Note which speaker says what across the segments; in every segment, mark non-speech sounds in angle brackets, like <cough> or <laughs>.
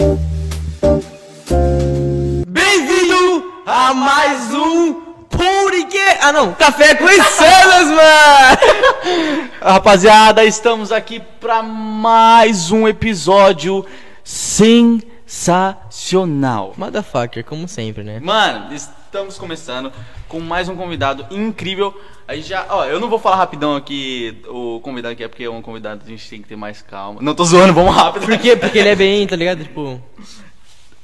Speaker 1: um
Speaker 2: Ah,
Speaker 1: <laughs> Rapaziada, estamos aqui para mais um episódio sensacional.
Speaker 2: Motherfucker, como sempre, né?
Speaker 1: Mano, estamos começando com mais um convidado incrível. Aí já, ó, eu não vou falar rapidão aqui o convidado que é porque é um convidado a gente tem que ter mais calma. Não tô zoando, vamos rápido.
Speaker 2: Por quê? Porque ele é bem, tá ligado? Tipo,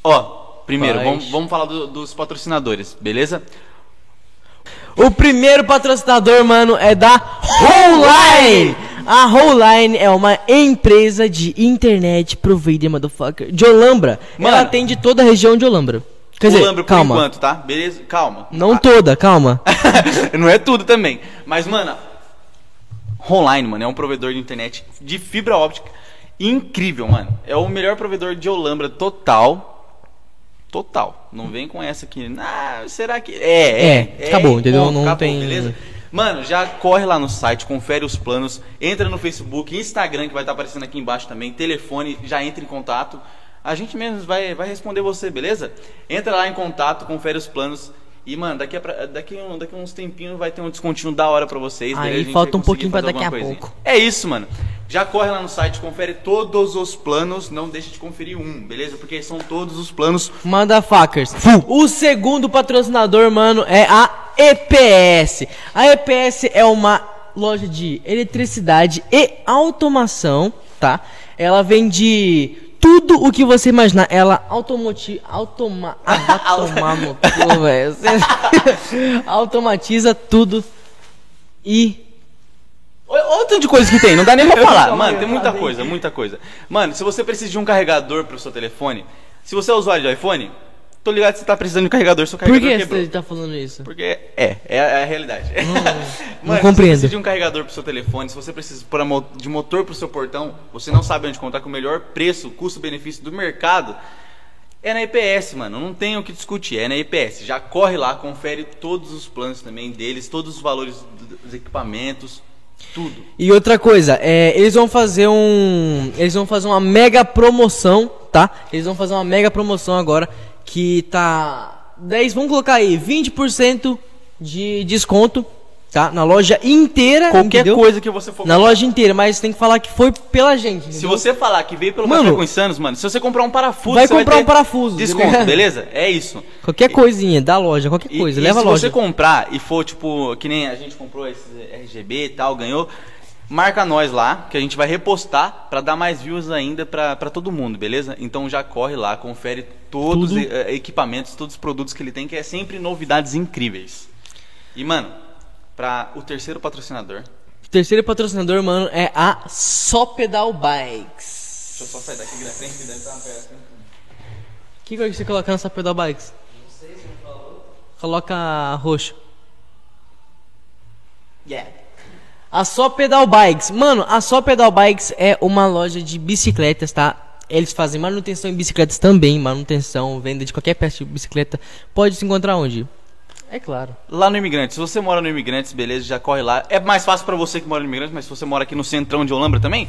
Speaker 1: Ó, primeiro,
Speaker 2: Faz.
Speaker 1: vamos, vamos falar do- dos patrocinadores, beleza?
Speaker 2: o primeiro patrocinador, mano, é da Holine. A Holine é uma empresa de internet provider, motherfucker, de Olambra.
Speaker 1: Mano.
Speaker 2: Ela atende toda a região de Olambra. Quer dizer,
Speaker 1: Olambra, por
Speaker 2: calma.
Speaker 1: enquanto, tá? Beleza? Calma.
Speaker 2: Não toda, calma.
Speaker 1: <laughs> não é tudo também. Mas, mano, Online, mano, é um provedor de internet de fibra óptica incrível, mano. É o melhor provedor de Olambra total. Total. Não vem com essa aqui. Ah, será que. É, é.
Speaker 2: É, acabou, entendeu?
Speaker 1: ponto,
Speaker 2: Não tem-
Speaker 1: Beleza? Mano, já corre lá no site, confere os planos, entra no Facebook, Instagram, que vai estar aparecendo aqui embaixo também, telefone, já entra em contato. A gente mesmo vai, vai responder você, beleza? Entra lá em contato, confere os planos. E, mano, daqui a, pra- daqui a um- daqui a uns tempinhos vai ter um descontinho da hora pra vocês.
Speaker 2: Aí
Speaker 1: beleza? A gente
Speaker 2: falta
Speaker 1: vai
Speaker 2: um pouquinho
Speaker 1: conseguir fazer
Speaker 2: pra daqui a
Speaker 1: alguma
Speaker 2: pouco.
Speaker 1: É isso, mano. Já corre lá no site, confere todos os planos, não deixa de conferir um, beleza? Porque são todos os planos.
Speaker 2: Motherfuckers. O segundo patrocinador, mano, é a EPS. A EPS é uma loja de eletricidade e automação, tá? Ela vende tudo o que você imaginar. Ela automoti... Automa... Ah, vai tomar no cu, velho. Você- Automatiza tudo e...
Speaker 1: Olha o tanto de coisa que tem, não dá nem pra falar.
Speaker 2: só
Speaker 1: Mano,
Speaker 2: ia
Speaker 1: tem muita
Speaker 2: falar
Speaker 1: coisa, muita coisa. Mano, se você precisa de um carregador pro seu telefone, se você é usuário de iPhone, tô ligado que você tá precisando de um carregador, seu
Speaker 2: Por
Speaker 1: carregador
Speaker 2: que
Speaker 1: quebrou.
Speaker 2: você tá falando isso?
Speaker 1: Porque é, é a, é a realidade. <laughs>
Speaker 2: não
Speaker 1: Se
Speaker 2: compreendo.
Speaker 1: você precisa de um carregador pro seu telefone, se você precisa pra mo- de motor pro seu portão, você não sabe onde contar com o melhor preço, custo-benefício do mercado. É na IPS, mano. Não tem o que discutir. É na IPS. Já corre lá, confere todos os planos também deles, todos os valores do- dos equipamentos, tudo.
Speaker 2: E outra coisa, é, eles vão fazer um. Eles vão fazer uma mega promoção, tá? Eles vão fazer uma mega promoção agora que tá. 10, vamos colocar aí, 20% de desconto, tá? Na loja inteira.
Speaker 1: Qualquer
Speaker 2: entendeu?
Speaker 1: coisa que você for.
Speaker 2: Na loja inteira, mas tem que falar que foi pela gente.
Speaker 1: Se
Speaker 2: entendeu?
Speaker 1: você falar que veio pelo
Speaker 2: Mano,
Speaker 1: Café com Insanos, mano, se você comprar um parafuso,
Speaker 2: vai
Speaker 1: você
Speaker 2: comprar
Speaker 1: ter
Speaker 2: um parafuso,
Speaker 1: Desconto,
Speaker 2: <laughs> beleza?
Speaker 1: beleza? É isso.
Speaker 2: Qualquer coisinha, da loja, qualquer
Speaker 1: E-
Speaker 2: coisa,
Speaker 1: e
Speaker 2: leva a
Speaker 1: se
Speaker 2: loja.
Speaker 1: você comprar e for, tipo, que nem a gente comprou esse RGB e tal, ganhou, marca nós lá, que a gente vai repostar pra dar mais views ainda pra pra todo mundo, beleza? Então já corre lá, confere todos os
Speaker 2: Tudo.
Speaker 1: e- eh, equipamentos, todos os produtos que ele tem, que é sempre novidades incríveis. E, mano, pra o terceiro patrocinador...
Speaker 2: O terceiro patrocinador, mano, é a Só Pedal Bikes.
Speaker 1: Deixa eu só sair daqui da frente, que deve estar na peça.
Speaker 2: O que cor que você coloca nessa pedal bikes? Coloca roxo. Yeah. A Só Pedal Bikes. Mano, a Só Pedal Bikes é uma loja de bicicletas, tá? Eles fazem manutenção em bicicletas também, manutenção, venda de qualquer peça de bicicleta. Pode se encontrar onde? É claro.
Speaker 1: Lá no Imigrantes, se você mora no Imigrantes, beleza, já corre lá. É mais fácil pra você que mora no Imigrantes, mas se você mora aqui no centrão de Olambra também,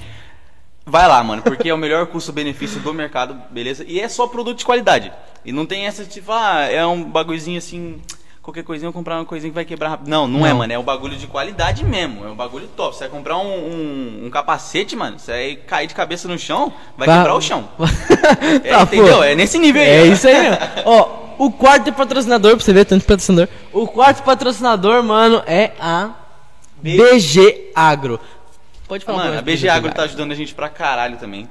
Speaker 1: vai lá, mano, porque é o melhor custo-benefício do mercado, beleza? E é só produto de qualidade. E não tem essa tipo, ah, é um bagulhozinho assim, qualquer coisinha eu vou comprar uma coisinha que vai quebrar rápido. Não, não, é,
Speaker 2: Não.
Speaker 1: mano, é um bagulho de qualidade mesmo, é um bagulho top. Você vai comprar um, um- um capacete, mano, você vai cair de cabeça no chão, vai quebrar o
Speaker 2: <laughs>
Speaker 1: chão. É,
Speaker 2: Tá, pô.
Speaker 1: entendeu? É nesse nível aí.
Speaker 2: É isso aí, mesmo. Ó, o quarto patrocinador, pra você ver, tanto patrocinador. O quarto patrocinador, mano, é a BG Agro. Pode falar
Speaker 1: Mano,
Speaker 2: pra
Speaker 1: a
Speaker 2: nós,
Speaker 1: BG Agro tá ajudando a gente pra caralho também.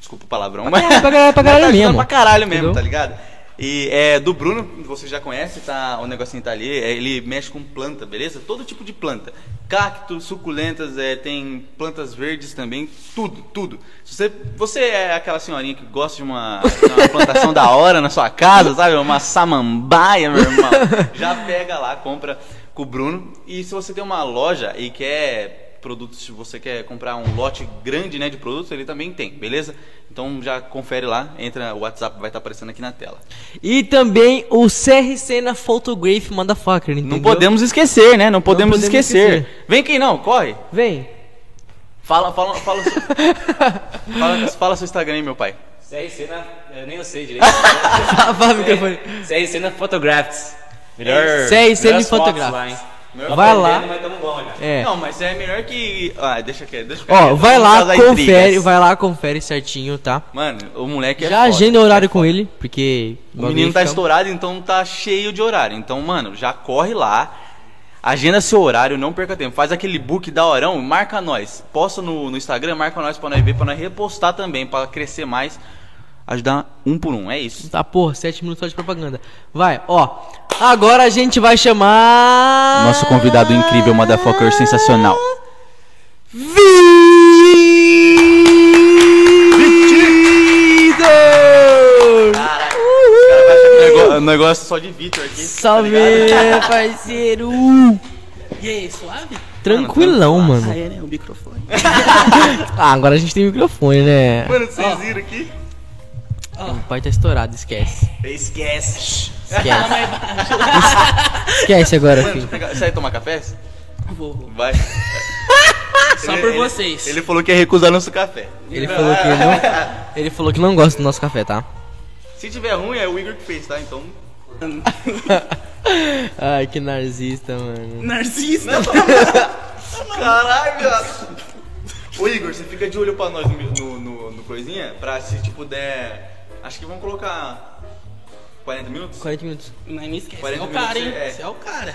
Speaker 1: Desculpa o palavrão, mas.
Speaker 2: caralho, pra caralho,
Speaker 1: <laughs>
Speaker 2: pra
Speaker 1: mas
Speaker 2: caralho
Speaker 1: tá ajudando
Speaker 2: mesmo.
Speaker 1: pra caralho mesmo,
Speaker 2: Entendeu?
Speaker 1: tá ligado? E é do Bruno, você já conhece, tá? O negocinho tá ali. é, Ele mexe com planta, beleza? Todo tipo de planta. Cacto, suculentas, é, tem plantas verdes também, tudo, tudo. Se Você, você é aquela senhorinha que gosta de uma, de uma plantação da hora na sua casa, sabe? Uma samambaia, meu irmão. Já pega lá, compra com o Bruno. E se você tem uma loja e quer produtos, se você quer comprar um lote grande né, de produtos, ele também tem, beleza? Então já confere lá, entra, o WhatsApp vai estar aparecendo aqui na tela.
Speaker 2: E também o CRC na Photograph Motherfucker, entendeu?
Speaker 1: Não podemos esquecer, né? Não podemos,
Speaker 2: podemos
Speaker 1: esquecer.
Speaker 2: esquecer.
Speaker 1: Vem quem não, corre. <laughs>
Speaker 2: Vem.
Speaker 1: Fala, fala,
Speaker 2: <laughs>
Speaker 1: fala. seu- fala, fala seu Instagram aí, meu pai.
Speaker 3: CRC na. Eu nem
Speaker 4: <laughs>
Speaker 3: sei direito. É,
Speaker 2: Fala o microfone.
Speaker 3: CRC na Photographics.
Speaker 2: CRC
Speaker 3: melhores
Speaker 2: na
Speaker 3: fotos
Speaker 4: É,
Speaker 2: Photographics.
Speaker 3: lá, hein? Melhor
Speaker 2: Vai
Speaker 1: é
Speaker 3: foto
Speaker 2: lá.
Speaker 3: dele, Mas tamo bom, já.
Speaker 2: É.
Speaker 1: Não, mas é melhor que. Ah, deixa quieto. Deixa
Speaker 2: Ó, vai lá, confere,
Speaker 1: confere,
Speaker 2: vai lá, confere certinho, tá?
Speaker 1: Mano, o moleque é
Speaker 2: Já
Speaker 1: foda.
Speaker 2: agenda o horário com ele, porque.
Speaker 1: O menino tá
Speaker 2: bagulho fica-
Speaker 1: estourado, então tá cheio de horário. Então, mano, já corre lá. Agenda seu horário, não perca tempo. Faz aquele book da horão, marca nós. Posta no, no Instagram, marca nós pra nós ver, pra nós repostar também, pra crescer mais. Ajudar um por um, é isso.
Speaker 2: Tá, porra, 7 minutos só de propaganda. Vai, ó. Agora a gente vai chamar.
Speaker 1: Nosso convidado incrível, motherfucker, sensacional.
Speaker 2: Vitor!
Speaker 1: Caraca, o cara vai achar que o negócio- o negócio é só de Vitor aqui. tá
Speaker 2: Salve,
Speaker 1: ligado?
Speaker 2: parceiro!
Speaker 5: E aí, suave?
Speaker 2: Tranquilão, mano.
Speaker 5: é, né? O microfone.
Speaker 2: <laughs> Ah, agora a gente tem microfone, né?
Speaker 1: Mano, vocês viram aqui?
Speaker 2: O pai tá estourado, esquece.
Speaker 1: Esquece.
Speaker 2: Esquece. Esquece agora,
Speaker 1: Mano, deixa
Speaker 2: filho.
Speaker 1: eu pegar- você vai tomar café?
Speaker 5: Vou, vou.
Speaker 1: Vai.
Speaker 5: Só
Speaker 1: Ele-
Speaker 5: por
Speaker 1: ele-
Speaker 5: vocês.
Speaker 1: Ele falou que ia recusar nosso café.
Speaker 2: Ele falou que não, ele falou que não gosta do nosso café, tá?
Speaker 1: Se tiver ruim, é o Igor que fez, tá? Então.
Speaker 2: Ai, que narcisista, mano.
Speaker 5: Narcista.
Speaker 1: Caralho, viado. Ô Igor, você fica de olho pra nós no, no, no- no coisinha? Pra se tipo der. Acho que vamos colocar 40 minutos
Speaker 2: 40 minutos.
Speaker 5: Mas me esquece. É
Speaker 1: 40
Speaker 5: o cara, hein?
Speaker 1: minutos, é.
Speaker 5: Você é o cara.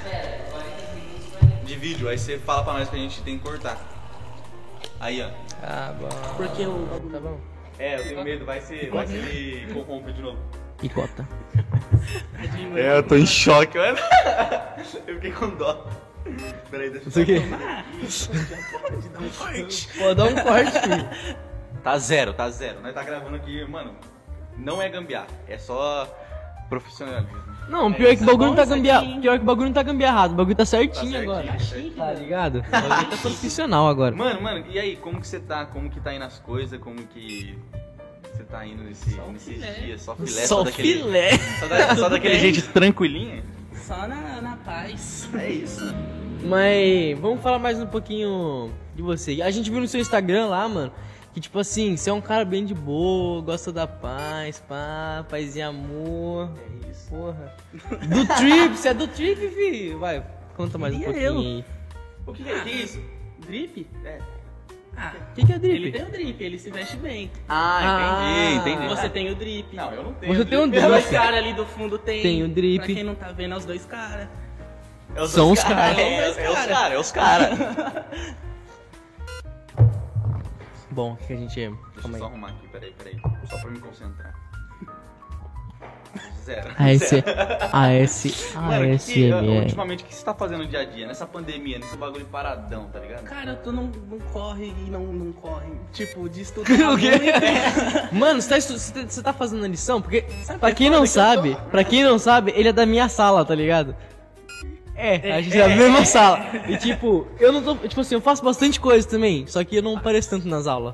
Speaker 1: de vídeo. Aí você fala pra nós que a gente tem que cortar. Aí, ó.
Speaker 2: Ah, bom.
Speaker 5: Porque o.
Speaker 2: Tá bom.
Speaker 1: É, eu tenho medo, vai ser. Vai ser corrompe de novo.
Speaker 2: E cota.
Speaker 1: É, eu tô em choque, mano. <laughs> Eu fiquei com dó. Peraí, deixa eu
Speaker 2: Isso aqui.
Speaker 5: <laughs>
Speaker 2: Pô, dá um corte, filho.
Speaker 1: Tá zero, tá zero. Nós tá gravando aqui, mano. Não é gambiar, é só profissionalismo.
Speaker 2: <laughs> Não, pior que o bagulho não tá
Speaker 5: Nossa,
Speaker 2: gambiarrado.
Speaker 5: aqui.
Speaker 2: Pior que o bagulho não tá gambiarrado. O bagulho tá
Speaker 1: Tá
Speaker 2: certinho
Speaker 1: certinho,
Speaker 2: agora.
Speaker 1: tá certinho.
Speaker 2: Tá ligado? O bagulho tá profissional agora.
Speaker 1: Mano, mano, e aí, como que você tá? Como que tá indo as coisas? Como que você tá indo nesse, nesses
Speaker 5: filé.
Speaker 1: dias? Só filé, é
Speaker 2: Só
Speaker 1: só daquele.
Speaker 2: filé.
Speaker 1: Só, da, só
Speaker 5: Tudo
Speaker 1: daquele
Speaker 5: bem?
Speaker 1: jeito tranquilinha?
Speaker 5: Só na, na paz.
Speaker 1: É isso.
Speaker 2: Mas vamos falar mais um pouquinho de você. A gente viu no seu Instagram lá, mano, que tipo assim, você é um cara bem de boa, gosta da paz, pá, paz e amor. É isso. Porra. Do Trip, você é do Trip, fi. Vai, conta mais um
Speaker 5: E
Speaker 2: pouquinho
Speaker 5: eu?
Speaker 2: aí.
Speaker 1: O que, que é isso?
Speaker 5: Drip?
Speaker 1: É.
Speaker 5: Ah,
Speaker 2: O que, que é Drip?
Speaker 5: ele tem o drip, ele se veste bem.
Speaker 1: Ah, entendi,
Speaker 2: Ah.
Speaker 1: entendi.
Speaker 5: Você tem o drip.
Speaker 1: Não, eu não tenho.
Speaker 2: Você tem um
Speaker 5: Os dois
Speaker 2: drip.
Speaker 5: caras ali do fundo tem.
Speaker 2: Tem o drip.
Speaker 5: Pra quem não tá vendo, é os dois caras.
Speaker 1: É os
Speaker 2: São
Speaker 1: dois
Speaker 2: os
Speaker 1: cara.
Speaker 2: caras.
Speaker 1: É, é os caras, é os
Speaker 2: <laughs>
Speaker 1: caras.
Speaker 2: Bom, que a gente. é?
Speaker 1: Deixa eu
Speaker 2: Calma
Speaker 1: só
Speaker 2: aí.
Speaker 1: arrumar aqui, peraí, peraí. Só pra me concentrar. Zero.
Speaker 2: AS,
Speaker 1: Zero.
Speaker 2: <laughs> AS,
Speaker 1: Mano, o que que,
Speaker 2: ASMR.
Speaker 1: ultimamente, o que você tá fazendo no dia a dia? Nessa pandemia, nesse bagulho paradão, tá ligado?
Speaker 5: Cara, tu não, não corre e não, não corre. Tipo, de estudar.
Speaker 2: <laughs> O quê?
Speaker 5: muito.
Speaker 2: Mano, você tá, estu- você tá- você tá fazendo a lição? Porque,
Speaker 5: Sabe
Speaker 2: pra
Speaker 5: que
Speaker 2: quem
Speaker 5: foda
Speaker 2: não
Speaker 5: que eu
Speaker 2: sabe, pra quem não sabe, ele é da minha sala, tá ligado? É, a gente é, da mesma sala. E tipo, eu não tô. Tipo assim, eu faço bastante coisa também, só que eu não apareço tanto nas aulas.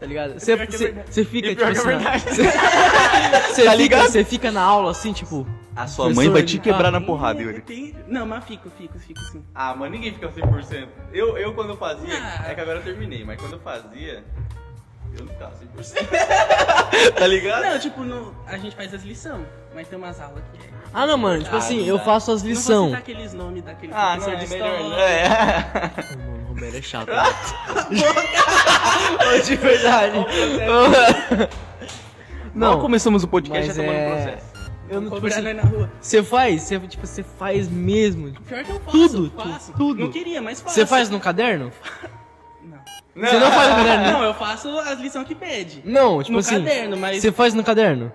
Speaker 2: Tá ligado? Você
Speaker 5: Pior que é
Speaker 2: você-
Speaker 5: verdade.
Speaker 2: você fica,
Speaker 1: E
Speaker 2: tipo
Speaker 1: pior que é
Speaker 2: assim. na-
Speaker 1: verdade.
Speaker 2: <laughs> Você fica, você fica na aula assim, tipo.
Speaker 1: A sua mãe vai te
Speaker 2: Professor,
Speaker 1: quebrar na
Speaker 5: Tem-
Speaker 1: porrada, Yuri.
Speaker 5: tem- Não, mas fico, fico, fico sim.
Speaker 1: Ah, mano, ninguém fica 100%. Eu, eu quando eu fazia,
Speaker 5: Ah.
Speaker 1: é que agora eu terminei, mas quando eu fazia, eu não ficava 100%. <laughs> tá ligado?
Speaker 5: Não, tipo, no- a gente faz as lições, mas tem umas aulas que é.
Speaker 2: Ah não, mano, tipo
Speaker 1: Ah,
Speaker 2: assim,
Speaker 1: não
Speaker 2: eu
Speaker 1: dá.
Speaker 2: faço as
Speaker 5: Não vou
Speaker 2: lições.
Speaker 5: citar aqueles nomes daquele
Speaker 1: ah, não,
Speaker 5: professor de
Speaker 1: é
Speaker 5: história.
Speaker 1: melhor não. É.
Speaker 2: Mano, o Romero é chato. <laughs> né? Ô, De verdade.
Speaker 1: Nós começamos o podcast já
Speaker 2: mas
Speaker 1: tomando
Speaker 2: é-
Speaker 1: processo.
Speaker 2: Eu não, tipo
Speaker 5: Cobrar
Speaker 2: assim,
Speaker 5: nós na rua.
Speaker 2: você faz? Você, tipo, você faz mesmo?
Speaker 5: Pior que eu faço,
Speaker 2: Tudo, tu-
Speaker 5: faço.
Speaker 2: tudo.
Speaker 5: Não queria, mas faço.
Speaker 2: Você faz no
Speaker 5: <laughs>
Speaker 2: caderno?
Speaker 5: Não.
Speaker 2: Você não faz no caderno? né?
Speaker 5: É, Não, eu faço as lições que pede.
Speaker 2: Não, tipo
Speaker 5: no
Speaker 2: assim.
Speaker 5: caderno, mas
Speaker 2: Você faz no caderno?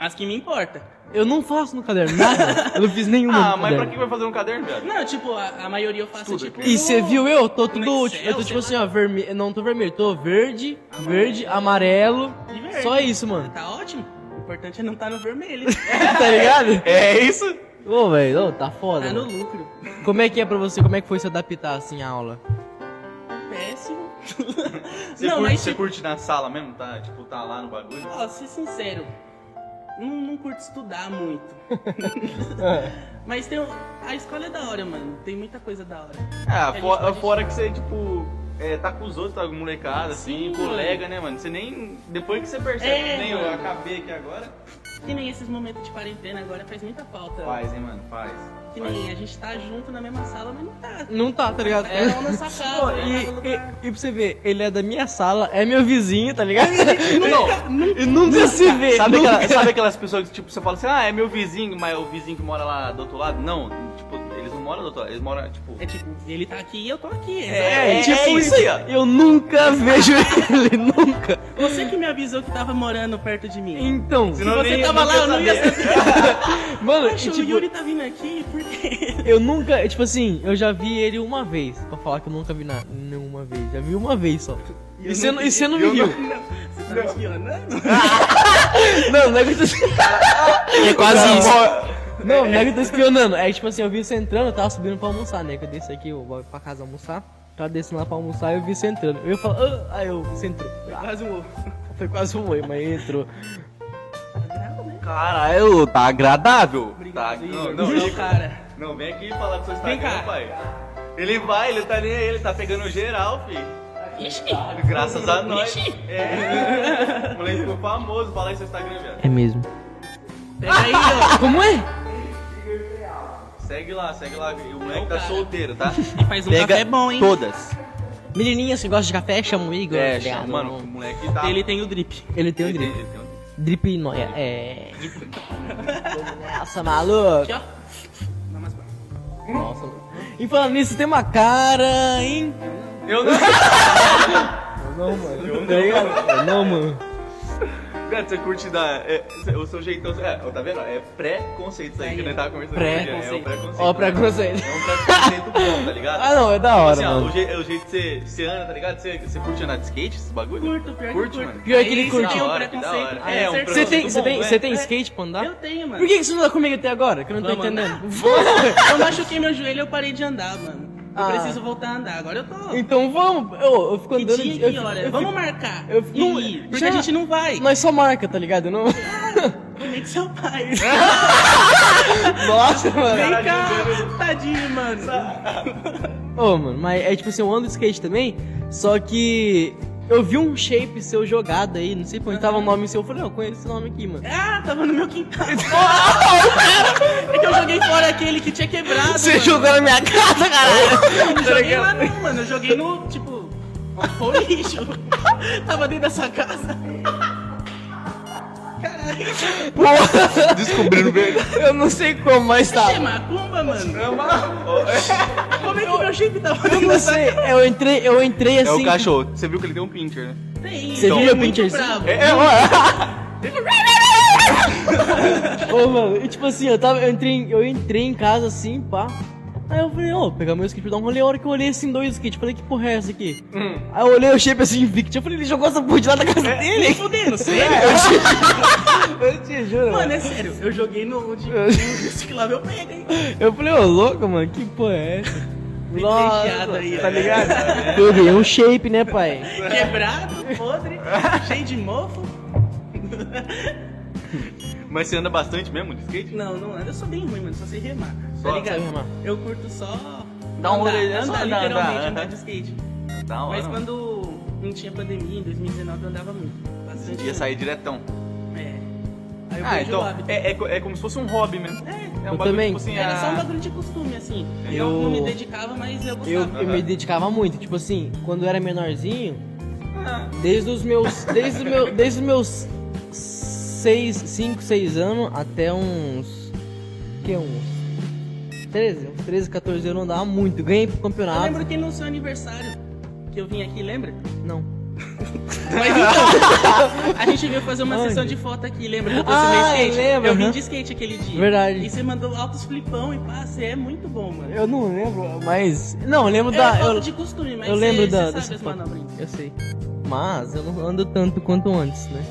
Speaker 5: as que me importa.
Speaker 2: Eu não faço no caderno, nada. Eu não fiz
Speaker 5: <laughs>
Speaker 2: nenhuma
Speaker 1: Ah,
Speaker 2: no
Speaker 1: mas pra
Speaker 2: caderno.
Speaker 1: que vai fazer um caderno, velho?
Speaker 5: Não, tipo, a, a maioria eu faço,
Speaker 1: Estuda,
Speaker 5: tipo...
Speaker 1: cara.
Speaker 2: E você
Speaker 5: no-
Speaker 2: viu eu? Tô tudo
Speaker 5: No
Speaker 2: útil. Eu tô
Speaker 5: Excel,
Speaker 2: tipo assim,
Speaker 5: sei
Speaker 2: ó, vermelho. Não, tô vermelho. Tô verde, verde, amarelo.
Speaker 5: E verde.
Speaker 2: Só isso, mano.
Speaker 5: <laughs> Tá ótimo. O importante é não tá no vermelho.
Speaker 2: tá ligado?
Speaker 1: É isso?
Speaker 2: Ô, velho, ô, tá foda.
Speaker 5: tá no
Speaker 2: mano.
Speaker 5: lucro.
Speaker 2: Como é que é pra você? Como é que foi se adaptar assim à aula?
Speaker 5: Péssimo.
Speaker 1: Você,
Speaker 5: não,
Speaker 1: curte,
Speaker 5: mas
Speaker 1: você
Speaker 5: tipo,
Speaker 1: curte na sala mesmo? Tá, tipo, tá lá no bagulho?
Speaker 5: ó, ser sincero. Não, não curto estudar muito. Mas tem... um- A escola é da hora, mano. Tem muita coisa da hora.
Speaker 1: Ah,
Speaker 5: Que a
Speaker 1: fo-
Speaker 5: gente pode-
Speaker 1: fora que você, tipo, é, tá com os outros, tá com molecada, assim,
Speaker 5: Sim,
Speaker 1: colega, né, mano? Você nem. Depois que você percebe,
Speaker 5: É,
Speaker 1: nem eu
Speaker 5: mano.
Speaker 1: acabei aqui agora.
Speaker 5: Que nem esses momentos de quarentena agora faz muita falta.
Speaker 1: Faz, hein, mano? Faz.
Speaker 5: Que nem a gente tá junto na mesma sala, mas não tá.
Speaker 2: Não tá, tá ligado?
Speaker 5: É, não na sua casa,
Speaker 2: Pô,
Speaker 5: é
Speaker 2: e,
Speaker 5: cada lugar.
Speaker 2: e- e pra você ver, ele é da minha sala, é meu vizinho,
Speaker 1: <laughs>
Speaker 2: tá ligado? <laughs>
Speaker 5: Nunca, nunca.
Speaker 2: E nunca se vê.
Speaker 1: Sabe,
Speaker 2: nunca.
Speaker 1: aquela- sabe aquelas pessoas que tipo, você fala assim, ah, é meu vizinho, mas é o vizinho que mora lá do outro lado? Não, tipo, eles não moram do outro lado, eles moram, tipo.
Speaker 5: É tipo, ele tá aqui e eu tô aqui.
Speaker 2: É,
Speaker 1: é
Speaker 2: tipo
Speaker 1: isso
Speaker 2: isso
Speaker 1: aí, ó.
Speaker 2: Eu nunca vejo <laughs> ele, nunca.
Speaker 5: Você que me avisou que tava morando perto de mim.
Speaker 2: Então,
Speaker 1: Senão
Speaker 5: você
Speaker 1: nem-
Speaker 5: tava lá, eu não ia
Speaker 1: saber.
Speaker 2: mano, e,
Speaker 5: Poxa, o
Speaker 2: tipo,
Speaker 5: Yuri tá vindo aqui,
Speaker 2: <laughs>
Speaker 5: por quê?
Speaker 2: eu nunca, tipo assim, eu já vi ele uma vez. Pra falar que eu nunca vi nada, nenhuma vez. Já vi uma vez só. E você não, e você não me viu.
Speaker 5: Não, você tá me espionando?
Speaker 2: Não, não é que eu tô
Speaker 4: É quase isso.
Speaker 2: Não, não é que eu tô espionando. É tipo assim, eu vi você entrando, eu tava subindo pra almoçar, né? Que eu desci aqui, eu vou pra casa almoçar. Tava descendo lá pra almoçar e eu vi você entrando. Eu ia falar, ah, aí eu, você entrou. Ah,
Speaker 5: Quase um ovo.
Speaker 2: <laughs> Foi quase um oi, mas entrou.
Speaker 4: Caralho, tá agradável.
Speaker 1: Tá,
Speaker 5: Obrigado,
Speaker 1: não,
Speaker 5: Igor.
Speaker 1: não,
Speaker 5: Não,
Speaker 1: Igor.
Speaker 5: cara.
Speaker 1: Não, vem aqui falar do seu
Speaker 5: Vem
Speaker 1: Instagram,
Speaker 5: cá.
Speaker 1: pai. Ele vai, ele tá nem aí, ele tá pegando geral, filho.
Speaker 5: Ixi.
Speaker 1: Graças a nós.
Speaker 5: Ixi.
Speaker 1: É. <laughs> O moleque ficou famoso, fala aí tá seu Instagram, velho.
Speaker 2: É mesmo.
Speaker 5: Pega aí,
Speaker 2: <laughs>
Speaker 5: ó.
Speaker 2: Como é?
Speaker 1: Segue lá, segue lá. O moleque tá solteiro,
Speaker 5: <laughs>
Speaker 1: tá?
Speaker 5: E faz um café bom, hein?
Speaker 4: todas.
Speaker 2: Menininhas que gostam de café chamam o Igor.
Speaker 1: É,
Speaker 2: tá ligado?
Speaker 1: mano, o moleque tá.
Speaker 5: Ele tem o drip.
Speaker 2: Ele tem um
Speaker 1: Ele
Speaker 2: drip.
Speaker 1: ele tem um-
Speaker 2: Drip noia. <laughs> É. Nossa, maluco.
Speaker 5: Aqui, ó. Dá umas barras.
Speaker 2: Nossa, maluco. E falando nisso, tem uma cara, hein?
Speaker 1: Eu não. <laughs>
Speaker 2: Não, mano. Tá ligado? Não, mano.
Speaker 1: Cara, você curte da. é, o seu jeitão. É, ó, tá vendo? É preconceito isso aí que
Speaker 5: Tá
Speaker 1: nós
Speaker 5: Aí,
Speaker 1: tava conversando. É,
Speaker 2: Pré-conceito.
Speaker 1: o preconceito.
Speaker 2: Ó, preconceito.
Speaker 1: É um preconceito bom, tá
Speaker 5: <laughs>
Speaker 1: ligado?
Speaker 2: Ah, não, é da hora,
Speaker 1: Assim, ó,
Speaker 2: mano.
Speaker 1: o, je- é o jeito que você, você anda, tá ligado? Você, você curte andar de skate, esses bagulho?
Speaker 5: Curto, pior que
Speaker 1: curte,
Speaker 5: curto.
Speaker 1: mano.
Speaker 5: <laughs>
Speaker 2: Pior que ele
Speaker 5: Aí
Speaker 2: curte.
Speaker 5: você tem
Speaker 1: Da
Speaker 5: um
Speaker 1: hora, que da
Speaker 5: preconceito.
Speaker 1: hora. É, um
Speaker 5: certeza.
Speaker 2: Você tem,
Speaker 1: Muito
Speaker 2: você
Speaker 1: bom,
Speaker 2: tem,
Speaker 1: né?
Speaker 2: você tem
Speaker 5: É.
Speaker 2: skate pra andar?
Speaker 5: Eu tenho, mano.
Speaker 2: Por que que você não tá comigo até agora? Que eu não tô
Speaker 5: Vamos
Speaker 2: entendendo.
Speaker 5: <laughs> Eu machuquei meu joelho e eu parei de andar, mano. Eu
Speaker 2: Ah.
Speaker 5: preciso voltar a andar. Agora eu tô.
Speaker 2: Então vamos. Eu, eu fico
Speaker 5: Que
Speaker 2: andando.
Speaker 5: dia
Speaker 2: eu
Speaker 5: e que
Speaker 2: fico-
Speaker 5: hora?
Speaker 2: eu
Speaker 5: Vamos
Speaker 2: fico-
Speaker 5: marcar.
Speaker 2: eu fico- não,
Speaker 5: E- porque
Speaker 2: já-
Speaker 5: a gente não vai.
Speaker 2: Nós só marca, tá ligado?
Speaker 5: <laughs>
Speaker 2: Não...
Speaker 5: Vem com seu pai.
Speaker 2: Ah, Nossa, mano.
Speaker 5: Vem cá. Tadinho, mano.
Speaker 2: Ô, mano, mas é tipo assim, eu ando de skate também, só que eu vi um shape seu jogado aí, não sei por onde tava o nome seu, eu falei, não, eu conheço esse nome aqui,
Speaker 5: <laughs>
Speaker 2: mano.
Speaker 5: Ah, tava no meu
Speaker 1: <laughs>
Speaker 5: quintal. é que eu joguei fora aquele que tinha quebrado. mano.
Speaker 2: na minha casa, <laughs> caralho!
Speaker 5: Eu não joguei lá não, mano. Eu joguei no, tipo, foi lixo. <laughs> tava dentro da sua casa.
Speaker 1: Descobrindo bem.
Speaker 2: eu não sei como, mas tá.
Speaker 5: Achei é macumba, mano. Como é que meu shape tava
Speaker 2: Eu
Speaker 5: dentro
Speaker 2: não
Speaker 1: assim?
Speaker 5: da sua
Speaker 2: sei, eu entrei, eu entrei
Speaker 1: É
Speaker 2: assim.
Speaker 1: o cachorro. Você viu que ele tem um pincher, né?
Speaker 5: Tem,
Speaker 2: Você
Speaker 5: ele
Speaker 2: viu
Speaker 5: é
Speaker 2: o
Speaker 5: muito
Speaker 2: picturezinho?
Speaker 5: bravo.
Speaker 1: É, ó.
Speaker 2: Ô, mano, e tipo assim, eu tava, eu entrei, em- eu entrei em casa assim, pá. Aí eu falei, ó, vou pegar meu skate pra dar um rolê. A hora que eu olhei assim, dois skates, falei, que porra é essa aqui?
Speaker 5: Hum.
Speaker 2: Aí eu olhei o shape assim, Vict. Eu falei, ele jogou essa porra de lá da casa dele?
Speaker 5: É,
Speaker 2: <laughs>
Speaker 5: Nem fudendo, sério. <laughs>
Speaker 2: Eu te juro,
Speaker 5: Mano,
Speaker 2: mano.
Speaker 5: é sério, eu joguei no tipo, onde
Speaker 1: É.
Speaker 5: o reciclável pega, hein?
Speaker 2: Eu falei, ô, louco, mano, que porra é essa?
Speaker 5: enfiado aí,
Speaker 2: tá
Speaker 5: né?
Speaker 2: ligado?
Speaker 5: <laughs>
Speaker 2: Peguei um shape, né, pai?
Speaker 5: Quebrado, podre, cheio de mofo.
Speaker 1: Mas você anda bastante mesmo de skate?
Speaker 5: Não, não anda, eu sou bem ruim, mano, só sei remar.
Speaker 1: Só
Speaker 5: Tá ligado?
Speaker 2: sabe remar.
Speaker 5: Eu curto só.
Speaker 1: Dá um
Speaker 5: andar,
Speaker 1: rolê, né? Só
Speaker 5: é andar,
Speaker 1: andar,
Speaker 5: literalmente,
Speaker 1: andar,
Speaker 5: andar
Speaker 1: aham.
Speaker 5: de skate.
Speaker 1: Da hora.
Speaker 2: um-
Speaker 5: Mas
Speaker 1: mano.
Speaker 5: quando não tinha pandemia, em 2019, eu andava muito. Bastante.
Speaker 1: Ia sair diretão.
Speaker 5: mesmo. É. Aí eu
Speaker 1: Ah,
Speaker 5: perdi o
Speaker 1: então.
Speaker 5: hábito.
Speaker 1: É, é co- é como se fosse um hobby mesmo. É, um
Speaker 2: Eu
Speaker 1: bagulho
Speaker 2: também.
Speaker 1: tipo assim.
Speaker 5: Era
Speaker 1: ah,
Speaker 5: só um bagulho de costume, assim. Eu,
Speaker 2: Eu-
Speaker 5: não me dedicava, mas eu
Speaker 2: Eu,
Speaker 5: gostava.
Speaker 2: eu me dedicava muito, tipo assim, quando eu era menorzinho,
Speaker 5: Ah.
Speaker 2: desde os meus. Desde, o meu, desde os meus 6, 5, 6 anos até uns. Que uns? 13? Uns 13, 14 anos eu andava muito. Ganhei pro
Speaker 5: Eu
Speaker 2: campeonato.
Speaker 5: lembro que no seu aniversário que eu vim aqui, lembra?
Speaker 2: Não.
Speaker 5: Mas então, a gente veio fazer uma
Speaker 2: Ai.
Speaker 5: sessão de foto aqui, lembra? Que eu
Speaker 2: Ah,
Speaker 5: trouxe meu
Speaker 2: eu lembro,
Speaker 5: Eu vim
Speaker 2: aham.
Speaker 5: de skate aquele dia.
Speaker 2: Verdade.
Speaker 5: E você mandou altos flipão e pá, você é muito bom, mano.
Speaker 2: Eu não lembro, mas. Não, eu lembro
Speaker 5: É
Speaker 2: da.
Speaker 5: falta
Speaker 2: Eu,
Speaker 5: de costume, mas
Speaker 2: eu lembro
Speaker 5: você,
Speaker 2: da.
Speaker 5: você sabe
Speaker 2: dessa
Speaker 5: as
Speaker 2: foto.
Speaker 5: manobrinhas.
Speaker 2: eu sei. Mas eu não ando tanto quanto antes, né?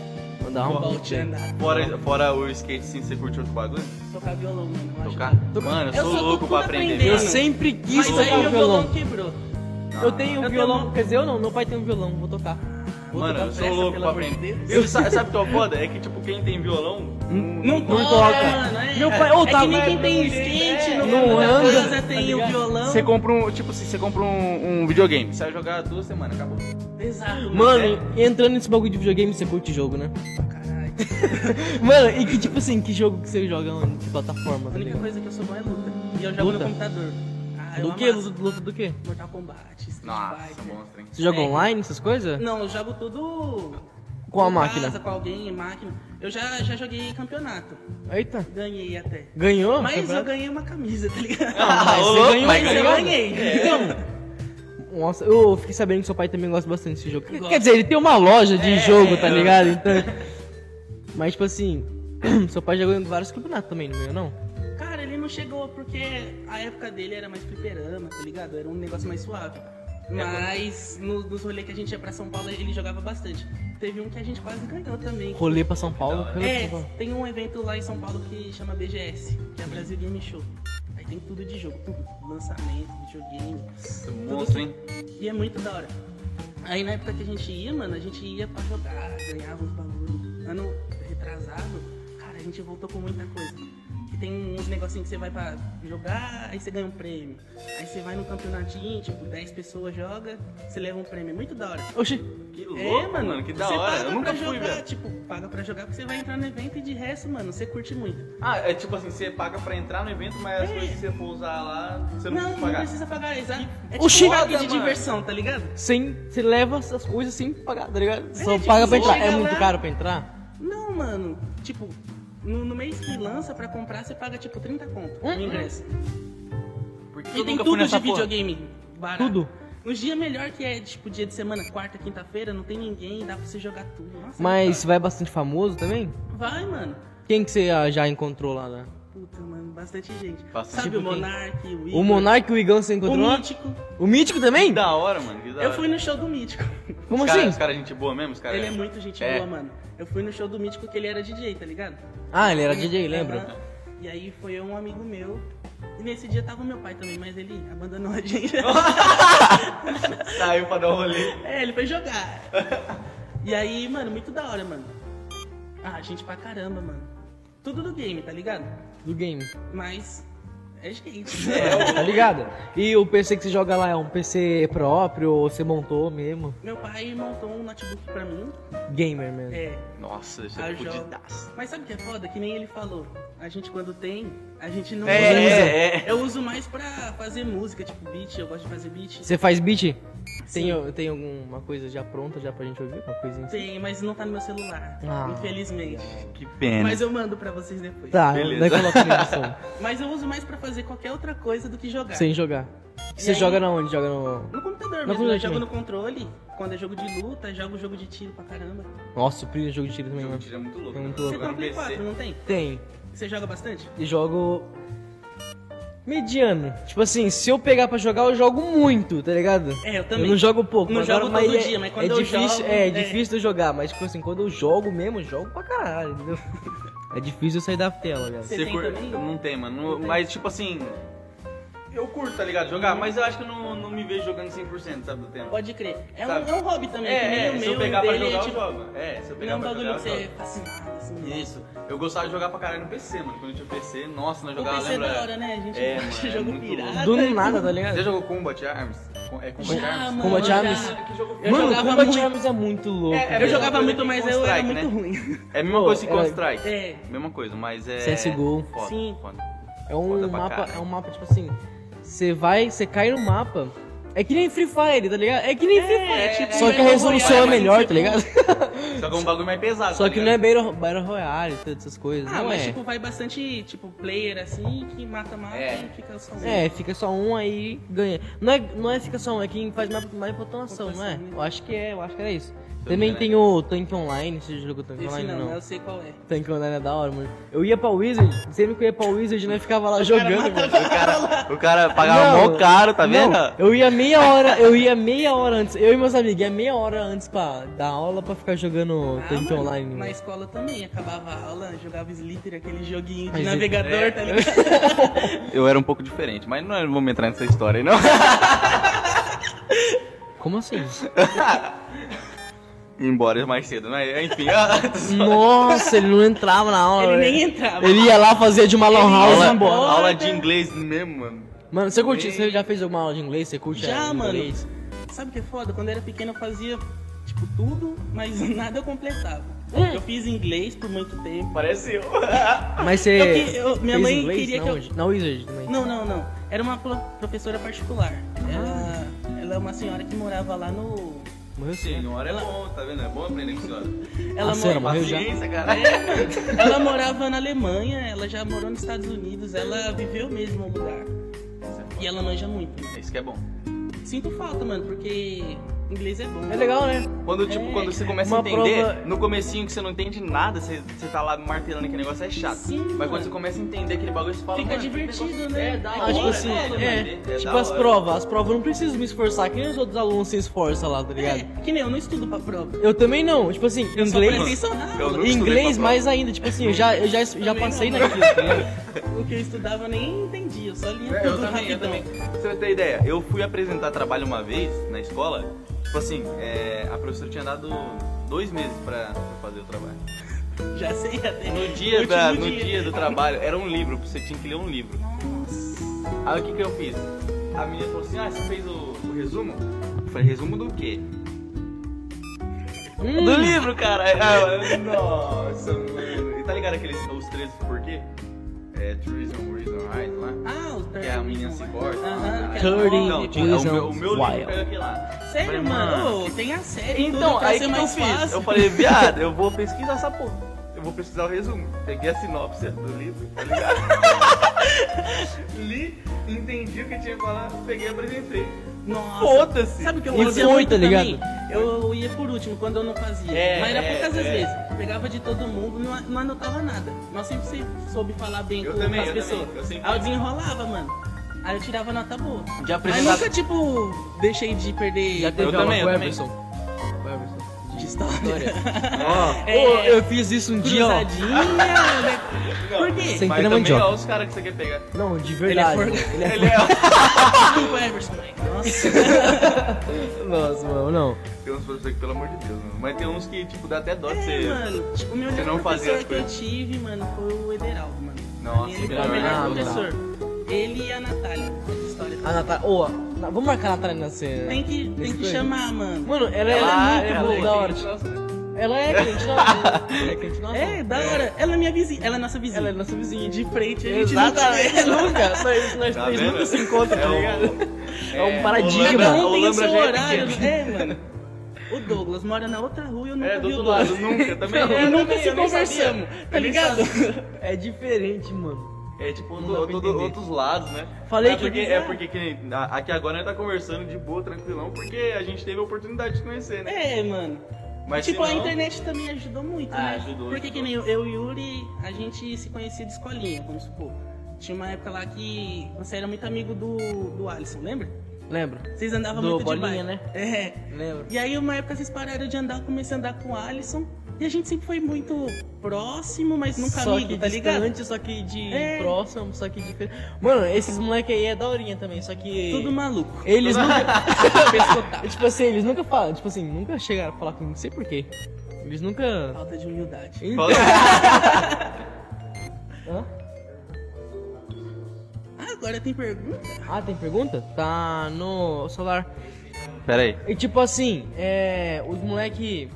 Speaker 2: Vou dar uma
Speaker 5: Volte a
Speaker 2: volta.
Speaker 5: andar,
Speaker 1: Fora, fora o skate sim, você curte outro bagulho?
Speaker 5: tocar violão, mano. eu acho
Speaker 1: Tocar?
Speaker 5: que-
Speaker 1: Mano, eu
Speaker 5: Eu
Speaker 1: sou
Speaker 5: só tô
Speaker 1: louco pra
Speaker 5: tudo
Speaker 1: aprender.
Speaker 5: aprendendo.
Speaker 2: Eu
Speaker 1: viu?
Speaker 2: sempre quis
Speaker 5: Mas aí
Speaker 2: tocar um
Speaker 5: meu
Speaker 2: violão.
Speaker 5: violão quebrou.
Speaker 2: Eu tenho um
Speaker 5: Eu
Speaker 2: violão,
Speaker 5: tenho uma-
Speaker 2: quer dizer, eu não, meu pai tem um violão, vou tocar. Vou
Speaker 1: Mano,
Speaker 2: tocar
Speaker 5: tá
Speaker 1: eu
Speaker 2: pra
Speaker 1: sou
Speaker 2: essa,
Speaker 1: louco
Speaker 2: pelo
Speaker 1: pra
Speaker 2: amor de
Speaker 1: aprender.
Speaker 2: Deus.
Speaker 1: Eu, sa- sabe o que é o foda? É que, tipo, quem tem violão.
Speaker 5: Não
Speaker 2: Não
Speaker 5: toca,
Speaker 2: toca.
Speaker 5: mano. É,
Speaker 2: Meu pai- ô,
Speaker 5: é
Speaker 2: tá-
Speaker 5: que nem
Speaker 2: vai
Speaker 5: quem
Speaker 2: pra
Speaker 5: tem
Speaker 2: um jeito,
Speaker 5: skate,
Speaker 2: é.
Speaker 5: no
Speaker 2: Não
Speaker 5: fundo da
Speaker 2: anda,
Speaker 5: casa
Speaker 2: tá
Speaker 5: tem o
Speaker 2: ligado?
Speaker 5: violão.
Speaker 1: Você compra um. Tipo assim, você compra um, um videogame. Você vai jogar duas semanas, acabou.
Speaker 5: Exato.
Speaker 2: Mano, e entrando nesse bagulho de videogame, você curte jogo, né?
Speaker 5: Caralho.
Speaker 2: Mano, e que tipo assim, que jogo que você joga, mano? Que plataforma,
Speaker 5: A
Speaker 2: tá
Speaker 5: única
Speaker 2: ligado?
Speaker 5: coisa que eu sou bom é luta. E eu jogo
Speaker 2: Luta?
Speaker 5: no computador. Ah, eu
Speaker 2: Do que?
Speaker 5: amasso.
Speaker 2: Luta do que?
Speaker 5: Mortal Kombat, Street
Speaker 1: Nossa,
Speaker 5: Fighter.
Speaker 1: monstro, hein?
Speaker 2: Você joga
Speaker 5: É.
Speaker 2: online, essas coisas?
Speaker 5: Não, eu jogo tudo.
Speaker 2: Com a
Speaker 5: em
Speaker 2: máquina.
Speaker 5: Casa, com alguém, máquina. Eu já, já joguei campeonato.
Speaker 2: Eita.
Speaker 5: Ganhei até.
Speaker 2: Ganhou?
Speaker 5: Mas eu
Speaker 2: Campeonato?
Speaker 5: ganhei uma camisa, tá ligado?
Speaker 1: Ah,
Speaker 2: mas
Speaker 1: ô,
Speaker 2: você
Speaker 1: louco,
Speaker 2: ganhou,
Speaker 1: mas
Speaker 2: tá
Speaker 5: eu
Speaker 1: ganhou.
Speaker 2: ligado?
Speaker 5: ganhei.
Speaker 2: Nossa, eu fiquei sabendo que seu pai também gosta bastante desse jogo.
Speaker 5: Gosta.
Speaker 2: Quer dizer, ele tem uma loja de
Speaker 5: É.
Speaker 2: jogo,
Speaker 5: <laughs>
Speaker 2: tá ligado? Então... Mas, tipo assim, <clears throat> seu pai já ganhou vários campeonatos também, não ganhou, não?
Speaker 5: Cara, ele não chegou porque a época dele era mais fliperama, tá ligado? Era um negócio mais suave. Mas no- nos rolês que a gente ia pra São Paulo, ele jogava bastante. Teve um que a gente quase ganhou também.
Speaker 2: Rolê pra São Paulo. rolê pra
Speaker 5: É,
Speaker 2: São Paulo.
Speaker 5: tem um evento lá em São Paulo que chama BGS, que é Brasil Game Show. Aí tem tudo de jogo, tudo. Lançamento, videogame.
Speaker 1: Monstro, hein?
Speaker 5: E é muito da hora. Aí na época que a gente ia, mano, a gente ia pra jogar, ganhava uns bagulho. Ano retrasado, cara, a gente voltou com muita coisa. E tem uns negocinhos que você vai pra jogar, aí você ganha um prêmio. Aí você vai no campeonatinho, tipo, 10 pessoas joga, você leva um prêmio. É muito da hora.
Speaker 2: Oxi,
Speaker 1: Que louco, mano. Que da
Speaker 5: É, você
Speaker 1: hora.
Speaker 5: paga
Speaker 1: Eu nunca
Speaker 5: pra
Speaker 1: fui,
Speaker 5: jogar,
Speaker 1: velho.
Speaker 5: Tipo, paga pra jogar porque você vai entrar no evento e de resto, mano, você curte muito.
Speaker 1: Ah, é tipo assim, você paga pra entrar no evento, mas as
Speaker 5: É.
Speaker 1: coisas que você for usar lá, você não,
Speaker 5: Não, não,
Speaker 1: precisa pagar.
Speaker 5: precisa pagar, exato. É
Speaker 2: Oxi!
Speaker 5: tipo um parque de
Speaker 1: Foda, mano.
Speaker 5: diversão, tá ligado?
Speaker 2: sem, você leva essas coisas sem pagar, tá ligado? Só
Speaker 5: tipo,
Speaker 2: paga pra
Speaker 5: você
Speaker 2: entrar. É
Speaker 5: chega
Speaker 2: muito
Speaker 5: lá-
Speaker 2: caro pra entrar?
Speaker 5: Não, mano. Tipo, no, no mês que lança pra comprar, você paga tipo 30 conto
Speaker 2: Hum?
Speaker 5: no ingresso.
Speaker 1: Porque
Speaker 5: E
Speaker 1: eu
Speaker 5: tem
Speaker 1: nunca fui
Speaker 5: tudo
Speaker 1: nessa
Speaker 5: de
Speaker 1: porra.
Speaker 5: videogame barato.
Speaker 2: Tudo.
Speaker 5: Nos dias melhor que é, tipo, dia de semana, quarta, quinta-feira, não tem ninguém, dá pra você jogar tudo. Nossa,
Speaker 2: Mas
Speaker 5: cara.
Speaker 2: vai bastante famoso também?
Speaker 5: Vai, mano.
Speaker 2: Quem que você ah, já encontrou lá, né?
Speaker 5: Puta, mano, bastante gente.
Speaker 1: Bastante.
Speaker 5: Sabe
Speaker 2: Tipo
Speaker 5: o
Speaker 2: quem?
Speaker 5: Monark, o Igor,
Speaker 2: O Monark e o Igão você
Speaker 5: o
Speaker 2: encontrou lá?
Speaker 5: Mítico.
Speaker 2: O Mítico também?
Speaker 1: Que da hora, mano. Que da hora.
Speaker 5: Eu fui no show do Mítico.
Speaker 2: Como
Speaker 1: os cara-
Speaker 2: assim?
Speaker 1: Os caras, gente boa mesmo, os caras.
Speaker 5: Ele é muito gente
Speaker 1: É.
Speaker 5: boa, mano. Eu fui no show do Mítico que ele era DJ, tá ligado?
Speaker 2: Ah, ele era DJ, lembra?
Speaker 5: Aham. E aí foi um amigo meu. E nesse dia tava o meu pai também, mas ele abandonou
Speaker 2: <laughs>
Speaker 5: a gente.
Speaker 1: <laughs> Saiu pra dar um rolê.
Speaker 5: é, ele foi jogar. <laughs> E aí, mano, muito da hora, mano. Ah, gente pra caramba, mano. Tudo do game, tá ligado?
Speaker 2: Do game.
Speaker 5: Mas é gente.
Speaker 2: Tá ligado? E o PC que você joga lá é um PC próprio ou você montou mesmo?
Speaker 5: Meu pai montou um notebook pra mim.
Speaker 2: Gamer mesmo.
Speaker 5: É,
Speaker 1: Nossa, isso
Speaker 5: Ah,
Speaker 1: é
Speaker 5: eu jogo.
Speaker 1: fudidaço.
Speaker 5: Mas sabe o que é foda? Que nem ele falou. A gente quando tem, a gente não
Speaker 1: É,
Speaker 5: usa.
Speaker 1: é,
Speaker 5: Eu uso mais pra fazer música, tipo beat, eu gosto de fazer beat.
Speaker 2: Você faz beat? Tem, tem alguma coisa já pronta já pra gente ouvir? Uma coisinha assim?
Speaker 5: Tem, mas não tá no meu celular,
Speaker 2: Ah.
Speaker 5: infelizmente.
Speaker 1: é. Que pena.
Speaker 5: Mas é eu mando pra vocês depois.
Speaker 2: Tá,
Speaker 1: Beleza.
Speaker 2: daí coloca a
Speaker 5: <laughs>
Speaker 2: edição.
Speaker 5: Mas eu uso mais pra fazer qualquer outra coisa do que jogar.
Speaker 2: Sem jogar. Você
Speaker 5: aí?
Speaker 2: joga na onde? Joga no.
Speaker 5: No computador
Speaker 2: No
Speaker 5: mesmo,
Speaker 2: computador
Speaker 5: eu jogo
Speaker 2: também.
Speaker 5: no controle, quando é jogo de luta, jogo jogo de tiro pra caramba.
Speaker 2: Nossa, o Plínio jogo de tiro também,
Speaker 1: Jogo
Speaker 2: mano.
Speaker 1: de tiro é muito louco.
Speaker 2: É muito
Speaker 1: mano. Jogar
Speaker 2: louco.
Speaker 5: Você tem um
Speaker 1: no
Speaker 5: Play
Speaker 1: PC.
Speaker 5: 4, não tem?
Speaker 2: Tem.
Speaker 5: Você joga bastante?
Speaker 2: E jogo. Mediano. Tipo assim, se eu pegar pra jogar, eu jogo muito, tá ligado?
Speaker 5: É, eu também.
Speaker 2: Eu não jogo pouco.
Speaker 5: Não
Speaker 2: agora,
Speaker 5: jogo
Speaker 2: mas
Speaker 5: todo
Speaker 2: é,
Speaker 5: dia, mas quando
Speaker 2: é
Speaker 5: eu
Speaker 2: difícil,
Speaker 5: jogo,
Speaker 2: É,
Speaker 5: é.
Speaker 2: difícil de eu jogar, mas tipo assim, quando eu jogo mesmo, eu jogo pra caralho, entendeu? <laughs> É difícil eu sair da tela, velho.
Speaker 5: Você
Speaker 1: Se
Speaker 5: tem
Speaker 1: for-
Speaker 5: também?
Speaker 1: Não tem, mano. Não- Mas, tipo assim... Eu curto, tá ligado? Jogar, mas eu acho que eu não, não me vejo jogando 100%, sabe, do tempo.
Speaker 5: Uhum. Pode crer. É um,
Speaker 1: Sabe?
Speaker 5: é um hobby também, que nem
Speaker 1: É,
Speaker 5: o
Speaker 1: é,
Speaker 5: meu
Speaker 1: se eu
Speaker 5: e o
Speaker 1: pegar pra
Speaker 5: dele
Speaker 1: jogar,
Speaker 5: é
Speaker 1: eu
Speaker 5: tipo,
Speaker 1: jogo. É, se eu
Speaker 5: não é
Speaker 1: pegar
Speaker 5: um
Speaker 1: pra
Speaker 5: bagulho
Speaker 1: jogar,
Speaker 5: que
Speaker 1: eu
Speaker 5: você é
Speaker 1: jogo.
Speaker 5: fascinado, assim.
Speaker 1: Isso. Eu gostava de jogar pra caralho no PC, mano. Quando eu tinha PC, nossa, nós
Speaker 5: O
Speaker 1: jogava...
Speaker 5: PC é
Speaker 1: lembra?
Speaker 5: da hora, né? A gente <laughs>
Speaker 1: É,
Speaker 5: gosta
Speaker 1: mano,
Speaker 5: de
Speaker 1: é
Speaker 5: jogo
Speaker 1: muito louco.
Speaker 5: pirata.
Speaker 2: Do nada,
Speaker 5: e tudo.
Speaker 2: tá
Speaker 1: Você
Speaker 2: ligado?
Speaker 1: jogou Combat Arms? Com- É Combat
Speaker 5: Já,
Speaker 1: Arms?
Speaker 5: mano,
Speaker 2: Combat
Speaker 5: já.
Speaker 2: Arms?
Speaker 1: Que jogo-
Speaker 5: Eu
Speaker 2: Mano,
Speaker 5: jogava
Speaker 2: o Combat
Speaker 5: muito.
Speaker 2: Arms é muito louco.
Speaker 1: É, é
Speaker 2: velho.
Speaker 5: Eu
Speaker 1: mesma
Speaker 5: jogava
Speaker 1: coisa
Speaker 5: muito,
Speaker 1: que
Speaker 5: mas eu era
Speaker 1: Counter-Strike,
Speaker 5: muito ruim.
Speaker 2: <laughs>
Speaker 1: É a mesma
Speaker 2: Pô,
Speaker 1: coisa que
Speaker 2: é-
Speaker 1: Counter-Strike.
Speaker 5: é.
Speaker 1: Mesma coisa, mas é.
Speaker 2: CSGO.
Speaker 1: Foda,
Speaker 5: Sim.
Speaker 1: foda.
Speaker 2: É um
Speaker 1: Foda pra
Speaker 2: mapa,
Speaker 1: caralho.
Speaker 2: é um mapa tipo assim, você vai, você cai no mapa. É que nem Free Fire, tá ligado? É que nem Free Fire.
Speaker 5: tipo,
Speaker 2: Só que a
Speaker 5: Battle
Speaker 2: resolução é
Speaker 5: Royale,
Speaker 2: melhor,
Speaker 5: tipo,
Speaker 2: tá ligado?
Speaker 1: Só que é um bagulho mais pesado.
Speaker 2: Só
Speaker 1: tá
Speaker 2: que não é
Speaker 1: ligado?
Speaker 2: Battle, Battle Royale, todas essas coisas.
Speaker 5: Ah,
Speaker 2: não
Speaker 5: mas
Speaker 2: é.
Speaker 5: tipo, vai bastante, tipo, player assim, que mata mata
Speaker 1: É.
Speaker 5: e fica só
Speaker 2: É, fica só um aí ganha. Não é, não é fica só um, é quem faz mais, mais pontuação, não é?
Speaker 5: Pontuação, né?
Speaker 2: Eu acho que é, eu acho que era isso.
Speaker 1: Também,
Speaker 2: Também
Speaker 1: né?
Speaker 2: tem o Tank Online, você jogou Tank
Speaker 5: Esse
Speaker 2: Online?
Speaker 5: não,
Speaker 2: Não.
Speaker 5: eu sei qual é.
Speaker 2: Tank Online é da hora, mano. Eu ia pra Wizard, sempre que eu ia pra Wizard, nós ficava lá jogando, mano.
Speaker 1: O cara, o cara pagava
Speaker 2: é <laughs>
Speaker 1: mó
Speaker 2: Não,
Speaker 1: caro, tá vendo?
Speaker 2: Não, eu ia meia hora, eu ia meia hora antes, eu e meus amigos, ia meia hora antes pra dar aula pra ficar jogando
Speaker 5: Ah,
Speaker 2: Tank
Speaker 5: mano,
Speaker 2: Online. né?
Speaker 5: Na
Speaker 2: mano.
Speaker 5: escola também, acabava a aula, jogava Slither, aquele joguinho de
Speaker 2: Mas é-
Speaker 5: navegador,
Speaker 1: é.
Speaker 5: tá ligado?
Speaker 2: <laughs>
Speaker 1: Eu era um pouco diferente, mas não vamos entrar nessa história aí, não. <laughs>
Speaker 2: Como assim?
Speaker 1: Embora mais cedo, né? Enfim,
Speaker 5: <laughs>
Speaker 1: ó.
Speaker 2: Nossa, ele não entrava na aula.
Speaker 5: Ele
Speaker 2: velho.
Speaker 5: nem entrava.
Speaker 2: Ele ia lá fazer de uma lan house e ia
Speaker 1: aula,
Speaker 2: embora.
Speaker 5: né?
Speaker 1: aula de inglês mesmo, mano.
Speaker 2: Mano, você curte? Você já fez alguma aula de inglês? Você curte
Speaker 5: Já,
Speaker 2: eh,
Speaker 5: mano.
Speaker 2: inglês?
Speaker 5: Sabe o que é foda? Quando eu era pequeno eu fazia, tipo, tudo, mas <laughs> nada eu completava.
Speaker 2: É.
Speaker 5: Eu fiz inglês por muito tempo.
Speaker 3: Parece
Speaker 5: <laughs>
Speaker 3: eu.
Speaker 2: Mas você.
Speaker 5: Eu que- eu- minha
Speaker 2: fez
Speaker 5: mãe
Speaker 2: inglês?
Speaker 5: queria
Speaker 2: na
Speaker 5: que eu-
Speaker 2: onde? Na Wizard também.
Speaker 5: Não, não, não. Era uma pro- professora particular.
Speaker 2: Ah.
Speaker 5: Ela, ela é uma senhora que morava lá no.
Speaker 2: Morreu sim.
Speaker 1: Senhora é bom, tá vendo? É bom aprender com senhora.
Speaker 5: Ela
Speaker 2: Ah, sério,
Speaker 5: mora-
Speaker 2: morreu já?
Speaker 1: Paciência, cara.
Speaker 5: Ela morava na Alemanha, ela já morou nos Estados Unidos, ela viveu mesmo o lugar. E ela manja muito. né?
Speaker 1: Isso que é bom.
Speaker 5: Sinto falta, mano, porque inglês é bom.
Speaker 2: É legal, né?
Speaker 1: Quando, tipo, quando
Speaker 5: É,
Speaker 1: você começa a
Speaker 2: uma
Speaker 1: entender,
Speaker 2: prova-
Speaker 1: no comecinho que você não entende nada, você, você tá lá martelando que o negócio é chato.
Speaker 5: Sim,
Speaker 1: Mas
Speaker 5: mano.
Speaker 1: quando você começa a entender aquele bagulho, você fala,
Speaker 5: Fica
Speaker 1: mano,
Speaker 5: divertido,
Speaker 1: que negócio-
Speaker 5: né?
Speaker 1: É, da
Speaker 5: Ah,
Speaker 2: Ah,
Speaker 1: hora,
Speaker 2: tipo assim,
Speaker 1: né, mano?
Speaker 2: é, tipo
Speaker 1: da
Speaker 2: as
Speaker 1: hora.
Speaker 2: provas, as provas eu não preciso me esforçar, que nem os outros alunos se esforçam lá, tá ligado?
Speaker 5: É, que nem eu não estudo pra prova.
Speaker 2: Eu também não, tipo assim,
Speaker 5: Só
Speaker 2: inglês,
Speaker 5: prestei atenção na
Speaker 1: Eu
Speaker 5: aula.
Speaker 1: nunca estudei
Speaker 2: inglês
Speaker 1: pra prova.
Speaker 2: mais ainda, tipo assim, eu já, eu já, já
Speaker 5: Também
Speaker 2: passei
Speaker 5: não.
Speaker 2: naquilo, tá ligado?
Speaker 5: O que eu estudava eu nem entendi, eu só linha
Speaker 1: É,
Speaker 5: tudo
Speaker 1: eu também, eu
Speaker 5: rapidão.
Speaker 1: também. Pra você ter ideia, eu fui apresentar trabalho uma vez na escola, tipo assim, é, a professora tinha dado dois meses pra, pra fazer o trabalho.
Speaker 5: Já sei até.
Speaker 1: No dia, da,
Speaker 5: último
Speaker 1: no dia do trabalho, era um livro, você tinha que ler um livro. Aí o que que eu fiz? A menina falou assim, ah, você fez o, o resumo? Eu falei, resumo do quê? Do livro, <laughs> cara! Aí ela, Nossa, mano. E tá ligado aqueles os 13 porquê? É, Tourism, Reason, Right, lá.
Speaker 5: Ah, o
Speaker 1: Que é a menina Ah, se corta.
Speaker 5: Aham, que é
Speaker 2: Curry.
Speaker 5: bom.
Speaker 1: Não, tinha, o meu, o meu
Speaker 2: Wild.
Speaker 1: livro caiu aqui lá. Falei,
Speaker 5: Sério, mano? Ô, tem a série. tudo
Speaker 1: Então,
Speaker 5: pra
Speaker 1: aí
Speaker 5: ser
Speaker 1: que que eu
Speaker 5: mais
Speaker 1: fiz?
Speaker 5: fácil.
Speaker 1: Eu falei, viado, eu vou pesquisar essa porra. Eu vou pesquisar o resumo. Peguei a sinopse do livro, tá ligado? <laughs> Li, entendi o que tinha que falar, peguei e apresentei.
Speaker 5: Nossa.
Speaker 1: Foda-se!
Speaker 5: Sabe o que eu
Speaker 2: E
Speaker 5: fazia
Speaker 2: foi,
Speaker 5: muito
Speaker 2: tá ligado?
Speaker 5: também? Eu ia por último quando eu não fazia.
Speaker 1: É,
Speaker 5: mas era
Speaker 1: é,
Speaker 5: poucas as
Speaker 1: é.
Speaker 5: vezes. Pegava de todo mundo, não, não anotava nada. Mas sempre se- soube falar bem
Speaker 1: Eu
Speaker 5: com
Speaker 1: também,
Speaker 5: as
Speaker 1: eu
Speaker 5: pessoas.
Speaker 1: também, eu sempre-
Speaker 5: Aí eu desenrolava, mano. Aí eu tirava nota boa.
Speaker 1: Já
Speaker 5: Mas
Speaker 1: apresentava-
Speaker 5: nunca, tipo, deixei de perder
Speaker 2: Já teve
Speaker 1: Eu
Speaker 2: aula
Speaker 1: também,
Speaker 2: com o
Speaker 1: eu também.
Speaker 2: Everson. Com o Everson.
Speaker 5: de história.
Speaker 1: Ó,
Speaker 5: É,
Speaker 2: Pô, eu fiz isso um dia, ó.
Speaker 5: cruzadinha, né? Por quê?
Speaker 2: Sem-
Speaker 1: mas
Speaker 2: na
Speaker 1: também,
Speaker 2: mandioca.
Speaker 1: ó, os caras que você quer pegar.
Speaker 2: Não, de
Speaker 5: Ele é
Speaker 2: verdade.
Speaker 5: forgado.
Speaker 2: Ele é
Speaker 1: Ele é...
Speaker 5: Desculpa, Everson. Nossa.
Speaker 2: forgado. <laughs> Nossa, mano, não.
Speaker 1: Tem uns professores que, pelo amor de Deus, mano. Mas tem uns que, tipo, dá até dó de
Speaker 5: É,
Speaker 1: você...
Speaker 5: mano. Tipo, o meu
Speaker 1: você
Speaker 5: melhor
Speaker 1: não fazia
Speaker 5: professor
Speaker 1: as
Speaker 5: que eu
Speaker 1: coisas.
Speaker 5: tive, mano, foi o Ederaldo, mano.
Speaker 1: Nossa,
Speaker 5: ele foi o
Speaker 1: Ederaldo.
Speaker 5: melhor
Speaker 2: Ah,
Speaker 5: professor. Ele e a Natália, de história.
Speaker 2: A Natália. Ô, a- na- vamos marcar a Natália na cena.
Speaker 5: Tem que, tem que
Speaker 2: Respeito.
Speaker 5: chamar, mano.
Speaker 2: Mano, ela,
Speaker 1: Ah,
Speaker 2: é
Speaker 1: ela
Speaker 2: muito
Speaker 1: é
Speaker 2: da hora.
Speaker 1: gente,
Speaker 2: tipo,
Speaker 1: nossa, né?
Speaker 2: Ela é crente nossa. Ela é crente nossa.
Speaker 5: É, da hora. Ela é minha vizinha. Ela é nossa vizinha.
Speaker 2: Ela é nossa vizinha.
Speaker 5: De frente, a gente
Speaker 2: Exatamente. <laughs>
Speaker 5: nunca vê.
Speaker 2: Nunca. Nós, nós
Speaker 1: Tá
Speaker 2: três
Speaker 1: vendo?
Speaker 2: nunca se encontram, tá
Speaker 1: É um-
Speaker 2: ligado? É um
Speaker 1: o
Speaker 2: paradigma.
Speaker 1: Lambra-
Speaker 5: Cada um
Speaker 1: o
Speaker 5: tem o
Speaker 1: Lambra
Speaker 5: seu
Speaker 1: já é
Speaker 5: horário.
Speaker 1: pequeno.
Speaker 5: É, mano. O Douglas mora na outra rua e eu nunca
Speaker 1: É, do
Speaker 5: vi o
Speaker 1: outro
Speaker 5: Douglas.
Speaker 1: lado, nunca,
Speaker 5: <laughs>
Speaker 1: também.
Speaker 5: Não,
Speaker 1: é,
Speaker 5: nunca
Speaker 1: também,
Speaker 5: se
Speaker 1: eu nem sabia.
Speaker 5: conversamos, tá
Speaker 1: Eu nem
Speaker 5: ligado?
Speaker 2: É diferente, mano.
Speaker 1: É tipo
Speaker 2: Não dá
Speaker 1: outro,
Speaker 2: pra
Speaker 1: outro-
Speaker 2: entender.
Speaker 1: outros lados, né?
Speaker 2: Falei
Speaker 1: é
Speaker 2: que
Speaker 1: porque,
Speaker 2: eu
Speaker 1: é porque que nem- a- aqui agora a gente tá conversando de boa, tranquilão, porque a gente teve a oportunidade de se conhecer, né?
Speaker 5: É, mano.
Speaker 1: Mas
Speaker 5: tipo,
Speaker 1: se
Speaker 5: a
Speaker 1: não-
Speaker 5: internet também ajudou muito,
Speaker 1: Ah,
Speaker 5: né?
Speaker 1: ajudou,
Speaker 5: Porque
Speaker 1: ajudou.
Speaker 5: que nem eu, eu e o Yuri, a gente se conhecia de escolinha, vamos supor. Tinha uma época lá que você era muito amigo do, do Alisson, lembra?
Speaker 2: Lembra?
Speaker 5: Vocês andavam
Speaker 2: Do
Speaker 5: muito
Speaker 2: Bolinha,
Speaker 5: de bike.
Speaker 2: né?
Speaker 5: É.
Speaker 2: Lembra.
Speaker 5: E aí, uma época vocês pararam de andar, eu comecei a andar com o Alisson. E a gente sempre foi muito próximo, mas nunca
Speaker 2: só
Speaker 5: amigo,
Speaker 2: que
Speaker 5: tá ligado?
Speaker 2: distante, só que de
Speaker 5: É.
Speaker 2: próximo, só que diferente. Mano, esses moleque aí é daorinha também, só que.
Speaker 5: Tudo maluco.
Speaker 2: Eles nunca.
Speaker 5: <laughs> Pescotar.
Speaker 2: tipo assim, eles nunca <laughs> falam. Tipo assim, nunca chegaram a falar comigo, não sei porquê. Eles nunca.
Speaker 5: Falta de humildade. <laughs>
Speaker 1: Fala-
Speaker 2: Hã?
Speaker 5: Ah, agora tem pergunta?
Speaker 2: Ah, tem pergunta? Tá no celular.
Speaker 1: Pera aí.
Speaker 2: E tipo assim, é. Os moleque.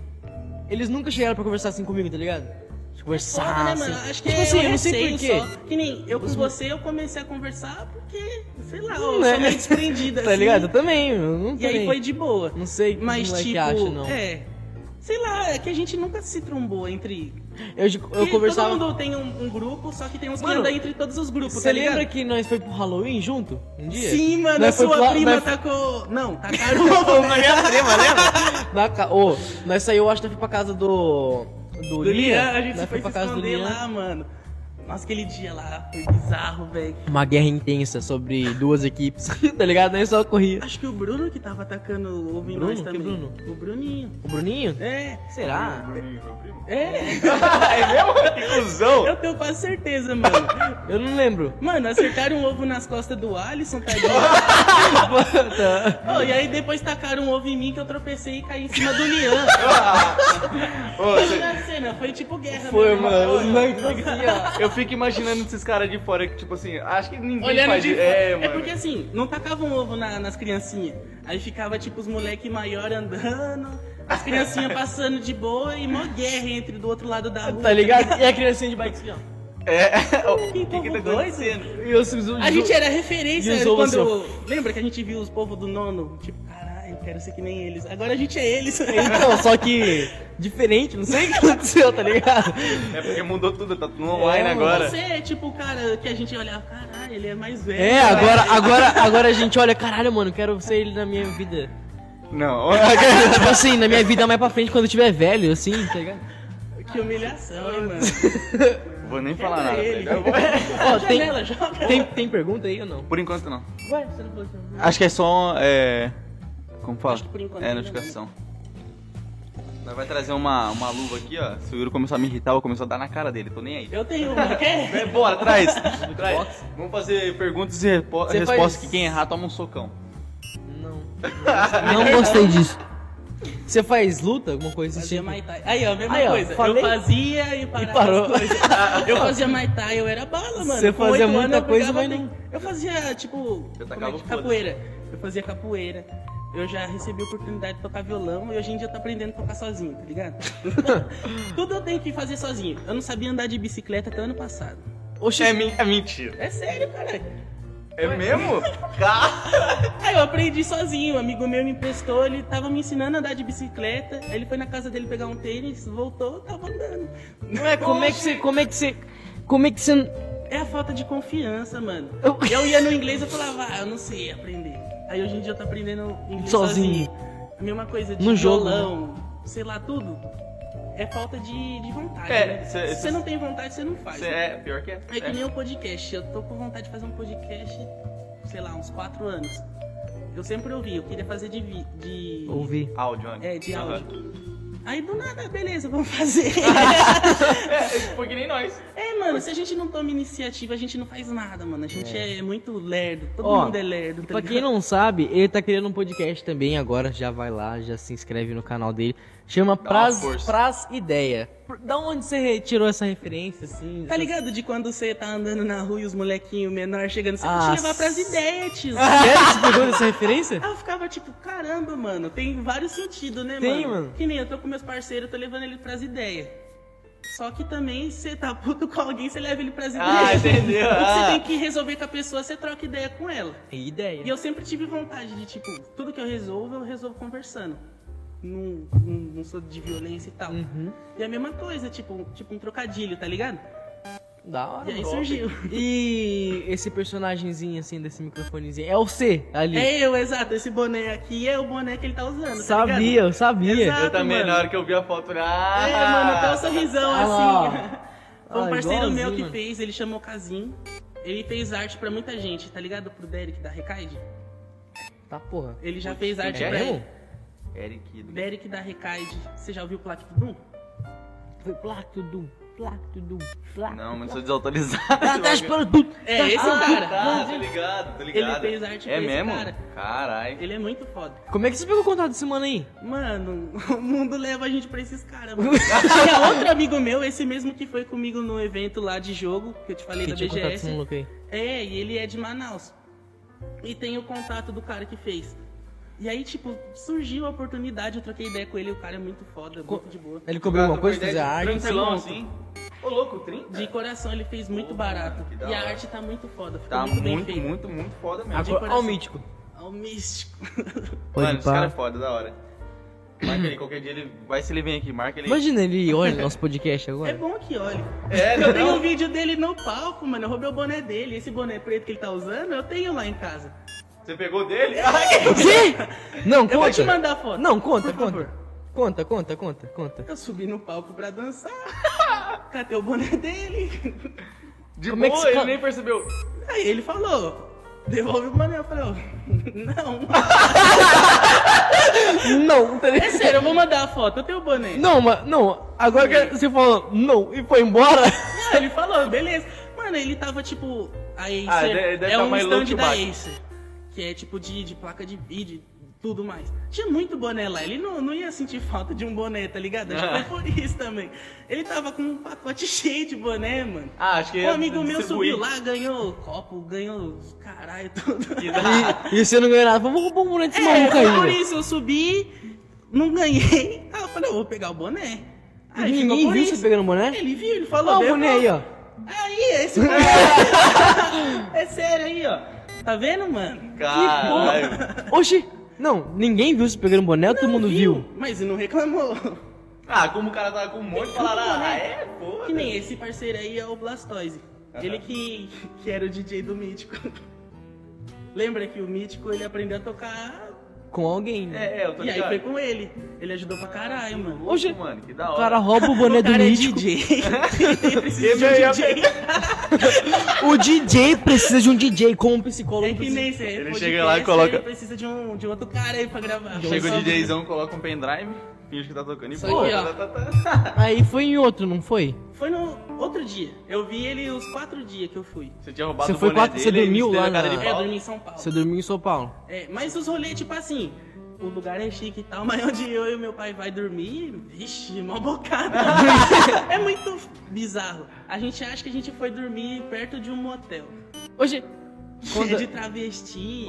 Speaker 2: Eles nunca chegaram pra conversar assim comigo, tá ligado? De Conversar.
Speaker 5: É Foda, né,
Speaker 2: assim.
Speaker 5: mano? Acho que
Speaker 2: tipo
Speaker 5: é
Speaker 2: assim,
Speaker 5: um
Speaker 2: eu não sei
Speaker 5: receio
Speaker 2: porquê.
Speaker 5: só. Que nem eu com você, eu comecei a conversar porque, sei lá,
Speaker 2: Não
Speaker 5: eu
Speaker 2: é.
Speaker 5: sou meio
Speaker 2: <laughs>
Speaker 5: desprendida,
Speaker 2: Tá
Speaker 5: assim.
Speaker 2: ligado? Eu também, eu não
Speaker 5: E aí foi de boa.
Speaker 2: Não sei o que
Speaker 5: Mas,
Speaker 2: os moleque
Speaker 5: tipo,
Speaker 2: acha, não.
Speaker 5: é... Sei lá, é que a gente nunca se trombou entre...
Speaker 2: Eu, eu
Speaker 5: Porque
Speaker 2: conversava.
Speaker 5: Todo mundo tem um, um grupo, só que tem uns
Speaker 2: Mano,
Speaker 5: que andam entre todos os grupos,
Speaker 2: Você
Speaker 5: tá ligado?
Speaker 2: lembra que nós foi pro Halloween junto? Um dia?
Speaker 5: Sim, mano,
Speaker 2: Nós
Speaker 5: a
Speaker 2: foi
Speaker 5: sua
Speaker 2: pro la-
Speaker 5: prima
Speaker 2: nós-
Speaker 5: tacou... Não, tá
Speaker 2: <laughs>
Speaker 5: tacaram ovo, né?
Speaker 2: Na ca... Ô, nós saiu, acho que foi pra casa do. Do,
Speaker 5: Do Lian,
Speaker 2: Lian.
Speaker 5: a gente
Speaker 2: Nós
Speaker 5: foi
Speaker 2: pra
Speaker 5: se
Speaker 2: casa do
Speaker 5: esconder
Speaker 2: Lian.
Speaker 5: lá, mano. Nossa, aquele dia lá foi bizarro, velho.
Speaker 2: Uma guerra intensa sobre duas equipes, <laughs> tá ligado? Nós só corria.
Speaker 5: Acho que o Bruno que tava atacando o ovo em
Speaker 2: Bruno?
Speaker 5: nós
Speaker 2: Que
Speaker 5: também.
Speaker 2: Bruno?
Speaker 5: O Bruninho.
Speaker 2: O Bruninho?
Speaker 5: É,
Speaker 2: Será?
Speaker 5: é.
Speaker 1: Que cuzão!
Speaker 5: Eu tenho quase certeza, mano.
Speaker 2: Eu não lembro.
Speaker 5: Mano, acertaram um ovo nas costas do Alisson, tadinho.
Speaker 2: <laughs>
Speaker 5: Ô, e aí depois tacaram um ovo em mim que eu tropecei e caí em cima do Lian.
Speaker 1: Ah. Ô,
Speaker 5: Foi
Speaker 1: cê-
Speaker 5: na cena, foi tipo guerra.
Speaker 2: Foi,
Speaker 5: mesmo.
Speaker 2: mano. Os
Speaker 5: Olha,
Speaker 2: moleques assim,
Speaker 1: Eu fico imaginando esses caras de fora que, tipo assim, acho que ninguém
Speaker 5: Olhando
Speaker 1: faz
Speaker 5: de
Speaker 1: isso.
Speaker 5: fora.
Speaker 1: É,
Speaker 5: É,
Speaker 1: mano.
Speaker 5: porque assim, não tacavam ovo na- nas criancinhas. Aí ficava tipo os moleque maior andando. As criancinhas passando de boa e mó guerra entre do outro lado da rua.
Speaker 2: Tá ligado? E a criancinha de bike assim, ó.
Speaker 1: É, <laughs> o que, que
Speaker 5: Que
Speaker 1: tá
Speaker 5: povo doido.
Speaker 1: acontecendo?
Speaker 2: E os- os-
Speaker 5: A gente é- era referência
Speaker 2: Diz o assim,
Speaker 5: quando.
Speaker 2: Luciano.
Speaker 5: Lembra que a gente viu os povos do nono? Tipo, caralho, eu quero ser que nem eles. Agora a gente é
Speaker 2: <laughs>
Speaker 5: eles.
Speaker 2: Então, só que diferente, não sei o que aconteceu, tá ligado?
Speaker 1: É porque mudou tudo, tá tudo online agora.
Speaker 5: Você é tipo o cara que a gente olhava, caralho, ele é mais velho.
Speaker 2: É, agora, agora, agora a gente olha, caralho, mano, quero ser ele na minha vida. <laughs>
Speaker 1: <laughs> Não,
Speaker 2: Tipo assim, na minha vida mais pra frente, quando eu tiver velho, assim, tá ligado?
Speaker 5: Que humilhação, hein, mano.
Speaker 1: vou nem falar nada.
Speaker 5: Quebra ele.
Speaker 1: velho. Eu vou-
Speaker 2: né?
Speaker 5: <laughs>
Speaker 2: Ó, tem,
Speaker 5: Janela, joga.
Speaker 2: tem, tem pergunta aí ou não?
Speaker 1: Por enquanto não.
Speaker 2: Ué, você não falou
Speaker 1: Acho que é só. É... Como fala?
Speaker 5: Acho que por enquanto né?
Speaker 1: é,
Speaker 5: ainda
Speaker 1: notificação. Nós vai trazer uma, uma luva aqui, ó. Se o Yuri começou a me irritar, eu vou começar a dar na cara dele. Tô nem aí.
Speaker 5: Eu tenho uma, quer?
Speaker 1: É, bora, traz. <laughs> traz. Vamos fazer perguntas e repo-
Speaker 2: Você
Speaker 1: respostas
Speaker 2: faz-
Speaker 1: que quem errar toma um socão.
Speaker 2: Não. Não gostei disso. Você faz luta, alguma coisa assim?
Speaker 5: Fazia Mai Tai. Aí, ó, a mesma
Speaker 2: Aí, ó,
Speaker 5: coisa.
Speaker 2: falei-
Speaker 5: Eu fazia e parava
Speaker 2: E parou. <laughs>
Speaker 5: as coisas. Eu fazia Mai Tai, eu era bala, mano.
Speaker 2: Você
Speaker 5: Com
Speaker 2: fazia
Speaker 5: oito
Speaker 2: muita
Speaker 5: anos, eu
Speaker 2: coisa,
Speaker 5: brigava
Speaker 2: mas
Speaker 5: bem. Eu fazia, tipo, como
Speaker 1: tacava
Speaker 5: é
Speaker 1: o
Speaker 5: que-
Speaker 1: foda-se.
Speaker 5: capoeira. Eu fazia capoeira. Eu já recebi a oportunidade de tocar violão e hoje em dia eu tô aprendendo a tocar sozinho, tá
Speaker 2: <laughs>
Speaker 5: ligado? Tudo eu tenho que fazer sozinho. Eu não sabia andar de bicicleta até o ano passado.
Speaker 2: Oxe,
Speaker 1: É, men- é mentira.
Speaker 5: É sério, caralho.
Speaker 1: É mesmo?
Speaker 5: Aí eu aprendi sozinho, um amigo meu me emprestou, ele tava me ensinando a andar de bicicleta, aí ele foi na casa dele pegar um tênis, voltou, tava andando.
Speaker 2: Ué, como é que você. Como é que você. Como é que você.
Speaker 5: É a falta de confiança, mano.
Speaker 2: Eu-
Speaker 5: Eu ia no inglês e falava, ah, eu não sei aprender. Aí hoje em dia eu tô aprendendo inglês
Speaker 2: Sozinho.
Speaker 5: sozinho. A mesma coisa de
Speaker 2: No jogo, né?
Speaker 5: violão, sei lá, tudo. É falta de, de vontade,
Speaker 1: É,
Speaker 5: né?
Speaker 1: cê-
Speaker 5: Se você não tem vontade, você não faz.
Speaker 1: Cê é pior que é.
Speaker 5: É que nem o podcast. Eu tô com vontade de fazer um podcast, sei lá, uns quatro anos. Eu sempre ouvi, eu queria fazer de. vi- de...
Speaker 2: Ouvi.
Speaker 1: Áudio, né?
Speaker 5: É, de
Speaker 1: Aham.
Speaker 5: áudio. Aí do nada, beleza, vamos fazer.
Speaker 1: <laughs> É, foi que nem nós.
Speaker 5: é, mano, se a gente não toma iniciativa, a gente não faz nada, mano. A gente é, muito lerdo. Todo
Speaker 2: Ó,
Speaker 5: mundo é lerdo. Tá
Speaker 2: Pra quem
Speaker 5: ligado?
Speaker 2: não sabe, ele tá criando um podcast também agora. Já vai lá, já se inscreve no canal dele. Chama
Speaker 1: uma
Speaker 2: Pras,
Speaker 1: força.
Speaker 2: Pras Ideia. Por- Da onde você tirou essa referência, assim?
Speaker 5: Tá ligado de quando você tá andando na rua e os molequinhos menores chegando, você
Speaker 2: Ah,
Speaker 5: vai te levar pras
Speaker 2: s- Ah.
Speaker 5: ideias, tio.
Speaker 2: Essas... Sério, você pegou essa
Speaker 5: <laughs>
Speaker 2: referência?
Speaker 5: Aí eu ficava tipo, caramba, mano, tem vários sentidos, né,
Speaker 2: Tem,
Speaker 5: mano?
Speaker 2: mano.
Speaker 5: Que nem eu tô com meus parceiros, eu tô levando ele pras ideias. Só que também, você tá puto com alguém, você leva ele pras ideias.
Speaker 1: Ah, entendeu?
Speaker 5: <laughs> O que
Speaker 1: Ah.
Speaker 5: você tem que resolver com a pessoa, você troca ideia com ela.
Speaker 2: Que ideia.
Speaker 5: E eu sempre tive vontade de, tipo, tudo que eu resolvo, eu resolvo conversando. Não, não, não sou de violência e tal.
Speaker 2: Hum. Uhum.
Speaker 5: E a mesma coisa, tipo, tipo um trocadilho, tá ligado?
Speaker 2: Da hora.
Speaker 5: E aí
Speaker 2: mano.
Speaker 5: surgiu.
Speaker 2: E esse personagemzinho, assim, desse microfonezinho, é o C ali.
Speaker 5: É eu, exato. Esse boné aqui é o boné que ele tá usando. tá
Speaker 2: sabia,
Speaker 5: ligado?
Speaker 2: eu sabia.
Speaker 5: Exato.
Speaker 1: Eu também,
Speaker 5: mano.
Speaker 1: na hora que eu vi a foto, eu ah,
Speaker 5: É, mano, tem um sorrisão
Speaker 2: Ah lá,
Speaker 5: assim.
Speaker 2: ó.
Speaker 5: <laughs> Foi
Speaker 2: Ah,
Speaker 5: um parceiro meu
Speaker 2: igualzinho,
Speaker 5: que
Speaker 2: mano.
Speaker 5: fez, ele chamou Casim. Ele fez arte pra muita gente, tá ligado? Pro Derek da Recaide.
Speaker 2: Tá porra.
Speaker 5: Ele já fez arte
Speaker 2: É
Speaker 5: pra
Speaker 2: mesmo?
Speaker 5: ele.
Speaker 1: Eric do
Speaker 5: Derek da Recaide. Você já ouviu tipo, o Plaque do Doom?
Speaker 2: Foi placto do, placto do, placto.
Speaker 1: é? Não, mas eu sou desautorizado.
Speaker 2: Tá, tá esperando tudo. <laughs>
Speaker 5: É, esse é o cara.
Speaker 1: Tá, tô ligado, tô ligado.
Speaker 5: fez arte
Speaker 1: É
Speaker 5: pra esse
Speaker 1: mesmo?
Speaker 5: cara.
Speaker 1: Caralho.
Speaker 5: Ele é muito foda.
Speaker 2: Como é que você pegou o contato desse mano aí?
Speaker 5: Mano, <laughs> o mundo leva a gente pra esses
Speaker 2: <laughs>
Speaker 5: caras, mano. Tinha outro amigo meu, esse mesmo que foi comigo no evento lá de jogo, que eu te falei
Speaker 2: Que tinha
Speaker 5: da
Speaker 2: contato desse
Speaker 5: BGS.
Speaker 2: maluco aí.
Speaker 5: É, e ele é de Manaus. E tem o contato do cara que fez. E aí, tipo, surgiu a oportunidade, eu troquei ideia com ele, o cara é muito foda, muito de boa.
Speaker 2: Ele cobrou alguma
Speaker 1: Trocou
Speaker 2: coisa,
Speaker 1: ideia
Speaker 2: fazer
Speaker 1: Tá, de
Speaker 2: arte.
Speaker 1: Tranquilão
Speaker 5: Sim.
Speaker 1: assim. Ô, louco, 30?
Speaker 5: De coração ele fez muito barato.
Speaker 1: que da
Speaker 5: E a
Speaker 1: hora.
Speaker 5: arte tá muito foda, ficou
Speaker 1: Tá
Speaker 5: muito bem
Speaker 1: muito,
Speaker 5: feita.
Speaker 1: muito, muito foda mesmo.
Speaker 5: de
Speaker 2: Agora, ó o
Speaker 5: coração.
Speaker 2: mítico.
Speaker 5: Ao místico.
Speaker 2: Pode
Speaker 1: Mano, esse cara é
Speaker 2: pá.
Speaker 1: foda, da hora. Marca ele, qualquer dia ele. Vai se ele vem aqui, marca ele.
Speaker 2: Imagina
Speaker 1: <laughs>
Speaker 2: ele olha nosso podcast
Speaker 5: É
Speaker 2: agora.
Speaker 5: bom que olhe.
Speaker 1: É,
Speaker 5: <laughs> eu tenho
Speaker 1: não.
Speaker 5: um vídeo dele no palco, mano. Eu roubei o boné dele. Esse boné preto que ele tá usando, eu tenho lá em casa.
Speaker 1: Você pegou
Speaker 5: É.
Speaker 1: dele? Ai,
Speaker 2: O quê? Não, conta.
Speaker 5: Eu vou te mandar a foto.
Speaker 2: Não, conta,
Speaker 5: Por
Speaker 2: conta.
Speaker 5: favor.
Speaker 2: Conta, conta, conta, conta.
Speaker 5: Eu subi no palco pra dançar.
Speaker 1: <laughs>
Speaker 5: Cadê o boné dele?
Speaker 1: de
Speaker 2: Como é que
Speaker 1: boa,
Speaker 2: se-
Speaker 1: ele nem percebeu.
Speaker 5: Aí ele falou, devolve o boné. Eu falei, ó, não.
Speaker 1: <laughs>
Speaker 2: Não, tá
Speaker 5: É
Speaker 2: ligado?
Speaker 5: sério, eu vou mandar a foto, eu tenho o boné.
Speaker 2: Não, mas, não, agora que você falou não e foi <laughs> embora.
Speaker 5: Aí Ele falou, beleza. Mano, ele tava tipo, a Acer,
Speaker 1: Ah, deve- deve
Speaker 5: é
Speaker 1: tá
Speaker 5: um
Speaker 1: mais louco
Speaker 5: stand
Speaker 1: que
Speaker 5: da
Speaker 1: bate.
Speaker 5: Acer. Que é tipo de, de placa de vídeo e tudo mais. Tinha muito boné lá, ele não, não ia sentir falta de um boné, tá ligado? Acho
Speaker 1: Ah.
Speaker 5: que foi por isso também. Ele tava com um pacote <laughs> cheio de boné, mano.
Speaker 1: Ah, acho que
Speaker 5: Um
Speaker 1: ia
Speaker 5: amigo meu
Speaker 1: distribuir.
Speaker 5: subiu lá, ganhou copo, ganhou caralho, tudo.
Speaker 1: Que da-
Speaker 5: <laughs>
Speaker 1: né?
Speaker 2: E, e você não ganhou nada. Vamos roubar um boneco desse
Speaker 5: É,
Speaker 2: maluco
Speaker 5: foi por
Speaker 2: aí. velho.
Speaker 5: isso eu subi, Não ganhei. Aí eu falei, eu vou pegar o boné. Aí
Speaker 2: Ele
Speaker 5: Ah, ficou
Speaker 2: nem
Speaker 5: por
Speaker 2: viu você
Speaker 5: isso.
Speaker 2: pegando o boné?
Speaker 5: Ele viu, ele
Speaker 2: Olha
Speaker 5: falou.
Speaker 2: o
Speaker 5: veio
Speaker 2: boné
Speaker 5: falar.
Speaker 2: aí, ó.
Speaker 5: Aí, esse boné. é sério aí, ó. Tá vendo, mano?
Speaker 1: Caralho.
Speaker 2: Oxi! Não, ninguém viu você pegando o boné, todo mundo viu.
Speaker 5: Mas não reclamou.
Speaker 1: Ah, como o cara tá com um monte, falaram, ah, é, pô.
Speaker 5: né? Que nem esse parceiro aí é o Blastoise. Ele que, que era o DJ do Mítico. Lembra que o Mítico ele aprendeu a tocar.
Speaker 2: Com alguém. né?
Speaker 1: É, é, eu tô
Speaker 5: E aí
Speaker 1: ligado.
Speaker 5: foi com ele. Ele ajudou pra caralho, mano.
Speaker 2: Oxi.
Speaker 1: Mano, que da
Speaker 2: O
Speaker 1: hora.
Speaker 2: cara rouba o boné
Speaker 5: <laughs> O
Speaker 2: do
Speaker 5: cara é
Speaker 2: mítico.
Speaker 5: DJ. Ele precisa de
Speaker 1: Ele é
Speaker 5: um
Speaker 1: ia
Speaker 5: DJ.
Speaker 2: O DJ precisa de um DJ como um psicólogo.
Speaker 5: É que nem você.
Speaker 1: Ele
Speaker 5: podcast,
Speaker 1: chega lá e coloca-
Speaker 5: Ele precisa de, um, de outro cara aí pra gravar.
Speaker 1: Chega
Speaker 5: Só-
Speaker 1: o DJzão, coloca um pendrive, finge que tá tocando e
Speaker 5: Só
Speaker 1: pô.
Speaker 5: aqui, ó.
Speaker 1: tá, tá, tá.
Speaker 2: <laughs> Aí foi em outro, não foi?
Speaker 5: Foi no outro dia. Eu vi ele os quatro dias que eu fui.
Speaker 1: Você tinha roubado
Speaker 2: Você foi
Speaker 1: o boné
Speaker 2: quatro- você
Speaker 1: dele,
Speaker 2: dormiu
Speaker 1: ele
Speaker 2: lá
Speaker 1: deu na cara
Speaker 2: na-
Speaker 1: de
Speaker 5: É, eu
Speaker 1: pau.
Speaker 5: dormi em São Paulo.
Speaker 2: Você dormiu em São Paulo.
Speaker 5: É, mas os rolês, tipo assim, o lugar é chique e tal, <laughs> mas onde eu e meu pai vai dormir, vixe, mó bocada. é muito bizarro. A gente acha que a gente foi dormir perto de um motel.
Speaker 2: Hoje.
Speaker 5: Cheio de travesti.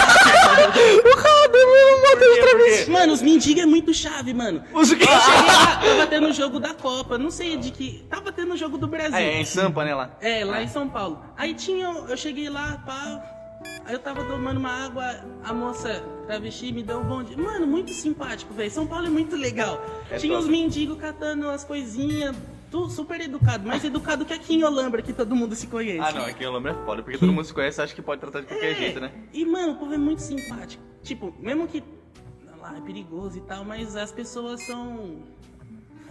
Speaker 2: O cara dormiu no motel de travesti.
Speaker 5: Mano, os mendigos é muito chave, mano.
Speaker 2: Os
Speaker 1: Ah,
Speaker 2: quê?
Speaker 5: Eu cheguei lá, tava tendo o jogo da Copa, não sei de que. Tava tendo o jogo do Brasil.
Speaker 1: É, em Sampa, né, lá.
Speaker 5: É, lá em São Paulo. Aí tinha, eu cheguei lá, pá, aí eu tava tomando uma água, a moça travesti me deu um bom dia. Mano, muito simpático, velho. São Paulo é muito legal.
Speaker 1: É
Speaker 5: tinha
Speaker 1: top.
Speaker 5: os mendigos catando as coisinhas, tu- super educado, mais educado que aqui em Olambra, que todo mundo se conhece.
Speaker 1: Ah, não, aqui em Olambra é foda, porque todo mundo se conhece e acha que pode tratar de qualquer
Speaker 5: É.
Speaker 1: jeito, né?
Speaker 5: E, mano, o povo é muito simpático. Tipo, mesmo que lá é perigoso e tal, mas as pessoas são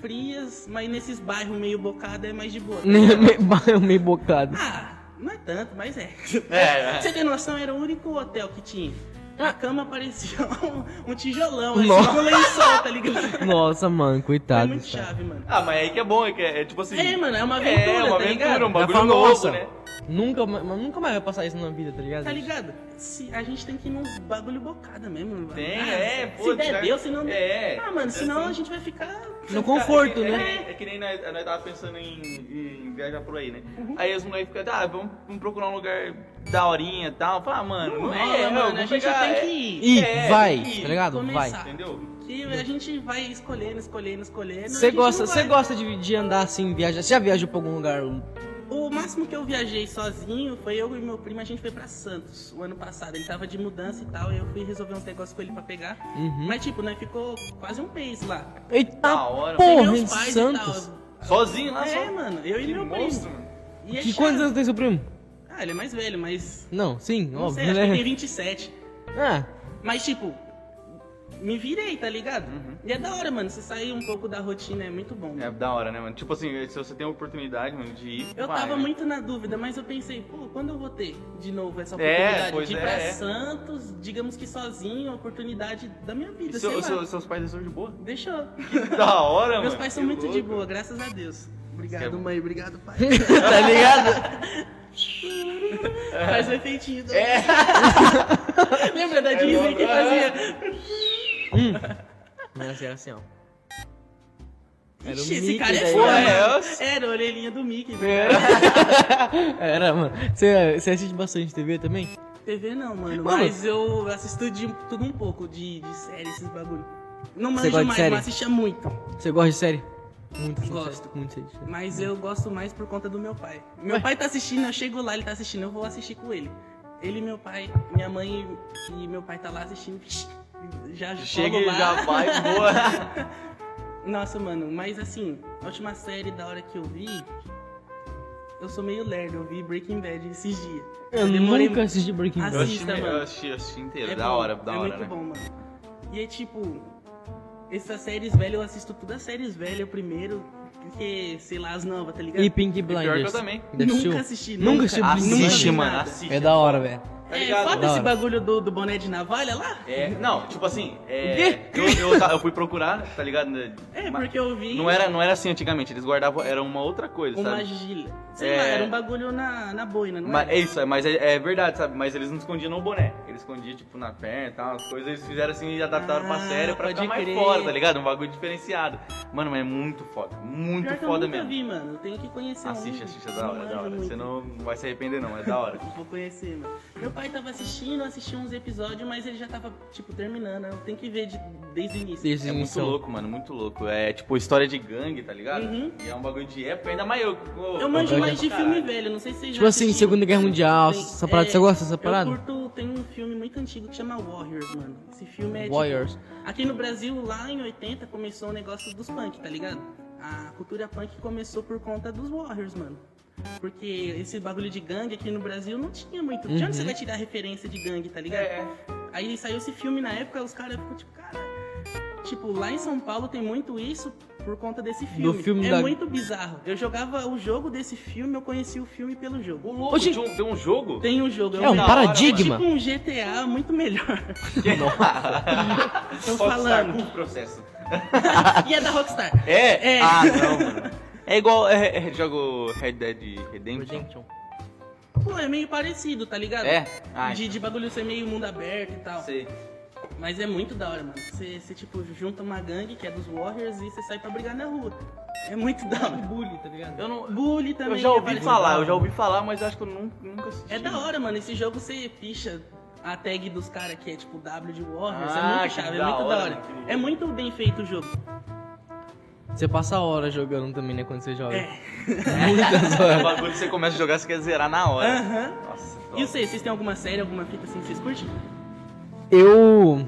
Speaker 5: frias, mas nesses bairros meio bocada é mais de boa. tá ligado?
Speaker 2: meio, meio bocado.
Speaker 5: Ah, não é tanto, mas é.
Speaker 1: <laughs> É, é.
Speaker 5: Você tem noção, era o único hotel que tinha. A cama parecia <laughs> um, um tijolão, assim,
Speaker 2: Nossa.
Speaker 5: um lençol, tá ligado?
Speaker 2: Nossa, mano,
Speaker 5: É
Speaker 2: coitado.
Speaker 5: muito chave, mano.
Speaker 1: Ah, mas aí que é bom, é que é, é tipo assim.
Speaker 5: É, mano, é uma aventura,
Speaker 1: É, uma
Speaker 5: tá
Speaker 1: aventura,
Speaker 5: ligado?
Speaker 1: um
Speaker 2: Da
Speaker 1: bagulho
Speaker 2: forma,
Speaker 1: novo,
Speaker 2: nossa,
Speaker 1: né?
Speaker 2: Nunca, ma- mas nunca mais vai passar isso na vida, tá ligado?
Speaker 5: Tá ligado? Se, a gente tem que ir num bagulho bocada mesmo. mano.
Speaker 1: Tem,
Speaker 5: Ah,
Speaker 1: é,
Speaker 5: se,
Speaker 1: pô,
Speaker 5: Se der,
Speaker 1: já-
Speaker 5: deu, se não der.
Speaker 1: é,
Speaker 5: ah, mano,
Speaker 1: é
Speaker 5: senão
Speaker 1: assim.
Speaker 5: a gente vai ficar.
Speaker 2: No conforto,
Speaker 1: é, que-
Speaker 2: né?
Speaker 1: É, que- é que nem nós, nós tava pensando em, em viajar por aí, né?
Speaker 5: Uhum.
Speaker 1: Aí os moleques ficam, ah, vamos, vamos procurar um lugar daorinha e tal. Fala, ah, mano, não,
Speaker 5: Não
Speaker 1: é,
Speaker 5: rola,
Speaker 1: não,
Speaker 5: mano,
Speaker 1: vamos
Speaker 5: a gente
Speaker 1: pegar,
Speaker 5: já tem
Speaker 1: é-
Speaker 5: que ir.
Speaker 2: Ih,
Speaker 1: É,
Speaker 2: vai,
Speaker 1: e
Speaker 2: tá ligado?
Speaker 5: começar.
Speaker 2: Vai.
Speaker 1: Entendeu?
Speaker 5: Que a gente vai escolhendo, escolhendo, escolhendo. a
Speaker 2: Você
Speaker 5: gente
Speaker 2: gosta,
Speaker 5: não
Speaker 2: você
Speaker 5: vai.
Speaker 2: gosta de, de andar assim, viajar? Você já viajou pra algum lugar?
Speaker 5: O máximo que eu viajei sozinho foi eu e meu primo, a gente foi pra Santos o ano passado. Ele tava de mudança e tal, e eu fui resolver uns negócios com ele pra pegar.
Speaker 1: Hum?
Speaker 2: Uhum.
Speaker 5: Mas tipo, né, ficou quase um mês lá.
Speaker 2: Eita,
Speaker 1: Da hora.
Speaker 5: Sem
Speaker 2: porra,
Speaker 5: meus
Speaker 2: em
Speaker 5: pais e
Speaker 2: Santos.
Speaker 5: tal.
Speaker 1: Sozinho lá,
Speaker 5: Tá É,
Speaker 1: só.
Speaker 5: mano, eu e
Speaker 1: Que
Speaker 5: meu
Speaker 1: monstro,
Speaker 5: primo.
Speaker 1: mano.
Speaker 5: E é
Speaker 2: Que
Speaker 5: chato.
Speaker 2: quantos anos tem seu primo?
Speaker 5: Ah, ele é mais velho, mas.
Speaker 2: Não, sim,
Speaker 5: Não
Speaker 2: óbvio,
Speaker 5: sei, acho que ele tem
Speaker 2: né?
Speaker 5: 27.
Speaker 2: Ah,
Speaker 5: Mas tipo, me virei, tá ligado? E é da hora, mano. Você sair um pouco da rotina é muito bom.
Speaker 1: Uhum. É da hora, né, mano? Tipo assim, se você tem a oportunidade, mano, de ir.
Speaker 5: Eu
Speaker 1: vai,
Speaker 5: tava
Speaker 1: né?
Speaker 5: muito na dúvida, mas eu pensei, pô, quando eu vou ter de novo essa
Speaker 1: É,
Speaker 5: oportunidade
Speaker 1: pois
Speaker 5: de ir
Speaker 1: é,
Speaker 5: pra
Speaker 1: é.
Speaker 5: Santos, digamos que sozinho, é a oportunidade da minha
Speaker 1: E
Speaker 5: vida,
Speaker 1: seu-
Speaker 5: sei lá.
Speaker 1: seu- seus pais são de boa? <laughs>
Speaker 5: Deixou.
Speaker 1: Da hora, mano.
Speaker 5: Meus pais são
Speaker 1: que
Speaker 5: muito de
Speaker 1: louco.
Speaker 5: boa, graças a Deus.
Speaker 1: Isso que
Speaker 5: Obrigado,
Speaker 1: é-
Speaker 5: mãe, obrigado,
Speaker 1: <laughs>
Speaker 5: pai.
Speaker 2: tá ligado?
Speaker 5: Faz o efeitinho do...
Speaker 1: É.
Speaker 5: <laughs> Lembra da Disney que fazia?
Speaker 2: Mas era assim, ó. Era o
Speaker 5: Ixi, esse
Speaker 2: Mickey
Speaker 5: cara é
Speaker 2: daí. né?
Speaker 5: foda.
Speaker 1: É,
Speaker 5: mano.
Speaker 1: eu-
Speaker 5: Era a orelhinha do
Speaker 1: É.
Speaker 5: Mickey.
Speaker 2: <laughs> Era, mano. Você, você assiste bastante TV também?
Speaker 5: TV não, mano,
Speaker 2: Mano.
Speaker 5: mas eu assisto de tudo um pouco, de, de série, esses bagulho. Não
Speaker 2: Você
Speaker 5: manjo
Speaker 2: gosta de
Speaker 5: mais,
Speaker 2: série?
Speaker 5: mas assistia muito.
Speaker 2: Você gosta de série? Muito, muito
Speaker 5: Gosto.
Speaker 2: série, Muito série.
Speaker 5: Mas eu gosto mais por conta do meu pai. Meu
Speaker 2: Ué?
Speaker 5: pai tá assistindo, eu chego lá, ele tá assistindo, eu vou assistir com ele. Ele, meu pai, minha mãe e meu pai tá lá assistindo. Já
Speaker 1: é,
Speaker 5: <laughs>
Speaker 1: Chega
Speaker 5: colo
Speaker 1: e
Speaker 5: lá.
Speaker 1: já vai,
Speaker 5: <laughs>
Speaker 1: boa.
Speaker 5: Nossa, mano, mas assim, a última série da hora que eu vi. Eu sou meio lerdo, eu vi Breaking Bad esses dias.
Speaker 2: Eu
Speaker 5: demorei-
Speaker 2: nunca assisti Breaking
Speaker 1: Eu
Speaker 2: Bad.
Speaker 5: Assista,
Speaker 1: assisti, me- eu
Speaker 5: mano.
Speaker 1: assisti, eu assisti inteiro.
Speaker 5: É
Speaker 1: da
Speaker 5: bom,
Speaker 1: hora, da
Speaker 5: é
Speaker 1: hora,
Speaker 5: muito
Speaker 1: né?
Speaker 5: bom, mano. E é tipo, essas séries velhas, eu assisto todas as séries velhas primeiro, porque, sei lá, as novas, tá ligado?
Speaker 2: E Pink
Speaker 1: pior que
Speaker 2: Blinders.
Speaker 1: eu também.
Speaker 2: Já assistiu?
Speaker 5: Nunca assisti,
Speaker 2: Nunca
Speaker 5: nunca.
Speaker 2: assisti Blinders?
Speaker 1: Assiste,
Speaker 5: Não,
Speaker 1: mano,
Speaker 5: nada.
Speaker 1: assiste.
Speaker 2: É da hora, velho.
Speaker 1: Tá
Speaker 5: É,
Speaker 1: ligado?
Speaker 5: foda
Speaker 2: Da
Speaker 5: esse
Speaker 2: hora.
Speaker 5: bagulho do, do boné de navalha lá.
Speaker 1: É, não, tipo assim, é,
Speaker 2: O quê?
Speaker 1: eu, eu, ta- eu fui procurar, tá ligado?
Speaker 5: É,
Speaker 1: Mas
Speaker 5: porque eu vi
Speaker 1: Não era, não era assim antigamente, eles guardavam, era uma outra coisa,
Speaker 5: uma
Speaker 1: sabe?
Speaker 5: gila. Sei
Speaker 1: É.
Speaker 5: lá, era um bagulho na, na boina, não
Speaker 1: Mas,
Speaker 5: era?
Speaker 1: é isso, é, mas é, é verdade, sabe? Mas eles não escondiam no boné. Eles escondiam, tipo, na perna e tal, as coisas. Eles fizeram assim e adaptaram pra
Speaker 5: Ah,
Speaker 1: série pra
Speaker 5: pode
Speaker 1: ficar mais
Speaker 5: crer.
Speaker 1: foda, tá ligado? Um bagulho diferenciado. Mano, mas é muito foda. Muito
Speaker 5: Pior que eu
Speaker 1: foda
Speaker 5: nunca
Speaker 1: mesmo.
Speaker 5: vi, mano. Eu tenho que conhecer um.
Speaker 1: Assiste, assiste, é da hora, é
Speaker 5: manjo
Speaker 1: da hora.
Speaker 5: muito. <laughs>
Speaker 1: Você não vai se arrepender, não, é da hora.
Speaker 5: Vou conhecer, mano. Meu pai tava assistindo, assistiu uns episódios, mas ele já tava, tipo, terminando. Eu tenho que ver de- desde o início.
Speaker 2: Desde
Speaker 1: É
Speaker 2: o
Speaker 1: muito
Speaker 2: início.
Speaker 1: louco, mano, muito louco. É tipo história de gangue, tá ligado?
Speaker 5: Uhum.
Speaker 1: E é um bagulho de época, ainda mais eu.
Speaker 5: Eu manjo
Speaker 2: Olha.
Speaker 5: mais de filme velho, tá não sei se vocês
Speaker 2: Tipo
Speaker 5: já
Speaker 2: assim,
Speaker 5: assistiram.
Speaker 2: Segunda Guerra Mundial,
Speaker 5: Tem-
Speaker 2: essa parada, você gosta dessa parada?
Speaker 5: É, Eu curto, tem um filme muito antigo que chama Warriors, mano. Esse filme é tipo,
Speaker 2: Warriors.
Speaker 5: aqui no Brasil, lá em 80, começou o negócio dos punk, tá ligado? A cultura punk começou por conta dos Warriors, mano. Porque esse bagulho de gangue aqui no Brasil não tinha muito. De
Speaker 2: Uhum.
Speaker 5: onde você vai tirar referência de gangue, tá ligado?
Speaker 1: É.
Speaker 5: Aí saiu esse filme na época, os caras ficam tipo, cara. Tipo, lá em São Paulo tem muito isso por conta desse filme.
Speaker 2: filme
Speaker 5: é
Speaker 2: da-
Speaker 5: muito bizarro. Eu jogava o jogo desse filme, eu conheci o filme pelo jogo.
Speaker 1: O louco
Speaker 2: Oxi.
Speaker 1: de um, de um
Speaker 5: <laughs>
Speaker 1: jogo?
Speaker 5: Tem um jogo,
Speaker 2: É um
Speaker 1: Da
Speaker 5: jogo-
Speaker 1: hora,
Speaker 2: paradigma.
Speaker 5: Tipo um GTA
Speaker 2: <laughs>
Speaker 5: muito melhor. Tô
Speaker 1: Rockstar
Speaker 5: falando.
Speaker 1: com o processo.
Speaker 2: Ah.
Speaker 5: e é da Rockstar.
Speaker 1: É?
Speaker 5: É.
Speaker 1: Ah, não, mano. É igual. É, é, jogo Red Dead Redemption.
Speaker 2: Redemption.
Speaker 5: Pô, é meio parecido, tá ligado?
Speaker 1: É? Ah,
Speaker 2: então.
Speaker 5: de, de bagulho ser meio mundo aberto e tal.
Speaker 1: sei.
Speaker 5: Mas é muito da hora, mano. Você, você, tipo, junta uma gangue que é dos Warriors e você sai pra brigar na rua. É muito da hora. Bully, tá ligado?
Speaker 1: Eu não.
Speaker 5: Bully também.
Speaker 1: Eu já
Speaker 5: é
Speaker 1: ouvi
Speaker 5: parecido.
Speaker 1: falar, eu já ouvi falar, mas eu acho que eu nun- nunca assisti.
Speaker 5: É da hora, mano. Esse jogo você picha a tag dos caras que é tipo W de Warriors.
Speaker 1: Ah,
Speaker 5: é muito
Speaker 1: que
Speaker 5: chave, é
Speaker 1: da
Speaker 5: muito
Speaker 1: hora,
Speaker 5: da hora.
Speaker 1: mano.
Speaker 5: É muito bem feito o jogo.
Speaker 2: Você passa a hora jogando também, né? Quando você joga.
Speaker 5: É.
Speaker 2: <laughs>
Speaker 1: <laughs>
Speaker 2: Muitas
Speaker 1: É um
Speaker 2: horas.
Speaker 1: bagulho que você começa a jogar, você quer zerar na hora.
Speaker 5: Aham.
Speaker 1: Nossa, top.
Speaker 5: E vocês, vocês têm alguma série, alguma fita assim que vocês curtem?
Speaker 2: Eu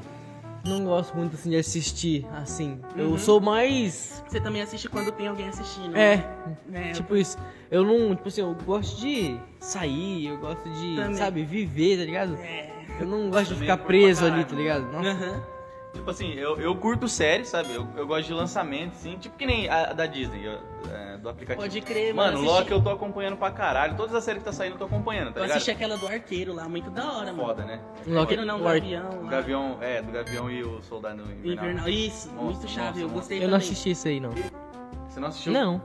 Speaker 2: não gosto muito assim de assistir, assim.
Speaker 5: Uhum.
Speaker 2: Eu sou mais.
Speaker 5: Você também assiste quando tem alguém assistindo.
Speaker 2: É,
Speaker 5: né?
Speaker 2: tipo isso. Eu não. Tipo assim, eu gosto de sair, eu gosto de,
Speaker 5: Também.
Speaker 2: sabe, viver, tá ligado?
Speaker 5: É.
Speaker 2: Eu não gosto de
Speaker 1: Também
Speaker 2: ficar
Speaker 1: curto
Speaker 2: preso
Speaker 1: pra
Speaker 2: ali,
Speaker 1: caralho.
Speaker 2: tá ligado? Nossa.
Speaker 5: Aham.
Speaker 1: Tipo assim, eu, eu curto séries, sabe? Eu, eu gosto de lançamento, assim. Tipo que nem a, a da Disney, eu- é, do aplicativo.
Speaker 5: Pode crer,
Speaker 1: Mano,
Speaker 5: mano,
Speaker 1: Loki
Speaker 5: assisti-
Speaker 1: eu tô acompanhando pra caralho. Todas as séries que tá saindo eu tô acompanhando, tá
Speaker 5: Eu
Speaker 1: ligado?
Speaker 5: assisti aquela do arqueiro lá, muito da hora, mano.
Speaker 1: Foda, né?
Speaker 2: Loki-
Speaker 5: Arqueiro não, do
Speaker 2: o ar-
Speaker 5: avião
Speaker 1: O
Speaker 5: lá.
Speaker 1: Gavião, é, do Gavião e o Soldado Invernal.
Speaker 5: Invernal. Isso,
Speaker 1: Nossa,
Speaker 5: muito chave.
Speaker 1: nossa,
Speaker 5: eu
Speaker 1: nossa.
Speaker 5: gostei
Speaker 2: Eu não
Speaker 5: também.
Speaker 2: assisti isso aí, não.
Speaker 1: Você não assistiu?
Speaker 5: <laughs>
Speaker 2: Não.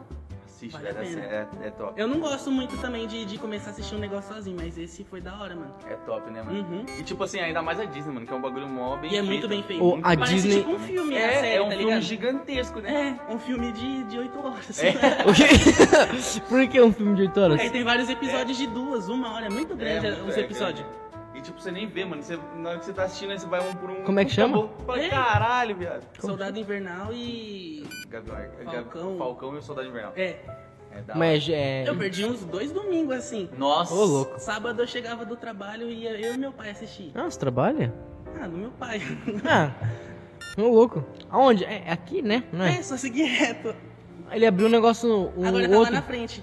Speaker 1: Assiste,
Speaker 5: Vale a
Speaker 1: velho. essa É, é top.
Speaker 5: Eu não gosto muito também de, de começar a assistir um negócio sozinho, mas esse foi da hora, mano.
Speaker 1: É top, né, mano?
Speaker 5: Uhum.
Speaker 1: E tipo assim, ainda mais a Disney, mano, que é um bagulho mó bem
Speaker 5: E é
Speaker 1: feito.
Speaker 5: muito bem feito.
Speaker 2: O- a
Speaker 5: Parece
Speaker 2: Disney-
Speaker 5: tipo um filme,
Speaker 1: É,
Speaker 5: a série,
Speaker 1: é um
Speaker 5: tá
Speaker 1: filme
Speaker 5: ligado?
Speaker 1: gigantesco, né?
Speaker 5: É, um filme de, de 8 horas.
Speaker 2: O quê? <laughs> Por que um filme de 8 horas?
Speaker 5: <laughs> Aí tem vários episódios de duas, uma hora. É muito grande
Speaker 1: muito-
Speaker 5: os
Speaker 1: é
Speaker 5: episódios.
Speaker 1: grande. E tipo, você nem vê, mano. Você, na hora que você tá assistindo, aí você vai um por um.
Speaker 2: Como é que chama?
Speaker 1: Acabou. Fala,
Speaker 5: É.
Speaker 1: Caralho, viado.
Speaker 5: Soldado Invernal e.
Speaker 1: Gavião, é- é-
Speaker 5: Falcão.
Speaker 1: Falcão e o Soldado Invernal.
Speaker 5: É,
Speaker 1: É da hora.
Speaker 2: Mas é.
Speaker 5: eu perdi uns dois domingos assim.
Speaker 1: Nossa. <laughs>
Speaker 2: Ô, louco.
Speaker 5: Sábado eu chegava do trabalho e ia eu e meu pai assistir.
Speaker 2: Ah, você trabalha?
Speaker 5: Ah, no meu pai.
Speaker 2: Ah. Ô louco. Aonde? É aqui, né? Não é?
Speaker 5: <laughs> É, só seguir reto.
Speaker 2: Ele abriu um negócio, um
Speaker 5: É. Agora tá lá
Speaker 2: outro.
Speaker 5: na frente.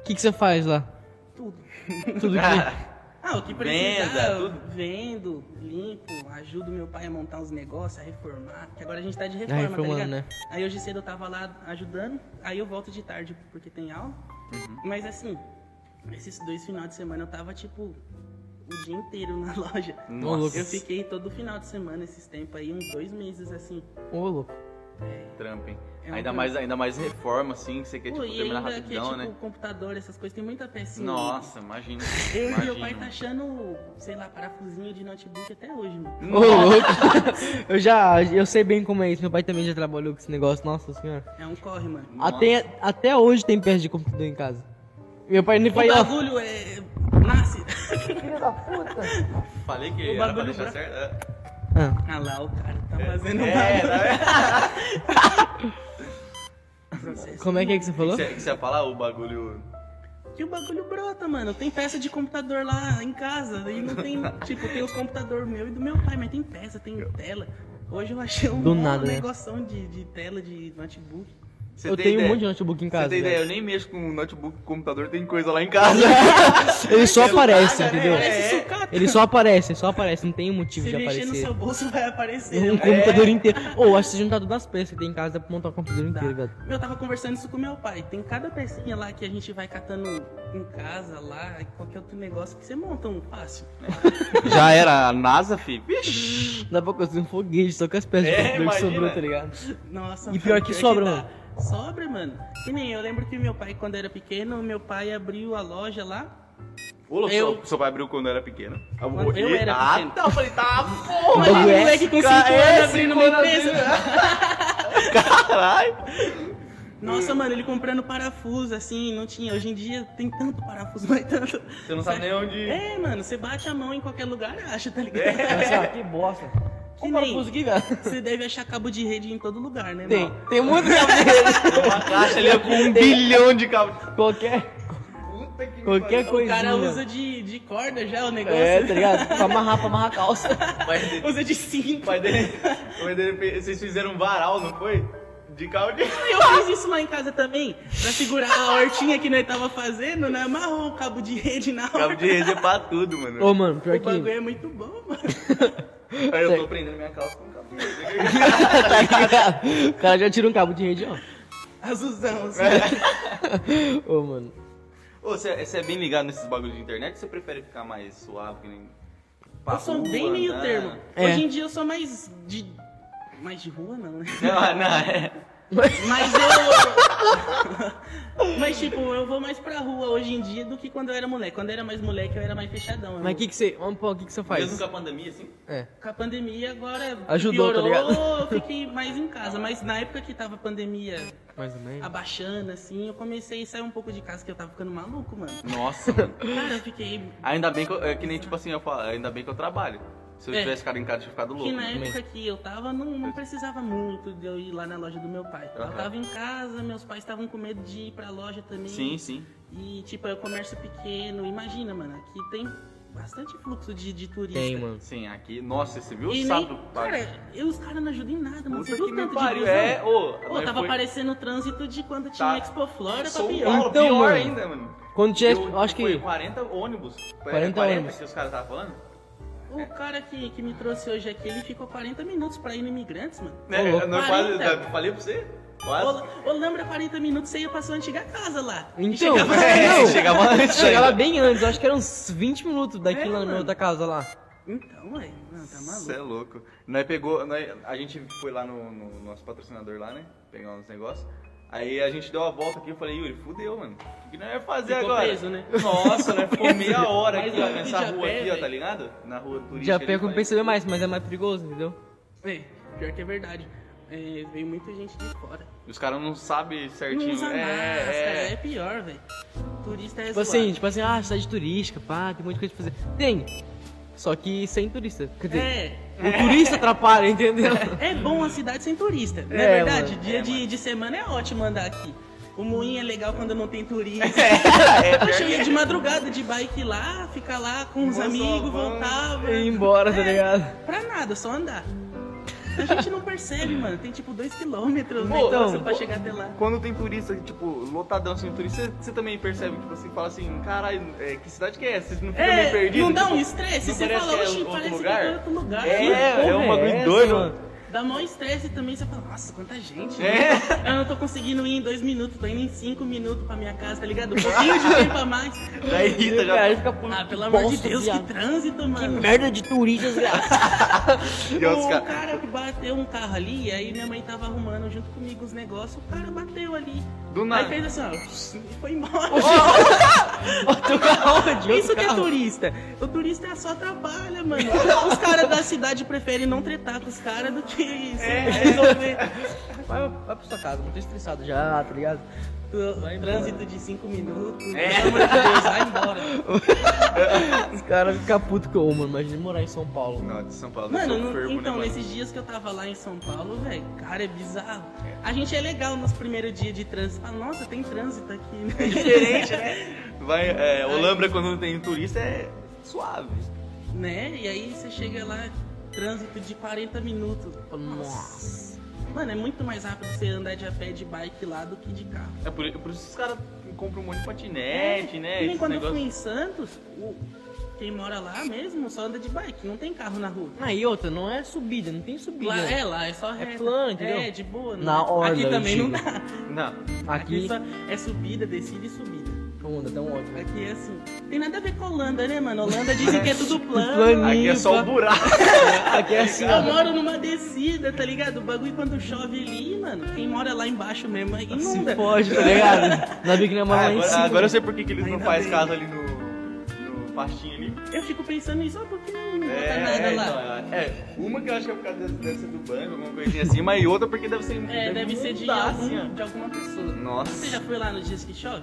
Speaker 2: O que, que você faz lá?
Speaker 5: Tudo. <laughs>
Speaker 2: Tudo que.
Speaker 5: Ah, o que precisar,
Speaker 1: Venda,
Speaker 5: eu
Speaker 1: tudo.
Speaker 5: vendo, limpo, ajudo meu pai a montar os negócios, a reformar, que agora a gente tá de
Speaker 2: Ah,
Speaker 5: reforma, tá
Speaker 2: reformando,
Speaker 5: ligado?
Speaker 2: né?
Speaker 5: Aí hoje cedo eu tava lá ajudando, aí eu volto de tarde porque tem aula.
Speaker 1: Uhum.
Speaker 5: Mas assim, esses dois finais de semana eu tava tipo o dia inteiro na <laughs> loja.
Speaker 1: Nossa.
Speaker 5: Eu fiquei todo final de semana esses tempos aí, uns dois meses assim.
Speaker 2: Ô louco.
Speaker 1: Trampo, hein?
Speaker 5: É um
Speaker 1: ainda,
Speaker 5: trampo.
Speaker 1: mais, ainda mais reforma, assim, que você quer
Speaker 5: Pô,
Speaker 1: tipo,
Speaker 5: e ainda
Speaker 1: terminar
Speaker 5: que é
Speaker 1: rapidão,
Speaker 5: tipo
Speaker 1: né?
Speaker 5: computador, essas coisas, tem muita pecinha.
Speaker 1: Nossa, imagina.
Speaker 5: Eu e
Speaker 1: imagina.
Speaker 5: meu pai tá achando, sei lá, parafusinho de notebook até hoje, mano.
Speaker 2: Ô louco. <laughs> eu já. Eu sei bem como é isso. Meu pai também já trabalhou com esse negócio. Nossa senhora.
Speaker 5: É um corre, mano.
Speaker 1: Nossa.
Speaker 2: Até, até hoje tem peça de computador em casa. Meu pai nem
Speaker 5: O
Speaker 2: faz. ó,
Speaker 5: bagulho é. Nasce. <laughs>
Speaker 1: Falei que
Speaker 5: O
Speaker 1: era pra
Speaker 5: bagulho
Speaker 1: deixar <laughs>
Speaker 5: pra-
Speaker 1: certo.
Speaker 2: Ah.
Speaker 5: Ah lá, o cara tá fazendo um
Speaker 1: É,
Speaker 5: bagulho.
Speaker 1: tá
Speaker 5: Processo.
Speaker 2: Como é que é que você falou?
Speaker 1: vendo? Que você ia falar o bagulho.
Speaker 5: Que o bagulho brota, mano. Tem peça de computador lá em casa. E não tem. tipo, tem o computador meu e do meu pai, mas tem peça, tem tela. Hoje eu achei um
Speaker 2: Do
Speaker 5: mó
Speaker 2: nada, né?
Speaker 5: negoção de, de tela de notebook.
Speaker 1: Você
Speaker 2: Eu
Speaker 1: tem
Speaker 2: tenho um
Speaker 1: ideia?
Speaker 2: monte de notebook em casa.
Speaker 1: Você tem
Speaker 2: velho.
Speaker 1: ideia? Eu nem mexo com notebook, computador, tem coisa lá em <laughs> casa.
Speaker 2: Ele só aparece,
Speaker 1: né?
Speaker 2: entendeu?
Speaker 5: Parece sucata.
Speaker 2: Ele só aparece, ele só aparece, não tem motivo
Speaker 5: Se
Speaker 2: de
Speaker 5: mexer
Speaker 2: aparecer.
Speaker 5: no seu bolso vai
Speaker 2: Um
Speaker 5: aparecer. né?
Speaker 2: computador inteiro. Ou acho que você juntar todas as peças que tem em casa dá pra montar um computador
Speaker 5: Tá.
Speaker 2: inteiro, velho.
Speaker 5: Eu tava conversando isso com meu pai. Tem cada pecinha lá que a gente vai catando em casa, lá, e qualquer outro negócio que você monta um fácil.
Speaker 1: Já era a NASA, fi. Vixe.
Speaker 2: Dá pra construir um foguete só com as peças
Speaker 1: É,
Speaker 2: de computador que
Speaker 1: imagina.
Speaker 2: sobrou, tá ligado?
Speaker 5: Nossa,
Speaker 2: E
Speaker 5: mano, <laughs>
Speaker 2: pior que sobra,
Speaker 5: dá.
Speaker 2: mano.
Speaker 5: Sobra, mano. Que nem eu lembro que meu pai, quando era pequeno, meu pai abriu a loja lá.
Speaker 1: Ô, louco,
Speaker 5: Eu-
Speaker 1: seu- seu pai abriu quando era pequeno.
Speaker 5: Quando eu era
Speaker 1: ah,
Speaker 5: pequeno.
Speaker 1: tá, eu falei, tá,
Speaker 5: Pô,
Speaker 1: porra.
Speaker 5: Imagina
Speaker 2: bagulho
Speaker 5: um
Speaker 2: é
Speaker 5: moleque com 5
Speaker 1: Ca- é,
Speaker 5: anos abrindo
Speaker 1: cinco
Speaker 5: uma
Speaker 1: anos <laughs>
Speaker 5: empresa.
Speaker 1: abrindo. Caralho.
Speaker 5: Nossa, mano, ele comprando parafuso, assim, não tinha. Hoje em dia tem tanto parafuso, <laughs> mas tanto.
Speaker 1: Você não sabe nem onde- É.
Speaker 5: É, mano, você bate a mão em qualquer lugar, acha, tá ligado?
Speaker 6: Nossa, que bosta.
Speaker 5: Que
Speaker 6: Qual o
Speaker 5: nem-
Speaker 6: parafuso aqui, velho?
Speaker 5: <laughs> Você deve achar cabo de rede em todo lugar, né,
Speaker 6: Tem,
Speaker 5: mano?
Speaker 6: tem
Speaker 2: <laughs>
Speaker 6: muito cabelo.
Speaker 1: Uma caixa ali com um bilhão de cabos.
Speaker 6: Qualquer. Qualquer
Speaker 5: O
Speaker 6: coisinha.
Speaker 5: cara usa de, de corda já o negócio.
Speaker 6: É, tá ligado? Pra amarrar, pra amarrar a calça.
Speaker 5: <laughs> usa de cinto.
Speaker 1: pai dele, o pai dele fez- vocês fizeram um varal, não foi? De carro de...
Speaker 5: Eu fiz isso lá em casa também, pra segurar a hortinha que nós tava fazendo, né? Amarrou o cabo de rede na horta.
Speaker 1: Cabo de rede é pra tudo, mano.
Speaker 2: Ô, mano, pior
Speaker 5: O bagulho
Speaker 2: <laughs> que.
Speaker 5: é muito bom, mano.
Speaker 1: Aí eu tô prendendo minha calça com cabo de rede.
Speaker 6: Tá ligado? O cara já tira um cabo de rede, ó.
Speaker 5: Azulzão,
Speaker 1: <laughs>
Speaker 5: assim.
Speaker 6: Ô, mano.
Speaker 1: Ô, você é você é bem ligado nesses bagulhos de internet ou você prefere ficar mais suave que nem. pra
Speaker 5: Eu sou
Speaker 1: rua, né?
Speaker 5: bem meio
Speaker 1: andar?
Speaker 5: termo.
Speaker 2: É.
Speaker 5: Hoje em dia eu sou mais de. Mais de rua, não,
Speaker 1: <laughs>
Speaker 5: né?
Speaker 1: Não, não, é.
Speaker 5: Mas eu. Mas, tipo, eu vou mais pra rua hoje em dia do que quando eu era moleque. Quando eu era mais moleque, eu era mais fechadão. Eu
Speaker 2: Mas o que que você. Vamos pô, o que que você
Speaker 1: Mesmo
Speaker 2: faz?
Speaker 1: com a pandemia, assim?
Speaker 2: É.
Speaker 5: Com a pandemia agora
Speaker 2: Ajudou, tá
Speaker 5: piorou,
Speaker 2: ligado?
Speaker 5: eu fiquei mais em casa. Mas na época que tava a pandemia
Speaker 2: Mais ou menos.
Speaker 5: abaixando, assim, eu comecei a sair um pouco de casa, que eu tava ficando maluco, mano.
Speaker 1: <laughs> Nossa, mano.
Speaker 5: Cara, eu fiquei...
Speaker 1: Ainda bem que eu, é que nem tipo assim, eu falo, ainda bem que eu trabalho. Se eu
Speaker 5: É.
Speaker 1: tivesse ficado em casa, eu tinha ficado
Speaker 5: Que
Speaker 1: louco.
Speaker 5: na época que eu tava, não, não precisava muito de eu ir lá na loja do meu pai. Eu
Speaker 1: Aham.
Speaker 5: tava em casa, meus pais estavam com medo de ir pra loja também.
Speaker 1: Sim, sim.
Speaker 5: E, tipo, é o comércio pequeno. Imagina, mano, aqui tem bastante fluxo de, de turista.
Speaker 2: Tem, mano.
Speaker 1: Sim, aqui. Nossa, você viu
Speaker 5: E
Speaker 1: o
Speaker 5: nem,
Speaker 1: sapo?
Speaker 5: cara, eu, os caras não ajudam em nada, mano.
Speaker 1: Puta
Speaker 5: Você viu
Speaker 1: que
Speaker 5: o
Speaker 1: me
Speaker 5: tanto de
Speaker 1: pariu,
Speaker 5: busão?
Speaker 1: é, ô,
Speaker 5: Ô,
Speaker 1: nós
Speaker 5: tava
Speaker 1: foi-
Speaker 5: parecendo o trânsito de quando tinha
Speaker 1: Tá.
Speaker 5: Expo Flora pra
Speaker 1: São
Speaker 5: pior.
Speaker 1: Paulo,
Speaker 2: Então,
Speaker 1: pior
Speaker 2: mano,
Speaker 1: ainda, um mano.
Speaker 2: Quando tinha.
Speaker 1: Deu,
Speaker 2: eu Acho
Speaker 1: foi
Speaker 2: que.
Speaker 1: 40 ônibus. É,
Speaker 2: 40 ônibus.
Speaker 1: que os caras estavam falando?
Speaker 5: O cara que, que me trouxe hoje aqui, ele ficou 40 minutos pra ir no Imigrantes, mano.
Speaker 1: Né?
Speaker 2: louco.
Speaker 1: Eu não quase,
Speaker 5: 40.
Speaker 1: eu falei pra você? Quase.
Speaker 5: Ô, ô, lembra 40 minutos, você ia pra sua antiga casa lá. E
Speaker 2: Então,
Speaker 5: chegava-
Speaker 2: é,
Speaker 1: É, chegava antes
Speaker 2: Chegava
Speaker 1: ainda.
Speaker 2: bem antes, acho que eram uns 20 minutos daqui
Speaker 5: É,
Speaker 2: lá na
Speaker 5: mano.
Speaker 2: outra casa lá.
Speaker 5: Então, ué, não, tá maluco.
Speaker 1: Você é louco. Nós pegou, nós- a gente foi lá no, no nosso patrocinador lá, né? Pegar uns negócios. Aí a gente deu a volta aqui e eu falei, Yuri, fudeu, mano. O que nós ia fazer
Speaker 5: Ficou
Speaker 1: agora?
Speaker 5: preso, né?
Speaker 1: Nossa, nós ficou meia hora
Speaker 5: Mas
Speaker 1: aqui, ó,
Speaker 5: o
Speaker 1: nessa
Speaker 5: Japé,
Speaker 1: rua aqui, ó,
Speaker 5: velho.
Speaker 1: tá ligado? Na rua turística.
Speaker 2: Já
Speaker 1: ali,
Speaker 2: pego pra
Speaker 1: pai.
Speaker 2: perceber mais, mas é mais perigoso, entendeu?
Speaker 5: É, pior que é verdade. É, veio muita gente de fora.
Speaker 1: Os caras não sabem certinho.
Speaker 5: Não usa
Speaker 1: é,
Speaker 5: máscara, é,
Speaker 1: é.
Speaker 5: pior, velho. Turista é
Speaker 2: Tipo
Speaker 5: zoado.
Speaker 2: assim, tipo assim, ah, cidade turística, pá, tem um monte de coisa pra fazer. Tem. Só que sem turista. Quer dizer,
Speaker 5: É,
Speaker 2: o turista atrapalha, entendeu?
Speaker 5: é bom a cidade sem turista, não é,
Speaker 2: É,
Speaker 5: verdade?
Speaker 2: mano.
Speaker 5: Dia de, de semana é ótimo andar aqui. O moinho é legal quando não
Speaker 1: <laughs>
Speaker 5: tem turista.
Speaker 1: É,
Speaker 5: eu cheguei de madrugada de bike lá, ficar lá com os
Speaker 1: Nossa,
Speaker 5: amigos,
Speaker 1: vamos.
Speaker 5: voltava.
Speaker 2: E <laughs> ir embora, tá
Speaker 5: É,
Speaker 2: ligado?
Speaker 5: Pra nada, só andar. A gente não percebe, mano. Tem tipo dois quilômetros, né?
Speaker 1: Pô,
Speaker 5: Então,
Speaker 2: então,
Speaker 5: pra chegar até lá.
Speaker 1: Quando tem turista, tipo, lotadão assim, turista, você- você também percebe, tipo assim, fala assim, caralho, é, que cidade que é essa? Vocês não ficam meio
Speaker 5: É,
Speaker 1: perdidos?
Speaker 5: não dá um
Speaker 1: Tipo,
Speaker 5: estresse.
Speaker 1: não
Speaker 5: Você
Speaker 1: parece
Speaker 5: fala,
Speaker 1: que é
Speaker 5: oxe,
Speaker 1: outro
Speaker 5: parece
Speaker 1: lugar?"
Speaker 5: que é outro lugar. né?"
Speaker 1: É, é um
Speaker 2: Porra,
Speaker 1: bagulho
Speaker 2: essa,
Speaker 1: doido.
Speaker 2: mano?
Speaker 5: Dá mó estresse também, você fala, nossa, quanta gente.
Speaker 1: É.
Speaker 5: né? Eu não tô conseguindo ir em dois minutos, tô indo em cinco minutos pra minha casa, tá ligado? Um pouquinho de tempo a mais.
Speaker 1: Daí Rita
Speaker 2: O cara
Speaker 1: já.
Speaker 2: fica puto.
Speaker 5: Ah, pelo amor de
Speaker 2: Bosta,
Speaker 5: Deus, que
Speaker 2: viado.
Speaker 5: trânsito, mano.
Speaker 2: Merda de turista, desgraçado.
Speaker 1: E os
Speaker 5: O
Speaker 1: caras-
Speaker 5: cara que bateu um carro ali, aí minha mãe tava arrumando junto comigo os negócios, o cara bateu ali.
Speaker 1: Do nada.
Speaker 5: Aí fez assim, ó, e foi embora.
Speaker 2: Outro carro, onde?
Speaker 5: Isso
Speaker 2: Outro
Speaker 5: que é
Speaker 2: carro.
Speaker 5: turista. O turista é só atrapalha, mano. Os caras da cidade preferem não tretar com os caras do que isso.
Speaker 1: É.
Speaker 5: resolver.
Speaker 2: Vai, vai pra sua casa, não tô estressado já, tá ligado?
Speaker 5: Trânsito de 5 minutos.
Speaker 1: É.
Speaker 5: Pelo amor de Deus, vai
Speaker 1: <laughs>
Speaker 5: embora.
Speaker 2: Os caras ficam putos com o mano, imagina morar em São Paulo.
Speaker 1: Não, de São Paulo.
Speaker 5: Mano,
Speaker 1: eu sou
Speaker 5: não-
Speaker 1: fervo, né,
Speaker 5: então,
Speaker 1: mano?
Speaker 5: nesses dias que eu tava lá em São Paulo, velho, cara, é bizarro. A gente é legal nos primeiros dias de trânsito. Fala, nossa, tem trânsito aqui, né? É diferente, né?
Speaker 1: Vai, é, Olambra, quando tem turista, é suave.
Speaker 5: <laughs> né? E aí você chega lá, trânsito de 40 minutos. Nossa. Mano, é muito mais rápido você andar de a pé de bike lá do que de carro.
Speaker 1: É por, por isso que os caras compram um monte de patinete, né?
Speaker 5: E É, nem
Speaker 1: esses
Speaker 5: quando eu
Speaker 1: negócios.
Speaker 5: fui em Santos, o- quem mora lá mesmo só anda de bike, não tem carro na rua.
Speaker 2: Ah, e outra, não é subida, não tem subida.
Speaker 5: Lá, é, lá, é só reta.
Speaker 2: plano, entendeu?
Speaker 5: É, de boa. não
Speaker 2: Na
Speaker 5: é?
Speaker 2: orla,
Speaker 5: Aqui
Speaker 2: eu
Speaker 5: também não dá.
Speaker 2: digo.
Speaker 1: Não.
Speaker 5: Aqui
Speaker 2: Aqui,
Speaker 5: só é subida, descida e subida.
Speaker 2: onda, dá um ódio.
Speaker 5: <laughs>
Speaker 2: velho.
Speaker 5: Aqui é assim. Tem nada a ver com a Holanda, né, mano? Holanda dizem que
Speaker 2: <laughs>
Speaker 5: é tudo plano.
Speaker 2: Plano.
Speaker 1: Aqui é só o buraco.
Speaker 2: Aqui é assim,
Speaker 5: Eu
Speaker 2: ó.
Speaker 5: moro numa descida, tá ligado? O bagulho quando chove ali, mano, quem mora lá embaixo mesmo aí inunda.
Speaker 2: Se pode, tá ligado? Na Big na
Speaker 1: Ah,
Speaker 2: mão lá em
Speaker 1: agora,
Speaker 2: cima.
Speaker 1: agora eu sei por que, que eles não
Speaker 5: Ainda
Speaker 1: fazem
Speaker 5: bem.
Speaker 1: casa ali no, no pastinhas ali.
Speaker 5: Eu fico pensando nisso, ah, por que não não bota nada
Speaker 1: É,
Speaker 5: lá?
Speaker 1: então, é, uma que eu acho que é por causa dessa, dessa do banco, alguma coisinha assim, mas outra porque deve ser.
Speaker 5: É, deve ser de,
Speaker 1: mudar,
Speaker 5: algum-
Speaker 1: assim, ó.
Speaker 5: de alguma pessoa.
Speaker 1: Nossa.
Speaker 5: Você já foi lá nos dias que chove?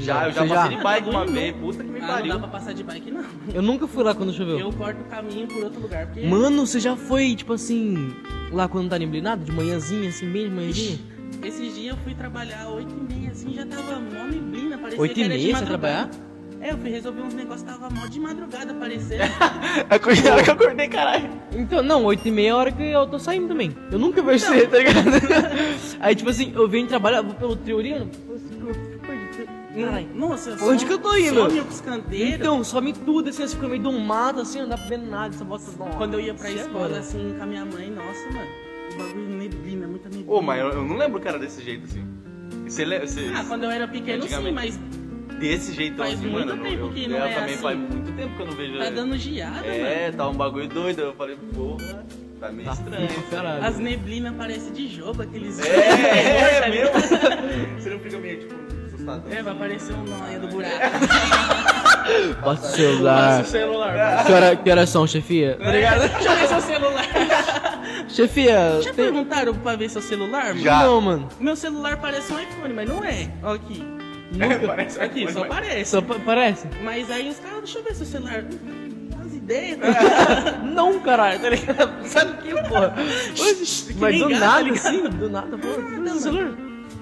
Speaker 1: Já, eu já
Speaker 2: Hum, Você já?
Speaker 1: passei de bike
Speaker 5: Ah,
Speaker 1: uma
Speaker 5: não.
Speaker 1: vez, puta que me
Speaker 5: Ah, não dá
Speaker 1: pariu.
Speaker 5: pra passar de bike, não.
Speaker 2: Eu nunca fui lá quando choveu.
Speaker 5: Eu corto o caminho por outro lugar, porque...
Speaker 2: Mano, você já foi, tipo assim, lá quando tá neblinado? De manhãzinha, assim, bem de manhãzinha?
Speaker 5: Esses dias eu fui trabalhar 8 e meia, assim, já tava mó neblina, parecia
Speaker 2: Oito
Speaker 5: que
Speaker 2: e
Speaker 5: era de
Speaker 2: meia você
Speaker 5: madrugada.
Speaker 2: trabalhar?
Speaker 5: É, eu fui resolver uns negócios, tava mó de madrugada, parecia.
Speaker 2: <laughs>
Speaker 1: Cuidado que eu <laughs> acordei, caralho.
Speaker 2: Então, não, 8 e meia é a hora que eu tô saindo também. Eu nunca vejo você, tá ligado? <laughs> Aí, tipo assim, eu venho trabalhar, vou pelo Teoriano. é
Speaker 5: Nossa,
Speaker 2: Hum. Onde que eu tô indo?
Speaker 5: Some pros canteiros.
Speaker 2: Então, some tudo, assim, você fica meio do mato, assim, não dá pra ver nada, essa bota
Speaker 5: Quando eu ia pra
Speaker 2: Sim,
Speaker 5: escola,
Speaker 2: agora.
Speaker 5: assim, com a minha mãe, nossa, mano, o bagulho neblina, muita neblina.
Speaker 1: Ô, mas eu, eu não lembro o cara desse jeito assim. Você lembra?
Speaker 5: Ah, quando eu era pequeno, sim,
Speaker 1: Antigamente.
Speaker 5: mas tá
Speaker 1: Desse jeito
Speaker 5: Faz
Speaker 1: assim,
Speaker 5: muito
Speaker 1: mano. eu não-
Speaker 5: tempo
Speaker 1: eu,
Speaker 5: que não
Speaker 1: eu
Speaker 5: é
Speaker 1: também
Speaker 5: assim.
Speaker 1: faz muito tempo que eu não vejo
Speaker 5: tá
Speaker 1: ele.
Speaker 5: dando geada, mano.
Speaker 1: É, tá um bagulho doido. Eu falei, porra, tá meio estranho. isso.
Speaker 2: Caralho.
Speaker 5: As neblinas parecem de jogo, aqueles... <laughs>
Speaker 1: É, é mesmo? Você não fica meio tipo assustado?
Speaker 5: tá É, vai aparecer um nóia do buraco.
Speaker 2: Bota o celular.
Speaker 1: É.
Speaker 5: celular.
Speaker 2: Que, hora, que horas são, chefia?
Speaker 5: Obrigado. Deixa eu ver seu celular.
Speaker 2: Chefia,
Speaker 5: Já
Speaker 2: tem...
Speaker 5: perguntaram pra ver seu celular, mano?
Speaker 1: Já.
Speaker 2: Não, mano.
Speaker 5: Meu celular parece um iPhone, mas não é. Ó aqui.
Speaker 1: <laughs> Parece
Speaker 5: Aqui, só parece.
Speaker 2: Só pa- parece?
Speaker 5: Mas aí os caras, deixa eu ver seu celular. Hum, As ideias.
Speaker 2: <laughs> Não, caralho, tá
Speaker 5: <laughs>
Speaker 2: ligado? Sabe o que, porra?
Speaker 5: Que
Speaker 2: Mas
Speaker 5: nem
Speaker 2: do
Speaker 5: gato,
Speaker 2: nada,
Speaker 5: tá ligado?
Speaker 2: assim, do nada, porra.
Speaker 5: Nada,
Speaker 2: do
Speaker 5: mano.
Speaker 2: celular.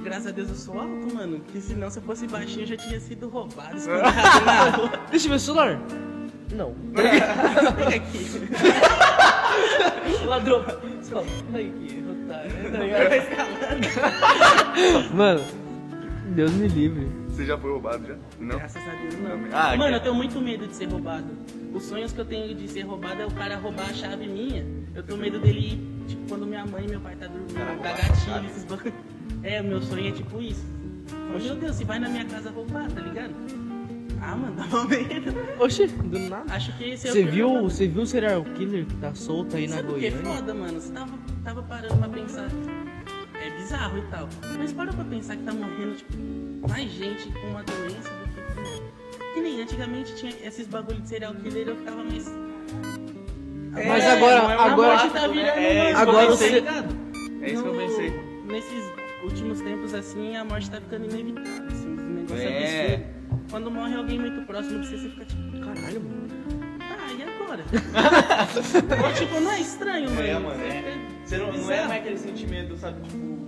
Speaker 5: Graças a Deus eu sou alto, mano. Porque senão se eu fosse baixinho eu já tinha
Speaker 2: <laughs>
Speaker 5: sido roubado, espancado na rua.
Speaker 2: Deixa eu ver o celular. Não.
Speaker 5: Olha aqui.
Speaker 2: <laughs> Ladrão.
Speaker 5: Só, olha aqui, otário. Tá ligado? Vai escalando.
Speaker 2: Mano, Deus me livre.
Speaker 1: Você já foi roubado já? Não?
Speaker 5: Graças a Deus, não.
Speaker 1: Ah,
Speaker 5: Mano, eu tenho muito medo de ser roubado. Os sonhos que eu tenho de ser roubado é o cara roubar a chave minha. Eu tenho medo dele ir, tipo, quando minha mãe e meu pai tá dormindo, dar gatilho, esses bagulho. <laughs> É, o meu sonho é tipo isso. Oh, meu Deus, se vai na minha casa roubar, tá ligado? Ah, mano, dá <laughs> um medo.
Speaker 2: Oxi, do nada.
Speaker 5: Acho que esse é
Speaker 2: Você
Speaker 5: o
Speaker 2: viu, você viu o serial killer que tá solto aí na
Speaker 5: Sabe o que é
Speaker 2: Goiânia?
Speaker 5: foda, mano? Você tava, tava parando pra pensar. É bizarro e tal. Mas para pra pensar que tá morrendo, tipo, mais gente com uma doença do que. Que nem antigamente tinha esses bagulho de serial killer, eu ficava mais.
Speaker 2: Mas agora-
Speaker 5: não é uma
Speaker 2: agora-
Speaker 5: morte, tá virando
Speaker 1: É,
Speaker 5: uma-
Speaker 1: isso
Speaker 2: que eu
Speaker 5: agora
Speaker 2: pensei.
Speaker 5: você. ligado?
Speaker 1: É isso que eu
Speaker 5: No-
Speaker 1: pensei.
Speaker 5: Nesses últimos tempos, assim, a morte tá ficando inevitável. Assim, um negócio
Speaker 1: É.
Speaker 5: absurdo. Quando morre alguém muito próximo de você, você fica tipo, caralho, mano. Ah, e <laughs> agora? tipo, não é estranho, mano.
Speaker 1: É, mano, é. Você não, não é
Speaker 5: Bizarro.
Speaker 1: mais aquele sentimento, sabe? Tipo,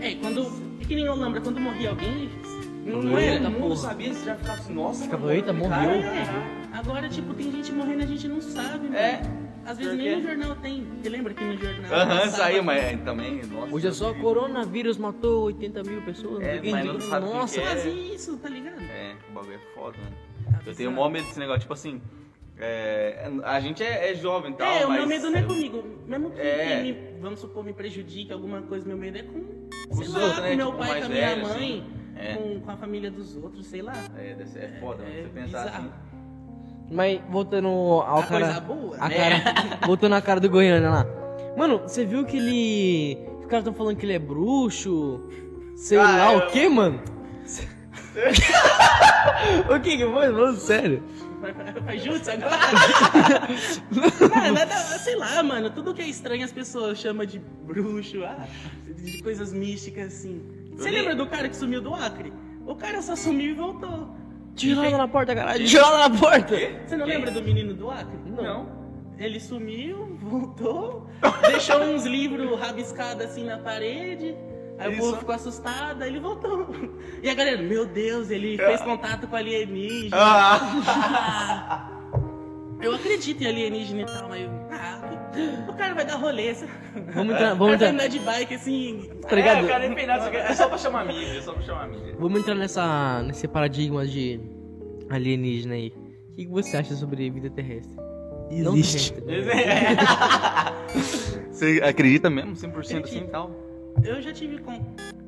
Speaker 5: É, quando. É que nem o Lambra, quando morria alguém, não, não era.
Speaker 1: todo
Speaker 5: Não,
Speaker 1: mundo sabia, você já ficava assim, nossa,
Speaker 2: é, tá Ficava,
Speaker 1: mano,
Speaker 2: eita,
Speaker 1: cara,
Speaker 2: morreu.
Speaker 5: é. Agora, tipo, tem gente morrendo e a gente não sabe, mano.
Speaker 1: É.
Speaker 5: Às vezes
Speaker 1: Por
Speaker 5: nem
Speaker 1: quê?
Speaker 5: no jornal tem. Você lembra que no jornal.
Speaker 1: Aham,
Speaker 5: passava-
Speaker 1: saiu, mas é, também, nossa.
Speaker 2: Hoje é só coronavírus matou 80 mil pessoas.
Speaker 1: É,
Speaker 2: sei o quê.
Speaker 1: mas não sabe o que
Speaker 2: Nossa,
Speaker 1: que
Speaker 5: Mas
Speaker 1: É.
Speaker 5: isso, tá ligado?
Speaker 1: É, o bagulho é foda, mano.
Speaker 5: Tá
Speaker 1: Eu tenho o
Speaker 5: bizarro.
Speaker 1: maior medo desse negócio, tipo assim, é, a gente é, é jovem e tal,
Speaker 5: É, o
Speaker 1: mas...
Speaker 5: meu medo não é comigo. Mesmo que,
Speaker 1: É.
Speaker 5: que me- vamos supor, me prejudique alguma coisa, meu medo é com.
Speaker 1: Com
Speaker 5: Sei
Speaker 1: os
Speaker 5: lá,
Speaker 1: outros,
Speaker 5: com
Speaker 1: né?
Speaker 5: meu
Speaker 1: Tipo,
Speaker 5: pai,
Speaker 1: mais
Speaker 5: com a minha
Speaker 1: velho,
Speaker 5: mãe,
Speaker 1: assim. É.
Speaker 5: com, com a família dos outros, sei lá.
Speaker 1: É, deve ser- é foda, mano,
Speaker 5: É
Speaker 1: você pensar
Speaker 5: bizarro.
Speaker 1: assim.
Speaker 2: Mas voltando ao
Speaker 5: A
Speaker 2: cara.
Speaker 5: coisa boa,
Speaker 2: a
Speaker 5: né?
Speaker 2: cara- <laughs> voltando à cara do Goiânia lá. Mano, você viu que ele. Os caras tão falando que ele é bruxo. Sei
Speaker 1: Ah,
Speaker 2: lá
Speaker 1: eu-
Speaker 2: o que, mano? <laughs> o que que foi? Falando sério.
Speaker 5: Vai- vai- vai Juntos agora? <laughs> Não, nada, sei lá, mano. Tudo que é estranho as pessoas chamam de bruxo, ah, de coisas místicas assim. Você
Speaker 1: nem-
Speaker 5: lembra do cara que sumiu do Acre? O cara só sumiu e voltou.
Speaker 2: Tirada na porta, caralho. Tirada na porta.
Speaker 5: Você não lembra do menino do Acre?
Speaker 1: Não.
Speaker 5: Ele sumiu, voltou, deixou uns livros rabiscados assim na parede. Aí o povo ficou assustado, aí ele voltou. E a galera, meu Deus, ele fez contato com alienígena.
Speaker 1: Ah,
Speaker 5: Eu acredito em alienígena e tal, mas eu- ah, que- o cara vai dar rolê. sabe?
Speaker 2: Vamos entrar, vamos
Speaker 5: O cara vai
Speaker 2: entrar.
Speaker 5: andar de bike assim.
Speaker 2: Tá ligado?
Speaker 1: É, o cara nem fez nada, só que- é só pra chamar a mídia, é só pra chamar a mídia.
Speaker 2: Vamos entrar nessa, nesse paradigma de alienígena aí. O que que você acha sobre vida terrestre? né? Existe.
Speaker 1: <laughs> Você acredita mesmo, 100% assim e tal?
Speaker 5: Eu já tive com.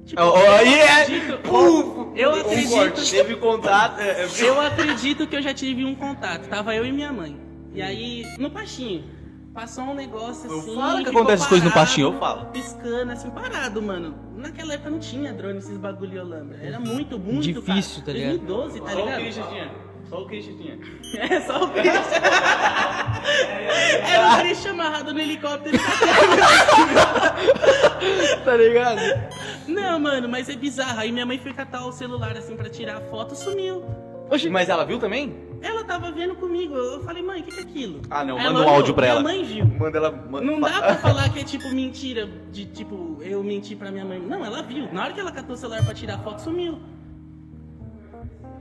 Speaker 5: Tipo,
Speaker 1: Oh, oh, yeah!
Speaker 5: acredito-
Speaker 1: Puf!
Speaker 5: eu
Speaker 1: Um
Speaker 5: acredito.
Speaker 1: corte, Teve contato, é, é,
Speaker 5: Eu acredito que eu já tive um contato. Tava eu e minha mãe. E aí, no pastinho, passou um negócio
Speaker 1: Eu
Speaker 5: assim.
Speaker 1: falo que
Speaker 5: ficou
Speaker 1: acontece as coisas no
Speaker 5: parado,
Speaker 1: pastinho, eu falo.
Speaker 5: Piscando, assim, parado, mano. Naquela época não tinha drone esses bagulho, eu lembro. Era muito, muito.
Speaker 2: Difícil,
Speaker 5: cara.
Speaker 2: tá ligado?
Speaker 5: 2012, tá
Speaker 1: Só o
Speaker 5: ligado?
Speaker 1: Christian tinha. Só o Christian tinha.
Speaker 5: <laughs> É só o Christian. <laughs> Era o Christian amarrado no helicóptero.
Speaker 6: Tá ligado?
Speaker 5: Não, mano, mas é bizarro. Aí minha mãe foi catar o celular assim pra tirar a foto, sumiu.
Speaker 1: Mas ela viu também?
Speaker 5: Ela tava vendo comigo. Eu falei, mãe, o que, que é aquilo?
Speaker 1: Ah, não,
Speaker 5: Aí
Speaker 1: manda
Speaker 5: ela
Speaker 1: um áudio pra
Speaker 5: minha
Speaker 1: ela.
Speaker 5: Minha mãe viu.
Speaker 1: Manda ela. manda-
Speaker 5: Não dá pra falar que é tipo mentira, de tipo, eu menti pra minha mãe. Não, ela viu. Na hora que ela catou o celular pra tirar foto, sumiu.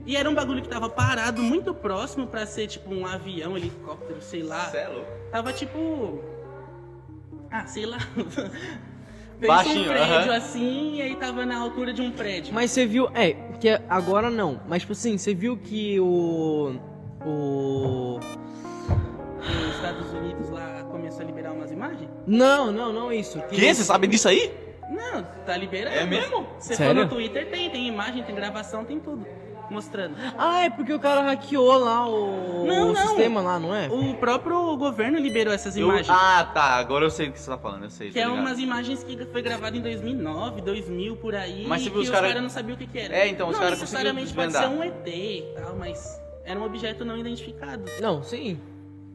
Speaker 5: E era um bagulho que tava parado muito próximo pra ser tipo um avião, helicóptero, sei lá.
Speaker 1: Cê é louco.
Speaker 5: Tava tipo. Ah, sei lá. <laughs> Fez um
Speaker 1: Baixinho,
Speaker 5: prédio
Speaker 1: aham.
Speaker 5: assim e aí tava na altura de um prédio.
Speaker 2: Mas você viu. É, que agora não. Mas, tipo assim, você viu que o. O.
Speaker 5: Nos Estados Unidos lá começou a liberar umas imagens?
Speaker 2: Não, não, não é isso.
Speaker 1: Que? Você sabe disso aí?
Speaker 5: Não, tá liberado.
Speaker 1: É mesmo?
Speaker 5: Você for
Speaker 2: Sério?
Speaker 5: no Twitter, tem, tem imagem, tem gravação, tem tudo. Mostrando.
Speaker 2: Ah, é porque o cara hackeou lá o,
Speaker 5: Não,
Speaker 2: o
Speaker 5: não.
Speaker 2: sistema lá, não é?
Speaker 5: O próprio governo liberou essas
Speaker 1: Eu-
Speaker 5: imagens.
Speaker 1: Ah, tá. Agora eu sei do que você tá falando. Eu sei.
Speaker 5: Que
Speaker 1: tá
Speaker 5: é
Speaker 1: ligado.
Speaker 5: umas imagens que foi gravada em 2009, 2000, por aí.
Speaker 1: Mas você
Speaker 5: que
Speaker 1: viu os
Speaker 5: os
Speaker 1: cara-
Speaker 5: caras não sabiam o que, que era.
Speaker 1: É, então, os
Speaker 5: não
Speaker 1: cara
Speaker 5: necessariamente
Speaker 1: conseguiu
Speaker 5: pode ser um
Speaker 1: desvendar.
Speaker 5: ET e tal, mas era um objeto não identificado.
Speaker 2: Não, sim.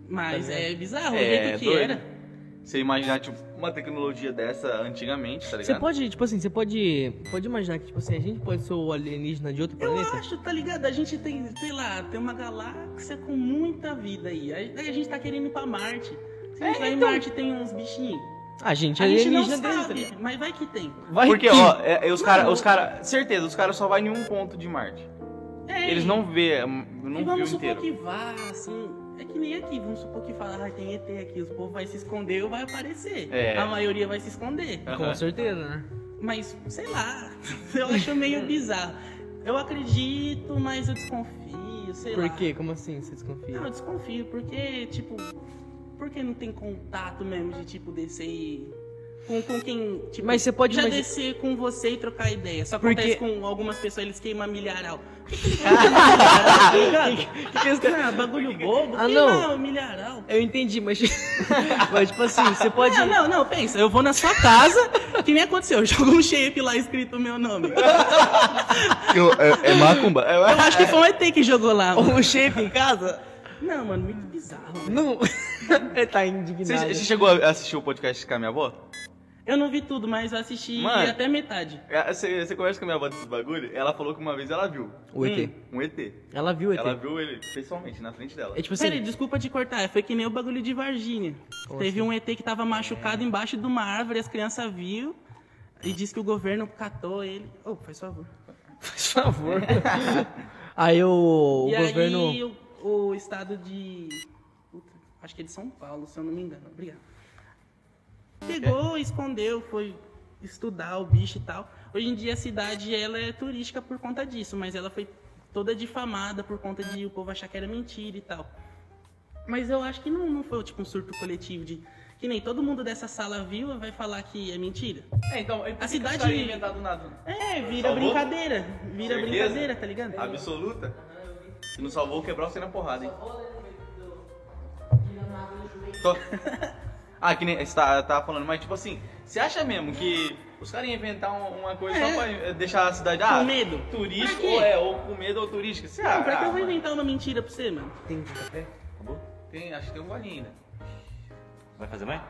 Speaker 5: Mas
Speaker 2: Tá
Speaker 5: é bizarro o
Speaker 1: É,
Speaker 5: jeito que
Speaker 1: doido.
Speaker 5: era.
Speaker 1: Você imaginar, tipo, uma tecnologia dessa antigamente, tá
Speaker 2: Você
Speaker 1: ligado?
Speaker 2: pode, tipo assim, você pode. Pode imaginar que, tipo assim, a gente pode ser o alienígena de outro
Speaker 5: Eu
Speaker 2: planeta?
Speaker 5: acho, tá ligado? A gente tem, sei lá, tem uma galáxia com muita vida aí. A, a gente tá querendo ir pra Marte. Se a gente vai em Marte, tem uns bichinhos.
Speaker 2: A gente é
Speaker 5: A gente não
Speaker 2: alienígena dele, tá
Speaker 5: sabe,
Speaker 2: ligado?
Speaker 5: mas vai que tem.
Speaker 2: Vai
Speaker 1: Porque,
Speaker 2: que-
Speaker 1: ó, é- é os caras,
Speaker 5: Mano.
Speaker 1: os cara, certeza, os caras só vai em um ponto de Marte.
Speaker 5: É,
Speaker 1: Eles não vê, um,
Speaker 5: e
Speaker 1: não viu
Speaker 5: vamos supor
Speaker 1: inteiro.
Speaker 5: que vá, assim. É que nem aqui, vamos supor que fala, ah, tem ET aqui, os povo vai se esconder ou vai aparecer.
Speaker 1: É.
Speaker 5: A maioria vai se esconder.
Speaker 2: Com certeza, né?
Speaker 5: Mas, sei lá, <laughs> eu acho meio bizarro. Eu acredito, mas eu desconfio, sei lá.
Speaker 2: Por quê? Como assim você
Speaker 5: Não,
Speaker 2: desconfia?
Speaker 5: eu desconfio, porque, tipo, porque não tem contato mesmo de, tipo, descer e... Com, com quem, tipo,
Speaker 2: Mas você pode
Speaker 5: já
Speaker 2: imagi-
Speaker 5: descer com você e trocar ideia. Só
Speaker 2: Porque-
Speaker 5: acontece com algumas pessoas, eles queimam
Speaker 2: <laughs>
Speaker 5: milharal. Por que que eles queimam milharal? Tá ligado? Ah, bagulho bobo,
Speaker 2: Ah,
Speaker 5: queima
Speaker 2: não.
Speaker 5: milharal.
Speaker 2: Eu entendi, mas. <laughs> mas, tipo assim, você pode.
Speaker 5: Não, não, não, pensa, eu vou na sua casa, que nem aconteceu, eu jogo um shape lá escrito o meu nome.
Speaker 1: é, macumba.
Speaker 5: Eu acho que foi um ET que jogou
Speaker 2: <laughs>
Speaker 5: lá. mano.
Speaker 2: Um shape em casa?
Speaker 5: Não, mano, muito bizarro. velho. <laughs>
Speaker 2: Não. Ele tá indignado.
Speaker 1: Você, <laughs> você chegou a assistir o podcast com a minha avó?
Speaker 5: Eu não vi tudo, mas eu assisti
Speaker 1: Mano.
Speaker 5: até metade.
Speaker 1: É, Você, você conversa com a minha avó desses bagulho? Ela falou que uma vez ela viu.
Speaker 2: O ET.
Speaker 1: Um, um ET.
Speaker 2: Ela viu o ET.
Speaker 1: Ela viu ele pessoalmente, na frente dela.
Speaker 2: É tipo
Speaker 5: Peraí,
Speaker 2: assim.
Speaker 5: desculpa te cortar, foi que nem o bagulho de Varginha.
Speaker 2: Como assim?
Speaker 5: Teve um ET que tava machucado embaixo de uma árvore, as crianças viu e disse que o governo catou ele. Ô, faz favor.
Speaker 2: Por
Speaker 5: <laughs>
Speaker 2: favor. <laughs> Aí o, o
Speaker 5: e
Speaker 2: governo.
Speaker 5: aí o, o estado de. Puta, acho que é de São Paulo, se eu não me engano. Obrigado. Pegou,
Speaker 2: É.
Speaker 5: escondeu, foi estudar o bicho e tal. Hoje em dia a cidade ela é turística por conta disso, mas ela foi toda difamada por conta de o povo achar que era mentira e tal. Mas eu acho que não, não foi tipo um surto coletivo de. Que nem todo mundo dessa sala viu e vai falar que é mentira.
Speaker 1: É, então,
Speaker 5: A cidade-
Speaker 1: inventado nada.
Speaker 5: É, vira
Speaker 1: Salvou?
Speaker 5: brincadeira. Vira
Speaker 1: Certeza?
Speaker 5: brincadeira, tá ligado?
Speaker 1: Absoluta. Se não salvou, quebrou você na porrada, hein? Tô- <laughs> Ah, que nem. Você tá, tava falando, mas tipo assim, você acha mesmo que os caras iam inventar um- uma coisa
Speaker 5: É.
Speaker 1: só pra eh, deixar a cidade. Ah,
Speaker 5: Com medo. Pra
Speaker 1: Turístico,
Speaker 5: quê?
Speaker 1: ou é, ou com medo ou turística. Você
Speaker 5: Não,
Speaker 1: acha?
Speaker 5: pra que eu
Speaker 1: ah,
Speaker 5: vou
Speaker 1: mano.
Speaker 5: inventar uma mentira pra você, mano?
Speaker 2: Tem café?
Speaker 1: Acabou? Tem, acho que tem um golinho ainda.
Speaker 3: Vai fazer mais?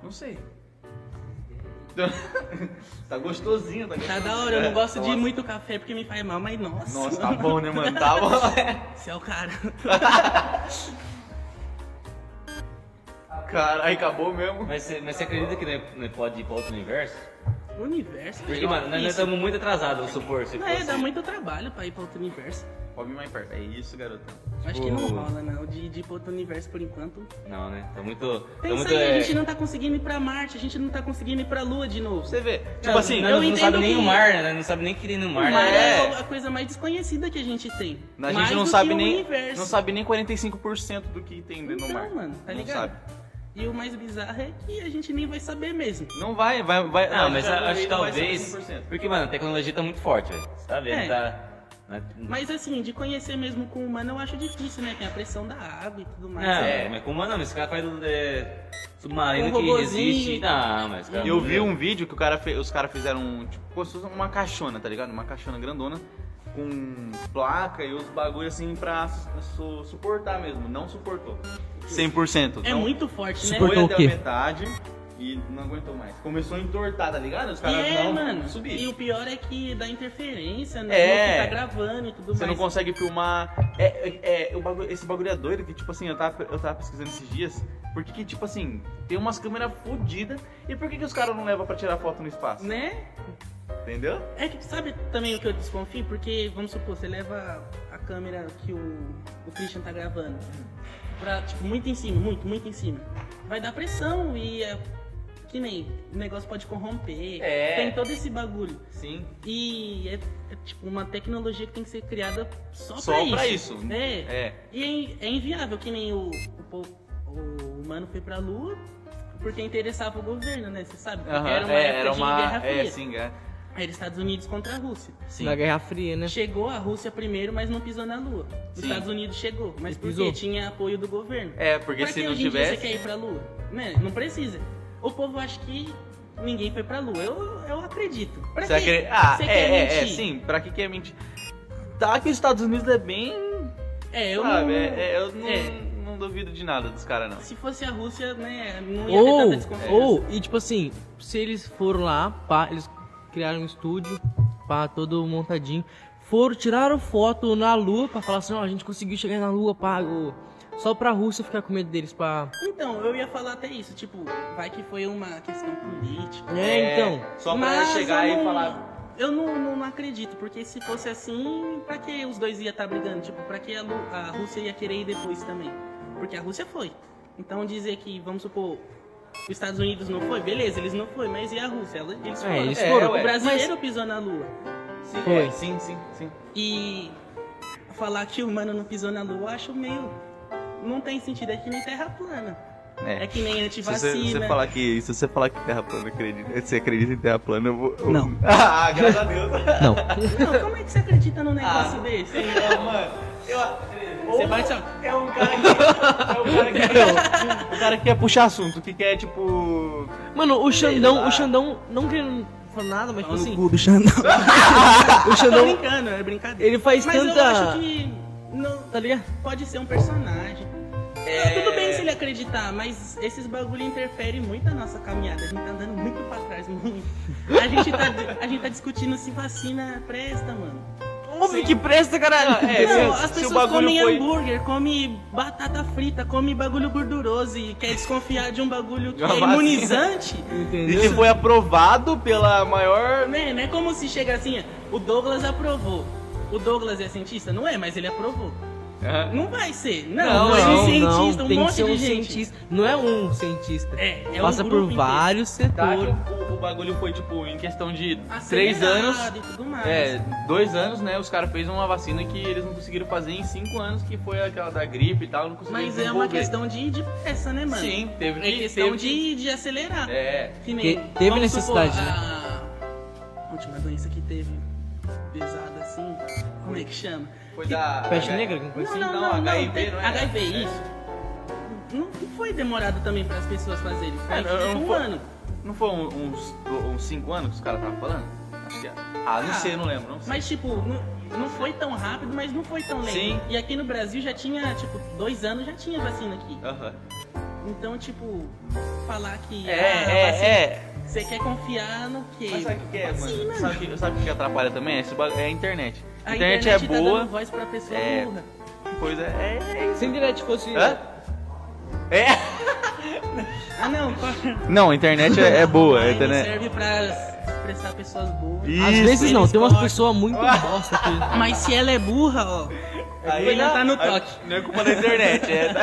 Speaker 1: Não sei. <laughs> tá gostosinho, tá gostosinho.
Speaker 5: Tá da hora, eu
Speaker 1: É,
Speaker 5: não gosto de
Speaker 1: nossa.
Speaker 5: muito café porque me faz mal, mas nossa.
Speaker 1: Nossa, tá bom, né, mano? Tá bom.
Speaker 5: <laughs> Você é o cara.
Speaker 1: Caralho, acabou mesmo.
Speaker 3: Mas você, mas você acredita que não é- não pode ir pra outro universo?
Speaker 5: O universo.
Speaker 3: Porque, mano, nós nós
Speaker 5: Isso.
Speaker 3: estamos muito atrasados, vamos supor. Se
Speaker 5: Não, é,
Speaker 3: fosse-
Speaker 5: dá muito trabalho pra ir pra outro universo.
Speaker 1: Pode vir mais perto. É isso, garotão.
Speaker 5: Acho que
Speaker 1: Tipo-
Speaker 5: não rola, não, de, de ir pra outro universo por enquanto.
Speaker 3: Não, né? Tá muito. Tá
Speaker 5: Pensa
Speaker 3: muito.
Speaker 5: aí,
Speaker 3: é,
Speaker 5: a gente não tá conseguindo ir pra Marte, a gente não tá conseguindo ir pra Lua de novo.
Speaker 1: Você vê. Tipo
Speaker 3: não,
Speaker 1: assim,
Speaker 3: nós
Speaker 5: eu
Speaker 3: não,
Speaker 5: entendo
Speaker 3: sabe nem
Speaker 5: que-
Speaker 3: o mar, né? Nós Não sabe nem que ir no
Speaker 5: O
Speaker 3: mar.
Speaker 5: mar
Speaker 3: né?
Speaker 5: é
Speaker 1: é.
Speaker 5: a coisa mais desconhecida que a gente tem.
Speaker 1: a
Speaker 5: Mais
Speaker 1: gente não
Speaker 5: do
Speaker 1: sabe
Speaker 5: que o
Speaker 1: nem.
Speaker 5: universo.
Speaker 1: Não sabe nem 45% do que tem dentro
Speaker 5: então,
Speaker 1: do mar.
Speaker 5: mano, tá
Speaker 1: não
Speaker 5: ligado?
Speaker 1: sabe.
Speaker 5: E o mais bizarro é que a gente nem vai saber mesmo.
Speaker 1: Não vai, vai,
Speaker 5: é
Speaker 1: vai.
Speaker 3: Não, Ah, mas
Speaker 1: já-
Speaker 3: acho que
Speaker 1: não vai ser
Speaker 3: talvez.
Speaker 1: 100%.
Speaker 3: Porque, mano, a tecnologia tá muito forte, velho. Tá vendo?
Speaker 5: É.
Speaker 3: Tá. Mas-
Speaker 5: Mas assim, de conhecer mesmo com o humano eu acho difícil, né? Tem a pressão da água e tudo mais.
Speaker 3: Não, é, mas como não? Esse cara faz é, submarino
Speaker 5: Um
Speaker 3: que
Speaker 5: robozinho.
Speaker 3: resiste. Não, é. mas cara,
Speaker 1: um Eu vi um vídeo que o cara fe- os caras fizeram tipo, como se fosse uma caixona, tá ligado? Uma caixona grandona. com placa e os bagulho assim pra su- suportar mesmo. Não suportou. 100%.
Speaker 5: É
Speaker 1: não,
Speaker 5: muito forte, né?
Speaker 1: Foi
Speaker 2: Suportou
Speaker 1: até
Speaker 2: o quê?
Speaker 1: a metade e não aguentou mais. Começou a entortar, tá ligado? Os
Speaker 5: E
Speaker 1: caras
Speaker 5: é,
Speaker 1: não
Speaker 5: mano.
Speaker 1: subir.
Speaker 5: E o pior é que dá interferência, né?
Speaker 1: É.
Speaker 5: Que tá gravando e tudo
Speaker 1: Você não
Speaker 5: mais.
Speaker 1: consegue filmar. É, é, é, o bagulho- esse bagulho é doido que, tipo assim, eu tava, eu tava pesquisando esses dias. Porque que, tipo assim, tem umas câmeras fodidas. E por que, que os caras não levam pra tirar foto no espaço?
Speaker 5: Né?
Speaker 1: Entendeu?
Speaker 5: É que sabe também o que eu desconfio? Porque, vamos supor, você leva a câmera que o, o Christian tá gravando pra, tipo, muito em cima, muito, muito em cima. Vai dar pressão e é. Que nem, o negócio pode corromper.
Speaker 1: É.
Speaker 5: Tem todo esse bagulho.
Speaker 1: Sim.
Speaker 5: E é, é, tipo uma tecnologia que tem que ser criada só,
Speaker 1: Só
Speaker 5: pra,
Speaker 1: pra
Speaker 5: isso.
Speaker 1: isso.
Speaker 5: Né?
Speaker 1: É.
Speaker 5: E é, in- é inviável, que nem o, o, po- o humano foi pra lua porque interessava o governo, né? Você sabe? Porque
Speaker 1: Aham,
Speaker 5: era uma
Speaker 1: é,
Speaker 5: época
Speaker 1: era
Speaker 5: de
Speaker 1: uma-
Speaker 5: guerra fria.
Speaker 1: É, sim, é.
Speaker 5: Era Estados Unidos contra a Rússia.
Speaker 1: Sim.
Speaker 2: Na Guerra Fria, né?
Speaker 5: Chegou a Rússia primeiro, mas não pisou na lua. Os
Speaker 1: Sim.
Speaker 5: Estados Unidos chegou, mas
Speaker 2: E
Speaker 5: por
Speaker 2: pisou.
Speaker 5: quê? Tinha apoio do governo.
Speaker 1: É, porque
Speaker 5: Pra
Speaker 1: se
Speaker 5: que
Speaker 1: não
Speaker 5: hoje em dia
Speaker 1: tivesse.
Speaker 5: Você quer ir pra lua? Né? Não precisa. O povo acha que ninguém foi pra lua. Eu, eu acredito. Pra
Speaker 1: Você
Speaker 5: quê?
Speaker 1: acre- Ah,
Speaker 5: Você
Speaker 1: é,
Speaker 5: quer
Speaker 1: é, é,
Speaker 5: mentir?
Speaker 1: sim. Pra que que é mentir? Tá que os Estados Unidos é bem...
Speaker 5: É, eu
Speaker 1: sabe,
Speaker 5: não...
Speaker 1: é- é, eu não,
Speaker 5: É.
Speaker 1: não duvido de nada dos caras, não.
Speaker 5: Se fosse a Rússia, né, não ia ter
Speaker 2: Ou,
Speaker 5: tanta desconfiança.
Speaker 2: ou, e tipo assim, se eles foram lá, pá, eles criaram um estúdio, pá, todo montadinho, foram, tiraram foto na lua pra falar assim, ó, a gente conseguiu chegar na lua, pá, ô, só pra Rússia ficar com medo deles, pá.
Speaker 5: Então, eu ia falar até isso, tipo, vai que foi uma questão política.
Speaker 2: É, então,
Speaker 1: Só pra
Speaker 5: Mas
Speaker 1: chegar
Speaker 5: eu
Speaker 1: e
Speaker 5: não-
Speaker 1: falar...
Speaker 5: Eu não, não, não acredito, porque se fosse assim, pra que os dois iam estar brigando? Tipo, pra que a, Lu- a Rússia ia querer ir depois também? Porque a Rússia foi. Então dizer que, vamos supor, os Estados Unidos não foi, beleza, eles não foi, mas e a Rússia? Ela- Eles
Speaker 2: É,
Speaker 5: foram.
Speaker 2: eles
Speaker 1: foram.
Speaker 5: o brasileiro pisou na lua.
Speaker 1: Sim,
Speaker 2: Foi.
Speaker 1: é, sim, sim, sim.
Speaker 5: E falar que o humano não pisou na lua, eu acho meio. Não tem sentido, é que nem terra plana. É, que nem
Speaker 1: Se você, se
Speaker 5: antivacina.
Speaker 1: você falar que, se você falar que terra plana acredita, você acredita em terra plana, eu vou. eu-
Speaker 5: Não.
Speaker 1: <laughs> ah, graças a Deus.
Speaker 2: não.
Speaker 5: Não, como é que você acredita num negócio
Speaker 1: Ah.
Speaker 5: desse?
Speaker 1: Não, mano. Eu,
Speaker 5: Você vai só.
Speaker 1: É um cara que. É um cara que. o cara que quer puxar assunto, que quer, tipo.
Speaker 2: Mano, o Xandão,
Speaker 1: lá.
Speaker 2: o Xandão, não querendo falar nada, mas tipo assim,
Speaker 5: do Xandão.
Speaker 2: <laughs> o
Speaker 5: Tô
Speaker 2: Xandão,
Speaker 5: brincando, é brincadeira.
Speaker 2: ele faz
Speaker 5: Mas eu acho
Speaker 2: tanta...
Speaker 5: que. Não,
Speaker 2: Tá ligado?
Speaker 5: pode ser um personagem.
Speaker 1: É.
Speaker 5: Não, Tudo bem se ele acreditar, mas esses bagulho interferem muito na nossa caminhada. A gente tá andando muito pra trás, muito. A gente tá, a gente tá discutindo se vacina presta, mano.
Speaker 2: Óbvio que presta, caralho.
Speaker 1: É, se-
Speaker 5: não, as
Speaker 1: se o
Speaker 5: pessoas
Speaker 1: bagulho
Speaker 5: comem
Speaker 1: foi-
Speaker 5: hambúrguer, comem batata frita, comem bagulho gorduroso e quer desconfiar de um bagulho que
Speaker 1: Uma
Speaker 5: é
Speaker 1: vacina.
Speaker 5: imunizante.
Speaker 1: E que foi aprovado pela maior.
Speaker 5: Né? Não é como se chega assim, ó, o Douglas aprovou. O Douglas é cientista? Não é, mas ele aprovou. Não vai ser. Não,
Speaker 2: Não,
Speaker 5: mas um
Speaker 2: não,
Speaker 5: cientista, um
Speaker 2: tem que
Speaker 5: monte
Speaker 2: ser um
Speaker 5: de gente.
Speaker 2: cientista, não é um cientista.
Speaker 5: É, é um
Speaker 2: Passa
Speaker 5: grupo
Speaker 2: por
Speaker 5: inteiro.
Speaker 2: vários
Speaker 1: Tá, que
Speaker 2: setores.
Speaker 1: o, o bagulho foi, tipo, em questão de três
Speaker 5: Acelerado
Speaker 1: anos.
Speaker 5: e tudo mais.
Speaker 1: É, dois anos, né? Os caras fez uma vacina que eles não conseguiram fazer em cinco anos, que foi aquela da gripe e tal, não conseguiram
Speaker 5: Mas é uma
Speaker 1: desenvolver.
Speaker 5: questão de, de peça, né, mano?
Speaker 1: Sim, teve que.
Speaker 5: É
Speaker 2: um
Speaker 5: questão
Speaker 1: teve que-
Speaker 5: de, de acelerar.
Speaker 1: É.
Speaker 5: Que nem-
Speaker 2: Que teve
Speaker 5: vamos
Speaker 2: necessidade, né?
Speaker 5: supor, A última doença que teve pesada assim, como é que chama?
Speaker 1: Foi da.
Speaker 2: Peste negra, alguma coisa
Speaker 5: Não,
Speaker 2: assim?
Speaker 5: não,
Speaker 1: não,
Speaker 5: não, não.
Speaker 1: HIV,
Speaker 5: tem-
Speaker 1: não é?
Speaker 5: HIV,
Speaker 1: É.
Speaker 5: isso. Não foi demorado também para as pessoas fazerem. Foi
Speaker 1: É, não,
Speaker 5: tipo,
Speaker 1: não
Speaker 5: um
Speaker 1: foi-
Speaker 5: ano.
Speaker 1: Não foi um- uns, uns cinco anos que os caras estavam falando? Acho que é. Ah, não
Speaker 5: Ah,
Speaker 1: sei, não lembro. Não sei.
Speaker 5: Mas, tipo, não, não foi tão rápido, mas não foi tão lento.
Speaker 1: Sim.
Speaker 5: E aqui no Brasil já tinha, tipo, dois anos já tinha vacina aqui.
Speaker 1: Aham.
Speaker 5: Então, tipo, falar que.
Speaker 1: É,
Speaker 5: ah,
Speaker 1: é,
Speaker 5: vacina-
Speaker 1: é.
Speaker 5: Você quer confiar no quê?
Speaker 1: Mas sabe o que que é,
Speaker 5: Vacina.
Speaker 1: mano? Sabe o que, sabe o que que atrapalha também? Esse ba- é a internet.
Speaker 5: A
Speaker 1: internet,
Speaker 5: internet,
Speaker 1: é
Speaker 5: tá
Speaker 1: boa,
Speaker 5: dando voz pra pessoa
Speaker 1: É.
Speaker 5: burra.
Speaker 1: pois é. É.
Speaker 2: Se a internet fosse.
Speaker 1: é. Hã? É.
Speaker 5: Ah, não, pô.
Speaker 1: Não, a internet é, é boa. A
Speaker 5: Aí não
Speaker 1: internet...
Speaker 5: serve pra prestar pessoas burras.
Speaker 1: Ih.
Speaker 2: Às
Speaker 1: Isso,
Speaker 2: vezes não,
Speaker 5: eles
Speaker 2: tem umas
Speaker 5: cortam.
Speaker 2: pessoas muito bosta que.
Speaker 5: Mas se ela é burra, ó. Aí não tá no
Speaker 1: aí-
Speaker 5: toque.
Speaker 1: Não é culpa da internet, é.
Speaker 5: <laughs>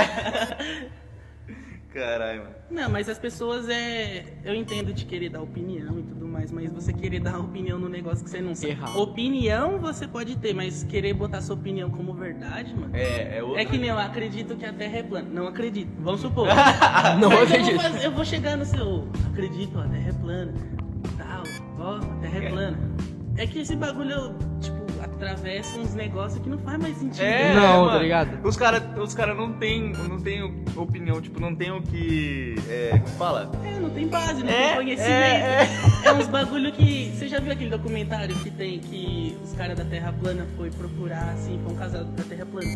Speaker 1: Caralho, mano.
Speaker 5: Não, mas as pessoas é. Eu entendo de querer dar opinião e tudo mais, mas você querer dar opinião no negócio que você não sabe.
Speaker 2: Errado.
Speaker 5: Opinião você pode ter, mas querer botar sua opinião como verdade, mano.
Speaker 1: É, é outra.
Speaker 5: É que nem eu acredito que a Terra é plana. Não acredito. Vamos supor. <laughs>
Speaker 2: Não
Speaker 5: Mas Eu
Speaker 2: acredito.
Speaker 5: vou, fazer- eu vou chegar no seu. Acredito, a Terra é plana. Tal, ó, a Terra é plana. É que esse bagulho, eu, tipo, a atravessa uns negócios que não faz mais sentido.
Speaker 1: É,
Speaker 2: Não,
Speaker 1: mano.
Speaker 2: tá ligado?
Speaker 1: Os caras os cara não tem, não tem opinião, tipo, não tem o que. É, como fala?
Speaker 5: É, não tem base, não
Speaker 1: É,
Speaker 5: tem conhecimento.
Speaker 1: é,
Speaker 5: É uns bagulho que. Você já viu aquele documentário que tem que os caras da Terra Plana foi procurar, assim, foi um casal da Terra Plana.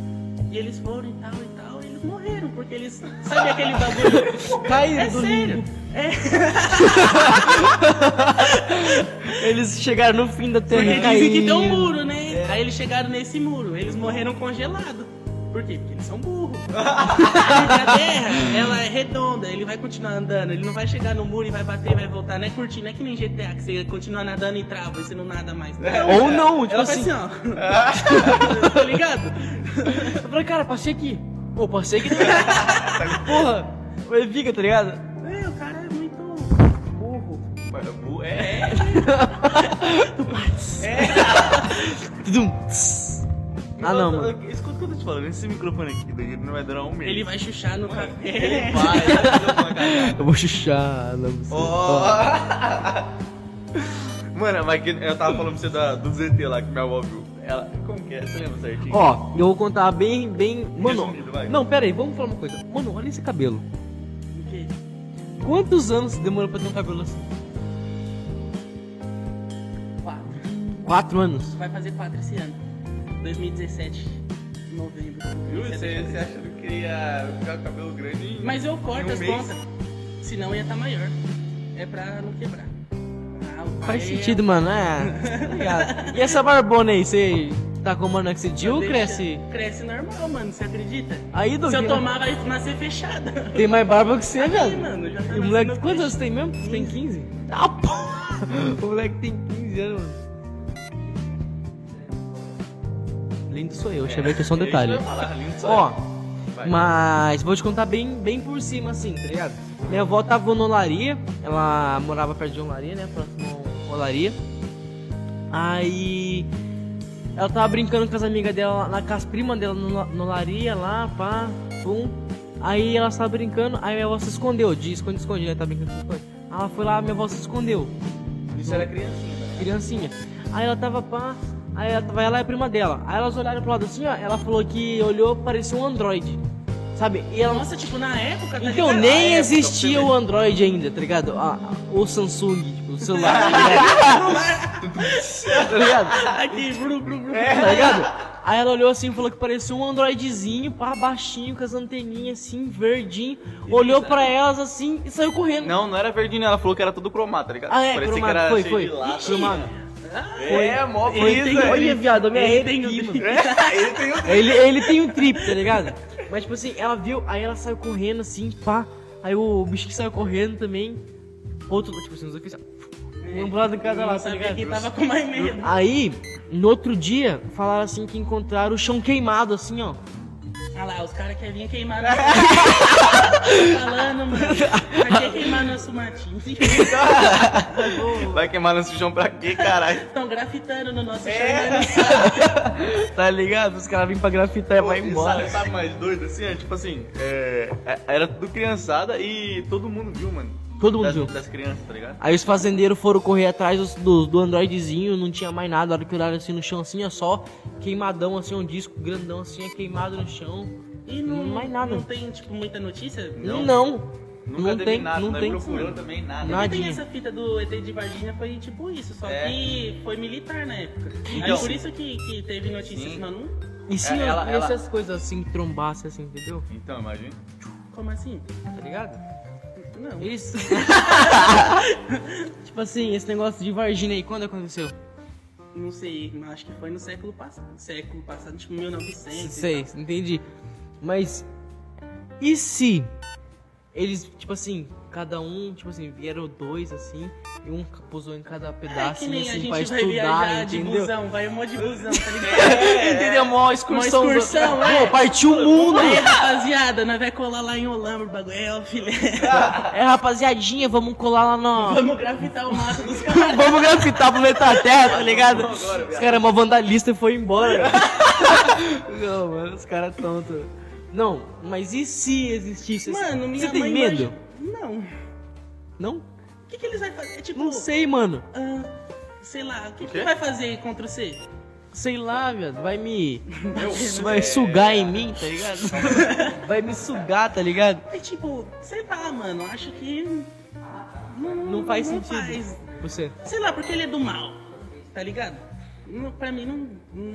Speaker 5: E eles foram e tal e tal, e eles morreram, porque eles. Sabe aquele
Speaker 2: <laughs>
Speaker 5: bagulho?
Speaker 2: Caíram
Speaker 5: É
Speaker 2: do
Speaker 5: sério.
Speaker 2: limbo.
Speaker 5: É,
Speaker 2: Eles chegaram no fim da
Speaker 5: porque
Speaker 2: terra.
Speaker 5: dizem que tem um
Speaker 2: Caíram.
Speaker 5: muro, né? Aí eles chegaram nesse muro, eles morreram congelados. Por quê? Porque eles são burros. Porque a Terra, ela é redonda, ele vai continuar andando, ele não vai chegar no muro e vai bater, vai voltar, não é curtir, não é que nem GTA, que você continua nadando e trava, e você não nada mais. né?
Speaker 2: Ou não, tipo
Speaker 5: Ela
Speaker 2: assim.
Speaker 5: faz assim, <laughs> ó. tá ligado?
Speaker 2: Eu falei, cara, passei aqui. Pô, passei aqui. tá
Speaker 5: <laughs>
Speaker 2: Porra, ele fica, tá ligado?
Speaker 5: É, o cara é muito. burro.
Speaker 2: é.
Speaker 1: é,
Speaker 2: Tudum. Ah, não, mano.
Speaker 1: Escuta o que eu tô te falando, esse microfone aqui daí não vai É. durar um mês.
Speaker 5: Ele vai É. chuchar no café.
Speaker 1: vai, ele vai fazer
Speaker 2: <laughs>
Speaker 1: uma cagada.
Speaker 2: Eu vou chuchar. não sei.
Speaker 1: Ó. <laughs> Mano, mas que- eu tava falando pra você da, do ZT lá que minha avó viu. Ela, como que é? Você lembra certinho?
Speaker 2: Ó, eu vou contar bem, bem. Mano,
Speaker 1: Resumido, vai.
Speaker 2: não, pera aí, vamos falar uma coisa. Mano, olha esse cabelo.
Speaker 5: O quê?
Speaker 2: Quantos anos demorou pra ter um cabelo assim?
Speaker 5: Quatro.
Speaker 2: Quatro anos.
Speaker 5: Vai fazer quatro esse ano. 2017, novembro.
Speaker 1: Viu? Você,
Speaker 5: 2017.
Speaker 1: você achando que ia ficar com o cabelo grande em-
Speaker 5: Mas eu corto
Speaker 1: em um
Speaker 5: as
Speaker 1: mês?
Speaker 5: pontas. Senão ia estar maior. É pra não quebrar. Ah, o pai
Speaker 2: Faz
Speaker 5: é-
Speaker 2: sentido, mano. É, tá ligado? E essa barbona aí, você tá comando que você
Speaker 5: eu
Speaker 2: tio
Speaker 5: deixo-
Speaker 2: cresce?
Speaker 5: é Cresce Tá né? normal, mano. Você acredita?
Speaker 2: Aí,
Speaker 5: Se eu
Speaker 2: Douglas,
Speaker 5: tomar, vai nascer fechada. <laughs>
Speaker 2: tem mais barba que você,
Speaker 5: Aí,
Speaker 2: velho.
Speaker 5: mano, já tá
Speaker 2: E o moleque,
Speaker 5: nascendo
Speaker 2: quantos anos você tem mesmo? Você tem 15? Ah, porra! <laughs> O moleque tem 15 anos, mano. Lindo sou eu, deixa eu ver aqui só
Speaker 5: É,
Speaker 2: um detalhe.
Speaker 1: É, Deixa eu falar, lindo só.
Speaker 2: Ó, mas vou te contar bem, bem por cima, assim, tá ligado? Minha avó tava na olaria, ela morava perto de olaria, né? Próximo a olaria. Aí ela tava brincando com as amigas dela, lá- com as primas dela no, na olaria lá, pá, pum. Aí ela tava brincando, aí minha avó se escondeu, de esconde, esconde, né? Tá brincando com esconde. Aí Ela foi lá, minha avó se escondeu
Speaker 1: Isso era criancinha, né?
Speaker 2: criancinha. Aí ela tava pá, aí ela tava ela e a prima dela. Aí elas olharam pro lado assim, ó, ela falou que olhou, parecia um androide. Sabe? E ela
Speaker 5: Nossa, tipo, na época. tá
Speaker 2: Então
Speaker 5: ligado?
Speaker 2: nem
Speaker 5: Ah, é,
Speaker 2: existia o Android ainda, tá ligado? Ah, o Samsung, tipo, o celular,
Speaker 1: <laughs>
Speaker 2: tá ligado? tá ligado?
Speaker 5: Aqui, bru, bru, bru.
Speaker 1: É.
Speaker 2: Tá ligado? Aí ela olhou assim e falou que parecia um androidezinho, pá, baixinho, com as anteninhas assim, verdinho. Olhou pra elas assim e saiu correndo.
Speaker 1: Não, não era verdinho, ela falou que era todo cromado, tá ligado?
Speaker 2: Ah, é,
Speaker 1: Parecia
Speaker 2: cromado,
Speaker 1: que era
Speaker 2: foi,
Speaker 1: cheio
Speaker 2: foi.
Speaker 1: de lata.
Speaker 2: Cromado.
Speaker 1: É, mó
Speaker 2: Ele tem- um
Speaker 1: brisa.
Speaker 2: olha, viado, eu me
Speaker 5: Ele tem
Speaker 2: arrependi,
Speaker 5: o
Speaker 2: <laughs> mano.
Speaker 1: Ele tem o
Speaker 2: um É, Ele, ele tem um trip, tá ligado? <laughs> Mas, tipo assim, ela viu, aí ela saiu correndo assim, pá. Aí o bicho que saiu correndo também. Outro, tipo assim, os dois fizeram. Um pro lado de cada
Speaker 5: Eu
Speaker 2: lá,
Speaker 5: não
Speaker 2: tá
Speaker 5: sabia
Speaker 2: ligado?
Speaker 5: quem tava com mais medo.
Speaker 2: Aí, no outro dia, falaram assim que encontraram o chão queimado, assim, ó.
Speaker 5: Ah lá, os caras querem vir
Speaker 1: <laughs>
Speaker 5: queimar nosso Tá falando, mano. Pra que queimar nosso matinho?
Speaker 1: <laughs> Vai queimar nosso chão pra quê, caralho?
Speaker 5: Estão grafitando no nosso
Speaker 1: É.
Speaker 5: chão.
Speaker 2: Tá ligado? Os caras vêm pra grafitar e É, vai
Speaker 1: Pô,
Speaker 2: embora.
Speaker 1: Sabe, sabe mais doido assim? É, tipo assim, é, é- era tudo criançada e todo mundo viu, mano.
Speaker 2: Todo mundo
Speaker 1: das,
Speaker 2: viu.
Speaker 1: Das crianças, tá ligado?
Speaker 2: Aí os fazendeiros foram correr atrás dos- do, do Androidzinho, não tinha mais nada. A hora que olharam assim no chão, assim, ó, só queimadão, assim, um disco grandão, assim, é queimado no chão.
Speaker 5: E não,
Speaker 2: Mais nada.
Speaker 5: não tem, tipo, muita notícia?
Speaker 1: Não.
Speaker 2: Não,
Speaker 1: Nunca
Speaker 2: não
Speaker 1: teve
Speaker 2: tem,
Speaker 1: nada,
Speaker 2: não
Speaker 1: né?
Speaker 2: tem.
Speaker 1: procurou também nada.
Speaker 2: Nada.
Speaker 5: Porque tem
Speaker 2: Nadinha.
Speaker 5: essa fita do ET de Varginha, foi tipo isso, só
Speaker 1: É.
Speaker 5: que foi militar na época.
Speaker 1: Então-
Speaker 5: Aí por isso que, que teve notícias,
Speaker 1: Sim.
Speaker 5: mas não.
Speaker 2: E se,
Speaker 1: É, ela-
Speaker 2: e
Speaker 1: ela-
Speaker 2: se as coisas assim trombassem assim, entendeu?
Speaker 1: Então, imagina.
Speaker 5: Como assim?
Speaker 2: Tá ligado? É
Speaker 1: <laughs>
Speaker 5: Não.
Speaker 2: Isso. tipo assim, esse negócio de Varginha aí, quando aconteceu?
Speaker 5: Não sei, mas acho que foi no século passado. Século passado, tipo 1900.
Speaker 2: Sei, entendi. Mas e se eles, tipo assim, cada um, tipo assim, vieram dois assim, e um pousou em cada
Speaker 5: É
Speaker 2: pedaço
Speaker 5: que nem
Speaker 2: assim
Speaker 5: a gente
Speaker 2: pra
Speaker 5: vai
Speaker 2: estudar,
Speaker 5: viajar de
Speaker 2: entendeu? É,
Speaker 5: busão, vai um monte de busão, tá
Speaker 2: <laughs>
Speaker 5: ligado?
Speaker 2: Entendeu? Mó excursão.
Speaker 5: Mó excursão, é.
Speaker 2: Pô, partiu o mundo!
Speaker 5: Aí, rapaziada, nós vai colar lá em Olambra, o bagulho é, ó, filé.
Speaker 2: É, rapaziadinha, vamos colar lá no.
Speaker 5: Vamos grafitar o mato dos caras.
Speaker 2: Vamos grafitar pro planeta Terra, tá ligado? Os caras é mó vandalista e foi embora. <laughs> Não, mano, os caras tontos. Não, mas e se existisse esse-
Speaker 5: Mano, minha
Speaker 2: Você tem
Speaker 5: mãe
Speaker 2: medo?
Speaker 5: imagina- Não. O
Speaker 2: Não?
Speaker 5: que, que eles vão fazer? É tipo,
Speaker 2: Não sei, mano.
Speaker 5: ah, sei lá, o que, que
Speaker 1: quê?
Speaker 5: vai fazer contra você?
Speaker 2: sei lá, viado, vai
Speaker 5: <laughs>
Speaker 2: me. Vai sugar em mim, tá ligado?
Speaker 5: <laughs>
Speaker 2: Vai me sugar, tá ligado?
Speaker 5: É tipo, sei lá, mano, acho que. Não,
Speaker 2: Não faz sentido.
Speaker 5: faz.
Speaker 2: Você.
Speaker 5: Sei lá, porque ele é do mal, tá ligado? Não, pra mim não,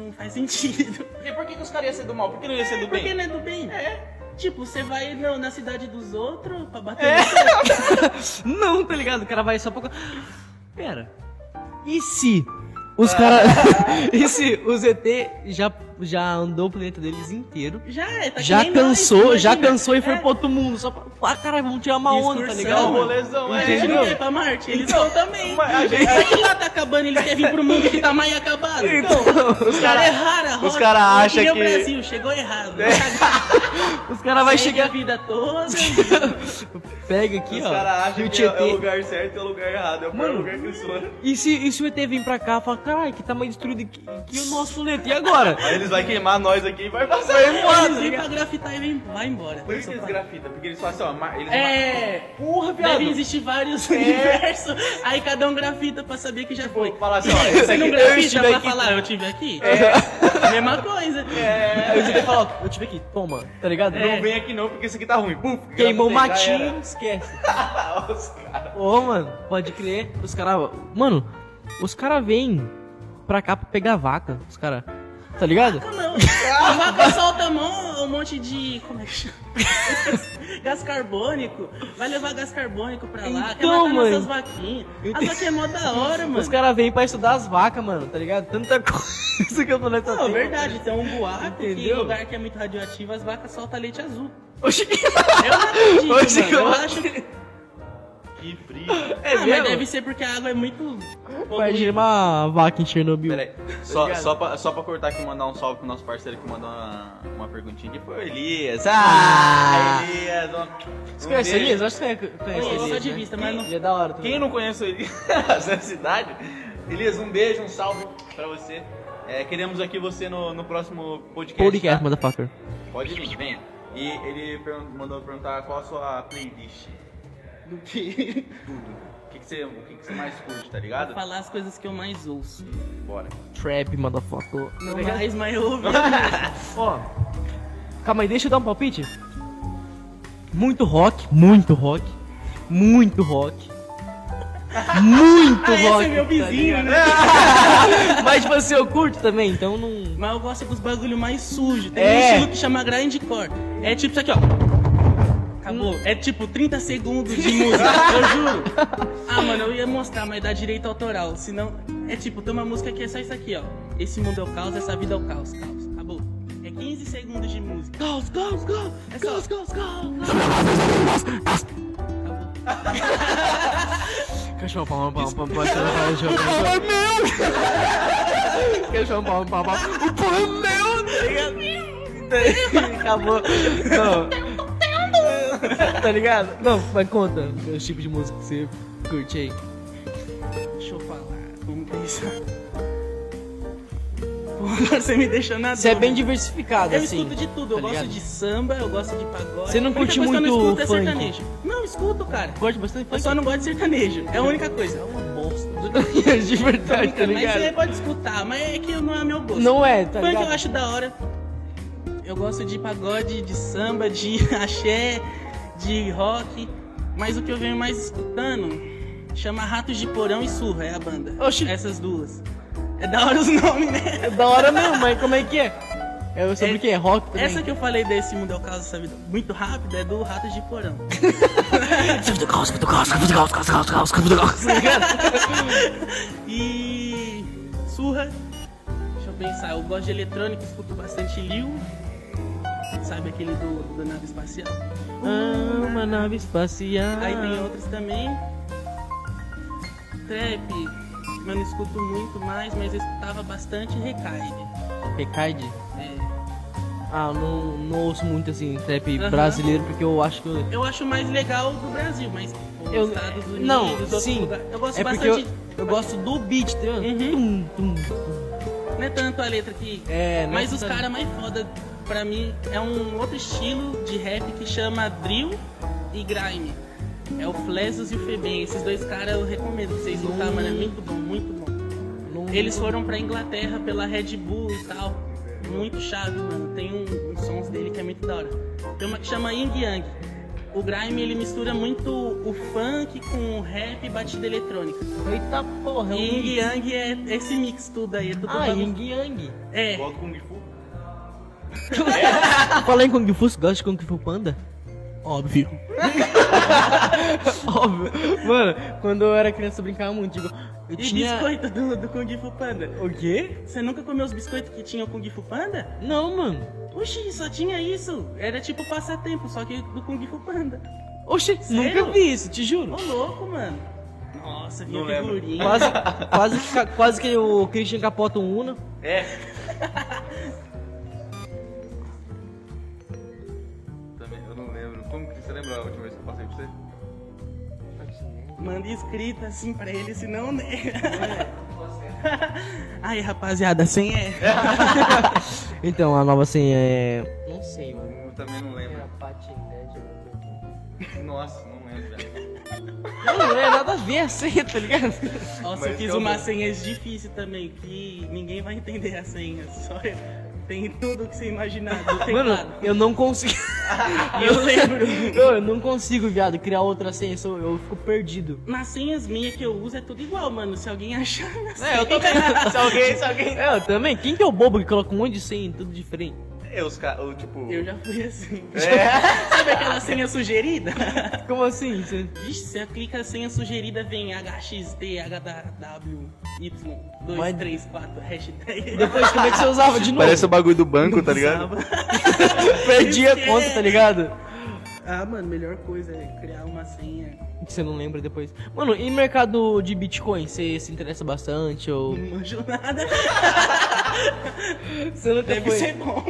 Speaker 5: não faz sentido.
Speaker 1: E por que, que os caras iam ser do mal? Por que não ia ser
Speaker 5: É,
Speaker 1: do
Speaker 5: porque
Speaker 1: bem?
Speaker 5: não é do bem. É. Tipo, você vai na, na cidade dos outros pra bater no cara.
Speaker 2: Não, tá ligado? O cara vai só pra. Pera. E se os
Speaker 5: <laughs>
Speaker 2: caras. e se o ZT já, já andou o planeta deles inteiro?
Speaker 5: Já é, tá que
Speaker 2: Já
Speaker 5: nem nós,
Speaker 2: cansou, já
Speaker 5: imagina.
Speaker 2: cansou e foi
Speaker 5: É,
Speaker 2: pro outro mundo. Só pra. Ah, caralho, vamos tirar uma onda, tá
Speaker 5: Excursão.
Speaker 2: ligado?
Speaker 5: É um
Speaker 1: rolezão, né?
Speaker 5: A gente não
Speaker 2: Entendeu?
Speaker 5: quer ir pra Marte, eles
Speaker 1: Então,
Speaker 5: vão também. Aí que lá tá acabando, eles querem vir pro mundo que tá mais acabado. Então, os caras erraram a rota.
Speaker 1: os cara acha
Speaker 5: nem o
Speaker 1: que- É.
Speaker 5: Brasil, chegou errado.
Speaker 2: Os caras vai
Speaker 5: Segue
Speaker 2: chegar. tipo,
Speaker 5: a vida toda.
Speaker 2: Pega aqui,
Speaker 1: Os
Speaker 2: ó.
Speaker 1: caras
Speaker 2: e
Speaker 1: acham
Speaker 2: o
Speaker 1: que é, é
Speaker 2: Tietê.
Speaker 1: o lugar certo e é o lugar errado. É o pior lugar que né? eles foram.
Speaker 2: E se, e se o ET vir pra cá e falar, caralho, que tá mais destruído que, que o nosso planeta, e agora?
Speaker 1: Aí eles vão queimar nós aqui e vai passar. tá
Speaker 5: Eles vêm pra grafitar e vem, vai embora.
Speaker 1: Por isso que eles grafitam, porque eles falam assim, ó, ma- eles
Speaker 5: É,
Speaker 1: porra, É.
Speaker 5: devem existir vários universos. Aí cada um grafita pra saber que já foi. É,
Speaker 1: Falar assim, ó, esse
Speaker 5: Você
Speaker 1: aqui
Speaker 5: não
Speaker 1: eu
Speaker 5: grafita
Speaker 1: estive
Speaker 5: pra
Speaker 1: aqui. É.
Speaker 5: falar, eu tive aqui? É Mesma coisa.
Speaker 2: Aí o ET fala, ó, eu tive aqui, toma, tá
Speaker 5: É.
Speaker 2: ligado?
Speaker 1: Não vem aqui não, porque esse aqui tá ruim. Buf,
Speaker 2: Queimou o
Speaker 1: grafitei, já
Speaker 2: <laughs> matinho, esquece.
Speaker 1: era. Os caras.
Speaker 2: Ô, mano, pode crer. Os caras. Mano, os caras vêm pra cá pra pegar vaca. Os caras. Tá ligado?
Speaker 5: Ah, Não, a vaca solta mão, um monte de. Como é que chama? <laughs> gás carbônico. Vai levar gás carbônico pra lá. quer
Speaker 2: Então,
Speaker 5: matar
Speaker 2: mãe.
Speaker 5: nossas vaquinhas. As vaquinhas é mó da hora, mano.
Speaker 2: Os caras vêm pra estudar as vacas, mano, tá ligado? Tanta <laughs> coisa que "Tá o planeta
Speaker 5: Não, é
Speaker 2: tem.
Speaker 5: verdade, tem um boato que
Speaker 2: Entendeu?
Speaker 5: lugar que é muito radioativo, as vacas soltam leite azul.
Speaker 2: Oxi,
Speaker 5: Eu não acredito,
Speaker 2: Oxi,
Speaker 5: mano. Eu
Speaker 2: como
Speaker 5: acho que.
Speaker 1: Que frio.
Speaker 2: é
Speaker 5: ah, mas
Speaker 2: mesmo?
Speaker 5: deve ser porque a água é muito.
Speaker 2: Imagina uma vaca em Chernobyl.
Speaker 1: Peraí, <laughs> só, só, pra, só pra cortar aqui, mandar um salve pro nosso parceiro que mandou uma, uma perguntinha que foi o Elias. Ah,
Speaker 2: Ah.
Speaker 1: Elias. Uma,
Speaker 2: Você
Speaker 1: um
Speaker 2: conhece
Speaker 1: beijo.
Speaker 2: Elias? Eu acho que você conhece
Speaker 5: Conheço
Speaker 2: Elias,
Speaker 5: de
Speaker 2: né?
Speaker 5: vista, mas não-
Speaker 2: Ele é da hora também.
Speaker 1: Quem não conhece o <laughs> Elias na é cidade, Elias, um beijo, um salve pra você. É, queremos aqui você no, no próximo podcast.
Speaker 2: Podcast,
Speaker 1: tá?
Speaker 2: motherfucker.
Speaker 1: Pode vir, vem. E ele pergun- mandou perguntar qual a sua playlist. Do que? Tudo. O que, que você, o que, que você mais curte, tá ligado?
Speaker 5: Falar as coisas que eu mais ouço.
Speaker 1: Bora.
Speaker 2: Trap, motherfucker.
Speaker 5: Não mais, mas eu ouvi.
Speaker 2: Ó, calma aí, deixa eu dar um palpite. Muito rock, muito rock, muito rock. Muito
Speaker 5: Ah, esse
Speaker 2: rock.
Speaker 5: é meu vizinho, né?
Speaker 2: Mas tipo assim, eu curto também, então não.
Speaker 5: Mas eu gosto dos bagulho mais sujo. Tem um
Speaker 2: É.
Speaker 5: estilo que chama grindcore. É tipo isso aqui, ó. Acabou. É tipo 30 segundos de música, eu juro. Ah, mano, eu ia mostrar, mas dá direito autoral. Senão, é tipo, tem uma música que é só isso aqui, ó. Esse mundo é o caos, essa vida é o caos. Caos, acabou. É 15 segundos de música. É Caos, caos, caos, caos, caos, caos.
Speaker 2: Cachorro, palma, palma, palma, palma, cachorro, palma. meu! Cachorro, palma, palma, palma. O pão é meu! Acabou. Não. Tá ligado? Não, mas conta os tipos de música que você curte aí.
Speaker 5: Deixa eu falar, vamos pensar. Pô, agora você me deixou na
Speaker 2: Você é
Speaker 5: dúvida.
Speaker 2: bem diversificado,
Speaker 5: Eu
Speaker 2: assim.
Speaker 5: escuto de tudo, eu
Speaker 2: tá
Speaker 5: gosto
Speaker 2: ligado?
Speaker 5: de samba, eu gosto de pagode.
Speaker 2: Você não
Speaker 5: A única
Speaker 2: curte
Speaker 5: coisa que
Speaker 2: muito
Speaker 5: eu não escuto
Speaker 2: funk?
Speaker 5: é sertanejo. Não, escuto, cara.
Speaker 2: Gosto bastante
Speaker 5: Eu só não gosto de sertanejo. É a única coisa. É uma bosta.
Speaker 2: <laughs> de verdade, tá
Speaker 5: Mas você
Speaker 2: ligado?
Speaker 5: pode escutar, mas é que não é meu gosto.
Speaker 2: Não é, tá
Speaker 5: Funk eu
Speaker 2: ligado?
Speaker 5: acho da hora. Eu gosto de pagode, de samba, de <laughs> axé, de rock. Mas o que eu venho mais escutando chama Ratos de Porão e Surra, é a banda.
Speaker 2: Oxi.
Speaker 5: Essas duas. É da hora os <laughs> nomes, né?
Speaker 2: É da hora mesmo, mas como é que é? É sobre
Speaker 5: É-
Speaker 2: o que? É rock também?
Speaker 5: Essa que eu falei desse mundo é o caso dessa vida muito rápido é do Ratos de Porão. E surra. Deixa eu pensar, eu gosto de eletrônico, escuto bastante Liu. Sabe aquele do, do nave espacial?
Speaker 2: Ah, uma nave espacial.
Speaker 5: Aí tem outros também. Trap, eu não escuto muito mais, mas eu escutava bastante Recaide.
Speaker 2: Recaide?
Speaker 5: É,
Speaker 2: Ah, eu não, não ouço muito assim trap
Speaker 5: Aham.
Speaker 2: brasileiro porque eu acho que eu.
Speaker 5: eu acho mais legal do Brasil, mas pô,
Speaker 2: Eu-
Speaker 5: Estados Unidos,
Speaker 2: não,
Speaker 5: outros
Speaker 2: sim.
Speaker 5: lugares. Eu gosto
Speaker 2: É porque
Speaker 5: bastante.
Speaker 2: eu, eu gosto do beat, tá ligado?
Speaker 5: Uhum.
Speaker 2: Tum, tum.
Speaker 5: Não é tanto a letra que.
Speaker 2: É, não é
Speaker 5: mas os
Speaker 2: tanto.
Speaker 5: caras mais foda, pra mim, é um outro estilo de rap que chama Drill e Grime. tá, É o Flesos e o Febem. Esses dois caras eu recomendo pra vocês escutar, mano. É muito bom, muito bom.
Speaker 2: Não
Speaker 5: Eles foram pra Inglaterra pela Red Bull e tal. Muito chave, mano. Tem um- uns sons dele que é muito da hora. Tem uma que chama Ying Yang. O Grime ele mistura muito o funk com o rap e batida eletrônica.
Speaker 2: Eita porra, é um
Speaker 5: Ying Yang é esse mix tudo aí. É tudo
Speaker 2: Ah,
Speaker 5: bagun-
Speaker 2: Ying Yang.
Speaker 5: É,
Speaker 1: Igual do Kung Fu.
Speaker 2: Falar em Kung Fu, você gosta de Kung Fu Panda?
Speaker 5: óbvio.
Speaker 2: <laughs> Óbvio. Mano, quando eu era criança eu brincava muito. Digo, eu
Speaker 5: E
Speaker 2: tinha...
Speaker 5: biscoito do, do Kung Fu Panda.
Speaker 2: O quê?
Speaker 5: Você nunca comeu os biscoitos que tinha o Kung Fu Panda?
Speaker 2: Não, mano.
Speaker 5: Oxi, só tinha isso. Era tipo passatempo, só que do Kung Fu Panda.
Speaker 2: Oxe,
Speaker 5: Sério?
Speaker 2: nunca vi isso, te juro.
Speaker 5: Ô louco, mano. Nossa,
Speaker 1: Não
Speaker 5: minha
Speaker 1: lembro.
Speaker 5: figurinha.
Speaker 2: Quase, quase, que, ca- quase que o Christian capota um Uno.
Speaker 1: É. Também, eu não lembro. Como que você lembra a última vez que eu passei pra você?
Speaker 5: Manda escrita assim pra ele, senão, né?
Speaker 2: <laughs>
Speaker 5: Aí, rapaziada, sem é.
Speaker 7: Então, a nova senha é.
Speaker 2: Não sei, mano.
Speaker 1: Eu também não
Speaker 5: É
Speaker 1: lembro. Nossa, não lembro. velho.
Speaker 2: Não, é nada a ver a senha, tá ligado?
Speaker 5: Nossa, eu
Speaker 1: Mas
Speaker 5: fiz
Speaker 1: calma.
Speaker 5: uma senha difícil também, que ninguém vai entender a senha. Só eu. Tem tudo que você imaginar do
Speaker 2: Mano,
Speaker 5: teclado.
Speaker 2: eu não consigo. <laughs>
Speaker 5: E eu lembro.
Speaker 2: eu não consigo, viado, criar outra senha, sou- eu fico perdido.
Speaker 5: Nas senhas minhas que eu uso é tudo igual, mano. Se alguém achar minha senha...
Speaker 2: É, eu também.
Speaker 5: <laughs> se alguém, se alguém...
Speaker 2: É, eu também. Quem que é o bobo que coloca um monte de senha em tudo de frente?
Speaker 1: Eu, os caras, tipo...
Speaker 5: Eu já fui assim. <laughs> Sabe aquela senha sugerida?
Speaker 2: Como assim? Você-
Speaker 5: Vixe, você clica a senha sugerida, vem HXT, HW, Y, 2,
Speaker 2: Mas-
Speaker 5: 3, 4, hashtag.
Speaker 2: Depois, como é que você usava de novo?
Speaker 8: Parece o bagulho do banco, tá ligado?
Speaker 2: Perdi a conta, tá ligado?
Speaker 5: Ah, mano, melhor coisa é criar uma senha.
Speaker 2: Que você não lembra depois. Mano, e mercado de Bitcoin? Você se interessa bastante ou.
Speaker 5: Não manjo nada.
Speaker 2: Você não
Speaker 5: Deve ser bom.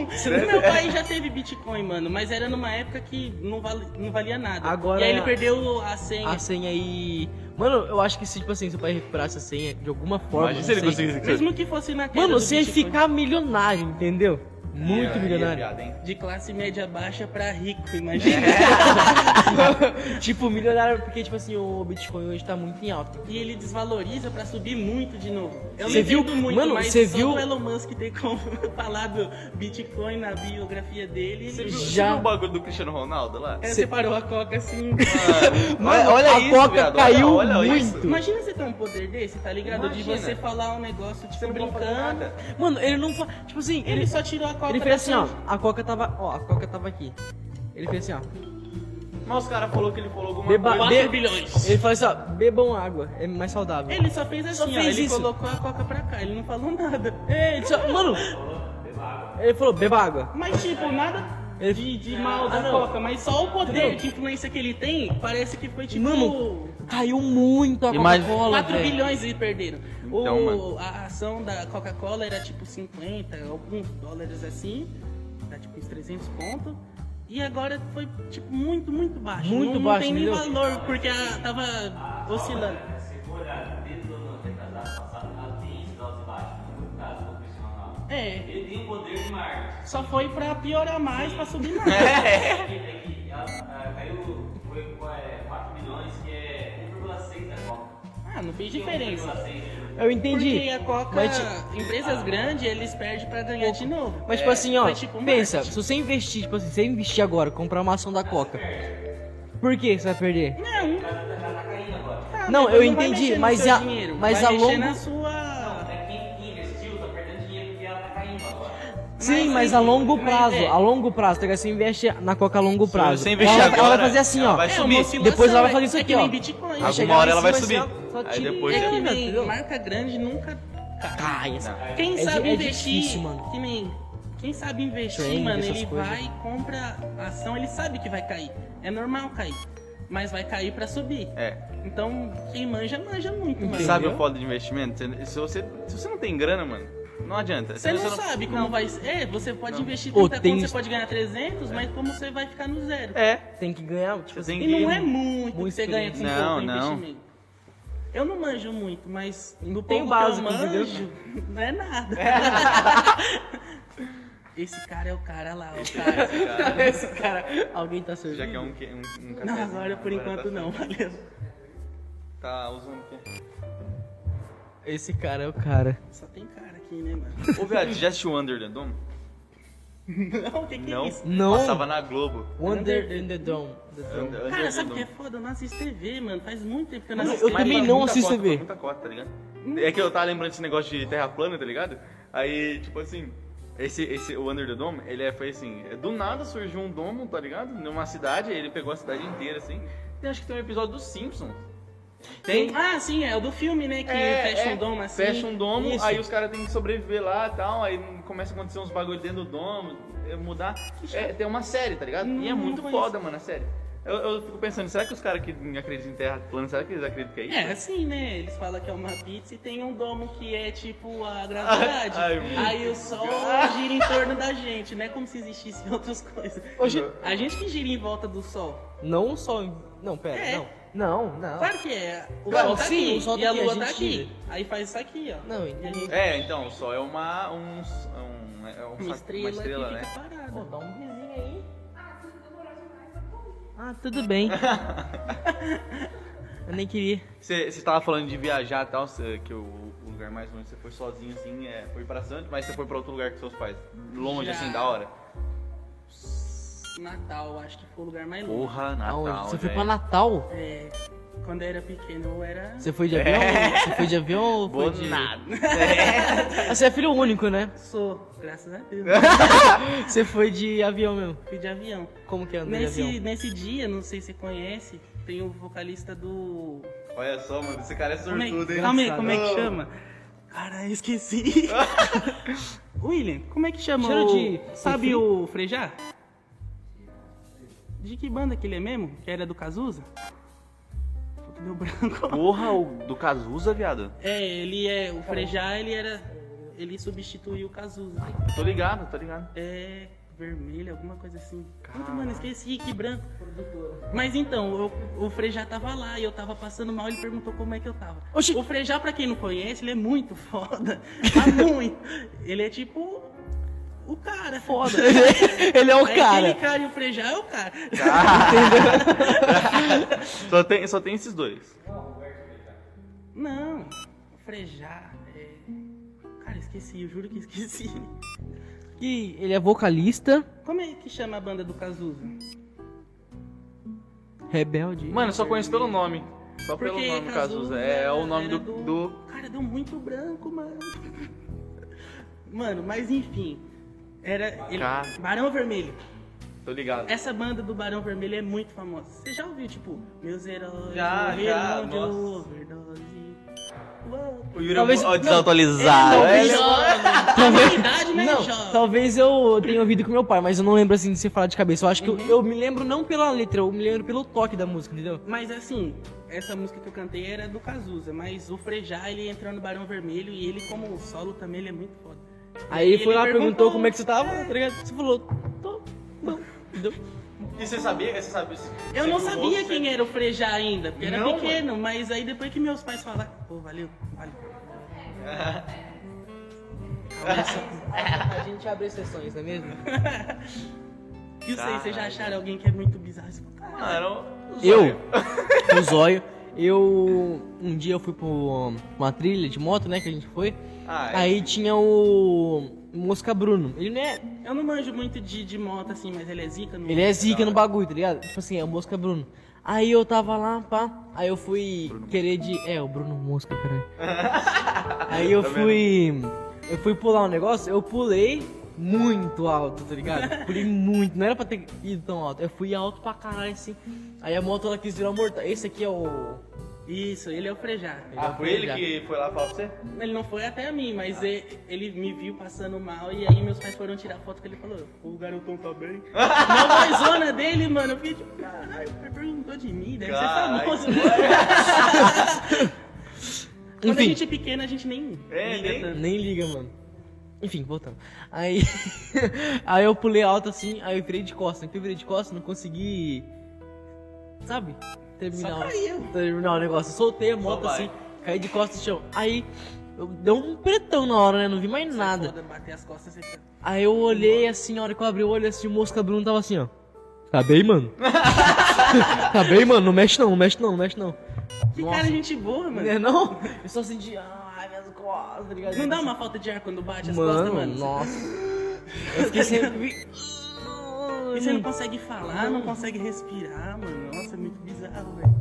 Speaker 5: Meu pai já teve Bitcoin, mano, mas era numa época que não, vali- não valia nada.
Speaker 2: Agora- é
Speaker 5: E aí ele perdeu a senha.
Speaker 2: A senha aí. Mano, eu acho que se, tipo assim, seu pai recuperasse a senha de alguma forma.
Speaker 1: Imagina
Speaker 2: não
Speaker 1: se ele
Speaker 2: sei.
Speaker 1: conseguisse...
Speaker 5: Mesmo que fosse na queda
Speaker 2: Mano,
Speaker 5: do
Speaker 2: você ia
Speaker 5: Bitcoin.
Speaker 2: ficar milionário, entendeu?
Speaker 1: é
Speaker 2: Muito milionário.
Speaker 5: De classe média baixa pra rico, imagina.
Speaker 2: <laughs> É. tipo, milionário porque, tipo assim, o Bitcoin hoje tá muito em alta.
Speaker 5: E ele desvaloriza pra subir muito de novo. Eu
Speaker 2: Cê
Speaker 5: não
Speaker 2: viu?
Speaker 5: entendo muito,
Speaker 2: Mano,
Speaker 5: mas
Speaker 2: cê
Speaker 5: só
Speaker 2: viu?
Speaker 5: o Elon Musk ter como <laughs> falado Bitcoin na biografia dele.
Speaker 1: Você viu,
Speaker 2: Já.
Speaker 1: você viu o bagulho do Cristiano Ronaldo
Speaker 5: <laughs>
Speaker 1: lá?
Speaker 5: É, separou a coca assim.
Speaker 2: Mano, a Coca caiu
Speaker 1: olha, olha isso.
Speaker 2: muito.
Speaker 5: Imagina você ter um poder desse, tá ligado?
Speaker 1: Imagina.
Speaker 5: De você falar um negócio, tipo,
Speaker 1: não pode fazer
Speaker 5: brincando.
Speaker 1: nada.
Speaker 2: Mano, ele não. fa- Tipo assim,
Speaker 5: Ele só tirou a coca
Speaker 2: Ele
Speaker 5: da
Speaker 2: fez assim, ó.
Speaker 5: frente.
Speaker 2: A Coca tava. Ó, a Coca tava aqui. Ele fez assim, ó.
Speaker 1: Mas os caras falaram que ele falou alguma
Speaker 2: Beba-
Speaker 5: <laughs>
Speaker 1: coisa.
Speaker 2: be-
Speaker 5: 4 bilhões.
Speaker 2: Ele falou assim, ó, bebam água, é mais saudável.
Speaker 5: Ele só fez assim,
Speaker 2: Só
Speaker 5: ó,
Speaker 2: fez
Speaker 5: ele
Speaker 2: isso.
Speaker 5: colocou a coca pra cá, ele não falou nada.
Speaker 2: É, ele só- mano! Ele falou, beba água.
Speaker 5: Mas tipo, nada
Speaker 2: Ele-
Speaker 5: de, de mal da
Speaker 2: Ah, não.
Speaker 5: coca, mas só o poder
Speaker 2: Não.
Speaker 5: de influência que ele tem, parece que foi tipo...
Speaker 2: Mano, Caiu muito a Coca-Cola,
Speaker 5: 4
Speaker 2: velho.
Speaker 5: bilhões e perderam.
Speaker 1: Então,
Speaker 5: o,
Speaker 1: mano.
Speaker 5: A ação da Coca-Cola era tipo 50, alguns dólares assim, dá tipo uns 300 pontos. E agora foi tipo muito, muito baixo.
Speaker 2: Muito
Speaker 5: não,
Speaker 2: baixo,
Speaker 5: Não tem nem
Speaker 2: entendeu?
Speaker 5: valor, porque a- tava oscilando.
Speaker 3: tá
Speaker 5: É,
Speaker 3: Ele tem o poder de Marte.
Speaker 5: só foi pra piorar mais, pra subir
Speaker 1: <laughs>
Speaker 5: mais.
Speaker 3: É que- é que a- a- Caiu, foi é, 4 milhões, que é 1,6 da Copa.
Speaker 5: Ah, não fez diferença.
Speaker 2: Eu entendi.
Speaker 5: Porque a Coca,
Speaker 2: Mas, ti-
Speaker 5: empresas grandes, eles perdem pra ganhar de novo.
Speaker 2: mas, tipo assim, ó,
Speaker 5: Foi tipo
Speaker 2: pensa, se
Speaker 5: marketing.
Speaker 2: você investir, tipo assim, se você investir agora, comprar uma ação da Coca, por que você vai perder?
Speaker 5: Não, É, Ah,
Speaker 2: Não,
Speaker 5: mas
Speaker 2: eu
Speaker 5: vai
Speaker 2: entendi,
Speaker 5: mexer no
Speaker 2: mas
Speaker 5: seu
Speaker 2: a-
Speaker 5: dinheiro,
Speaker 2: mas
Speaker 5: vai
Speaker 2: a
Speaker 5: mexer
Speaker 2: longo-
Speaker 5: na sua.
Speaker 3: É quem que investiu, tá perdendo dinheiro porque ela tá caindo agora.
Speaker 2: Sim, mas
Speaker 5: mas
Speaker 2: a longo
Speaker 5: mas
Speaker 2: prazo,
Speaker 5: é.
Speaker 2: a longo prazo, tá ligado? Você investe na Coca a longo prazo.
Speaker 1: você investir
Speaker 2: ela, ela
Speaker 1: agora,
Speaker 2: vai fazer assim,
Speaker 1: ela
Speaker 2: ó.
Speaker 1: vai
Speaker 5: É,
Speaker 1: subir.
Speaker 5: uma oscilação,
Speaker 2: Depois ela vai fazer
Speaker 5: é-
Speaker 2: isso
Speaker 5: é
Speaker 2: aqui,
Speaker 5: que
Speaker 2: ó.
Speaker 5: nem Bitcoin.
Speaker 1: Alguma
Speaker 5: chegar lá
Speaker 1: hora
Speaker 5: em
Speaker 1: ela
Speaker 5: cima,
Speaker 1: vai
Speaker 2: Mas
Speaker 1: subir.
Speaker 2: ela assim, só
Speaker 1: Aí
Speaker 2: tira-
Speaker 1: depois
Speaker 5: É
Speaker 1: você-
Speaker 5: que
Speaker 2: Entendeu?
Speaker 5: nem marca grande nunca cai.
Speaker 2: Ai, essa-
Speaker 5: Quem
Speaker 2: É
Speaker 5: sabe
Speaker 2: di- é
Speaker 5: investir,
Speaker 2: difícil, mano.
Speaker 5: que nem quem sabe investir,
Speaker 2: Trend,
Speaker 5: mano,
Speaker 2: essas
Speaker 5: ele
Speaker 2: coisas.
Speaker 5: vai compra ação, ele sabe que vai cair. É normal cair, mas vai cair pra subir.
Speaker 1: É.
Speaker 5: Então quem manja manja muito, mano.
Speaker 1: Sabe o foda de investimento? Você- Se você, se você não tem grana, mano, não adianta.
Speaker 5: Você não,
Speaker 1: você
Speaker 5: sabe como vai ser. É, você pode investir
Speaker 2: Ô,
Speaker 5: 30
Speaker 2: tem
Speaker 5: conto, você
Speaker 2: isso-
Speaker 5: pode ganhar 300, mas como você vai ficar no zero?
Speaker 1: É.
Speaker 2: Tem que ganhar, tipo
Speaker 1: Você tem
Speaker 5: E
Speaker 1: que...
Speaker 5: não é
Speaker 2: Muito
Speaker 5: muito, que você ganha com
Speaker 1: experiente. Não,
Speaker 5: pouco
Speaker 1: não.
Speaker 5: investimento. Eu não manjo muito, mas no
Speaker 2: Tem
Speaker 5: pouco
Speaker 2: básico,
Speaker 5: que eu
Speaker 2: entendeu?
Speaker 5: manjo, não é nada. <laughs> Esse cara é o cara lá, o
Speaker 2: <laughs>
Speaker 5: cara.
Speaker 2: Esse cara, alguém tá servindo.
Speaker 1: Já que é um, que- um, um
Speaker 5: Não,
Speaker 1: cafezinho.
Speaker 5: agora por
Speaker 1: tá-
Speaker 5: enquanto não, valeu.
Speaker 1: Tá usando o quê?
Speaker 2: Esse cara é o cara.
Speaker 5: Só tem cara aqui, né,
Speaker 1: <laughs>
Speaker 5: mano?
Speaker 1: Ô, viado, já assistiu Under the Dome?
Speaker 5: Não, o que que
Speaker 1: Não.
Speaker 5: é isso?
Speaker 2: Não.
Speaker 1: Passava na Globo.
Speaker 2: Wonder in the Dome. The Dome.
Speaker 1: Under, Under
Speaker 5: Cara,
Speaker 1: the
Speaker 5: sabe o que é
Speaker 1: Dome.
Speaker 5: foda? Eu não assisto TV, mano. Faz muito tempo que eu não
Speaker 2: Mano,
Speaker 5: assisto
Speaker 2: eu
Speaker 5: TV.
Speaker 2: também
Speaker 1: faz
Speaker 2: não
Speaker 1: muita
Speaker 2: assisto
Speaker 1: cota,
Speaker 2: TV.
Speaker 1: faz Muita cota, tá ligado?
Speaker 5: Hum.
Speaker 1: É que eu tava lembrando desse negócio de terra plana, tá ligado? Aí, tipo assim, esse, esse, o Under the Dome, ele é, foi assim, é, do nada surgiu um domo, tá ligado? Numa cidade, aí ele pegou a cidade inteira, assim. Tem, acho que tem um episódio dos Simpsons. Tem?
Speaker 5: Ah, sim, é o do filme, né? Que fecha
Speaker 2: é.
Speaker 5: um domo assim.
Speaker 1: Fecha um domo,
Speaker 5: Isso.
Speaker 1: aí os caras têm que sobreviver lá e tal, aí começa a acontecer uns bagulho dentro do domo, é, mudar. É, tem uma série, tá ligado? e é
Speaker 5: Não
Speaker 1: muito
Speaker 5: conheço.
Speaker 1: foda, mano, a série. Eu, eu fico pensando, será que os caras que acreditam em terra plana, será que eles acreditam que é isso?
Speaker 5: É, assim, né? Eles falam que é uma pizza e tem um domo que é tipo a gravidade.
Speaker 1: Ai, meu
Speaker 5: Aí o sol gira em torno da gente, não é como se existissem <laughs> outras coisas.
Speaker 2: Hoje-
Speaker 5: A gente que gira em volta do sol.
Speaker 2: Não só. em- Não, pera,
Speaker 5: É.
Speaker 2: não. Não, não.
Speaker 5: Claro que é.
Speaker 2: Ah.
Speaker 5: O
Speaker 2: Claro,
Speaker 5: sol tá
Speaker 2: sim,
Speaker 5: aqui
Speaker 2: o sol tá
Speaker 5: e a
Speaker 2: aqui, a
Speaker 5: lua tá
Speaker 2: gente
Speaker 5: aqui.
Speaker 2: gira.
Speaker 5: Aí faz isso aqui, ó.
Speaker 2: Não,
Speaker 5: e a
Speaker 2: entendi.
Speaker 5: gente...
Speaker 1: É, então, o Sol é uma. Um, um, é um-
Speaker 5: Uma estrela,
Speaker 1: uma estrela
Speaker 5: que
Speaker 1: né?
Speaker 5: fica parada.
Speaker 2: Pô, dá um vizinho aí.
Speaker 9: Ah, tudo
Speaker 2: <laughs>
Speaker 9: bem.
Speaker 2: Eu nem queria.
Speaker 1: Você você tava falando de viajar e tal, cê- que o, o lugar mais longe você foi sozinho, assim, é, foi pra Santos, mas você foi pra outro lugar com seus pais. Longe,
Speaker 5: Já.
Speaker 1: assim, da hora.
Speaker 5: Natal, acho que foi o lugar mais É longe.
Speaker 1: Porra,
Speaker 9: Aonde?
Speaker 1: Natal. né?
Speaker 9: Você foi
Speaker 2: né?
Speaker 1: velho.
Speaker 9: pra Natal?
Speaker 5: É, quando eu era pequeno, eu era.
Speaker 9: Você
Speaker 2: É.
Speaker 9: foi de avião? Você foi de avião ou foi
Speaker 1: Boa
Speaker 9: de...
Speaker 1: nada.
Speaker 9: Ah, Você é filho único, né?
Speaker 5: Sou, graças a
Speaker 2: <laughs>
Speaker 5: Deus.
Speaker 9: Você foi de avião mesmo.
Speaker 5: Fui de avião.
Speaker 9: Como que é andar de avião?
Speaker 5: Nesse, nesse dia, não sei se você conhece, tem o vocalista do.
Speaker 1: Olha só, mano, esse cara é
Speaker 5: Como é,
Speaker 1: sortudo, hein? Ah.
Speaker 5: calma aí, como é que
Speaker 1: Não.
Speaker 5: chama? Cara,
Speaker 1: <laughs>
Speaker 5: eu esqueci. William, como é que chama
Speaker 9: Cheiro
Speaker 5: o...
Speaker 9: de-
Speaker 5: Sabe
Speaker 9: de
Speaker 5: o Frejá? De que banda que ele é mesmo? Que era do Cazuza? Puta, deu <laughs> branco.
Speaker 1: Porra, o do Cazuza, viado.
Speaker 5: É, ele é... O Frejá, ele era... Ele substituiu o Cazuza.
Speaker 1: Tô ligado, tô ligado.
Speaker 5: É vermelho, alguma coisa assim. Puta, mano, esqueci que branco. Mas então, eu- o Frejá tava lá e eu tava passando mal, ele perguntou como é que eu tava.
Speaker 9: Oxi.
Speaker 5: O Frejá, pra quem não conhece, ele é muito foda. <laughs> Mas muito. Ele é tipo o cara. Foda.
Speaker 9: <laughs> Ele <laughs> é o
Speaker 5: Aquele
Speaker 9: cara.
Speaker 5: cara e o Frejá é o cara.
Speaker 1: <laughs> Só tem, só tem esses dois.
Speaker 5: Não, o Frejá é... Cara, esqueci, eu juro que esqueci.
Speaker 9: Que ele é vocalista,
Speaker 5: Como é que chama a banda do Cazuza?
Speaker 9: rebelde.
Speaker 1: Mano, eu só conheço pelo nome. Só pelo
Speaker 5: Porque
Speaker 1: nome, Cazuza. É, o nome
Speaker 5: era
Speaker 1: do, do
Speaker 5: Cara, deu muito branco, mano. Mano, mas enfim. Era. Ele...
Speaker 1: Cara.
Speaker 5: Barão Vermelho.
Speaker 1: Tô ligado.
Speaker 5: Essa banda do Barão Vermelho é muito famosa. Você já ouviu, tipo, meus heróis
Speaker 1: Já, já,
Speaker 5: morreram de
Speaker 1: nossa.
Speaker 5: overdose. Uou.
Speaker 1: O Yuri
Speaker 2: Talvez-
Speaker 1: é um-
Speaker 2: não,
Speaker 1: ó, desatualizado.
Speaker 2: ele
Speaker 1: é, <laughs>
Speaker 2: não-
Speaker 5: A minha idade, né,
Speaker 2: Não,
Speaker 5: jovem?
Speaker 2: talvez eu tenha ouvido com meu pai, mas eu não lembro assim de se falar de cabeça. Eu acho que eu, eu me lembro não pela letra, eu me lembro pelo toque da música, entendeu?
Speaker 5: Mas assim, essa música que eu cantei era do Cazuza, mas o Frejá, ele entrou no Barão Vermelho e ele, como solo também, ele é muito foda.
Speaker 2: Aí ele
Speaker 5: Ele
Speaker 2: foi lá, perguntou,
Speaker 5: perguntou
Speaker 2: como é que você tava, tá ligado? Você falou, tô bom, entendeu?
Speaker 1: E você sabia? Você sabia? Você
Speaker 5: Eu não
Speaker 1: viu o
Speaker 5: sabia
Speaker 1: rosto,
Speaker 5: quem era o Frejá ainda, porque era
Speaker 1: Não,
Speaker 5: pequeno, mas aí depois que meus pais falaram, pô, valeu, valeu.
Speaker 2: A gente abre exceções, não é mesmo?
Speaker 5: E sei, vocês já acharam alguém que é muito bizarro? Você fala, "Cara,
Speaker 1: Ah, era um-
Speaker 2: <laughs> Eu, o zóio, eu. Um dia eu fui pra uma trilha de moto, né? Que a gente foi.
Speaker 1: Ah, é.
Speaker 2: Aí tinha o. Mosca Bruno. Ele não é.
Speaker 5: Eu não manjo muito de, de moto assim, mas ele é zica, não.
Speaker 2: Ele é zica no bagulho, tá ligado? Tipo assim, é o Mosca Bruno. Aí eu tava lá, pá. Aí eu fui querer de. É, o Bruno
Speaker 1: <laughs>
Speaker 2: Mosca, caralho. aí eu
Speaker 1: Tá vendo?
Speaker 2: fui. Eu fui pular um negócio, eu pulei muito alto, tá
Speaker 1: <laughs>
Speaker 2: ligado? Pulei muito, não era pra ter ido tão alto. Eu fui alto pra caralho, assim. Aí a moto ela quis virar morta. Esse aqui é o.
Speaker 5: Isso, ele é o Frejá.
Speaker 1: Ah, foi ele Tá. que foi lá falar pra você?
Speaker 5: Ele não foi até a mim, mas e- ele, me viu passando mal e aí meus pais foram tirar foto que ele falou, o garotão tá bem.
Speaker 1: <laughs>
Speaker 5: Na zona dele, mano, eu fiquei tipo, caralho, o pai perguntou de mim, deve
Speaker 1: Caralho. <laughs>
Speaker 5: ser famoso. né?" Quando a
Speaker 2: Enfim.
Speaker 5: gente é pequeno, a gente nem
Speaker 1: É,
Speaker 5: liga
Speaker 1: nem-
Speaker 5: tanto.
Speaker 2: Nem liga, mano. Enfim, voltando. Aí. <laughs> aí eu pulei alto assim, aí eu virei de costas. Então eu virei de costas, não consegui. Sabe? Terminar,
Speaker 5: Só
Speaker 2: o,
Speaker 5: caiu.
Speaker 2: terminar o negócio. Eu soltei a moto
Speaker 1: vai.
Speaker 2: assim, caí de costas no chão. Aí. Eu deu um pretão na hora, né? Não vi mais
Speaker 5: Você é
Speaker 2: nada.
Speaker 5: foda, bater as costas, você fica-
Speaker 2: Aí eu olhei assim, a hora que eu abri o olho assim, o mosca Bruno
Speaker 5: <laughs>
Speaker 2: tava assim, ó. Tá bem, mano? tá bem, mano? Não mexe não, não mexe não, não mexe não.
Speaker 5: Que
Speaker 2: Nossa.
Speaker 5: cara de gente boa, mano.
Speaker 2: Né, não? Eu só senti, ai, minhas costas, tá ligado?
Speaker 5: é Não dá uma falta de ar quando bate as costas,
Speaker 2: Mano,
Speaker 5: mano.
Speaker 2: nossa. Eu fiquei sempre...
Speaker 5: E você não consegue falar, não consegue respirar, mano. Nossa, é muito bizarro, velho.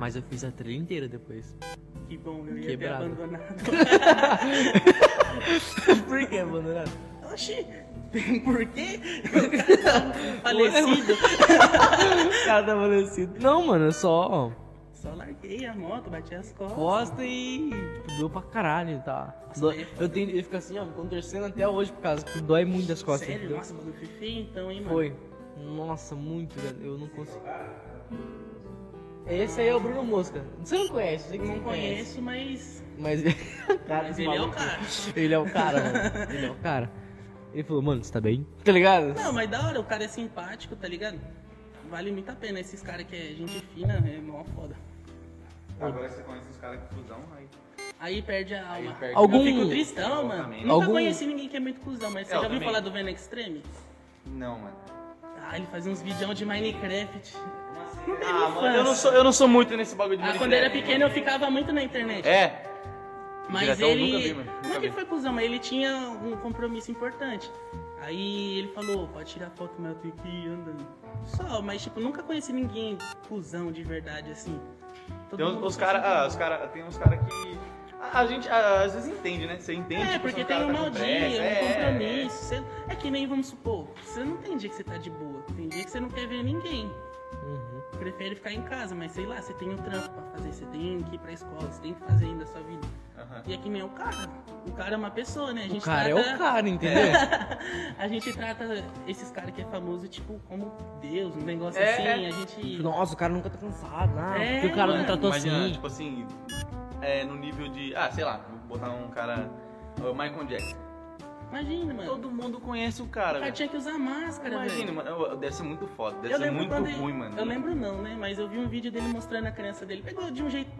Speaker 2: Mas eu fiz a trilha inteira depois.
Speaker 5: Que bom, eu ia
Speaker 2: Quebrado.
Speaker 5: ter abandonado.
Speaker 2: <laughs>
Speaker 5: <laughs>
Speaker 2: Por que, abandonado?
Speaker 5: Oxi, por quê? <laughs> O cara tá Falecido.
Speaker 2: O <laughs> cara tá falecido. Não, mano, eu só
Speaker 5: Só larguei a moto, bati as costas.
Speaker 2: posta e tipo, doeu pra caralho, tá? Dói- Eu tenho eu fico assim, ó, me contorcendo até hoje por causa que dói muito as costas.
Speaker 5: Sério?
Speaker 2: entendeu?
Speaker 5: Nossa, o bagulho foi feio então, hein, mano?
Speaker 2: Foi. Nossa, muito, velho. Eu não consigo. Esse aí é o Bruno Mosca. Você não conhece, eu sei que você
Speaker 5: Não conheço, mas.
Speaker 2: Mas, É. <laughs> cara,
Speaker 5: Mas
Speaker 2: esse
Speaker 5: ele é o
Speaker 2: maluco-
Speaker 5: cara.
Speaker 2: Ele é o cara, mano. <laughs> Ele é o cara. Ele falou, mano, você tá bem? Tá ligado?
Speaker 5: Não, mas da hora, o cara é simpático, tá ligado? Vale muito a pena. Esses caras que é gente fina, é mó foda.
Speaker 1: Agora você conhece os caras que fusão, aí.
Speaker 5: Aí perde a alma.
Speaker 1: perde.
Speaker 2: Algum-
Speaker 5: Eu fico tristão, mano.
Speaker 1: Também.
Speaker 5: Nunca
Speaker 2: Algum-
Speaker 5: conheci ninguém que é muito cuzão, mas você
Speaker 1: Eu
Speaker 5: já ouviu
Speaker 1: também.
Speaker 5: falar do Venom Extreme?
Speaker 1: Não, mano.
Speaker 5: Ah, ele faz uns vidão de Minecraft.
Speaker 1: Ah, mano, eu não sou, eu não sou muito nesse bagulho de
Speaker 5: Ah, quando eu
Speaker 1: Minecraft.
Speaker 5: era pequeno eu ficava muito na internet.
Speaker 1: né? É,
Speaker 5: Mas
Speaker 1: Diretão,
Speaker 5: ele.
Speaker 1: nunca vi, mano. Nunca
Speaker 5: não é que
Speaker 1: vi.
Speaker 5: ele foi cuzão, mas ele tinha um compromisso importante. Aí ele falou, pode tirar foto, mas eu tenho que ir andando. Só, mas tipo, nunca conheci ninguém cuzão de verdade assim. Todo
Speaker 1: Tem uns,
Speaker 5: mundo é assim,
Speaker 1: os
Speaker 5: cuzão.
Speaker 1: caras, ah, os cara, tem uns caras que a, a gente ah, às vezes entende, né? Você entende.
Speaker 5: É,
Speaker 1: tipo, se
Speaker 5: porque
Speaker 1: um
Speaker 5: tem
Speaker 1: cara
Speaker 5: um
Speaker 1: tá com
Speaker 5: mau dia,
Speaker 1: pressa,
Speaker 5: um
Speaker 1: é,
Speaker 5: compromisso. você- É que nem, vamos supor, você não tem dia que você tá de boa. Tem dia que você não quer ver ninguém.
Speaker 2: Uhum.
Speaker 5: Prefere ficar em casa, mas sei lá, você tem um trampo pra fazer, você tem que ir pra escola, você tem que fazer ainda a sua vida.
Speaker 1: é. Aham.
Speaker 5: E é que nem o cara. O cara é uma pessoa, né? A
Speaker 2: O
Speaker 5: gente É.
Speaker 2: cara é
Speaker 5: trata...
Speaker 2: o cara, entendeu?
Speaker 5: a gente trata esses caras que é famoso, tipo, como Deus, um negócio
Speaker 1: É,
Speaker 5: assim.
Speaker 1: é.
Speaker 5: A gente.
Speaker 2: Nossa, o cara nunca tá cansado, ah,
Speaker 5: É,
Speaker 2: porque o cara não
Speaker 5: mano,
Speaker 2: tratou
Speaker 1: Imagina,
Speaker 2: assim.
Speaker 1: tipo assim, é, no nível de, ah, sei lá, vou botar um cara, o Michael Jackson.
Speaker 5: Imagina, mano.
Speaker 1: Todo mundo conhece o
Speaker 5: O
Speaker 1: cara,
Speaker 5: É. Tá cara
Speaker 1: velho.
Speaker 5: tinha que usar máscara,
Speaker 1: Imagina,
Speaker 5: velho.
Speaker 1: mano, deve ser muito foda, deve
Speaker 5: Eu
Speaker 1: ser
Speaker 5: lembro
Speaker 1: muito
Speaker 5: quando ele-
Speaker 1: ruim, mano.
Speaker 5: Eu lembro não, né? Mas eu vi um vídeo dele mostrando a criança dele. Pegou de
Speaker 1: <laughs>
Speaker 5: um jeito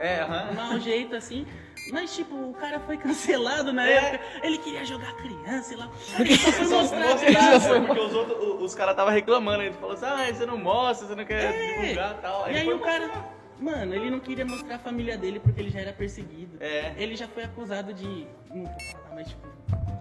Speaker 1: É, aham.
Speaker 5: mau jeito assim. Mas, tipo, o cara foi <laughs> cancelado na
Speaker 1: É.
Speaker 5: época. Ele queria jogar criança e lá.
Speaker 2: <laughs>
Speaker 5: Ele só foi mostrar a
Speaker 1: Nossa, cara,
Speaker 5: criança.
Speaker 1: foi porque os, outros- o- os caras estavam reclamando, ele falou assim, ah, você não mostra, você não quer
Speaker 5: É.
Speaker 1: divulgar e tal.
Speaker 5: E aí
Speaker 1: foi
Speaker 5: o cara. Mano, ele não queria mostrar a família dele porque ele já era perseguido.
Speaker 1: É.
Speaker 5: Ele já foi acusado de. Não vou falar, mas tipo.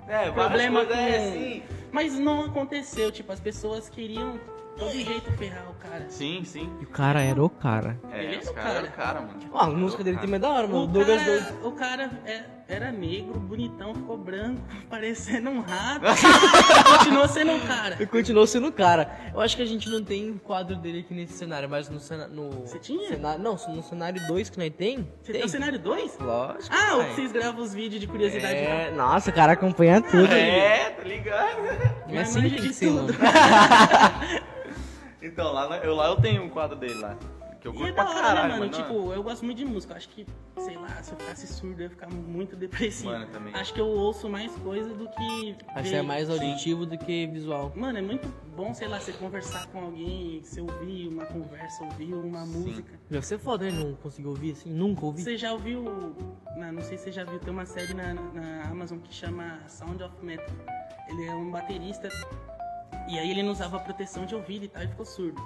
Speaker 1: É,
Speaker 5: Problema
Speaker 1: problema
Speaker 5: com...
Speaker 1: é assim.
Speaker 5: Mas não aconteceu, tipo, as pessoas queriam de todo jeito ferrar o cara.
Speaker 1: Sim, sim.
Speaker 2: E o cara era o cara.
Speaker 1: É,
Speaker 5: Beleza,
Speaker 1: os caras
Speaker 5: cara?
Speaker 1: eram o cara, mano.
Speaker 2: Ó, a música dele também é da hora, mano.
Speaker 5: O
Speaker 2: O Douglas Dois.
Speaker 5: cara, o cara é- era negro, bonitão, ficou branco, <laughs> parecendo um rato.
Speaker 2: <laughs>
Speaker 5: Continuou sendo um cara.
Speaker 2: E continuou sendo o cara. Eu acho que a gente não tem um quadro dele aqui nesse cenário, mas no cenário. No
Speaker 5: Você tinha?
Speaker 2: Cenário, não, no cenário 2 que nós tem.
Speaker 5: Você tem o cenário 2?
Speaker 2: Lógico.
Speaker 5: Ah, o
Speaker 2: cara.
Speaker 5: que vocês gravam os vídeos de curiosidade.
Speaker 2: É, nossa, o cara acompanha tudo.
Speaker 1: É, tá ligado? <laughs>
Speaker 2: É assim
Speaker 5: Mas
Speaker 2: que tem
Speaker 5: manja
Speaker 2: que
Speaker 5: de
Speaker 2: ser, mano.
Speaker 5: tudo.
Speaker 1: Então, lá, na- eu, lá eu tenho um quadro dele lá. Que eu
Speaker 5: E
Speaker 1: curto
Speaker 5: é
Speaker 1: pra
Speaker 5: da hora,
Speaker 1: caralho,
Speaker 5: né,
Speaker 1: mano.
Speaker 5: mano? Tipo, eu gosto muito de música. Acho que, sei lá, se eu ficasse surdo, eu ia ficar muito <laughs> depressivo.
Speaker 1: Mano, eu também.
Speaker 5: Acho que eu ouço mais coisa do que.
Speaker 2: Acho que
Speaker 5: ver.
Speaker 2: é mais auditivo do que visual.
Speaker 5: Mano, é muito bom, sei lá, você conversar com alguém, você ouvir uma conversa, ouvir uma música.
Speaker 2: Deve ser foda, né? Não conseguiu ouvir assim, nunca ouvi.
Speaker 5: Você já ouviu. Não, não sei se você já viu, tem uma série na, na Amazon que chama Sound of Metal. Ele é um baterista. E aí ele não usava proteção de ouvido e tal, e ficou surdo.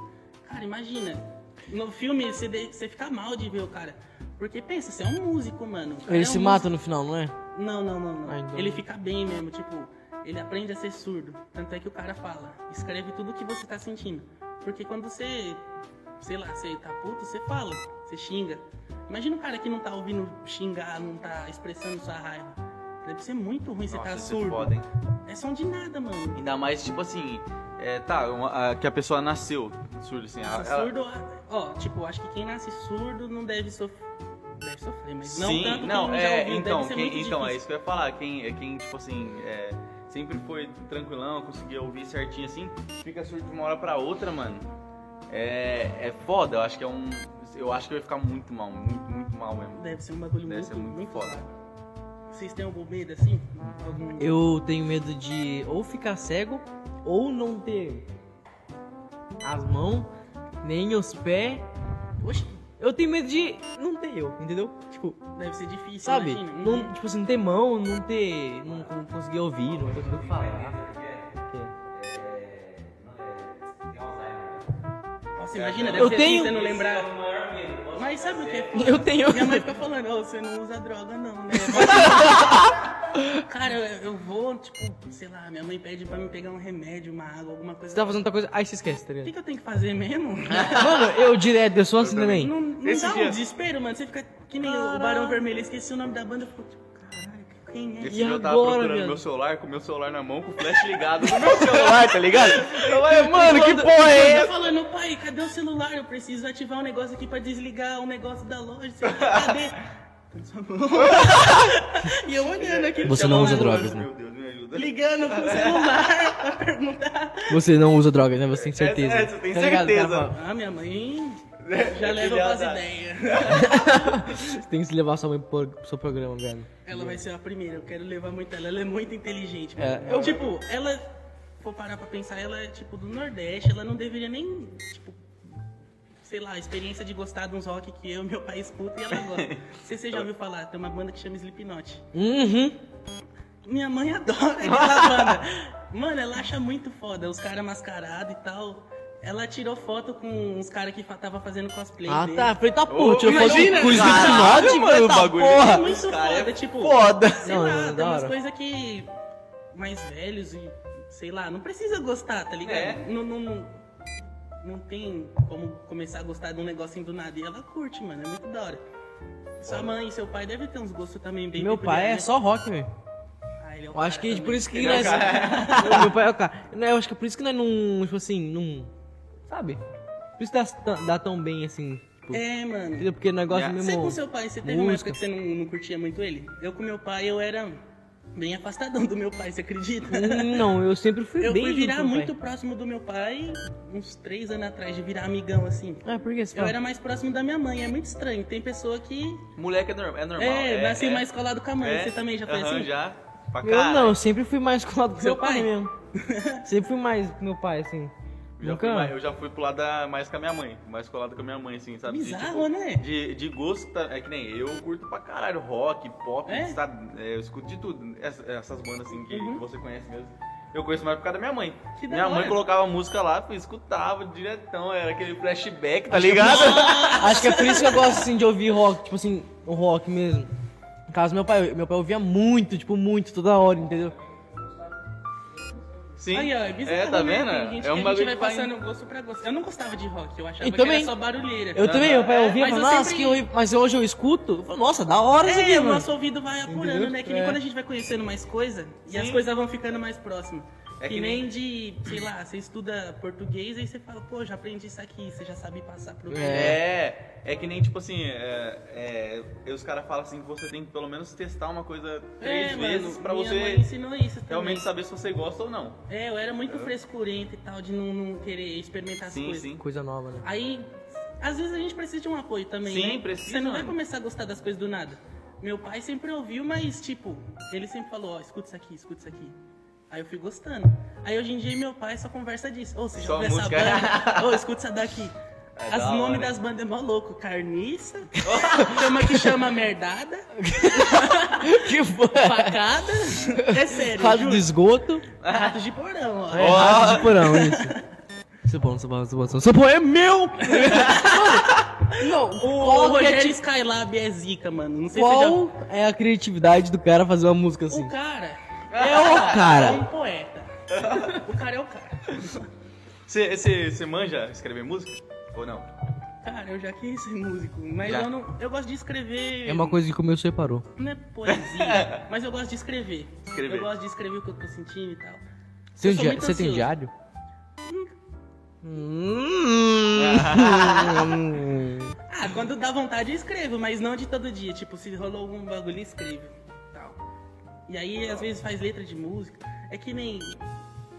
Speaker 5: Cara, imagina. No filme você, de- você fica mal de ver o cara. Porque pensa, você é um músico, mano. O cara
Speaker 2: Ele
Speaker 5: é
Speaker 2: se
Speaker 5: um
Speaker 2: mata no final, não é?
Speaker 5: não, não, não, não.
Speaker 2: Ah, então.
Speaker 5: Ele fica bem mesmo, tipo, ele aprende a ser surdo. Tanto é que o cara fala, escreve tudo o que você tá sentindo. Porque quando você, sei lá, você tá puto, você fala, você xinga. Imagina um cara que não tá ouvindo xingar, não tá expressando sua raiva. Deve ser muito ruim você
Speaker 1: Nossa,
Speaker 5: tá
Speaker 1: isso é
Speaker 5: surdo.
Speaker 1: foda, hein?
Speaker 5: É som de nada, mano.
Speaker 1: Ainda mais, tipo assim, é, tá, uma- a- que a pessoa nasceu surdo, assim. a-
Speaker 5: Nossa,
Speaker 1: ela-
Speaker 5: surdo, ó, tipo, acho que quem nasce surdo não deve sofrer. Deve sofrer, mas não
Speaker 1: Sim,
Speaker 5: tanto
Speaker 1: não,
Speaker 5: quem já
Speaker 1: é,
Speaker 5: ouviu,
Speaker 1: então,
Speaker 5: deve ser
Speaker 1: quem,
Speaker 5: muito
Speaker 1: então é
Speaker 5: difícil.
Speaker 1: isso que eu ia falar. Quem, é quem tipo assim, é, sempre foi tranquilão, conseguia ouvir certinho assim, fica surdo de uma hora pra outra, mano. É, é foda, eu acho que é um. Eu acho que eu ia ficar muito mal, muito, muito mal mesmo.
Speaker 5: Deve ser um bagulho
Speaker 1: Deve
Speaker 5: muito,
Speaker 1: ser muito foda.
Speaker 5: Vocês têm algum medo assim? Algum-
Speaker 2: Eu tenho medo de ou ficar cego, ou não ter as mãos, nem os pés.
Speaker 5: Oxe,
Speaker 2: Eu tenho medo de não ter eu, entendeu? Tipo,
Speaker 5: deve ser difícil,
Speaker 2: sabe?
Speaker 5: imagina. Um uhum.
Speaker 2: Não, tipo assim, não ter mão, não ter. Não, não conseguir ouvir, não conseguir
Speaker 5: <laughs>
Speaker 2: falar.
Speaker 5: Nossa, imagina, deve
Speaker 2: Eu
Speaker 5: ser
Speaker 2: tenho-
Speaker 5: assim, você não lembrar.
Speaker 3: O maior medo,
Speaker 5: Mas sabe o que? é foda?
Speaker 2: Eu tenho.
Speaker 5: Minha mãe fica falando, ô, você não usa droga não,
Speaker 2: <laughs>
Speaker 5: né? Cara, eu, eu vou, tipo, sei lá, minha mãe pede pra me pegar um remédio, uma água, alguma coisa.
Speaker 2: Você tá fazendo outra coisa, aí você esquece, tá
Speaker 5: O
Speaker 2: ligado?
Speaker 5: que, que eu tenho que
Speaker 2: <laughs>
Speaker 5: fazer mesmo?
Speaker 2: Mano, eu direto, eu sou assim também.
Speaker 5: Não, não
Speaker 1: Esse
Speaker 5: dá
Speaker 1: dia-
Speaker 5: um desespero, mano. Você fica que nem o Barão Vermelho. Eu Esqueci o nome da banda, eu fico tipo, caralho, quem é?
Speaker 1: Esse
Speaker 2: E
Speaker 1: dia eu tava
Speaker 2: agora,
Speaker 1: procurando
Speaker 2: viado?
Speaker 1: meu celular, com o meu celular na mão, com o flash ligado no meu celular, tá ligado? Eu falei, mano, que porra é
Speaker 5: Eu
Speaker 1: essa?
Speaker 5: tô tá falando, pai, cadê o celular? Eu preciso ativar um negócio aqui pra desligar o negócio da loja. sei lá, Cadê? Tá na sua mão. e eu olhando aqui.
Speaker 2: Você não usa
Speaker 5: mano,
Speaker 2: drogas, né?
Speaker 1: Meu Deus, me ajuda. <laughs>
Speaker 5: Ligando pro celular pra perguntar.
Speaker 2: Você não usa drogas, né? Você tem certeza. Tá
Speaker 1: É, é, você tem
Speaker 2: ligado? O cara
Speaker 1: certeza.
Speaker 2: fala,
Speaker 5: Ah, minha mãe
Speaker 1: É
Speaker 5: já leva
Speaker 1: Filha
Speaker 5: pras
Speaker 1: da-
Speaker 5: ideias.
Speaker 2: Você tem que levar sua mãe pro pro seu programa, velho.
Speaker 5: Ela vai ser a primeira, eu quero levar muito ela. Ela é muito inteligente.
Speaker 2: É,
Speaker 5: mano. eu, tipo, ela, vou parar pra pensar, ela é tipo do Nordeste, ela não deveria nem, tipo, sei lá, a experiência de gostar de uns rock que eu, meu pai escuta e ela
Speaker 2: <laughs>
Speaker 5: gosta. Você, você já
Speaker 2: Então.
Speaker 5: ouviu falar, tem uma banda que chama Slipknot.
Speaker 2: Uhum.
Speaker 5: Minha mãe <laughs> adora aquela banda. Mano, ela acha muito foda, os caras mascarados e tal. Ela tirou foto com uns caras que fa- tava fazendo cosplay.
Speaker 2: Ah,
Speaker 5: dele.
Speaker 2: tá. Falei, tá porra, tirou foto
Speaker 1: imagina,
Speaker 2: com o
Speaker 1: caralho,
Speaker 2: Slipknot,
Speaker 1: mano,
Speaker 2: velho,
Speaker 1: o
Speaker 2: tá
Speaker 1: bagulho.
Speaker 5: É
Speaker 2: porra.
Speaker 5: muito
Speaker 1: cara é
Speaker 5: foda, tipo.
Speaker 2: foda.
Speaker 5: Sei
Speaker 2: Não,
Speaker 5: lá,
Speaker 2: não,
Speaker 5: tem
Speaker 2: da
Speaker 5: umas
Speaker 2: hora.
Speaker 5: coisas que. mais velhos e. sei lá, não precisa gostar, tá ligado?
Speaker 1: É.
Speaker 5: Não, não, não, não tem como começar a gostar de um negocinho do nada. E ela curte, mano, é muito da hora. Sua mãe e seu pai devem ter uns gostos também bem
Speaker 2: Meu pai é
Speaker 5: peculiares,
Speaker 2: só rock, velho.
Speaker 5: né? Ah, ele é um
Speaker 2: Eu acho
Speaker 5: cara
Speaker 2: que tipo, por
Speaker 5: também.
Speaker 2: isso que nós. <laughs> Meu pai é o cara. Não, Eu acho que por isso que nós não. Tipo assim, não. Sabe? Por isso dá, dá tão bem assim. Tipo,
Speaker 5: É, mano.
Speaker 2: entendeu? Porque o negócio
Speaker 1: Yeah.
Speaker 5: Você
Speaker 2: mesmo.
Speaker 5: com seu pai, você teve uma
Speaker 2: música.
Speaker 5: época que você não, não curtia muito ele? Eu com meu pai, eu era bem afastadão do meu pai, você acredita?
Speaker 2: Hum, Não, eu sempre fui
Speaker 5: <laughs> Eu
Speaker 2: bem.
Speaker 5: fui
Speaker 2: junto
Speaker 5: virar
Speaker 2: com o pai.
Speaker 5: muito próximo do meu pai uns três anos atrás, de virar amigão assim.
Speaker 2: Ah, por que você
Speaker 5: Eu
Speaker 2: fala?
Speaker 5: era mais próximo da minha mãe, é muito estranho. Tem pessoa que.
Speaker 1: Moleque é, norm- é normal.
Speaker 5: é, nasci mais colado com a mãe.
Speaker 1: é.
Speaker 5: Você também já foi
Speaker 1: Aham,
Speaker 5: assim?
Speaker 1: já. Pra
Speaker 2: Eu
Speaker 1: caralho.
Speaker 2: não, eu sempre fui mais <laughs> colado com
Speaker 5: Seu
Speaker 2: meu pai
Speaker 5: pai? <laughs>
Speaker 2: mesmo. sempre fui mais com meu pai, assim.
Speaker 1: Eu já,
Speaker 2: Nunca.
Speaker 1: fui, mais- eu já fui pro lado da- mais com a minha mãe. Mais colado com a minha mãe, assim, sabe? De,
Speaker 5: Bizarro,
Speaker 1: tipo,
Speaker 5: né?
Speaker 1: De, de gosto, tá- é que nem eu curto pra caralho rock, pop,
Speaker 5: É? Uhum.
Speaker 1: sabe? É, eu escuto de tudo. Essas, essas bandas, assim, que você conhece mesmo. Eu conheço mais por causa da minha mãe.
Speaker 5: Que da
Speaker 1: minha mãe
Speaker 5: hora.
Speaker 1: colocava música lá, eu escutava diretão, era aquele flashback, tá ligado?
Speaker 2: Acho que é por isso que eu gosto assim de ouvir rock, tipo assim, o rock mesmo. No caso, meu pai, meu pai ouvia muito, tipo, muito, toda hora, entendeu?
Speaker 1: Sim.
Speaker 5: Aí, ó, é bizarro.
Speaker 1: é, tá
Speaker 5: né?
Speaker 1: vendo?
Speaker 5: Tem gente
Speaker 1: é
Speaker 5: que
Speaker 1: um
Speaker 5: a gente
Speaker 1: bagulho
Speaker 5: vai
Speaker 1: que vai-
Speaker 5: passando gosto pra gosto. Eu não gostava de rock, eu achava
Speaker 2: Eu
Speaker 5: que
Speaker 2: também.
Speaker 5: era só barulheira.
Speaker 2: Eu também, meu pai ouvia,
Speaker 5: É, Mas
Speaker 2: mas,
Speaker 5: eu
Speaker 2: nossa,
Speaker 5: sempre-
Speaker 2: que horrível. Mas hoje eu escuto, eu falo, nossa, da hora isso aqui,
Speaker 5: É, o
Speaker 2: mano.
Speaker 5: nosso ouvido vai apurando,
Speaker 2: Entendeu?
Speaker 5: né? Que nem
Speaker 2: É.
Speaker 5: quando a gente vai conhecendo mais coisa e as
Speaker 1: Sim.
Speaker 5: coisas vão ficando mais próximas.
Speaker 1: É
Speaker 5: que,
Speaker 1: que nem-
Speaker 5: nem de, sei lá, você estuda português e você fala, pô, já aprendi isso aqui, você já sabe passar pro outro.
Speaker 1: É, é que nem tipo assim, é, é, os caras falam assim que você tem que pelo menos testar uma coisa três
Speaker 5: É,
Speaker 1: vezes
Speaker 5: mano,
Speaker 1: pra
Speaker 5: minha
Speaker 1: você
Speaker 5: mãe ensinou isso também.
Speaker 1: realmente saber se você gosta ou não.
Speaker 5: É, eu era muito frescurenta e tal, de não, não querer experimentar as
Speaker 1: Sim,
Speaker 5: coisas.
Speaker 1: sim.
Speaker 2: Coisa nova, <laughs> né?
Speaker 5: Aí, às vezes a gente precisa de um apoio também,
Speaker 1: Sim,
Speaker 5: né?
Speaker 1: precisa,
Speaker 5: Você não vai
Speaker 1: mano.
Speaker 5: começar a gostar das coisas do nada. Meu pai sempre ouviu, mas tipo, ele sempre falou, ó, escuta isso aqui, escuta isso aqui. Aí eu fui gostando. Aí hoje em dia meu pai só conversa disso. Ô, você já
Speaker 1: Só
Speaker 5: ouviu essa
Speaker 1: música. <laughs>
Speaker 5: banda? Ô, escuta essa daqui.
Speaker 1: É
Speaker 5: As
Speaker 1: da
Speaker 5: nomes
Speaker 1: hora.
Speaker 5: das bandas é mó louco. Carniça,
Speaker 1: <laughs>
Speaker 5: tem uma que chama Merdada,
Speaker 2: que foi?
Speaker 5: Facada. É sério,
Speaker 2: Rato do
Speaker 5: juro.
Speaker 2: esgoto.
Speaker 5: Rato de porão, ó.
Speaker 2: É, rato de porão, isso. é Supão, supão, supão, supão. Supão é meu! <laughs> Não,
Speaker 5: O
Speaker 2: qual, que é,
Speaker 5: Rogério
Speaker 2: tipo,
Speaker 5: Skylab é zica, mano. Não sei se você
Speaker 2: qual é a criatividade do cara fazer uma música
Speaker 5: já...
Speaker 2: assim?
Speaker 5: O cara
Speaker 2: É o
Speaker 5: é um
Speaker 2: cara.
Speaker 5: poeta. O cara é o cara.
Speaker 1: Você manja escrever música? Ou não?
Speaker 5: Cara, eu já quis ser músico, mas
Speaker 1: Já.
Speaker 5: eu não. Eu gosto de escrever.
Speaker 2: É uma coisa que começou e parou.
Speaker 5: Não é poesia, mas eu gosto de escrever.
Speaker 1: Escrever.
Speaker 5: Eu gosto de escrever o que eu tô sentindo e tal.
Speaker 2: Você,
Speaker 5: Eu
Speaker 2: tem
Speaker 5: sou
Speaker 2: dia-
Speaker 5: muito
Speaker 2: você tem
Speaker 5: ansioso.
Speaker 2: diário? Hum.
Speaker 5: Ah, quando dá vontade eu escrevo, mas não de todo dia. Tipo, se rolou algum bagulho, eu escrevo. Tal. E aí, às vezes, faz letra de música. É que nem.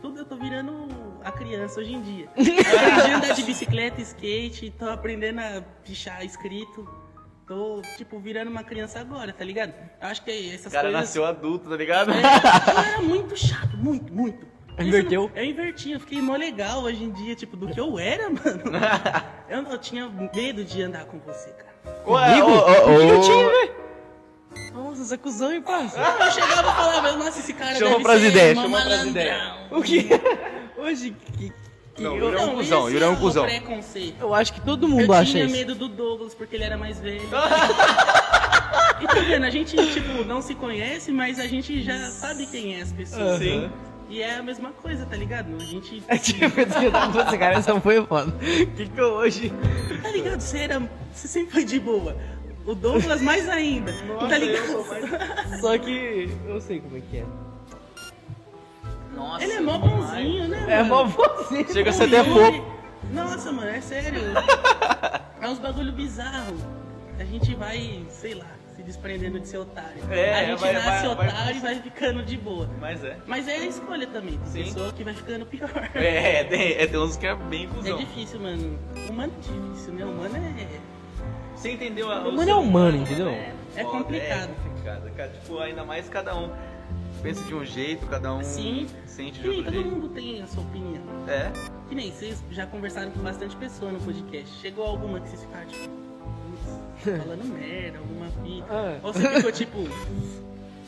Speaker 5: Tudo eu tô virando a criança hoje em dia. Eu aprendi a andar de bicicleta, skate, tô aprendendo a pichar escrito. Tô, tipo, virando uma criança agora, tá ligado? Eu acho que essas
Speaker 1: O cara
Speaker 5: coisas.
Speaker 1: nasceu adulto, tá ligado?
Speaker 5: É, eu era muito chato, muito, muito. Isso
Speaker 2: Inverteu?
Speaker 5: não- Eu inverti, eu fiquei mó legal hoje em dia, tipo, do que eu era, <laughs> mano. Eu, eu tinha medo de andar com você, cara.
Speaker 1: Comigo? eu tinha, velho?
Speaker 2: Nossa, você é cuzão, hein, parça?
Speaker 5: Eu chegava e falava, nossa, esse cara
Speaker 1: Chama
Speaker 5: deve
Speaker 1: pras
Speaker 5: ser
Speaker 1: ideias,
Speaker 5: mó
Speaker 1: chama pras
Speaker 5: malandrão.
Speaker 1: ideias.
Speaker 2: O que? Hoje, que,
Speaker 1: Não,
Speaker 5: Eu-
Speaker 1: Yuri é um
Speaker 5: não,
Speaker 1: cuzão,
Speaker 5: esse
Speaker 1: Yuri é um
Speaker 5: o
Speaker 1: cuzão.
Speaker 5: preconceito.
Speaker 2: Eu acho que todo
Speaker 5: Eu
Speaker 2: mundo
Speaker 5: tinha
Speaker 2: acha <laughs> isso.
Speaker 5: medo do Douglas porque ele era
Speaker 1: <laughs>
Speaker 5: mais velho. e tá vendo, a gente, tipo, não se conhece, mas a gente já sabe quem é as pessoas.
Speaker 1: Sim.
Speaker 5: E é a mesma coisa, tá ligado? A gente.
Speaker 2: É tipo, esse cara essa foi foda. Que que eu hoje.
Speaker 5: Tá ligado? Você era. Você sempre foi de boa. O Douglas mais ainda. tá ligado?
Speaker 2: Só que eu sei como é que é.
Speaker 5: Ele é mó bonzinho, né?
Speaker 2: É mó
Speaker 5: mano?
Speaker 2: você.
Speaker 1: Chega a
Speaker 5: O
Speaker 1: ser até
Speaker 5: Yuri-
Speaker 1: fofo.
Speaker 5: Nossa, mano,
Speaker 1: <laughs>
Speaker 5: é sério. é uns bagulho bizarro. A gente vai, sei lá, se desprendendo de ser otário.
Speaker 1: É,
Speaker 5: a gente
Speaker 1: vai-
Speaker 5: nasce
Speaker 1: vai- vai-
Speaker 5: otário e vai ficando de boa.
Speaker 1: Mas é.
Speaker 5: Mas é a escolha também, tem
Speaker 1: Sim.
Speaker 5: pessoa que vai ficando pior.
Speaker 1: <laughs> É, tem, é, tem uns que é bem
Speaker 5: É
Speaker 1: cuzão.
Speaker 5: difícil, mano. Humano é difícil, né? Humano é,
Speaker 1: Você entendeu a.
Speaker 2: Humano é humano, entendeu?
Speaker 5: é complicado.
Speaker 1: É complicado, cara. Tipo, ainda mais cada um pensa de um jeito, cada um
Speaker 5: Sim.
Speaker 1: sente
Speaker 5: Que
Speaker 1: de
Speaker 5: nem
Speaker 1: outro
Speaker 5: todo
Speaker 1: jeito.
Speaker 5: mundo tem a sua opinião.
Speaker 1: É.
Speaker 5: Que nem vocês já conversaram com bastante pessoa no podcast. Chegou alguma que vocês ficaram tipo, "Putz,
Speaker 1: <laughs>
Speaker 5: tá falando merda, alguma fita.
Speaker 2: Ah.
Speaker 5: Ou você ficou tipo,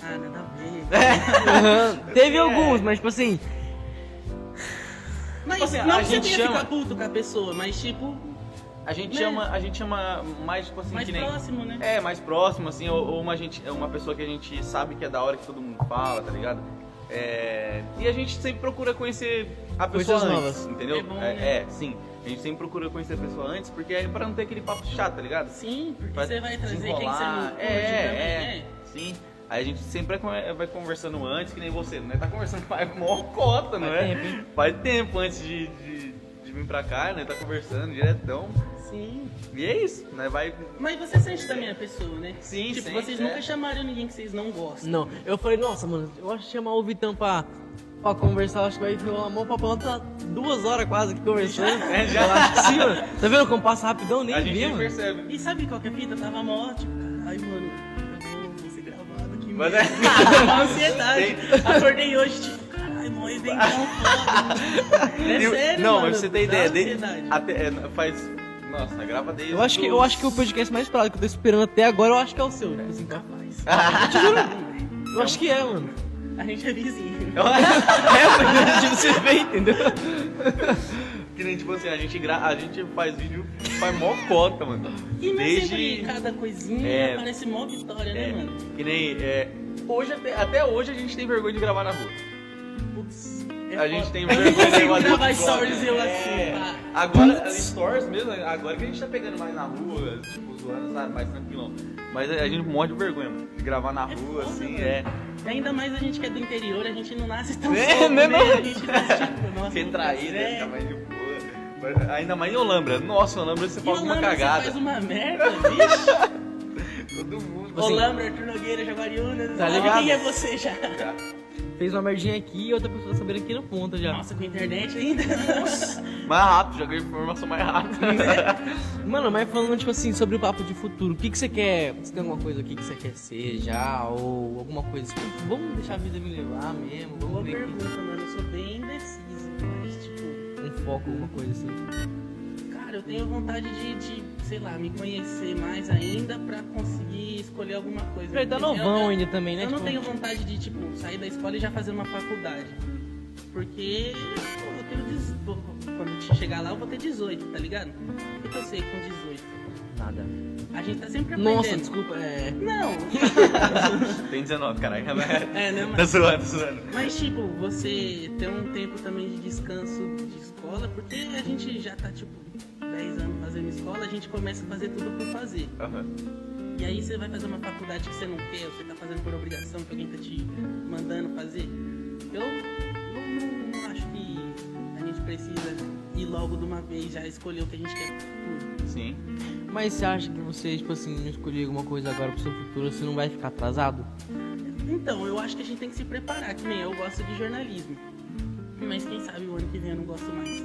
Speaker 5: ah, nada a ver.
Speaker 1: É.
Speaker 2: Teve alguns, mas tipo assim.
Speaker 5: Mas
Speaker 1: Tipo assim,
Speaker 5: não
Speaker 1: a
Speaker 5: que você
Speaker 1: gente
Speaker 5: tenha
Speaker 1: chama-
Speaker 5: ficar puto com a pessoa, mas tipo,
Speaker 1: A gente
Speaker 5: Né?
Speaker 1: chama, a gente chama mais tipo assim
Speaker 5: mais
Speaker 1: que nem
Speaker 5: próximo, né?
Speaker 1: é mais próximo assim ou, ou uma gente, uma pessoa que a gente sabe que é da hora que todo mundo fala, tá ligado? É, e a gente sempre procura conhecer a pessoa
Speaker 2: Coisas
Speaker 1: antes,
Speaker 2: novas.
Speaker 1: entendeu?
Speaker 5: É bom,
Speaker 1: é,
Speaker 5: né?
Speaker 1: é, sim. A gente sempre procura conhecer a pessoa antes porque é para não ter aquele papo chato, tá ligado?
Speaker 5: Sim, porque
Speaker 1: Pra
Speaker 5: você vai trazer quem você não
Speaker 1: desenrolar.
Speaker 5: curte
Speaker 1: É, é,
Speaker 5: também, né?
Speaker 1: sim. Aí a gente sempre vai con- vai conversando antes, que nem você, né? Tá conversando faz <laughs> mó cota, não é? Faz tempo antes de, de, de vir pra cá, né? Tá conversando diretão.
Speaker 5: Sim.
Speaker 1: E é isso, né? Vai.
Speaker 5: Mas você sente também a pessoa, né?
Speaker 1: Sim,
Speaker 5: Tipo,
Speaker 1: sente,
Speaker 5: vocês
Speaker 1: é.
Speaker 5: nunca chamaram ninguém que vocês não gostam.
Speaker 2: Não, eu falei, nossa, mano, eu acho que chamar o Vitão pra, pra conversar, eu acho que vai rolar mó papão, tá duas horas quase aqui conversando.
Speaker 1: É, já.
Speaker 2: Eu acho que sim, mano. Tá vendo como passa rapidão? Nem né?
Speaker 1: a gente
Speaker 2: vi,
Speaker 1: nem
Speaker 2: mano.
Speaker 1: percebe.
Speaker 5: E sabe qual que é a fita? Eu tava mó, tipo, ai, mano, eu vou ser gravado aqui.
Speaker 1: Mas é.
Speaker 5: mesmo. <laughs> Mó ansiedade. Acordei hoje, tipo, caralho, mó
Speaker 1: <laughs>
Speaker 5: eventão foda. É
Speaker 1: E-
Speaker 5: sério,
Speaker 1: não,
Speaker 5: mano.
Speaker 1: mas você tem
Speaker 5: dá
Speaker 1: ideia. de-
Speaker 5: ansiedade.
Speaker 1: até- é, faz. Nossa, grava desde.
Speaker 2: Eu acho, que, eu
Speaker 1: os-
Speaker 2: acho que o podcast mais esperado que eu tô esperando até agora, eu acho que é o seu. tipo assim, cara.
Speaker 1: Ah,
Speaker 2: Eu te juro. Eu acho que é, mano.
Speaker 5: A gente é vizinho.
Speaker 2: É, mas tipo, você vê, entendeu?
Speaker 1: <laughs> Que nem tipo assim, a gente, gra... a gente faz vídeo, faz mó cota, mano.
Speaker 5: E não
Speaker 1: desde...
Speaker 5: sempre cada coisinha tá
Speaker 1: É.
Speaker 5: parece mó vitória,
Speaker 1: É,
Speaker 5: né, mano?
Speaker 1: que nem. é, hoje até, até hoje a gente tem vergonha de gravar na rua.
Speaker 5: Putz.
Speaker 1: a
Speaker 5: É
Speaker 1: gente
Speaker 5: foda.
Speaker 1: tem
Speaker 5: <laughs> Eu não
Speaker 1: vergonha de
Speaker 5: consigo
Speaker 1: gravar
Speaker 5: gravar
Speaker 1: na rua.
Speaker 5: stories eu
Speaker 1: É,
Speaker 5: assim, pá.
Speaker 1: Agora, stories mesmo, agora que a gente tá pegando mais na rua, tipo, zoando, sabe, mais tranquilão. Mas a gente morre de vergonha, mano, de gravar na
Speaker 5: É
Speaker 1: rua,
Speaker 5: foda,
Speaker 1: assim,
Speaker 5: mano.
Speaker 1: é.
Speaker 5: Ainda mais a gente que é do interior, a gente não nasce tão
Speaker 1: É,
Speaker 5: cedo,
Speaker 1: né,
Speaker 5: né?
Speaker 1: não? né?
Speaker 5: A gente
Speaker 1: <laughs>
Speaker 5: nasce tipo, nossa.
Speaker 1: Ser
Speaker 5: não
Speaker 1: traíra,
Speaker 5: faz-
Speaker 1: ficar mais de boa. Ainda mais em Olambra. Nossa, Olambra você
Speaker 5: E
Speaker 1: faz um- uma
Speaker 5: Olambra, você
Speaker 1: cagada. tipo assim,
Speaker 5: faz uma
Speaker 1: <laughs>
Speaker 5: merda, bicho.
Speaker 1: Todo mundo.
Speaker 5: Olambra, Arthur Nogueira, Jaguariúna,
Speaker 2: Tá
Speaker 5: sabe
Speaker 2: ligado?
Speaker 5: quem é você já?
Speaker 1: Tá.
Speaker 2: Fez uma merdinha aqui e outra pessoa tá sabendo aqui na ponta já.
Speaker 5: Nossa, com
Speaker 1: <laughs>
Speaker 5: internet ainda?
Speaker 1: Mais rápido, joguei informação mais <laughs> rápida.
Speaker 2: Mano, mas falando tipo assim sobre o papo de futuro, o que que você quer? Você tem alguma coisa aqui que você quer ser já ou alguma coisa? assim? Vamos deixar a vida me levar mesmo,
Speaker 5: Boa
Speaker 2: vamos ver
Speaker 5: pergunta, mano, eu sou bem indeciso, mas tipo...
Speaker 2: aqui. um foco, alguma coisa assim.
Speaker 5: Cara, eu tenho vontade de, de, sei lá, me conhecer mais ainda pra conseguir escolher alguma coisa.
Speaker 2: Ele tá
Speaker 5: Porque é eu-
Speaker 2: novão ainda também, né?
Speaker 5: Eu não
Speaker 2: Tipo,
Speaker 5: tenho vontade de, tipo, sair da escola e já fazer uma faculdade. Porque pô, eu tenho 18. Quando chegar lá, eu vou ter 18, tá ligado? O que que eu sei com 18?
Speaker 2: nada.
Speaker 5: A gente tá sempre aprendendo.
Speaker 2: Nossa, desculpa, é.
Speaker 5: Não! <laughs>
Speaker 1: Tem 19, caralho.
Speaker 5: É, né,
Speaker 1: Tá
Speaker 5: mano?
Speaker 1: zoando, tá zoando.
Speaker 5: Mas, tipo, você ter um tempo também de descanso de escola, porque a gente já tá, tipo, 10 anos fazendo escola, a gente começa a fazer tudo por fazer.
Speaker 1: Aham.
Speaker 5: E aí você vai fazer uma faculdade que você não quer, ou você tá fazendo por obrigação, que alguém tá te mandando fazer. Eu não, não- não acho que a gente precisa ir logo de uma vez já escolher o que a gente quer pro futuro.
Speaker 1: Sim.
Speaker 2: Mas você acha que você, tipo assim, não escolher alguma coisa agora pro seu futuro, você não vai ficar atrasado?
Speaker 5: Então, eu acho que a gente tem que se preparar, que nem eu gosto de jornalismo. Mas quem sabe o ano que vem eu não gosto mais.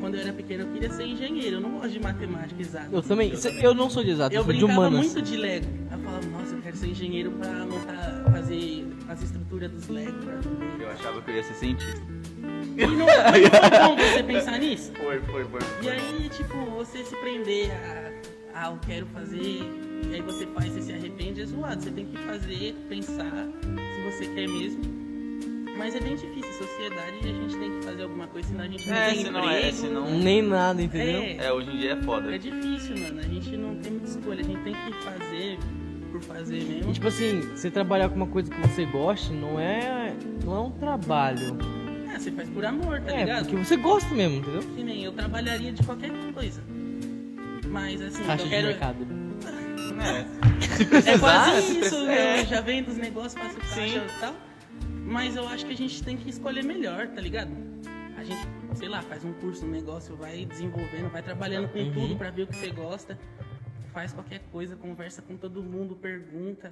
Speaker 5: Quando eu era pequeno eu queria ser engenheiro, eu não gosto de matemática exata.
Speaker 2: Eu também. cê- Eu, não sou de exato, eu,
Speaker 5: Eu
Speaker 2: sou de
Speaker 5: brincava
Speaker 2: humanas.
Speaker 5: muito de Lego. Eu falava, nossa, eu quero ser engenheiro pra montar, fazer as estruturas dos Lego pra vender.
Speaker 1: Eu achava que eu ia ser cientista.
Speaker 5: E não, mas não foi bom você pensar nisso?
Speaker 1: Foi, foi, foi.
Speaker 5: E aí, tipo, você se prender a, ah, eu quero fazer, e aí você faz, você se arrepende, é zoado. Você tem que fazer, pensar, se você quer mesmo. Mas é bem difícil, sociedade, a gente tem que fazer alguma coisa, senão a gente não
Speaker 1: É,
Speaker 5: tem
Speaker 1: se não
Speaker 5: emprego.
Speaker 1: é, se não.
Speaker 2: Nem nada, entendeu?
Speaker 5: É,
Speaker 1: É, hoje em dia é foda.
Speaker 5: é difícil, mano. A gente não tem muita escolha, a gente tem que fazer por fazer
Speaker 2: E,
Speaker 5: mesmo.
Speaker 2: tipo assim, você trabalhar com uma coisa que você goste não é, não é um trabalho.
Speaker 5: Ah, você faz por amor, tá
Speaker 2: é,
Speaker 5: ligado?
Speaker 2: porque você gosta mesmo, entendeu?
Speaker 5: Que nem eu trabalharia de qualquer coisa. Mas assim,
Speaker 2: Taxa
Speaker 5: eu
Speaker 2: de
Speaker 5: quero.
Speaker 2: mercado.
Speaker 5: É
Speaker 1: Precisar,
Speaker 5: quase
Speaker 1: se
Speaker 5: isso,
Speaker 1: precisar.
Speaker 5: né? Já vem dos negócios, faço caixa e tal. Mas eu acho que a gente tem que escolher melhor, tá ligado? A gente, sei lá, faz um curso, um negócio, vai desenvolvendo, vai trabalhando com
Speaker 1: Uhum.
Speaker 5: tudo pra ver o que você gosta. Faz qualquer coisa, conversa com todo mundo, pergunta.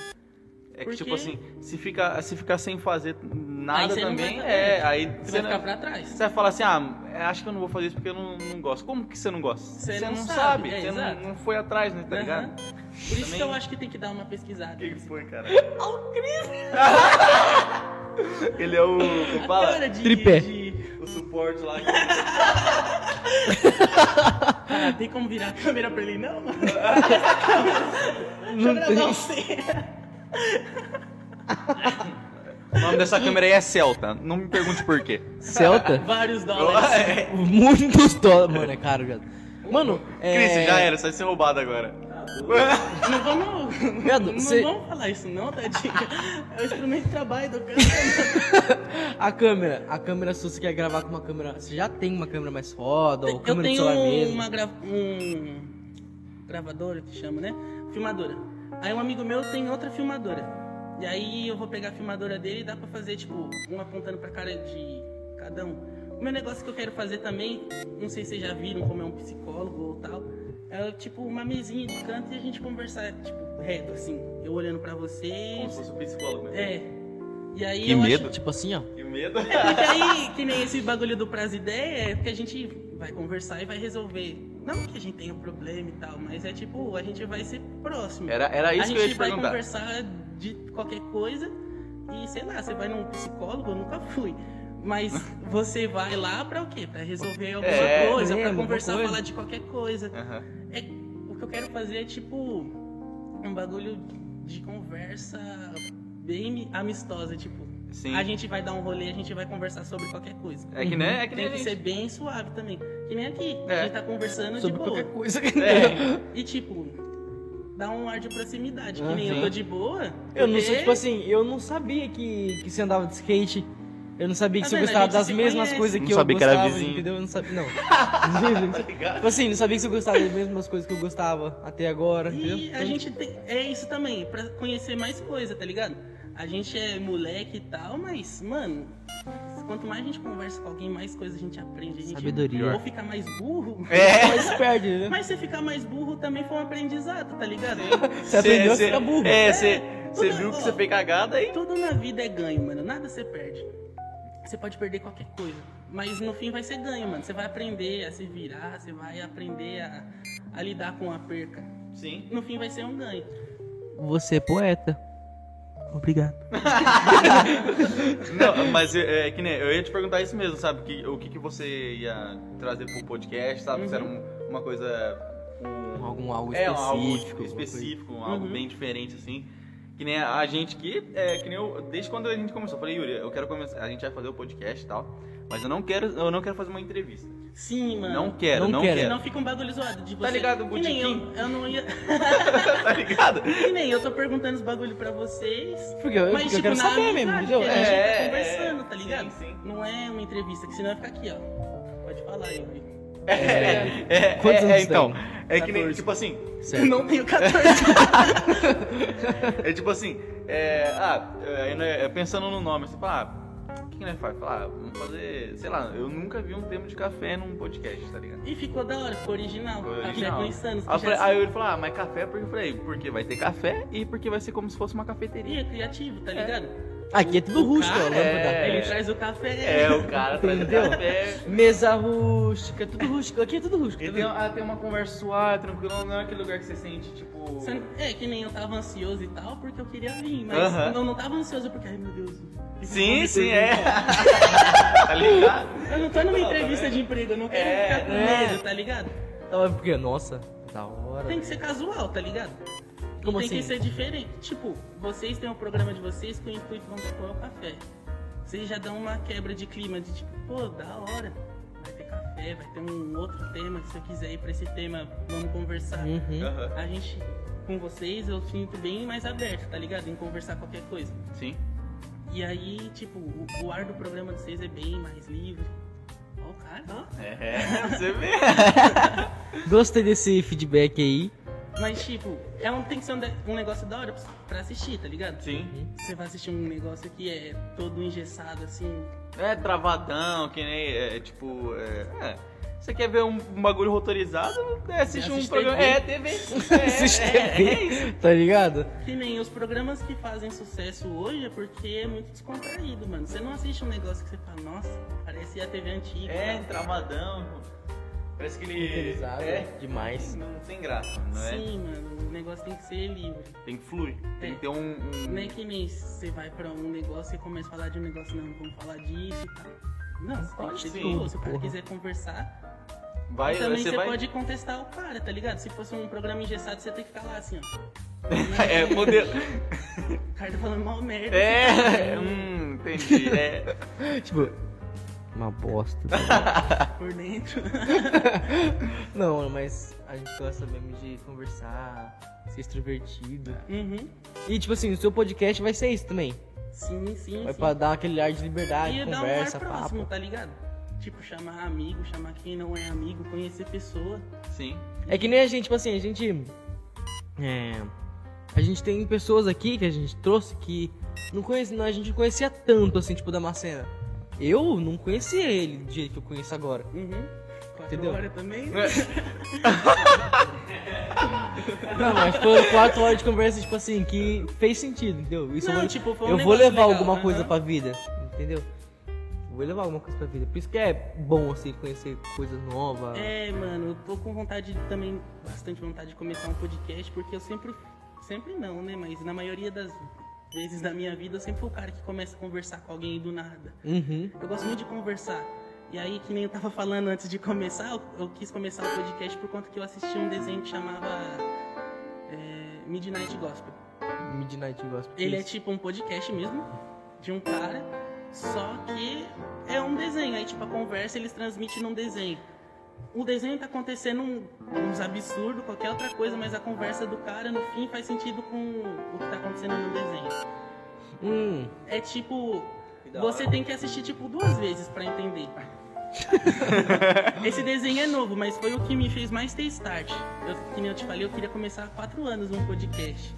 Speaker 1: É que
Speaker 5: Porque-
Speaker 1: tipo assim, se ficar se ficar sem fazer nada
Speaker 5: você não
Speaker 1: também,
Speaker 5: vai-
Speaker 1: é, aí
Speaker 5: Você
Speaker 1: você
Speaker 5: vai ficar
Speaker 1: não-
Speaker 5: pra trás.
Speaker 1: você vai falar assim, ah, acho que eu não vou fazer isso porque eu não, não gosto. Como que você não gosta?
Speaker 5: Você
Speaker 1: não,
Speaker 5: não
Speaker 1: sabe,
Speaker 5: sabe, é,
Speaker 1: você não,
Speaker 5: exato.
Speaker 1: não foi atrás, né, tá
Speaker 5: Aham.
Speaker 1: ligado?
Speaker 5: Por isso
Speaker 1: Também-
Speaker 5: que eu acho que tem que dar uma pesquisada.
Speaker 1: Quem foi,
Speaker 5: <laughs>
Speaker 1: cara?
Speaker 5: Olha o Cris!
Speaker 1: <laughs> Ele é o, como
Speaker 5: a
Speaker 1: fala?
Speaker 5: cara de-
Speaker 2: Tripé.
Speaker 5: de-
Speaker 1: O suporte lá. que-
Speaker 5: Ah, tem como virar a câmera pra ele, não, mano? Deixa eu gravar você.
Speaker 1: O nome dessa câmera aí é Celta, não me pergunte por
Speaker 5: <laughs>
Speaker 1: quê. É.
Speaker 2: Celta?
Speaker 5: Vários
Speaker 1: <laughs>
Speaker 5: dólares.
Speaker 2: Muitos dólares. Mano, é caro, viado. Mano, é.
Speaker 1: Cris, já era, você vai ser roubado agora.
Speaker 5: Não vamos.
Speaker 2: Viado,
Speaker 5: não
Speaker 2: cê-
Speaker 5: vamos falar isso, não, Tadinha. É o instrumento de trabalho do cara.
Speaker 2: A câmera. A câmera, se você quer gravar com uma câmera. Você já tem uma câmera mais foda, ou
Speaker 5: Eu
Speaker 2: câmera do
Speaker 5: tenho
Speaker 2: celular mesmo.
Speaker 5: uma gra... um gravadora que chama, né? Filmadora. Aí um amigo meu tem outra filmadora. E aí eu vou pegar a filmadora dele e dá pra fazer, tipo, um apontando pra cara de cada um. O meu negócio que eu quero fazer também, não sei se vocês já viram como é um psicólogo ou tal, é tipo uma mesinha de canto e a gente conversar, tipo, reto, assim. Eu olhando pra
Speaker 1: Como se
Speaker 5: vocês.
Speaker 1: fosse um psicólogo, né?
Speaker 5: É. E aí
Speaker 1: Que
Speaker 5: eu acho-
Speaker 1: medo.
Speaker 2: Tipo assim, ó.
Speaker 1: Que
Speaker 5: <laughs>
Speaker 1: medo.
Speaker 5: Porque aí, que nem esse bagulho do prazo ideia, é que a gente vai conversar e vai resolver. Não que a gente tenha um problema e tal, mas é tipo, a gente vai ser próximo.
Speaker 1: Era, era
Speaker 5: a
Speaker 1: É, isso
Speaker 5: gente
Speaker 1: que eu ia te
Speaker 5: vai
Speaker 1: perguntar.
Speaker 5: conversar de qualquer coisa e sei lá, você vai num psicólogo, eu nunca fui. Mas você vai lá pra o quê? Pra resolver alguma
Speaker 1: É,
Speaker 5: coisa,
Speaker 2: é,
Speaker 5: pra
Speaker 2: alguma
Speaker 5: conversar,
Speaker 2: coisa.
Speaker 5: falar de qualquer coisa.
Speaker 1: Aham.
Speaker 5: É, o que eu quero fazer é tipo um bagulho de conversa bem amistosa, tipo,
Speaker 1: Sim.
Speaker 5: a gente vai dar um rolê, a gente vai conversar sobre qualquer coisa.
Speaker 1: É que nem, é que nem
Speaker 5: Tem
Speaker 1: a
Speaker 5: que
Speaker 1: gente.
Speaker 5: ser bem suave também. Que nem aqui.
Speaker 1: É.
Speaker 5: A gente tá conversando
Speaker 2: Sobre
Speaker 5: de boa.
Speaker 2: qualquer <laughs> coisa.
Speaker 1: <laughs> É.
Speaker 5: E tipo, dá um ar de proximidade.
Speaker 2: Ah,
Speaker 5: Que nem
Speaker 1: sim.
Speaker 5: eu tô de boa. É,
Speaker 2: Eu não
Speaker 5: porque-
Speaker 2: sei, tipo assim, eu não sabia que, que você andava de skate. Eu não sabia que
Speaker 5: Tá
Speaker 2: você
Speaker 5: vendo? A
Speaker 2: gostava
Speaker 5: gente
Speaker 2: das
Speaker 5: se
Speaker 2: mesmas
Speaker 5: conhece.
Speaker 2: coisas que
Speaker 10: Não
Speaker 2: eu
Speaker 10: sabia que era
Speaker 2: gostava,
Speaker 10: vizinho.
Speaker 2: entendeu? Eu não sabia, não. <laughs>
Speaker 1: tá
Speaker 2: tipo assim, não sabia que você gostava das mesmas coisas que eu gostava até agora, entendeu? Então, tipo,
Speaker 5: E a gente tem. É isso também, pra conhecer mais coisa, tá ligado? A gente é moleque e tal, mas, mano, quanto mais a gente conversa com alguém, mais coisa a gente aprende. A gente
Speaker 2: Sabedoria.
Speaker 5: Ou fica mais burro.
Speaker 1: É.
Speaker 2: mais perde, entendeu?
Speaker 5: <laughs> Mas se ficar mais burro também foi um aprendizado, tá ligado?
Speaker 2: Você aprendeu a
Speaker 1: Cê-
Speaker 2: ficar
Speaker 1: cê-
Speaker 2: burro.
Speaker 1: É,
Speaker 5: É,
Speaker 1: você
Speaker 5: tudo
Speaker 1: viu que
Speaker 5: bom.
Speaker 1: você fez cagada e.
Speaker 5: Tudo na vida é ganho, mano. Nada você perde. Você pode perder qualquer coisa. Mas no fim vai ser ganho, mano. Você vai aprender a se virar, você vai aprender a, a lidar com a perca.
Speaker 1: Sim.
Speaker 5: No fim vai ser um ganho.
Speaker 2: Você é poeta. Obrigado.
Speaker 1: Não, mas é, é que nem. Eu ia te perguntar isso mesmo, sabe? Que, o que, que você ia trazer pro podcast, sabe? Se era um- uma coisa. Um,
Speaker 2: Algum Uhum. algo
Speaker 1: é,
Speaker 2: específico.
Speaker 1: algo
Speaker 2: alguma coisa.
Speaker 1: específico, algo
Speaker 5: Uhum.
Speaker 1: bem diferente, assim. Que nem a gente que. É, que nem eu, desde quando a gente começou, eu falei, Yuri, eu quero começar. A gente vai fazer o podcast e tal. Mas eu não quero, eu não quero fazer uma entrevista.
Speaker 5: Sim, mano.
Speaker 1: Não quero, não,
Speaker 2: Ah, Não
Speaker 1: quero. <laughs> Tá
Speaker 2: quero.
Speaker 5: Não fica um bagulho zoado de você.
Speaker 1: ligado,
Speaker 5: Que nem
Speaker 1: botiquim?
Speaker 5: eu, eu não ia. <laughs>
Speaker 1: tá ligado?
Speaker 5: que nem eu tô perguntando os bagulho pra vocês.
Speaker 2: Porque eu,
Speaker 5: Mas,
Speaker 2: porque eu
Speaker 5: tipo,
Speaker 2: quero
Speaker 5: na
Speaker 2: saber mesmo,
Speaker 5: amizade,
Speaker 2: entendeu?
Speaker 5: que
Speaker 2: É.
Speaker 5: gente tá
Speaker 1: É,
Speaker 5: conversando,
Speaker 1: é,
Speaker 5: tá ligado?
Speaker 1: sim, sim.
Speaker 5: Não é uma entrevista, que senão vai ficar aqui, ó. Pode falar, eu.
Speaker 1: É,
Speaker 2: Quantos
Speaker 1: é,
Speaker 2: anos
Speaker 1: é,
Speaker 2: tem?
Speaker 1: então. É que nem,
Speaker 5: 14.
Speaker 1: tipo assim,
Speaker 2: Certo.
Speaker 5: Não tenho 14
Speaker 1: <laughs> É tipo assim, é, ah, é, né, é, pensando no nome, você fala, ah, o que, que nós faz? Fala, ah, vamos fazer, sei lá, eu nunca vi um termo de café num podcast, tá ligado?
Speaker 5: E ficou da hora, ficou original.
Speaker 1: Foi
Speaker 5: Café
Speaker 1: original.
Speaker 5: com insanos. que
Speaker 1: Aí eu
Speaker 5: já
Speaker 1: falei- Aí ele falou, ah, mas café porque eu falei, porque vai ter café e porque vai ser como se fosse uma cafeteria.
Speaker 5: seria criativo, tá ligado?
Speaker 2: Aqui é tudo rústico,
Speaker 5: cara
Speaker 2: ó. lâmpada.
Speaker 1: é-
Speaker 5: Ele traz o café.
Speaker 1: É, o cara traz o
Speaker 2: Entendeu?
Speaker 1: café.
Speaker 2: Mesa rústica, é tudo rústico. Aqui é tudo rústico.
Speaker 1: Ele
Speaker 2: tá
Speaker 1: tem,
Speaker 2: vendo?
Speaker 1: ah, tem uma conversa suave, tranquila, não é aquele lugar que você sente, tipo.
Speaker 5: Você não- É que nem eu tava ansioso e tal, porque eu queria vir, mas
Speaker 1: Aham.
Speaker 5: eu não tava ansioso porque, ai meu Deus. eu
Speaker 1: Sim,
Speaker 5: fico
Speaker 1: sim,
Speaker 5: com
Speaker 1: é.
Speaker 5: medo.
Speaker 1: <laughs> tá ligado?
Speaker 5: Eu não tô numa entrevista de emprego, eu não quero
Speaker 1: É,
Speaker 5: ficar com
Speaker 2: é.
Speaker 5: medo, tá ligado?
Speaker 2: Tava porque, nossa, da hora.
Speaker 5: Tem que ser casual, tá ligado? E
Speaker 2: Como
Speaker 5: tem
Speaker 2: assim?
Speaker 5: que ser diferente. Tipo, vocês têm um programa de vocês com o intuito, vamos supor, é o café. Vocês já dão uma quebra de clima de tipo, pô, da hora. Vai ter café, vai ter um outro tema. Se eu quiser ir pra esse tema, vamos conversar.
Speaker 2: Uhum.
Speaker 1: Aham.
Speaker 5: A gente, com vocês, eu sinto bem mais aberto, tá ligado? Em conversar qualquer coisa.
Speaker 1: Sim.
Speaker 5: E aí, tipo, o, o ar do programa de vocês é bem mais livre. Ó, o cara.
Speaker 1: É, você vê.
Speaker 2: Gostei desse feedback aí.
Speaker 5: Mas, tipo, é um, tem que ser um, de- um negócio da hora pra, pra assistir, tá ligado?
Speaker 1: Sim.
Speaker 5: Você vai assistir um negócio que é todo engessado, assim.
Speaker 1: É travadão, que nem. É, tipo. É, é. Você quer ver um, um bagulho rotorizado? É, assiste um
Speaker 5: Assiste
Speaker 1: programa.
Speaker 5: TV.
Speaker 1: É,
Speaker 5: <laughs>
Speaker 1: TV. É, é, é, é isso.
Speaker 2: tá ligado?
Speaker 5: Que nem os programas que fazem sucesso hoje é porque é muito descontraído, mano. Você não assiste um negócio que você fala, nossa, parece a TV antiga.
Speaker 1: É, travadão. Parece que ele. É.
Speaker 2: demais.
Speaker 1: Não tem graça, não é?
Speaker 5: Sim, mano, o negócio tem que ser livre.
Speaker 1: Tem que fluir. Tem que ter um. um-
Speaker 5: Não é que nem você vai pra um negócio e começa a falar de um negócio, não, vamos falar disso e tal. Não, você tem que
Speaker 1: Pode
Speaker 5: ser
Speaker 1: sim,
Speaker 5: curioso. Se o cara
Speaker 2: porra.
Speaker 5: quiser conversar,
Speaker 1: Vai,
Speaker 5: também
Speaker 1: você
Speaker 5: você
Speaker 1: vai.
Speaker 5: pode contestar o cara, tá ligado? Se fosse um programa engessado, você tem que ficar lá assim, ó.
Speaker 1: <laughs> É,
Speaker 5: <laughs>
Speaker 1: modelo.
Speaker 5: O cara tá falando mal merda. assim, tá
Speaker 1: É, hum, entendi. É.
Speaker 2: Tipo, uma bosta.
Speaker 5: assim, Por dentro.
Speaker 2: <laughs>
Speaker 5: <laughs>
Speaker 2: Não, mas a gente gosta mesmo de conversar, ser extrovertido.
Speaker 5: uhum.
Speaker 2: E tipo assim, o seu podcast vai ser isso também.
Speaker 5: Sim, sim,
Speaker 2: Vai
Speaker 5: sim.
Speaker 2: pra dar aquele ar de liberdade,
Speaker 5: E dar um ar
Speaker 2: conversa,
Speaker 5: próximo,
Speaker 2: papo.
Speaker 5: tá ligado? Tipo, chamar amigo, chamar quem não é amigo, conhecer pessoa.
Speaker 1: Sim.
Speaker 2: É que nem a gente, tipo assim, a gente. É. A gente tem pessoas aqui que a gente trouxe que não conhece, não, a gente não conhecia tanto assim, tipo, da Macena. Eu não conhecia ele do jeito que eu conheço agora.
Speaker 5: <laughs> Uhum. Quatro
Speaker 2: Entendeu?
Speaker 5: horas também.
Speaker 2: Não, mas foram quatro horas de conversa, tipo assim, que fez sentido, entendeu? Isso
Speaker 5: Não,
Speaker 2: eu vou,
Speaker 5: tipo, foi um
Speaker 2: eu vou
Speaker 5: negócio
Speaker 2: levar
Speaker 5: legal,
Speaker 2: alguma
Speaker 5: aham.
Speaker 2: coisa pra vida, entendeu? Vou levar alguma coisa pra vida. Por isso que é bom, assim, conhecer coisa nova.
Speaker 5: É, mano, eu tô com vontade de- também, bastante vontade de começar um podcast, porque eu sempre, sempre não, né? Mas na maioria das vezes da minha vida, eu sempre fui o cara que começa a conversar com alguém do nada.
Speaker 2: Uhum.
Speaker 5: Eu gosto muito de conversar. E aí, que nem eu tava falando antes de começar, eu, eu quis começar o podcast por conta que eu assisti um desenho que chamava é, Midnight Gospel.
Speaker 2: Midnight Gospel.
Speaker 5: Ele é tipo um podcast mesmo, de um cara, só que é um desenho. Aí, tipo, a conversa eles transmitem num desenho. O desenho tá acontecendo um- uns absurdos, qualquer outra coisa, mas a conversa do cara, no fim, faz sentido com o que tá acontecendo no desenho.
Speaker 2: Hum.
Speaker 5: É tipo. Você tem que assistir, tipo, duas vezes pra entender. Esse desenho é novo, mas foi o que me fez mais ter start. Eu, que nem eu te falei, eu queria começar há quatro anos um podcast.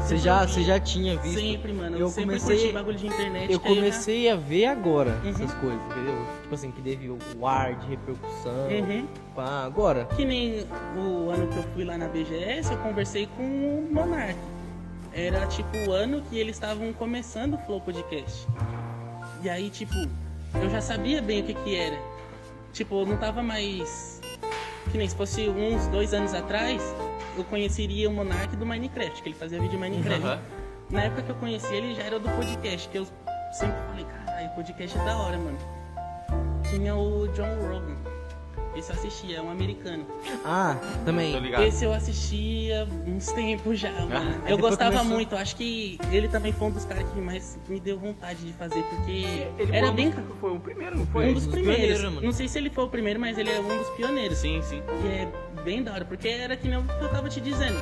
Speaker 2: Você já, você já tinha visto.
Speaker 5: Sempre, mano. Eu,
Speaker 2: Eu
Speaker 5: sempre
Speaker 2: comecei-
Speaker 5: curti bagulho de internet. tá
Speaker 2: Eu
Speaker 5: que aí já-
Speaker 2: comecei a ver agora
Speaker 5: né? Uhum.
Speaker 2: essas coisas, entendeu? Tipo assim, que teve o ar de repercussão.
Speaker 5: Uhum.
Speaker 2: Pá, agora.
Speaker 5: Que nem o ano que eu fui lá na BGS, eu conversei com o Monark. Era tipo o ano que eles estavam começando o Flow Podcast. E aí, tipo, eu já sabia bem o que que era. Tipo, eu não tava mais. Que nem se fosse uns dois anos atrás, eu conheceria o Monark do Minecraft, que ele fazia vídeo de Minecraft.
Speaker 1: Aham.
Speaker 5: Na época que eu conheci ele, já era do podcast, que eu sempre falei, caralho, podcast é da hora, mano. Tinha o John Rogan. Esse eu assistia, é um americano.
Speaker 2: Ah,
Speaker 1: Tô
Speaker 2: também.
Speaker 1: ligado.
Speaker 5: Esse eu assistia uns tempos já, mano.
Speaker 2: aí
Speaker 5: eu
Speaker 2: depois
Speaker 5: gostava
Speaker 2: começou-
Speaker 5: muito, acho que ele também foi um dos caras que mais me deu vontade de fazer, porque
Speaker 1: Ele
Speaker 5: era
Speaker 1: foi um
Speaker 5: bem.
Speaker 1: dos- Foi o primeiro, não
Speaker 5: um
Speaker 1: foi?
Speaker 5: dos
Speaker 2: dos
Speaker 5: primeiros.
Speaker 1: né,
Speaker 2: pioneiros, mano.
Speaker 5: Não sei se ele foi o primeiro, mas ele é um dos pioneiros.
Speaker 1: Sim, sim.
Speaker 5: E é bem da hora, porque era que nem o que eu tava te dizendo.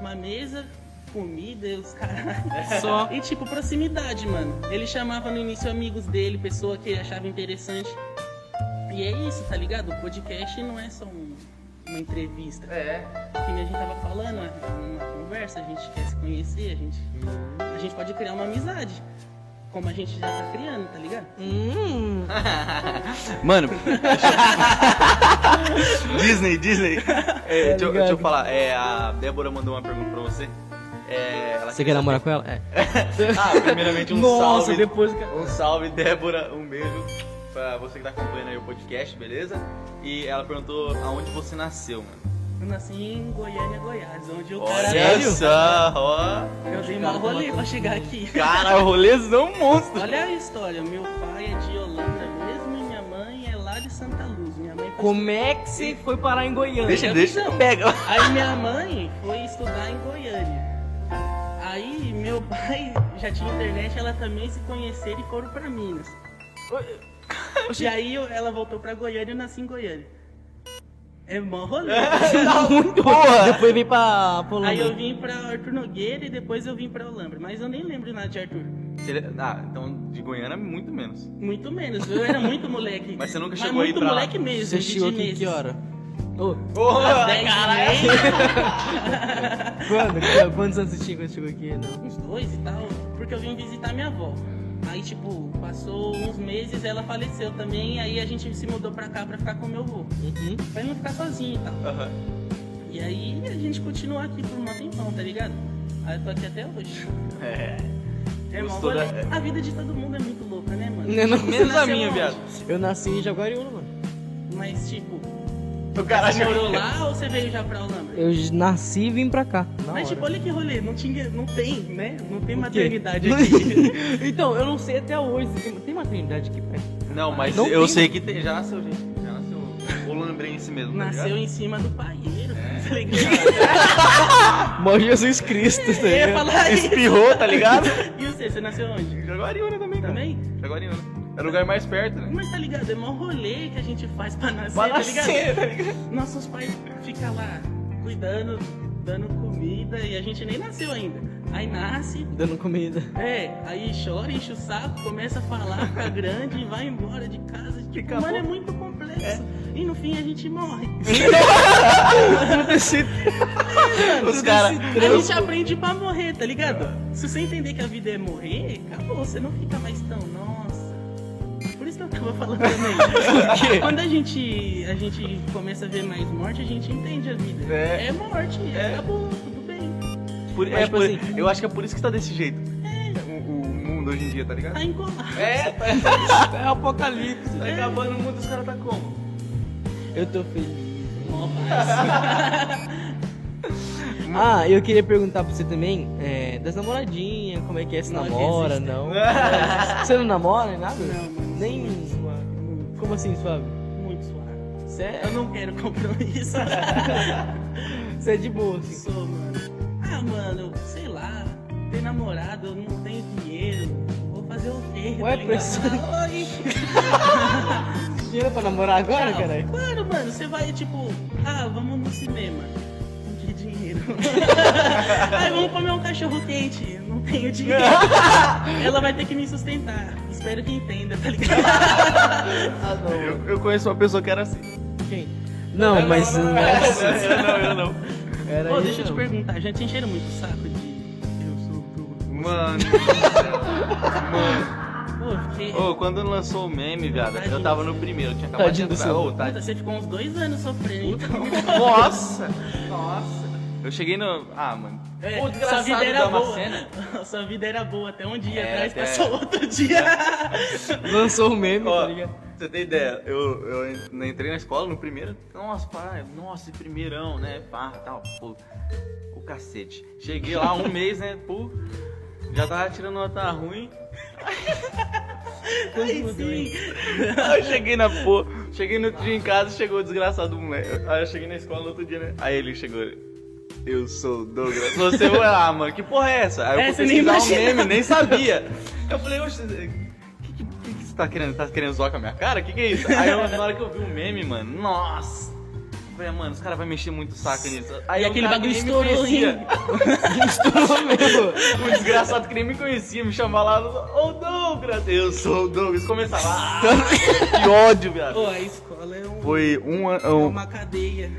Speaker 5: Uma mesa, comida, e os caras. Só. <laughs> E tipo, proximidade, mano. Ele chamava no início amigos dele, pessoa que ele achava interessante. E é isso, tá ligado? O podcast não é só um- uma entrevista.
Speaker 1: É.
Speaker 5: Que nem a gente tava falando, é uma conversa, a gente quer se conhecer, a gente. A gente pode criar uma amizade. Como a gente já tá criando, tá ligado?
Speaker 2: Hum.
Speaker 1: Mano. Disney, Disney. <laughs> É, deixa, eu-
Speaker 2: ligado.
Speaker 1: deixa eu falar. É, a Débora mandou uma pergunta pra você. É, ela
Speaker 2: Você quer namorar com ela? É.
Speaker 1: Ah, primeiramente um
Speaker 2: Nossa,
Speaker 1: salve.
Speaker 2: depois que-
Speaker 1: Um salve, Débora. Um beijo pra você que tá acompanhando aí o podcast, beleza? E ela perguntou aonde você nasceu, mano.
Speaker 5: Eu nasci em Goiânia, Goiás, onde o cara.
Speaker 1: Olha só, ó.
Speaker 5: Eu dei mal rolê pra chegar aqui.
Speaker 1: Cara, o rolezão monstro.
Speaker 5: Olha a história, meu pai é de Holanda mesmo e minha mãe é lá de Santa Luz. Minha mãe foi
Speaker 2: Como é que você foi parar <laughs> em Goiânia?
Speaker 1: Deixa, deixa.
Speaker 5: Não.
Speaker 1: Pega.
Speaker 5: Aí minha mãe foi estudar em Goiânia. Aí meu pai <laughs> já tinha internet, ela também se conheceram e foram pra Minas. E aí eu- ela voltou pra Goiânia e eu nasci em Goiânia. É
Speaker 2: <laughs>
Speaker 5: mó rolê.
Speaker 2: tá
Speaker 1: <laughs>
Speaker 2: Depois vim pra Polônia.
Speaker 5: Aí eu vim pra Arthur Nogueira e depois eu vim pra Olambra. Mas eu nem lembro nada de Arthur.
Speaker 1: Seria- Ah, então de Goiânia muito menos.
Speaker 5: Muito menos, eu era muito moleque.
Speaker 1: Mas você nunca chegou a ir
Speaker 5: muito
Speaker 1: pra lá?
Speaker 5: moleque mesmo,
Speaker 2: Você
Speaker 5: de
Speaker 2: chegou aqui em
Speaker 5: meses.
Speaker 2: que hora?
Speaker 1: Ah,
Speaker 5: Às 10 e meia,
Speaker 2: Quando? Quantos anos você tinha quando chegou aqui? Não.
Speaker 5: uns dois e tal, porque eu vim visitar minha avó. Aí, tipo, passou uns meses, ela faleceu também, aí a gente se mudou pra cá pra ficar com meu avô. Pra ele não ficar sozinho e tal. E aí a gente continua aqui por um tempão, tá ligado? Aí eu tô aqui até hoje. É. É mó
Speaker 1: Gostou da-
Speaker 5: rolê. A vida de todo mundo é muito louca, né, mano?
Speaker 2: Não, não.
Speaker 1: Menos a
Speaker 5: nasceu
Speaker 1: tá minha,
Speaker 5: aonde?
Speaker 1: viado.
Speaker 2: Eu nasci em Jaguariúna, mano.
Speaker 5: Mas, tipo,
Speaker 1: O cara
Speaker 5: você morou lá ou você veio já pra Holambra?
Speaker 2: Eu nasci e vim pra cá. na
Speaker 5: Mas tipo,
Speaker 2: hora.
Speaker 5: olha que rolê, não, tinha, não tem, né? Não tem
Speaker 2: quê? <laughs>
Speaker 5: <laughs> maternidade aqui.
Speaker 2: então, eu não sei até hoje. se Tem, tem maternidade aqui, pai?
Speaker 1: Não, mas
Speaker 2: Não
Speaker 1: eu
Speaker 2: tem.
Speaker 1: sei que tem. Já nasceu, gente. Já nasceu. O lambrense mesmo. tá
Speaker 5: Nasceu
Speaker 1: ligado? É.
Speaker 5: em cima do paieiro, tá ligado?
Speaker 2: Mó Jesus Cristo, <laughs> tá
Speaker 1: <laughs>
Speaker 5: Eu ia
Speaker 2: ligado?
Speaker 5: falar isso.
Speaker 1: Espirrou, tá ligado?
Speaker 5: E você, você nasceu onde?
Speaker 1: Em Jaguariúna né, também, cara.
Speaker 5: Também?
Speaker 1: Jaguariúna. É o lugar mais perto, né?
Speaker 5: Mas tá ligado, é mó rolê que a gente faz pra nascer,
Speaker 1: Pra
Speaker 5: tá
Speaker 1: nascer,
Speaker 5: ligado?
Speaker 1: tá ligado?
Speaker 5: Nossos pais ficam lá cuidando, dando comida e a gente nem nasceu ainda. Aí nasce,
Speaker 2: Dando comida.
Speaker 5: é, aí chora, enche o saco, começa a falar, fica <laughs> grande e vai embora de casa. Tipo,
Speaker 1: Fica
Speaker 5: mano,
Speaker 1: bom.
Speaker 5: é muito complexo. E no fim a gente morre.
Speaker 1: tá Os caras.
Speaker 5: A gente aprende pra morrer, tá ligado? Se você entender que a vida é morrer, acabou, você não fica mais tão, nossa. Por isso que eu tava falando <laughs> também. Quando a gente, a gente começa a ver mais morte, a gente entende a vida.
Speaker 1: É.
Speaker 5: É, morte,
Speaker 1: É.
Speaker 5: acabou, tudo bem.
Speaker 1: Por-
Speaker 2: Mas,
Speaker 1: é
Speaker 2: tipo
Speaker 1: por-
Speaker 2: assim-
Speaker 1: Eu acho que é por isso que tá desse jeito. O, o mundo hoje em dia, tá ligado?
Speaker 5: Tá engolado.
Speaker 1: É, tá, é o apocalipse. Tá acabando o mundo, os caras tá como?
Speaker 2: Eu tô feliz.
Speaker 5: Mó paz.
Speaker 2: Ah, eu queria perguntar pra você também, é, das namoradinhas, como é que é, se
Speaker 5: Não,
Speaker 2: namora,
Speaker 5: que
Speaker 2: não? Você não namora, nada?
Speaker 5: Não, mano.
Speaker 2: Nem... Como assim, suave?
Speaker 5: Muito suave.
Speaker 2: Você é,
Speaker 5: Eu não quero <laughs> compromisso.
Speaker 2: você é de boa, assim.
Speaker 5: Sou, mano. Ah, mano, sei lá. Tem namorado, eu não tenho dinheiro. Vou fazer o quê?
Speaker 2: Ué,
Speaker 5: tá ligado?
Speaker 2: pessoal.
Speaker 5: Ah, oi.
Speaker 2: Dinheiro pra namorar agora,
Speaker 5: Não,
Speaker 2: caralho?
Speaker 5: Claro, mano, você vai tipo, ah, vamos no cinema. Não tem dinheiro. Ai, vamos comer um cachorro quente. Não tenho dinheiro. Ela vai ter que me sustentar. Espero que entenda, tá ligado?
Speaker 1: Eu, eu conheço uma pessoa que era assim.
Speaker 2: Quem? Não, mas...
Speaker 1: não, não,
Speaker 2: Era
Speaker 1: eu
Speaker 2: <laughs>
Speaker 1: não, eu não.
Speaker 2: era
Speaker 5: Pô,
Speaker 2: isso, é
Speaker 5: deixa eu te
Speaker 2: não.
Speaker 5: perguntar, já te encheram muito o saco de eu sou burro.
Speaker 1: Mano. Mano.
Speaker 5: Pô, fiquei.
Speaker 1: Ô, quando lançou o meme, viado, eu tava no primeiro, tinha acabado de
Speaker 2: Tadinho do
Speaker 1: entrar.
Speaker 2: seu-
Speaker 1: Ô, tá-
Speaker 5: <laughs> Puta, você ficou uns dois anos sofrendo, então.
Speaker 1: Nossa! Nossa! Eu cheguei no. Ah, mano.
Speaker 5: <laughs> É,
Speaker 1: Pô,
Speaker 5: sua
Speaker 1: desgraçado
Speaker 5: vida
Speaker 1: da
Speaker 5: era boa.
Speaker 1: Macena.
Speaker 5: <laughs> Sua vida era boa até um dia
Speaker 1: Era,
Speaker 5: atrás,
Speaker 1: até-
Speaker 5: passou outro dia.
Speaker 2: Lançou o meme,
Speaker 1: Ó,
Speaker 2: tá ligado?
Speaker 1: você tem ideia, eu, eu en- né, entrei na escola no primeiro, nossa, pai, nossa, primeirão, né, pá, tal, pô, o cacete. Cheguei lá um <laughs> mês, né, pô, já tava tirando nota ruim,
Speaker 5: Aí
Speaker 2: <laughs>
Speaker 5: sim.
Speaker 1: <laughs> aí eu cheguei na, pô, cheguei no outro dia em casa, chegou o desgraçado do moleque, aí eu cheguei na escola no outro dia, né, aí ele chegou, eu sou o Douglas, você, vai lá, mano, que porra é essa? Aí eu
Speaker 5: É,
Speaker 1: fui
Speaker 5: você nem
Speaker 1: pesquisar o
Speaker 5: imaginava.
Speaker 1: meme, nem sabia. Eu falei, oxe, que, que, que, que você tá querendo? Tá querendo zoar com a minha cara? Que que é isso? Aí eu, na hora que eu vi o meme, mano, nossa! Eu falei, mano, os caras vão mexer muito o saco nisso. Aí
Speaker 5: E
Speaker 1: é um
Speaker 5: aquele
Speaker 1: cara que nem
Speaker 5: bagulho
Speaker 1: me
Speaker 5: estourou,
Speaker 1: conhecia.
Speaker 5: hein?
Speaker 2: Estourou mesmo.
Speaker 1: O desgraçado que nem me conhecia me chamava lá, ô Douglas! Eu sou o Douglas. Começava, ah, que ódio, viado.
Speaker 5: Pô, a escola é um-
Speaker 1: Foi um
Speaker 5: é
Speaker 1: ano.
Speaker 5: uma cadeia.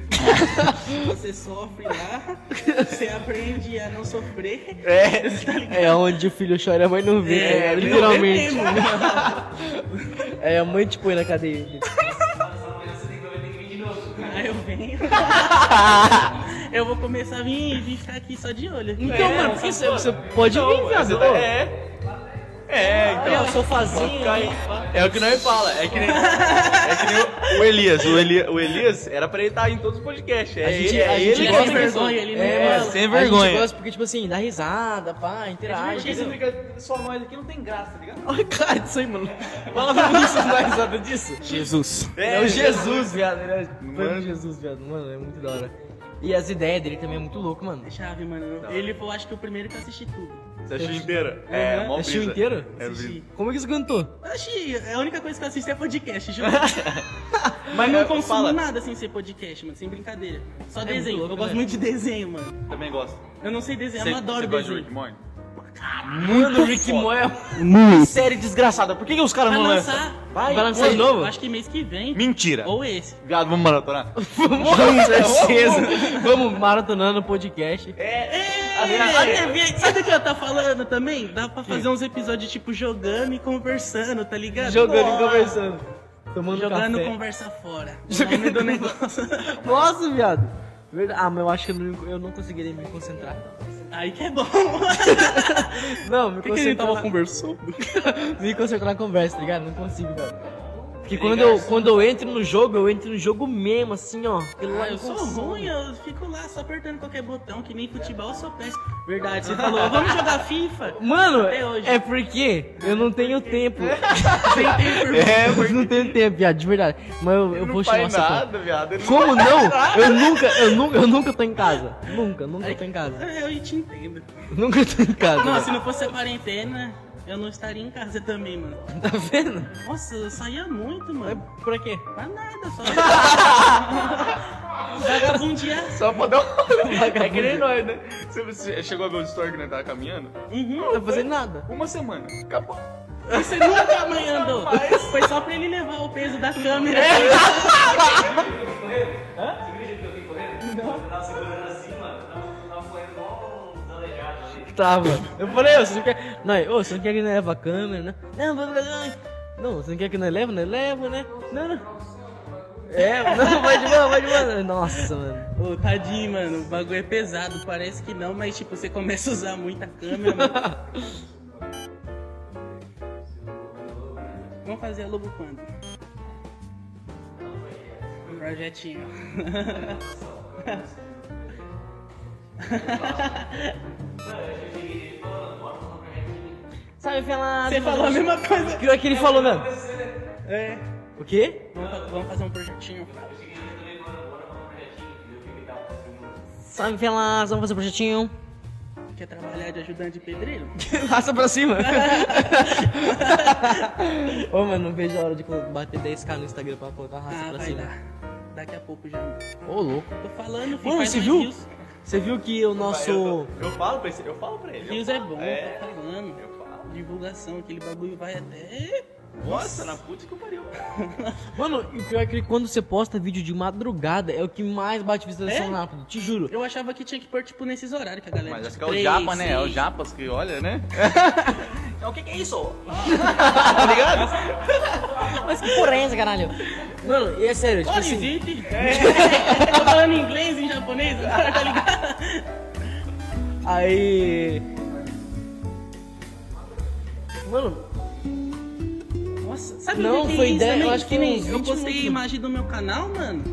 Speaker 5: Você sofre lá, você aprende a não sofrer.
Speaker 1: É,
Speaker 2: É onde o filho chora e a mãe não vê,
Speaker 1: É,
Speaker 2: tá ligado?
Speaker 1: meu,
Speaker 2: literalmente. É, a mãe te põe na cadeia.
Speaker 5: Aí Ah, eu venho. Eu vou começar a vir vir ficar aqui só de olho. É.
Speaker 2: Então, mano, porque você, você pode vir, viado. ô.
Speaker 1: É. É, então.
Speaker 2: Eu sou fazinho.
Speaker 1: É o que nós fala, é que nem, é que nem o- o Elias. O, Eli- o Elias era pra ele estar em todos os podcasts. É,
Speaker 2: A gente,
Speaker 1: ele- é
Speaker 2: a gente
Speaker 1: ele
Speaker 5: é
Speaker 2: gosta
Speaker 5: sem
Speaker 2: porque-
Speaker 5: vergonha, ele não
Speaker 2: é,
Speaker 1: fala. Sem
Speaker 2: A
Speaker 1: vergonha.
Speaker 2: gente gosta porque, tipo assim, dá risada, pá, interage.
Speaker 1: que
Speaker 2: entendeu?
Speaker 1: fica só nós aqui não tem graça, tá ligado?
Speaker 2: Olha, cara, disso aí, <laughs> mano. Fala pra mim se não dá risada disso. Jesus. É, o Jesus, viado. Ele é- foi
Speaker 1: é. Mano.
Speaker 2: o Jesus, viado. Mano, é muito da hora. E as ideias dele também é muito louco, mano.
Speaker 5: Chave, mano. Ele foi, eu acho que, o primeiro que eu assisti tudo.
Speaker 1: Você achou inteira? É,
Speaker 5: Uhum.
Speaker 1: mó
Speaker 2: Assistiu
Speaker 1: brisa.
Speaker 2: inteiro?
Speaker 1: É brisa.
Speaker 5: Assisti.
Speaker 2: Como é que você cantou?
Speaker 5: Eu achei, a única coisa que eu assisto é podcast, juro.
Speaker 1: Mas
Speaker 5: Mas não
Speaker 1: é,
Speaker 5: consumo
Speaker 1: fala.
Speaker 5: nada sem ser podcast, mano, sem brincadeira. Só
Speaker 2: muito
Speaker 5: desenho.
Speaker 2: louco,
Speaker 5: eu gosto
Speaker 2: né?
Speaker 5: muito de desenho, mano.
Speaker 1: Também gosto.
Speaker 5: Eu não sei desenhar,
Speaker 1: Você-
Speaker 5: eu adoro
Speaker 1: você gosta de
Speaker 5: desenho.
Speaker 1: Rick Morty?
Speaker 2: Mano, Rick
Speaker 1: foda.
Speaker 2: Moore é
Speaker 1: Série desgraçada. Por que que os caras
Speaker 5: Vai
Speaker 1: não lançam?
Speaker 5: lançar?
Speaker 2: Vai,
Speaker 5: Vai lançar
Speaker 2: quando?
Speaker 5: de novo? Acho que mês que vem.
Speaker 1: Mentira.
Speaker 5: Ou esse.
Speaker 1: Viado, vamos maratonar?
Speaker 2: Vamos, vamos maratonando o podcast.
Speaker 5: É, vi- sabe o que eu tá falando também? Dá pra fazer uns episódios tipo jogando e conversando, tá ligado?
Speaker 2: Jogando e
Speaker 5: Nossa.
Speaker 2: conversando. Tomando
Speaker 5: Jogando
Speaker 2: café.
Speaker 5: conversa fora. <laughs> Jogando do negócio. <laughs>
Speaker 2: Nossa, viado. Verdade. Ah, mas eu acho que eu não, eu não conseguiria me concentrar.
Speaker 5: Aí que é <laughs> bom.
Speaker 2: Não, me
Speaker 5: O que, que a gente
Speaker 2: concentrar.
Speaker 5: tava conversando?
Speaker 2: <laughs> me concentrar na conversa, tá ligado? Não consigo, velho. Porque quando eu, quando eu entro no jogo, eu entro no jogo mesmo, assim, ó. Pelo
Speaker 5: Ah,
Speaker 2: lado
Speaker 5: eu sou ruim, eu fico lá só apertando qualquer botão, que nem futebol, eu sou péssimo. Verdade, <laughs> você falou, vamos jogar FIFA?
Speaker 2: Mano,
Speaker 5: Até hoje.
Speaker 2: é porque eu não tenho tempo.
Speaker 5: Sem tempo.
Speaker 1: É,
Speaker 2: Eu não tenho tempo, viado, de verdade. Mas eu, eu vou chamar
Speaker 1: faz
Speaker 2: essa conta.
Speaker 1: nada, viado. Ele
Speaker 2: Como não? Eu nunca, eu nunca, eu nunca tô em casa. Nunca, nunca tô em <laughs> casa.
Speaker 5: É, Eu te entendo.
Speaker 2: Nunca tô em casa.
Speaker 5: Não, se não fosse a quarentena, eu não estaria em casa também, mano.
Speaker 2: tá vendo?
Speaker 5: Nossa, eu saía muito,
Speaker 2: Mas
Speaker 5: mano.
Speaker 2: pra quê?
Speaker 5: Pra nada, só. Vagabundia.
Speaker 1: Só pra dar uma É que nem nós, né? Você- Você chegou a ver o story que nós tava caminhando?
Speaker 5: Uhum. é
Speaker 2: Não tá fazendo nada.
Speaker 1: Uma semana. Acabou.
Speaker 5: Você nunca mãe andou. Foi só pra ele levar o peso da câmera.
Speaker 11: Eu tava segurando assim, mano. Eu tava, eu tava correndo igual um delegado ali.
Speaker 2: Tava. Eu falei, ô, você não quer. Não, ô, você não quer que nós leva a câmera, né? Não, vou- vou- não, você não quer que nós leva, nós leva, né? Não, não. É, não, <laughs> vai de boa, vai de boa. Nossa, mano.
Speaker 5: Ô, tadinho, mano. O bagulho é pesado. Parece que não, mas tipo, você começa a usar muita câmera, mano. Vamos fazer a Lobo quando? Projetinho.
Speaker 2: Sabe falar.
Speaker 5: Você falou a mesma coisa.
Speaker 2: Pior que ele falou mesmo.
Speaker 5: É.
Speaker 2: O quê?
Speaker 5: Vamos vamos fazer um projetinho.
Speaker 2: Sabe falar, vamos fazer um projetinho.
Speaker 5: Quer trabalhar de ajudante de pedreiro?
Speaker 2: <laughs> Raça pra cima. Ô, mano, não vejo a hora de bater 10k no Instagram pra colocar raça
Speaker 5: Ah,
Speaker 2: pra
Speaker 5: vai
Speaker 2: cima.
Speaker 5: dar. Daqui a pouco já.
Speaker 2: Ô, louco.
Speaker 5: Tô falando, filho.
Speaker 2: Mano,
Speaker 5: faz
Speaker 2: você
Speaker 5: mais
Speaker 2: viu?
Speaker 5: views.
Speaker 2: Você viu que o nosso.
Speaker 1: Eu, eu falo pra ele, eu falo pra ele.
Speaker 5: Views é bom,
Speaker 1: É.
Speaker 5: tô falando.
Speaker 1: Eu falo.
Speaker 5: Divulgação, aquele bagulho vai até.
Speaker 1: Nossa, na puta que eu pariu.
Speaker 2: Mano, e pior é que quando você posta vídeo de madrugada, é o que mais bate visualização
Speaker 5: É?
Speaker 2: rápido, te juro.
Speaker 5: Eu achava que tinha que pôr, tipo, nesses horários que a galera.
Speaker 1: Mas acho que
Speaker 5: tipo,
Speaker 1: é o
Speaker 5: três,
Speaker 1: Japa, né? É o
Speaker 5: seis.
Speaker 1: Japas que olha, né? Então, é Tá
Speaker 2: Mas que porra é essa, caralho? Mano, e é sério, tipo
Speaker 5: Olha,
Speaker 2: assim, é.
Speaker 5: existe. <laughs> Tô falando em inglês e em japonês agora, tá ligado?
Speaker 2: aí. Mano,
Speaker 5: Nossa, sabe
Speaker 2: Não,
Speaker 5: o que que
Speaker 2: foi
Speaker 5: é isso
Speaker 2: ideia,
Speaker 5: também?
Speaker 2: eu acho que
Speaker 5: Que nem
Speaker 2: uns
Speaker 5: eu
Speaker 2: 20
Speaker 5: postei
Speaker 2: minutos.
Speaker 5: imagem do meu canal, mano,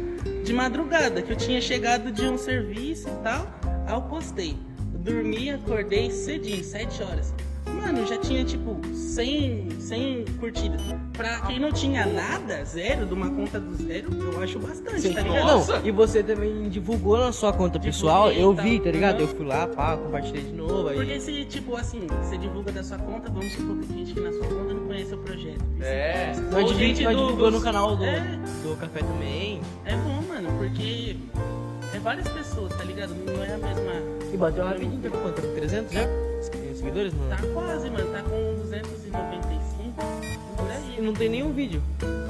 Speaker 5: de madrugada, que eu tinha chegado de um serviço e tal. Aí eu postei. Dormi, acordei cedinho, 7 horas. Mano, já tinha tipo 100, 100 curtidas. Pra quem não tinha nada, zero, de uma conta do zero, eu acho bastante,
Speaker 2: Sim.
Speaker 5: tá ligado?
Speaker 2: Não, e você também divulgou na sua conta pessoal, eu
Speaker 5: e
Speaker 2: vi,
Speaker 5: tal.
Speaker 2: tá ligado?
Speaker 5: Uhum.
Speaker 2: Eu fui lá, pá, compartilhei de novo, aí.
Speaker 5: Porque se, tipo, assim, você divulga da sua conta, vamos supor que tem gente que na sua conta não conhece o projeto.
Speaker 1: É.
Speaker 5: Ou
Speaker 2: Nós divulgamos
Speaker 5: gente do-
Speaker 2: divulgou no
Speaker 5: dos-
Speaker 2: canal do,
Speaker 5: É.
Speaker 2: do Café também.
Speaker 5: É bom, mano, porque é várias pessoas, tá ligado? Não é a mesma.
Speaker 2: E bateu rapidinho, tá com quanto? 300 já? Seguidores? Não.
Speaker 5: Tá quase, mano, tá com 295 por
Speaker 2: E
Speaker 5: aí.
Speaker 2: não tem nenhum vídeo.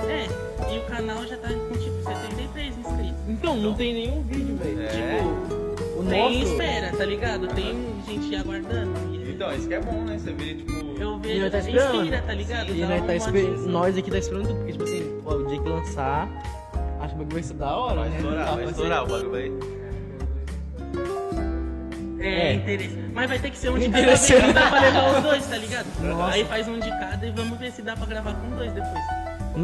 Speaker 5: É, e o canal já tá com tipo 73 inscritos.
Speaker 2: Então, não tem nenhum vídeo, velho. Tipo,
Speaker 1: É.
Speaker 2: O
Speaker 5: Tem
Speaker 2: nosso-
Speaker 5: espera, tá ligado? Tem gente aguardando. E
Speaker 1: Então, isso que é bom, né? Você vê, tipo.
Speaker 5: eu
Speaker 2: E
Speaker 5: vejo
Speaker 2: nós tá
Speaker 5: que
Speaker 2: esperando.
Speaker 5: inspira, tá ligado?
Speaker 2: E
Speaker 5: Dá
Speaker 2: nós, tá
Speaker 5: um
Speaker 2: esper-
Speaker 5: motivo.
Speaker 2: nós aqui tá esperando tudo, porque, tipo assim, pô, o dia que lançar, acho que vai ser da hora,
Speaker 1: Vai
Speaker 2: né?
Speaker 1: estourar,
Speaker 2: Ah,
Speaker 1: vai
Speaker 2: ser-
Speaker 1: estourar o bagulho aí.
Speaker 5: É,
Speaker 2: É.
Speaker 5: interesse. Mas vai ter que ser um de cada vez,
Speaker 2: Interesse.
Speaker 5: não dá pra levar os dois, tá ligado? Aí faz um de cada e vamos ver se dá pra gravar com dois depois.
Speaker 2: Nós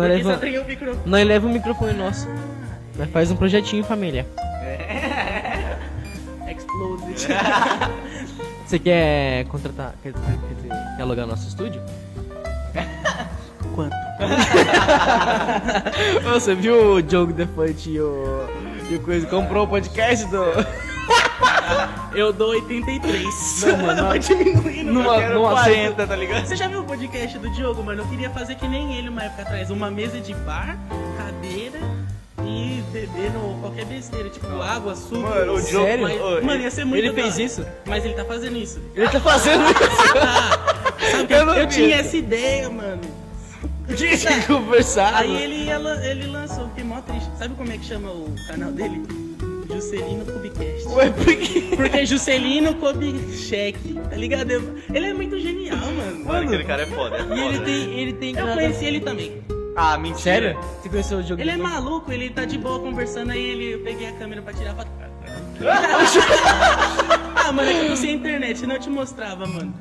Speaker 5: Porque só
Speaker 2: leva,
Speaker 5: tem um o microfone.
Speaker 2: assim, nós leva o microfone nosso. Nós faz um projetinho, família.
Speaker 5: Explode.
Speaker 2: <laughs> Você quer contratar, quer, quer dizer, quer alugar nosso <laughs> estúdio?
Speaker 5: Quanto?
Speaker 2: <laughs> Ô, Você viu o Diogo Defante e o, E o Coisa comprou o podcast do.
Speaker 5: Eu dou 83.
Speaker 2: Não, <laughs>
Speaker 5: <laughs>
Speaker 2: mano,
Speaker 5: eu vou diminuindo.
Speaker 2: numa-
Speaker 5: eu quero
Speaker 2: num assunto-
Speaker 5: 40, tá ligado? Você já viu o podcast do Diogo, mano? Eu queria fazer que nem ele uma época atrás. Uma mesa de bar, cadeira e bebendo qualquer besteira. Tipo água, suco.
Speaker 1: Mano, o Diogo-
Speaker 5: Sério?
Speaker 1: ô,
Speaker 5: mano, ia ser muito
Speaker 2: ele fez
Speaker 5: da hora.
Speaker 2: isso?
Speaker 5: Mas ele tá
Speaker 2: <laughs>
Speaker 5: fazendo isso.
Speaker 2: Ele tá fazendo isso.
Speaker 5: Sabe,
Speaker 2: Eu
Speaker 5: eu
Speaker 2: não vi
Speaker 5: tinha
Speaker 2: isso.
Speaker 5: essa ideia, mano.
Speaker 2: Tinha que conversar.
Speaker 5: Aí ele, ia lan- ele lançou, fiquei mó triste. Sabe como é que chama o canal dele? Juscelino Cubicast.
Speaker 2: Ué, por quê?
Speaker 5: Porque é Juscelino Kubitschek, tá ligado? Eu- Ele é muito genial, mano.
Speaker 1: Mano, aquele cara é foda. É foda.
Speaker 2: E ele tem. Ele tem
Speaker 5: Eu
Speaker 2: cada-
Speaker 5: conheci ele também.
Speaker 1: Ah, mentira.
Speaker 2: Sério? Você conheceu o jogo?
Speaker 5: Ele é maluco, ele tá de boa conversando aí, ele eu peguei a câmera pra tirar foto. ah, mano, é que eu não sei a internet, senão eu te mostrava, mano.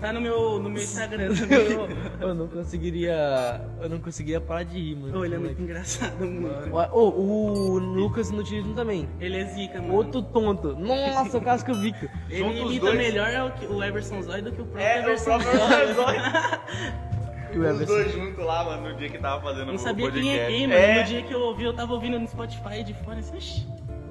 Speaker 5: Tá no meu, no meu Instagram também.
Speaker 2: <laughs> Eu não conseguiria. Eu não conseguiria parar de rir, mano.
Speaker 5: Ô, ele é muito engraçado, mano.
Speaker 2: Ó, ô, o Lucas no Tirismo também.
Speaker 5: Ele é zica, mano.
Speaker 2: Outro tonto. Nossa, o casco Vico.
Speaker 5: ele
Speaker 1: Juntos os
Speaker 5: imita
Speaker 1: dois.
Speaker 5: melhor é o, que- o Everson Zoy do que o próprio
Speaker 1: É, o
Speaker 5: Everson
Speaker 1: próprio
Speaker 5: Zoy.
Speaker 2: E o
Speaker 1: Os
Speaker 2: Everson.
Speaker 1: dois juntos lá, mano, no dia que tava fazendo
Speaker 5: <laughs> Não
Speaker 1: o
Speaker 5: sabia
Speaker 1: podcast.
Speaker 5: quem é quem, mano. No dia que eu ouvi, eu tava ouvindo no Spotify de fone assim, oxi.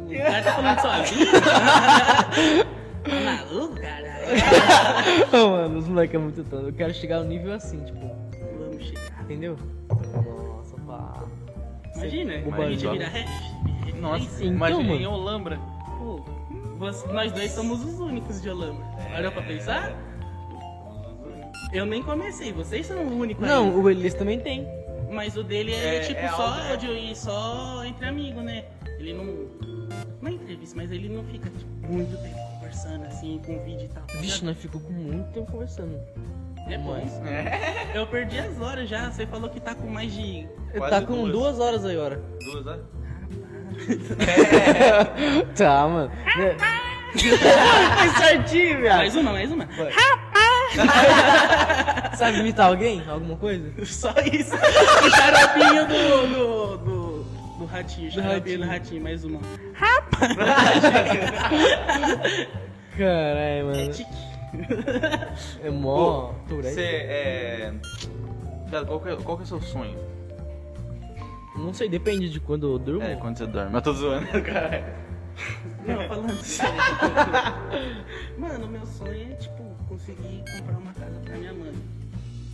Speaker 5: O cara tá falando de sua <laughs> vida? Maluco, caralho.
Speaker 2: <laughs> Ô, mano, os moleques é muito tonto. Eu quero chegar ao nível assim, tipo,
Speaker 5: Vamos chegar.
Speaker 2: entendeu? Nossa, pá.
Speaker 5: Imagina,
Speaker 2: Boba,
Speaker 5: a gente
Speaker 2: ó.
Speaker 5: vira hash.
Speaker 2: Nossa,
Speaker 5: Aí,
Speaker 2: então,
Speaker 5: imagina,
Speaker 2: mano.
Speaker 5: em Olambra. Pô, você- nós dois somos os únicos de Olambra. Olha pra pensar? Eu nem comecei, vocês são o único
Speaker 2: Não,
Speaker 5: ainda.
Speaker 2: o Elias também tem.
Speaker 5: Mas o dele é,
Speaker 1: É-
Speaker 5: tipo
Speaker 1: é
Speaker 5: só
Speaker 1: alto, né?
Speaker 5: áudio e só entre amigos, né? Ele não. Não é entrevista, mas ele não fica tipo, muito tempo conversando assim, com vídeo e tal.
Speaker 2: Vixe, nós ficou com muito tempo conversando.
Speaker 5: é bom.
Speaker 2: mas-
Speaker 5: Eu perdi as horas já, você falou que tá com mais de.
Speaker 1: Quase
Speaker 2: tá com
Speaker 1: duas.
Speaker 2: duas horas aí, <laughs> hora.
Speaker 1: Duas, né?
Speaker 2: Tá, mano. <laughs> Faz certinho,
Speaker 1: Tá.
Speaker 5: Mais
Speaker 2: viado.
Speaker 5: uma, mais uma.
Speaker 2: Sabe imitar alguém? Alguma coisa?
Speaker 5: <laughs> Só isso. O xaropinho do. do. do, do ratinho. O xaropinho do
Speaker 2: ratinho.
Speaker 5: ratinho, mais uma.
Speaker 2: Caralho, mano.
Speaker 5: Tique.
Speaker 2: É mó. Tourette?
Speaker 1: Você é. Cara, qual que é, qual que é o seu sonho?
Speaker 2: Não sei, depende de quando eu durmo.
Speaker 1: É, quando você dorme. Eu tô zoando, cara.
Speaker 5: Não, falando sério. Mano, meu sonho é, tipo, conseguir comprar uma casa pra minha mãe.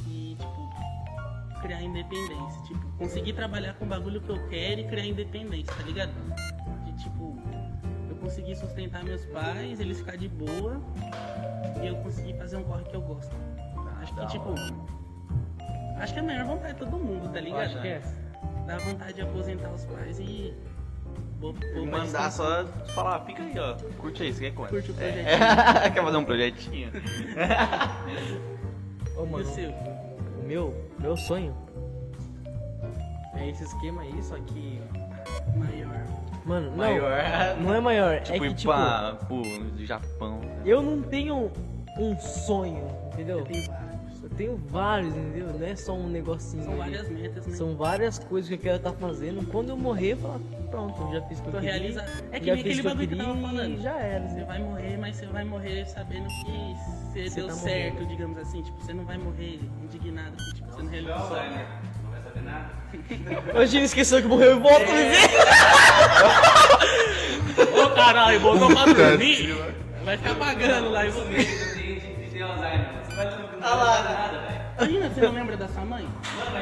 Speaker 5: E, tipo, criar independência. Tipo, conseguir trabalhar com o bagulho que eu quero e criar independência, tá ligado? De, tipo, eu conseguir sustentar meus pais, eles ficar de boa. E eu conseguir fazer um corre que eu gosto. Acho que, tipo... Acho que é a maior vontade de todo mundo, tá ligado?
Speaker 2: Acho que é essa.
Speaker 5: Dá vontade de aposentar os pais e... Vou, vou pra
Speaker 1: Mandar
Speaker 5: descansar.
Speaker 1: só falar, fica aí, ó. Curte aí, você quer quanto?
Speaker 5: Curte o projetinho.
Speaker 1: É. <laughs> quer fazer um projetinho?
Speaker 2: Ô,
Speaker 5: E o
Speaker 2: mano,
Speaker 5: seu?
Speaker 2: o meu, meu sonho é esse esquema aí, só que.
Speaker 5: Maior.
Speaker 2: Mano, não,
Speaker 1: Maior.
Speaker 2: não é maior, é
Speaker 1: Tipo,
Speaker 2: que
Speaker 1: ir
Speaker 2: tipo,
Speaker 1: pra. pro Japão.
Speaker 2: eu não tenho um sonho, entendeu?
Speaker 5: Eu tenho vários.
Speaker 2: Eu tenho vários, entendeu? Não é só um negocinho.
Speaker 5: São
Speaker 2: ali.
Speaker 5: várias metas, né?
Speaker 2: São várias coisas que eu quero estar fazendo. Quando eu morrer, eu falar, pronto, eu já fiz o que eu
Speaker 5: Tô
Speaker 2: queria.
Speaker 5: realizado. É que
Speaker 2: já
Speaker 5: nem
Speaker 2: fiz
Speaker 5: aquele
Speaker 2: o que eu
Speaker 5: bagulho que eu
Speaker 2: queria
Speaker 5: tava falando.
Speaker 2: e Já era,
Speaker 5: Você
Speaker 2: entendeu?
Speaker 5: vai morrer, mas você vai morrer sabendo que você,
Speaker 2: Você
Speaker 5: deu
Speaker 2: tá
Speaker 5: certo,
Speaker 2: morrendo.
Speaker 5: digamos assim. Tipo, você não vai morrer indignado, porque tipo, você não realizou o sonho.
Speaker 2: Hoje ele esqueceu que morreu e volta
Speaker 5: Ô caralho, botou pra dormir? Vai ficar pagando lá e você. Tá Imagina, você não lembra da sua mãe?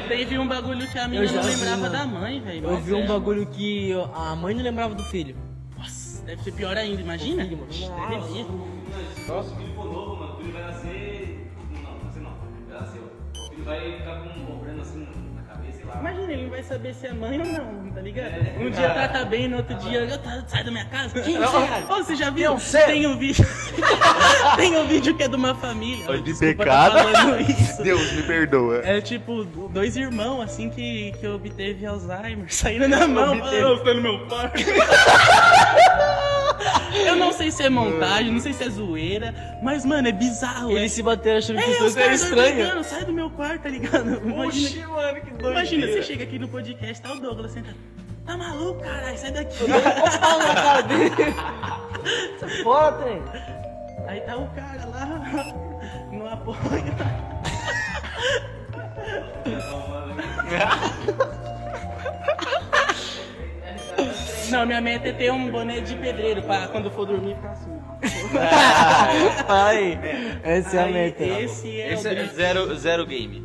Speaker 5: Teve um bagulho que a minha
Speaker 2: já
Speaker 5: não
Speaker 2: vi,
Speaker 5: lembrava
Speaker 2: mano.
Speaker 5: da mãe, velho.
Speaker 2: Eu
Speaker 5: Mas
Speaker 2: vi um
Speaker 5: é,
Speaker 2: bagulho que eu- a mãe não lembrava do filho.
Speaker 5: Nossa, deve ser pior ainda, imagina?
Speaker 2: Filho, mano.
Speaker 5: Deve ser.
Speaker 3: Se o filho for novo, mano, o filho vai nascer. Não, nascer não. Vai nascer, ó. O filho vai ficar com um problema assim na cabeça, sei lá.
Speaker 5: Imagina, ele não vai saber se é mãe ou não, tá ligado? Um dia trata bem, no outro dia, eu tá- sai da minha casa. Quem Ô, você já viu? Tem um vídeo. <laughs> Tem um vídeo que é de uma família.
Speaker 1: Foi de
Speaker 5: Desculpa,
Speaker 1: pecado.
Speaker 5: tá falando isso.
Speaker 1: Deus me perdoa.
Speaker 5: É tipo, dois irmãos assim que, que obteve Alzheimer, <laughs> saindo na mão, falando, "Ô, tá no meu parque. Eu não sei se é montagem, não sei se é zoeira, mas, mano, é bizarro. é
Speaker 2: Eles se bateram achando que
Speaker 5: é,
Speaker 2: isso
Speaker 5: os
Speaker 2: era
Speaker 5: caras
Speaker 2: estranho.
Speaker 5: brigando, sai do meu quarto, tá ligado? Imagina,
Speaker 1: Oxi, mano, que doido.
Speaker 5: imagina, você chega aqui no podcast, tá o Douglas sentado. Tá maluco, caralho, sai daqui.
Speaker 2: <laughs> Fora, trem.
Speaker 5: Aí tá o cara lá, <laughs> não apoia. Não, minha meta é ter um boné de pedreiro pra quando for dormir ficar sujo.
Speaker 6: Aí, essa é a
Speaker 5: Aí,
Speaker 6: meta.
Speaker 5: Esse é
Speaker 1: Esse
Speaker 5: o
Speaker 1: é
Speaker 5: grande.
Speaker 1: zero, zero game.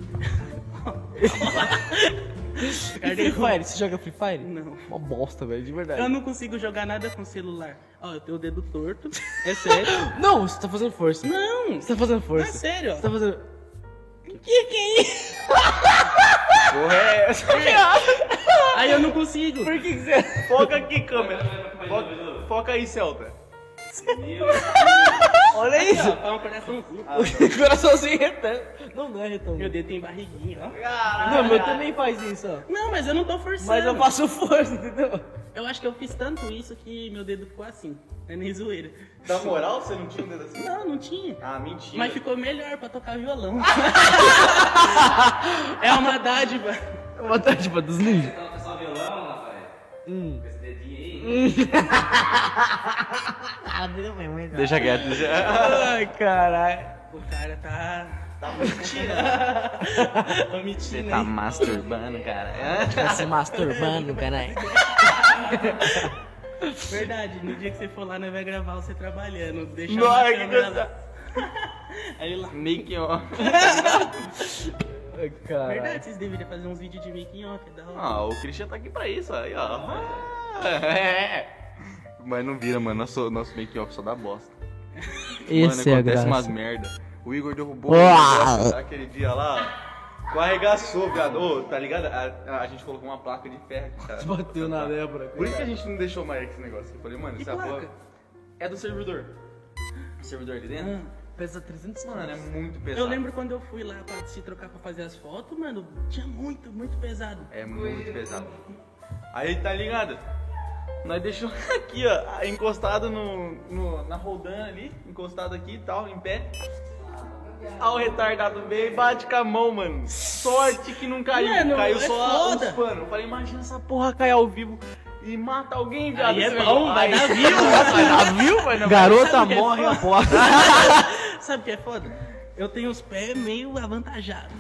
Speaker 6: E
Speaker 2: é
Speaker 6: Free Fire, você joga Free Fire?
Speaker 5: Não.
Speaker 6: Uma bosta, velho, de verdade.
Speaker 5: Eu não consigo jogar nada com celular. Ó, eu tenho o dedo torto. É sério?
Speaker 6: Não, você tá fazendo força.
Speaker 5: não!
Speaker 6: Você tá fazendo
Speaker 5: É
Speaker 6: força.
Speaker 5: sério?
Speaker 6: Você tá fazendo.
Speaker 5: Que que é isso?
Speaker 2: Ah.
Speaker 1: é
Speaker 5: Aí eu não consigo.
Speaker 6: Por que, que você.
Speaker 1: Foca aqui, câmera. Foca, aí, Celta.
Speaker 6: Olha isso!
Speaker 5: Ó, Tá um coraçãozinho.
Speaker 6: <laughs> O coraçãozinho retão. Não, não é retão.
Speaker 5: Meu dedo tem barriguinha, ó.
Speaker 6: Não, meu também faz isso, ó.
Speaker 5: Não, mas eu não tô forçando.
Speaker 6: Mas eu passo força, entendeu?
Speaker 5: Eu acho que eu fiz tanto isso que meu dedo ficou assim. Não é nem zoeira.
Speaker 1: Na moral, você não tinha um dedo assim?
Speaker 5: Não, não tinha.
Speaker 1: Ah, mentira.
Speaker 5: Mas ficou melhor pra tocar violão. é uma dádiva.
Speaker 6: Uma tática dos ninjas.
Speaker 3: Toca é só violão, Rafael. Com esse dedinho aí. <laughs> Ah,
Speaker 4: Deixa quieto. deixa-
Speaker 3: tá
Speaker 6: Ai, caralho.
Speaker 5: O cara tá.
Speaker 1: Tá <laughs> mentira.
Speaker 4: Você
Speaker 5: omitindo.
Speaker 4: tá
Speaker 3: É,
Speaker 4: masturbando, cara.
Speaker 6: Tá se masturbando, caralho.
Speaker 5: Verdade, no dia que você for lá, nós vai gravar você trabalhando. Deixa
Speaker 1: Nossa,
Speaker 5: uma
Speaker 1: é que
Speaker 5: câmera
Speaker 1: coisa-
Speaker 5: lá. Aí lá.
Speaker 1: Make on.
Speaker 6: Ai, caralho.
Speaker 5: Verdade, vocês deveriam fazer uns vídeos de making off, é da hora.
Speaker 1: Ah, o Christian tá aqui pra isso, aí, ó. É. Mas não vira, mano. Nosso, nosso make-off só dá bosta.
Speaker 2: Esse
Speaker 1: mano,
Speaker 2: é a
Speaker 1: acontece
Speaker 2: graça.
Speaker 1: umas merda. O Igor derrubou
Speaker 2: Uau.
Speaker 1: o negócio daquele dia lá. ó. Arregaçou, viado. Ô, tá ligado? A, a- a gente colocou uma placa de ferro. aqui, Tá?
Speaker 6: Bateu na lébora.
Speaker 1: Por isso que a gente não deixou mais esse negócio. Eu falei, mano, essa porra
Speaker 5: placa?
Speaker 1: é do servidor. O servidor ali dentro?
Speaker 6: Pesa 300
Speaker 1: Mano, é
Speaker 6: mano.
Speaker 1: muito pesado.
Speaker 5: Eu lembro quando eu fui lá pra se trocar pra fazer as fotos, mano, tinha muito, muito pesado. <laughs>
Speaker 1: É muito pesado. Aí tá ligado? Nós deixou <laughs> aqui, ó, encostado no, no- na roldana ali, encostado aqui e tal, em pé. Ah, o retardado veio e bate com a mão, mano. Sorte que não caiu.
Speaker 5: Mano,
Speaker 1: caiu
Speaker 5: é
Speaker 1: só
Speaker 5: foda.
Speaker 1: os panos. Eu falei, imagina essa porra cair ao vivo e mata alguém, viado.
Speaker 5: Aí é
Speaker 1: Esse
Speaker 5: bom,
Speaker 1: negócio-
Speaker 5: vai
Speaker 1: Ai, <laughs>
Speaker 5: dar view.
Speaker 1: Ah,
Speaker 4: Viu, mano?
Speaker 6: Garota
Speaker 5: Sabe o que é
Speaker 6: morre a
Speaker 5: foda?
Speaker 6: porta.
Speaker 5: Sabe o que é foda? Eu tenho os pés meio avantajados.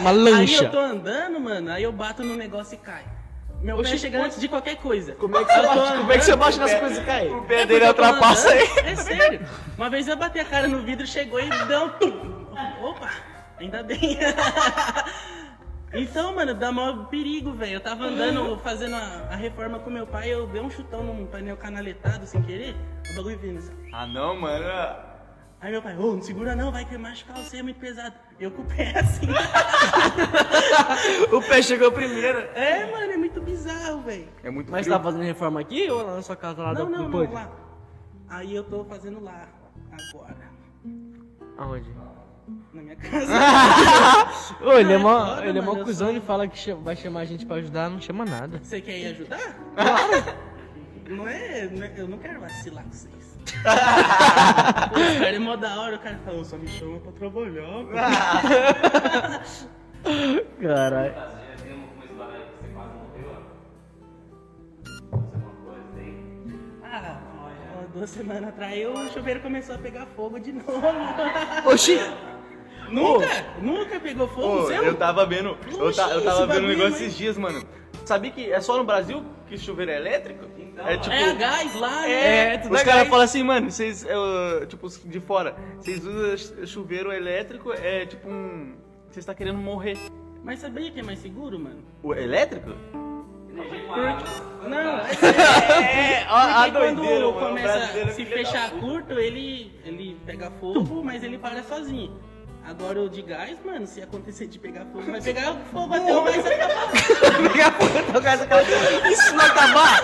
Speaker 2: Uma
Speaker 5: Aí eu
Speaker 2: lancha.
Speaker 5: tô andando, mano, aí eu bato no negócio e cai. Meu pé
Speaker 6: Oxi,
Speaker 5: chega antes de qualquer coisa.
Speaker 6: Como é que você bate? Como é que você bate nas coisas e cai?
Speaker 4: O pé
Speaker 5: É
Speaker 4: dele ultrapassa aí.
Speaker 5: aí. É sério. Uma vez eu bati a cara no vidro, chegou e deu um tum. Opa, ainda bem. <laughs> Então, mano, dá maior perigo, velho. Eu tava andando, fazendo a, a reforma com meu pai, eu dei um chutão num painel canaletado sem querer, o bagulho vindo assim.
Speaker 1: Ah, não, mano.
Speaker 5: Aí meu pai, ô, não segura não, vai que machucar você, é muito pesado. Eu com o pé <laughs> assim.
Speaker 6: O pé chegou primeiro.
Speaker 5: É, mano, é muito bizarro, velho.
Speaker 1: É muito
Speaker 6: Mas você
Speaker 1: frio.
Speaker 6: tá fazendo reforma aqui ou lá na sua casa lá
Speaker 5: Ah, Não,
Speaker 6: do do
Speaker 5: não, não,
Speaker 6: pub?
Speaker 5: lá. Aí eu tô fazendo lá, agora,
Speaker 6: Aonde?
Speaker 5: na <laughs> minha casa.
Speaker 6: Ô, ele é
Speaker 5: é
Speaker 6: mó,
Speaker 5: foda,
Speaker 6: ele é mó
Speaker 5: mano, eu
Speaker 6: cuzão, ele fala que chama- vai chamar a gente pra ajudar, não chama nada.
Speaker 5: Você quer ir ajudar? <laughs> Não é, não é- eu não quero vacilar com <laughs> vocês. Pô, Esse cara é mó da hora, o cara fala, "Ô, só me chama pra trabalhar. pô." <laughs>
Speaker 6: Caralho.
Speaker 3: Você já viu uma história aí que você quase morreu, ó? Aconteceu alguma coisa aí?
Speaker 5: Ah, ó, duas semanas atrás eu- o chuveiro começou a pegar fogo de novo. <laughs>
Speaker 6: Oxi!
Speaker 5: nunca, nunca pegou fogo,
Speaker 1: Pô,
Speaker 5: seu?
Speaker 1: eu tava vendo, eu, ta- eu
Speaker 5: Oxi,
Speaker 1: tava
Speaker 5: esse
Speaker 1: vendo um
Speaker 5: bagulho,
Speaker 1: negócio
Speaker 5: hein?
Speaker 1: esses dias, mano. Sabia que é só no Brasil que chuveiro é elétrico? é tipo.
Speaker 5: É a gás lá,
Speaker 1: É,
Speaker 5: né?
Speaker 1: os caras falam assim, mano, vocês, eh, tipo, os de fora, vocês usam ch- chuveiro elétrico, é tipo um. Vocês está querendo morrer.
Speaker 5: Mas sabia que é mais seguro, mano?
Speaker 1: O elétrico?
Speaker 3: Energia com água.
Speaker 5: Não, é,
Speaker 1: <laughs> a
Speaker 5: porque quando
Speaker 1: doideira, mano, o brasileiro
Speaker 5: começa
Speaker 1: é
Speaker 5: a se
Speaker 1: filho da
Speaker 5: fechar curto, ele, ele pega fogo, mas ele para sozinho. Agora o de gás, mano, se acontecer de pegar fogo, vai pegar fogo até o gás
Speaker 1: <laughs>
Speaker 5: acabar.
Speaker 6: Isso não acabar!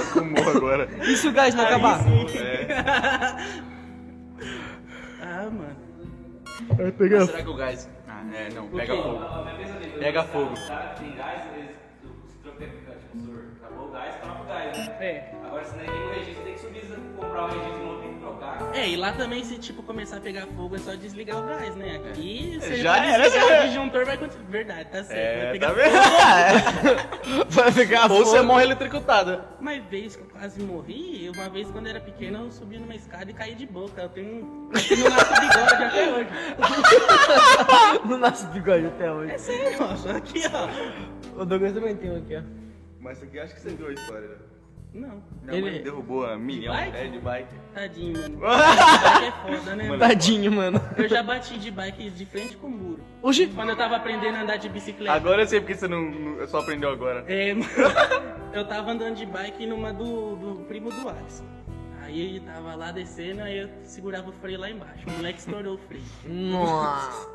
Speaker 1: Fumou agora.
Speaker 6: Isso o gás não acabar!
Speaker 5: Ah, mano.
Speaker 1: será que o gás. <laughs> Ah, é, não, pega
Speaker 5: quê?
Speaker 1: fogo.
Speaker 3: Ah, Mas pensa comigo,
Speaker 1: Pega
Speaker 3: os
Speaker 1: fogo.
Speaker 3: caras- Os caras que tem gás, eles se trocam, tipo, sur- acabou o gás, troca o gás, né?
Speaker 5: É.
Speaker 3: Agora, se não é nenhum registro, tem que subir, né? comprar o registro novo, tem que trocar.
Speaker 5: É, e lá também, se tipo começar a pegar fogo, é só desligar o gás, né? Aqui, você
Speaker 1: É, Já
Speaker 5: vai
Speaker 1: era,
Speaker 5: desligar
Speaker 1: já-
Speaker 5: o disjuntor, vai continuar. Verdade, tá certo. vai
Speaker 1: É, tá
Speaker 5: pegar fogo.
Speaker 1: vendo? <laughs> Vai pegar Ou você morre eletricutada.
Speaker 5: Uma vez que eu quase morri, uma vez quando eu era pequena eu subi numa escada e caí de boca. Eu tenho um aqui no laço bigode até hoje.
Speaker 6: Não nasce bigode até hoje.
Speaker 5: É sério, ó, só aqui, ó.
Speaker 6: O Douglas também tem um aqui, ó.
Speaker 1: Mas isso aqui acho que você viu a história, né?
Speaker 5: Não.
Speaker 1: Minha mãe
Speaker 2: Ele-
Speaker 1: derrubou a milhão
Speaker 5: bike?
Speaker 1: é, de bike.
Speaker 5: Tadinho, mano. bike é foda, né? mano?
Speaker 2: Tadinho, mano.
Speaker 5: Eu já bati de bike de frente com o muro.
Speaker 2: Oxi.
Speaker 5: Quando eu tava aprendendo a andar de bicicleta.
Speaker 1: Agora eu sei porque você não, não- só aprendeu agora.
Speaker 5: É, <laughs> mano, eu tava andando de bike numa do, do primo do Alisson. Aí ele tava lá descendo, aí eu segurava o freio lá embaixo. O moleque estourou o freio.
Speaker 2: Nossa.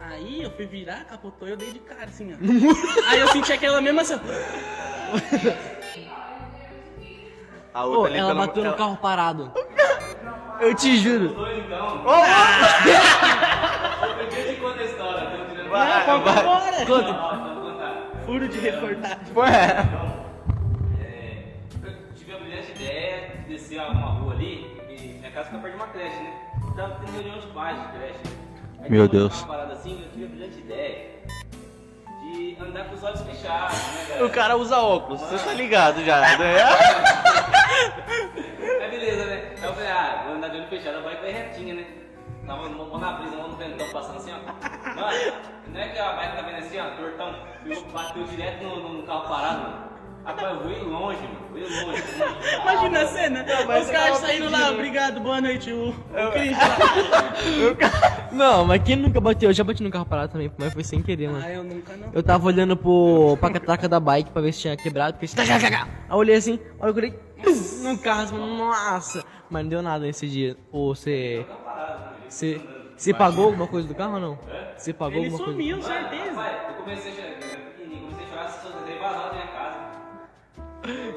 Speaker 5: Aí eu fui virar, capotou e eu dei de cara assim,
Speaker 2: <laughs>
Speaker 5: ó. Aí eu senti aquela mesma. assim, ó.
Speaker 1: A
Speaker 2: Pô,
Speaker 1: outra ali
Speaker 2: ela
Speaker 1: pela-
Speaker 2: bateu no
Speaker 1: ela-
Speaker 2: carro parado. Eu te juro.
Speaker 3: Eu tinha te contar a história, tem um direito.
Speaker 1: Vai,
Speaker 2: Ah,
Speaker 5: Vamos
Speaker 1: vai.
Speaker 5: embora!
Speaker 2: Conta.
Speaker 5: Furo de reportagem.
Speaker 3: É, eu tive a brilhante ideia de descer uma rua ali, e minha casa fica perto de uma creche, né? Então tem reunião de pais de creche. né? Aí,
Speaker 1: Meu
Speaker 3: tava
Speaker 1: Deus.
Speaker 3: Uma parada assim, eu tive a brilhante ideia de andar com os olhos fechados, né, galera?
Speaker 1: O cara usa óculos, você tá ligado já. né?
Speaker 3: É beleza, né? Então eu falei, ah, vou andar de olho fechado, a bike vai retinha, né? Tava no mão na brisa, mão no ventão passando assim, ó. Mano, não é que a bike tá vendo assim, ó, tortão, eu- bateu direto no, no- no carro parado, mano. Rapaz, eu vou ir longe, mano, vou ir longe.
Speaker 5: Imagina a cena. Os
Speaker 2: é
Speaker 5: caras saindo lá, obrigado, boa noite, o, o
Speaker 2: <laughs>
Speaker 5: Cris.
Speaker 2: Não, mas quem nunca bateu? Eu já bati no carro parado também, mas foi sem querer, mano.
Speaker 5: Ah, eu nunca não.
Speaker 2: Eu tava olhando pro pra catraca da bike pra ver se tá, tinha quebrado, porque Aí eu olhei assim, olha eu olhei pum, no carro, assim, nossa. Mas não deu nada nesse dia. Ou você você você pagou alguma coisa do carro ou não? Você pagou
Speaker 5: Ele
Speaker 2: alguma coisa?
Speaker 5: sumiu, certeza. <laughs>
Speaker 3: Pai, eu comecei a chorar, pequenininho, comecei a chorar, se soltei vazado da minha casa.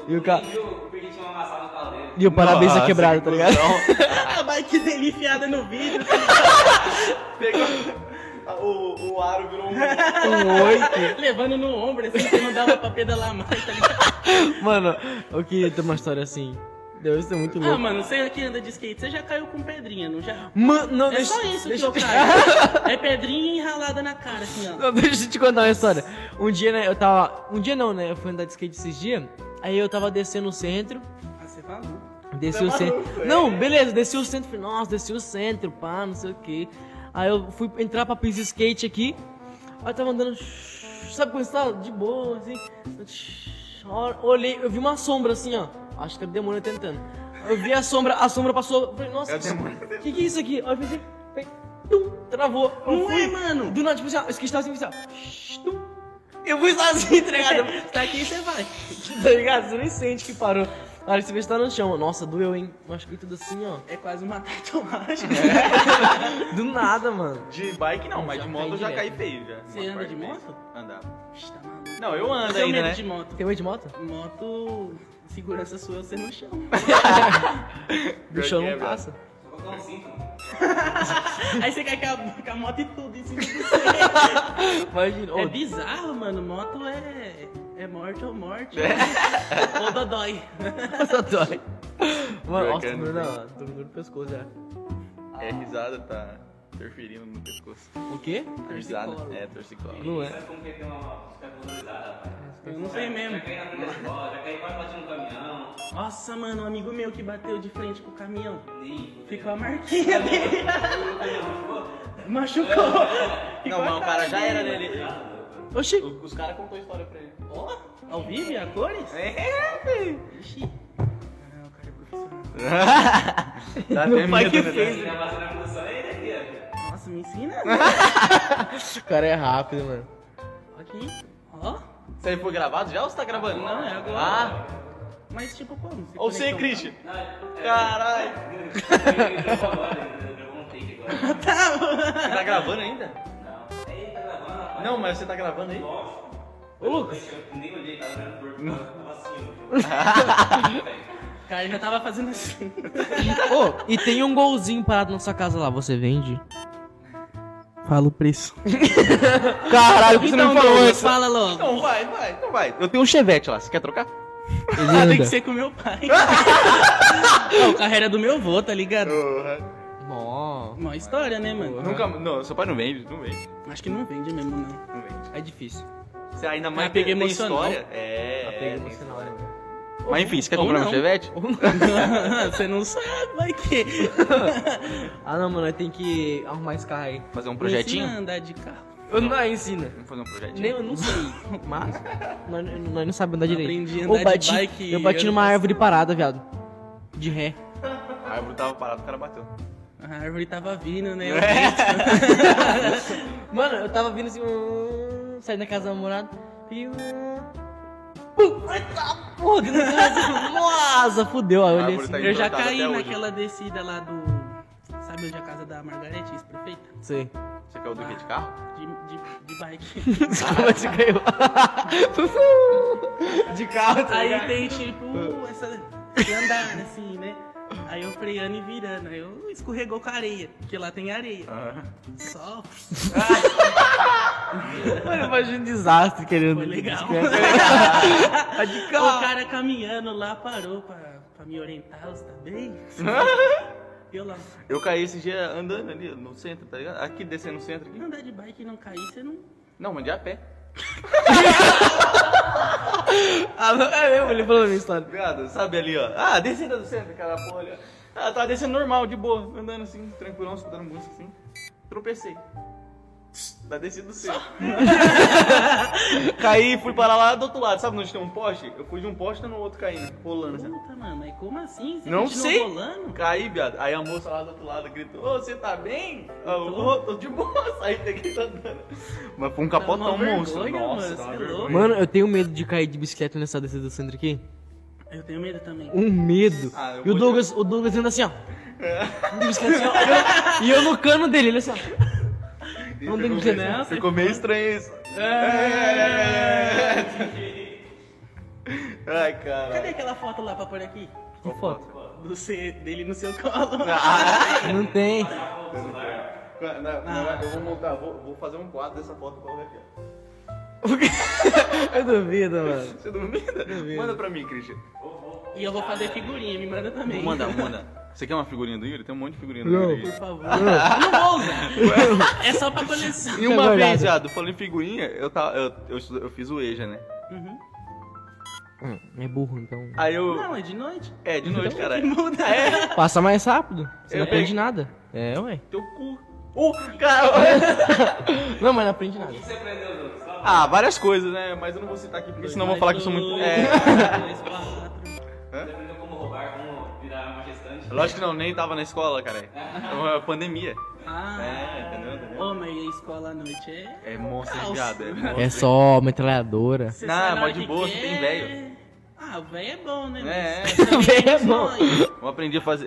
Speaker 2: E o ca...
Speaker 3: E eu perdi tinha uma amassada no carro dele.
Speaker 2: e o parabéns é quebrado, tá ligado?
Speaker 5: A bike dele enfiada no
Speaker 2: <laughs>
Speaker 5: vidro.
Speaker 1: Pegou- <laughs> O, o aro <laughs> virou um.
Speaker 2: <laughs> Um oito.
Speaker 5: Levando no ombro, assim, que não dava pra pedalar mais, tá ligado?
Speaker 2: Mano, eu queria ter uma história assim. Deus, isso é muito
Speaker 5: Ah,
Speaker 2: <laughs> louco.
Speaker 5: mano, você que anda de skate, você já caiu com pedrinha, não já?
Speaker 2: Mano, não,
Speaker 5: É
Speaker 2: deixa,
Speaker 5: só isso que
Speaker 2: deixa, <laughs>
Speaker 5: eu caio. É pedrinha enralada na cara, assim, ó.
Speaker 2: Não, <laughs> deixa eu te contar uma história. Um dia, né, eu tava. Um dia não, né? Eu fui andar de skate esses dias. Aí eu tava descendo o centro.
Speaker 5: Ah, você é maluco.
Speaker 2: Desci o centro. Não, beleza, desci o centro. Falei, nossa, desci o centro, pá, não sei o que. Aí eu fui entrar pra pista de skate aqui. Aí eu tava andando. shh, Sabe quando você tá de boa, assim? shh, ó, Olhei, eu vi uma sombra assim, ó. Acho que é o demônio tentando. Eu vi a sombra, a sombra passou. eu Falei, nossa, o que, que é isso aqui? Aí eu pensei, falei, tum, travou. Eu
Speaker 5: Não
Speaker 2: fui,
Speaker 5: é, mano.
Speaker 2: Do nada, tipo assim, ó, eu esqueci tava assim, assim, ó. shh, tum. Eu fui sozinho, tá ligado? <laughs>
Speaker 5: Tá aqui você vai.
Speaker 2: tá ligado? Você nem sente que parou. Na hora que você vê se tá no chão. Nossa, doeu, hein? Machuquei tudo assim, ó.
Speaker 5: É quase uma
Speaker 2: <laughs>
Speaker 5: tatuagem.
Speaker 2: Do nada, mano.
Speaker 1: De bike não, mas
Speaker 2: Já
Speaker 1: de moto eu já
Speaker 2: caí
Speaker 1: caí feio já.
Speaker 5: Você
Speaker 1: Uma
Speaker 5: anda de
Speaker 1: parte
Speaker 5: moto?
Speaker 1: vez. Andava.
Speaker 5: Ixi, Tá maluco.
Speaker 1: Não, eu ando
Speaker 5: Seu
Speaker 1: ainda,
Speaker 5: medo
Speaker 1: né?
Speaker 5: de moto.
Speaker 2: Tem medo de moto?
Speaker 5: Moto, segurança sua, você não chama.
Speaker 1: <laughs>
Speaker 2: Do chão não passa.
Speaker 3: Vou colocar um cinto, mano.
Speaker 5: Aí você cai com a, com a moto e tudo em cima de você.
Speaker 2: Imagina. <laughs>
Speaker 5: É
Speaker 2: Ô,
Speaker 5: bizarro, mano. Moto é. É morte ou morte.
Speaker 1: É.
Speaker 5: Ou dodói.
Speaker 2: nossa, dói. Mano, nossa,
Speaker 1: Bacana.
Speaker 2: tô na, tô dor no pescoço já.
Speaker 1: É risada, tá interferindo no pescoço.
Speaker 2: O quê?
Speaker 1: Risada.
Speaker 5: Torcicolo.
Speaker 1: É, torcicolo.
Speaker 2: Não é.
Speaker 3: Sabe como que é ter uma moto ficar colorizada, rapaz?
Speaker 5: Eu não sei mesmo.
Speaker 3: Já caí na frente da escola, já caí quase bati no caminhão.
Speaker 5: Nossa, mano, um amigo meu que bateu de frente com o caminhão.
Speaker 3: Nem.
Speaker 5: Ficou a
Speaker 1: <laughs>
Speaker 5: marquinha dele. Machucou.
Speaker 1: Não,
Speaker 5: Ficou
Speaker 1: mas o cara
Speaker 5: a cara
Speaker 1: já
Speaker 5: dele.
Speaker 1: era dele.
Speaker 2: Oxi.
Speaker 1: O- Os caras contou a história pra ele.
Speaker 5: Ó, ao vivo e a cores?
Speaker 1: É, velho.
Speaker 5: Ixi. Não, o cara é profissional.
Speaker 1: Tá até medo, né?
Speaker 3: Gravado na produção, é ele aqui, ó.
Speaker 5: Nossa, me ensina.
Speaker 1: <laughs>
Speaker 2: O cara é rápido, mano.
Speaker 5: Aqui. Ó.
Speaker 1: Isso aí foi gravado já ou você tá gravando?
Speaker 5: Não, é agora.
Speaker 1: Ah,
Speaker 5: Mas tipo, como? Você
Speaker 1: ou você,
Speaker 5: conectou-
Speaker 1: Christian? é. <laughs> Caralho.
Speaker 3: Ele gravou agora, ele gravou um take agora.
Speaker 1: Você tá gravando ainda?
Speaker 3: Ele tá gravando, rapaz.
Speaker 1: Não, mas você tá gravando aí?
Speaker 2: Ô, Lucas.
Speaker 3: Eu nem olhei, tava olhando por tava assim, ó.
Speaker 5: O cara já tava
Speaker 1: <laughs>
Speaker 5: fazendo assim.
Speaker 2: Ô, e tem um golzinho parado na sua casa lá, você vende?
Speaker 5: Fala o preço.
Speaker 1: Caralho,
Speaker 5: Então, Douglas, fala logo.
Speaker 1: Então vai, vai, então vai. Eu tenho um chevette lá, você quer trocar?
Speaker 5: Ah, tem que ser com meu pai.
Speaker 1: <laughs>
Speaker 5: Não, o carro era do meu avô, tá ligado?
Speaker 2: Mó.
Speaker 5: Uma história, né, mano?
Speaker 1: Nunca. Não, seu pai não vende, não vende.
Speaker 5: Acho que não vende mesmo,
Speaker 1: <laughs>
Speaker 5: não.
Speaker 1: Não vende.
Speaker 2: É difícil.
Speaker 1: Você ainda mais
Speaker 5: Apego
Speaker 1: tem tem
Speaker 5: emocional.
Speaker 1: história. É.
Speaker 2: Apego
Speaker 1: tem
Speaker 2: emocional, né,
Speaker 1: história. Mas enfim, você quer
Speaker 5: ou
Speaker 1: comprar
Speaker 5: não.
Speaker 1: um chevette?
Speaker 5: Você não sabe, vai que.
Speaker 2: Ah, não, mano, tem que arrumar esse carro aí.
Speaker 1: Fazer um
Speaker 5: Me ensina
Speaker 1: projetinho?
Speaker 5: a andar de carro.
Speaker 2: Eu não ensina.
Speaker 1: Vamos fazer um projetinho.
Speaker 2: Nem, eu não sei. <laughs> Mas nós, nós não sabemos andar
Speaker 5: Eu
Speaker 2: direito.
Speaker 5: aprendi a
Speaker 2: Ou
Speaker 5: andar de
Speaker 2: bati,
Speaker 5: bike
Speaker 2: eu bati
Speaker 5: ano
Speaker 2: numa
Speaker 5: passado.
Speaker 2: árvore parada, viado. De ré.
Speaker 1: A árvore tava parada, o cara bateu.
Speaker 5: A árvore tava vindo, né?
Speaker 1: É,
Speaker 2: Mano, eu tava vindo assim, hum, saindo da casa da namorada, e. hum, Pum! Eita porra! dentro da <laughs> casa, Nossa, fudeu. Aí
Speaker 1: A
Speaker 2: eu olhei
Speaker 1: árvore
Speaker 2: assim.
Speaker 1: tá
Speaker 5: Eu já
Speaker 1: Entortado
Speaker 5: caí
Speaker 1: até hoje.
Speaker 5: naquela descida lá do. Sabe onde é a casa da Margarete, ex-prefeita?
Speaker 2: assim, <laughs> Sei.
Speaker 1: Você caiu do quê? De carro?
Speaker 5: De, de, de bike.
Speaker 2: Desculpa, te caiu. <laughs> De carro, tá
Speaker 5: Aí
Speaker 2: ligado?
Speaker 5: tem tipo essa de andar assim, né? Aí eu freando e virando, aí eu escorregou com a areia, porque lá tem areia. Só
Speaker 2: Mano, imagina um desastre querendo.
Speaker 5: foi legal. <laughs>
Speaker 2: Tá de
Speaker 5: o
Speaker 2: carro.
Speaker 5: cara caminhando lá parou pra, pra me orientar, você tá
Speaker 2: <laughs>
Speaker 5: bem? Eu lá,
Speaker 1: Eu caí esse dia andando ali no centro, tá ligado? Aqui, descendo no centro aqui.
Speaker 5: andar de bike e não cair, você não.
Speaker 1: Não, mandei a pé.
Speaker 2: Ah, não, é mesmo, ele falou a minha história.
Speaker 1: Obrigado, Tá sabe ali, ó. Ah, descida do centro, aquela porra ali, ó. Ah, tava descendo normal, de boa, andando assim, tranquilão, escutando música assim. Tropecei. Da descida do
Speaker 5: <laughs>
Speaker 1: centro. Caí, fui parar lá do outro lado, sabe onde tem um poste? Eu fui de um poste no outro caindo, rolando
Speaker 2: é.
Speaker 1: assim.
Speaker 5: Puta, mano, mas como assim? Você
Speaker 1: Não
Speaker 5: continuou
Speaker 1: sei.
Speaker 5: rolando?
Speaker 1: Caí, viado. Aí a moça lá do outro lado gritou: Ô, você tá bem? Ah, Eu "Ô, tô de boa, <laughs> saí daqui tá andando. Mas foi um
Speaker 5: Dá
Speaker 1: capotão
Speaker 5: Tá uma
Speaker 1: monstro.
Speaker 5: vergonha,
Speaker 1: Nossa,
Speaker 5: mano,
Speaker 1: dá uma
Speaker 5: cê é
Speaker 1: vergonha.
Speaker 5: louco.
Speaker 2: Mano, eu tenho medo de cair de bicicleta nessa descida do centro aqui.
Speaker 5: Eu tenho medo também.
Speaker 2: Um medo.
Speaker 1: Ah, eu
Speaker 2: e o
Speaker 1: vou-
Speaker 2: Douglas, o Douglas anda assim, ó. De bicicleta assim, <laughs> ó. E eu no cano dele, ele assim, ó. Não tem
Speaker 1: Ficou
Speaker 2: que
Speaker 1: meio-
Speaker 2: né?
Speaker 1: Ficou meio estranho isso. É. Ai, cara.
Speaker 5: Cadê aquela foto lá pra pôr aqui?
Speaker 2: Que foto?
Speaker 5: Do C dele no seu colo.
Speaker 2: Não tem.
Speaker 1: Na- na- na- Ah, Eu vou montar, vou, vou fazer um quadro dessa foto pra ver aqui. ó.
Speaker 2: Eu duvido, mano.
Speaker 1: Você duvida? Manda pra mim, Christian.
Speaker 5: E eu vou fazer figurinha, me manda também.
Speaker 1: manda. Você quer uma figurinha do Yuri? Tem um monte de figurinha do
Speaker 2: Não.
Speaker 5: Por favor. Eu não vou
Speaker 1: <laughs>
Speaker 5: usar. É só pra coleção.
Speaker 1: E
Speaker 2: É
Speaker 1: uma
Speaker 2: verdade.
Speaker 1: vez, viado, falando em figurinha, eu, tava, eu, eu, estu- eu fiz o EJA, né?
Speaker 2: É burro, então.
Speaker 1: Aí eu.
Speaker 5: Não, é de noite.
Speaker 1: É, de noite, cara.
Speaker 5: Muda.
Speaker 1: é.
Speaker 2: Passa mais rápido. Você
Speaker 1: Eu
Speaker 2: não aprende
Speaker 1: peguei-
Speaker 2: nada. É, ué.
Speaker 1: Teu cu. Uh, cara.
Speaker 2: Não, mas não aprende nada.
Speaker 3: Você aprendeu, Douglas? Só-
Speaker 1: ah, várias coisas, né? Mas eu não vou citar aqui, porque senão vão falar que eu sou muito. É.
Speaker 5: Dois, quatro.
Speaker 3: Você aprendeu como roubar, como virar uma gestante?
Speaker 1: Lógico que não, nem tava na escola, cara. É pandemia. É,
Speaker 5: Ah,
Speaker 1: entendeu? entendeu?
Speaker 5: ô, mas a escola à noite é.
Speaker 1: É monstro,
Speaker 5: Caos.
Speaker 1: viado. É monstro.
Speaker 2: É só metralhadora.
Speaker 5: Você
Speaker 1: Não,
Speaker 5: sai na
Speaker 1: mas
Speaker 5: hora
Speaker 1: de
Speaker 5: que
Speaker 1: boa, você
Speaker 5: quer.
Speaker 1: tem velho.
Speaker 5: Ah, o velho é bom, né?
Speaker 1: É, <laughs>
Speaker 5: Mas também
Speaker 2: Velho é bom.
Speaker 5: sonho.
Speaker 1: Eu aprendi a fazer.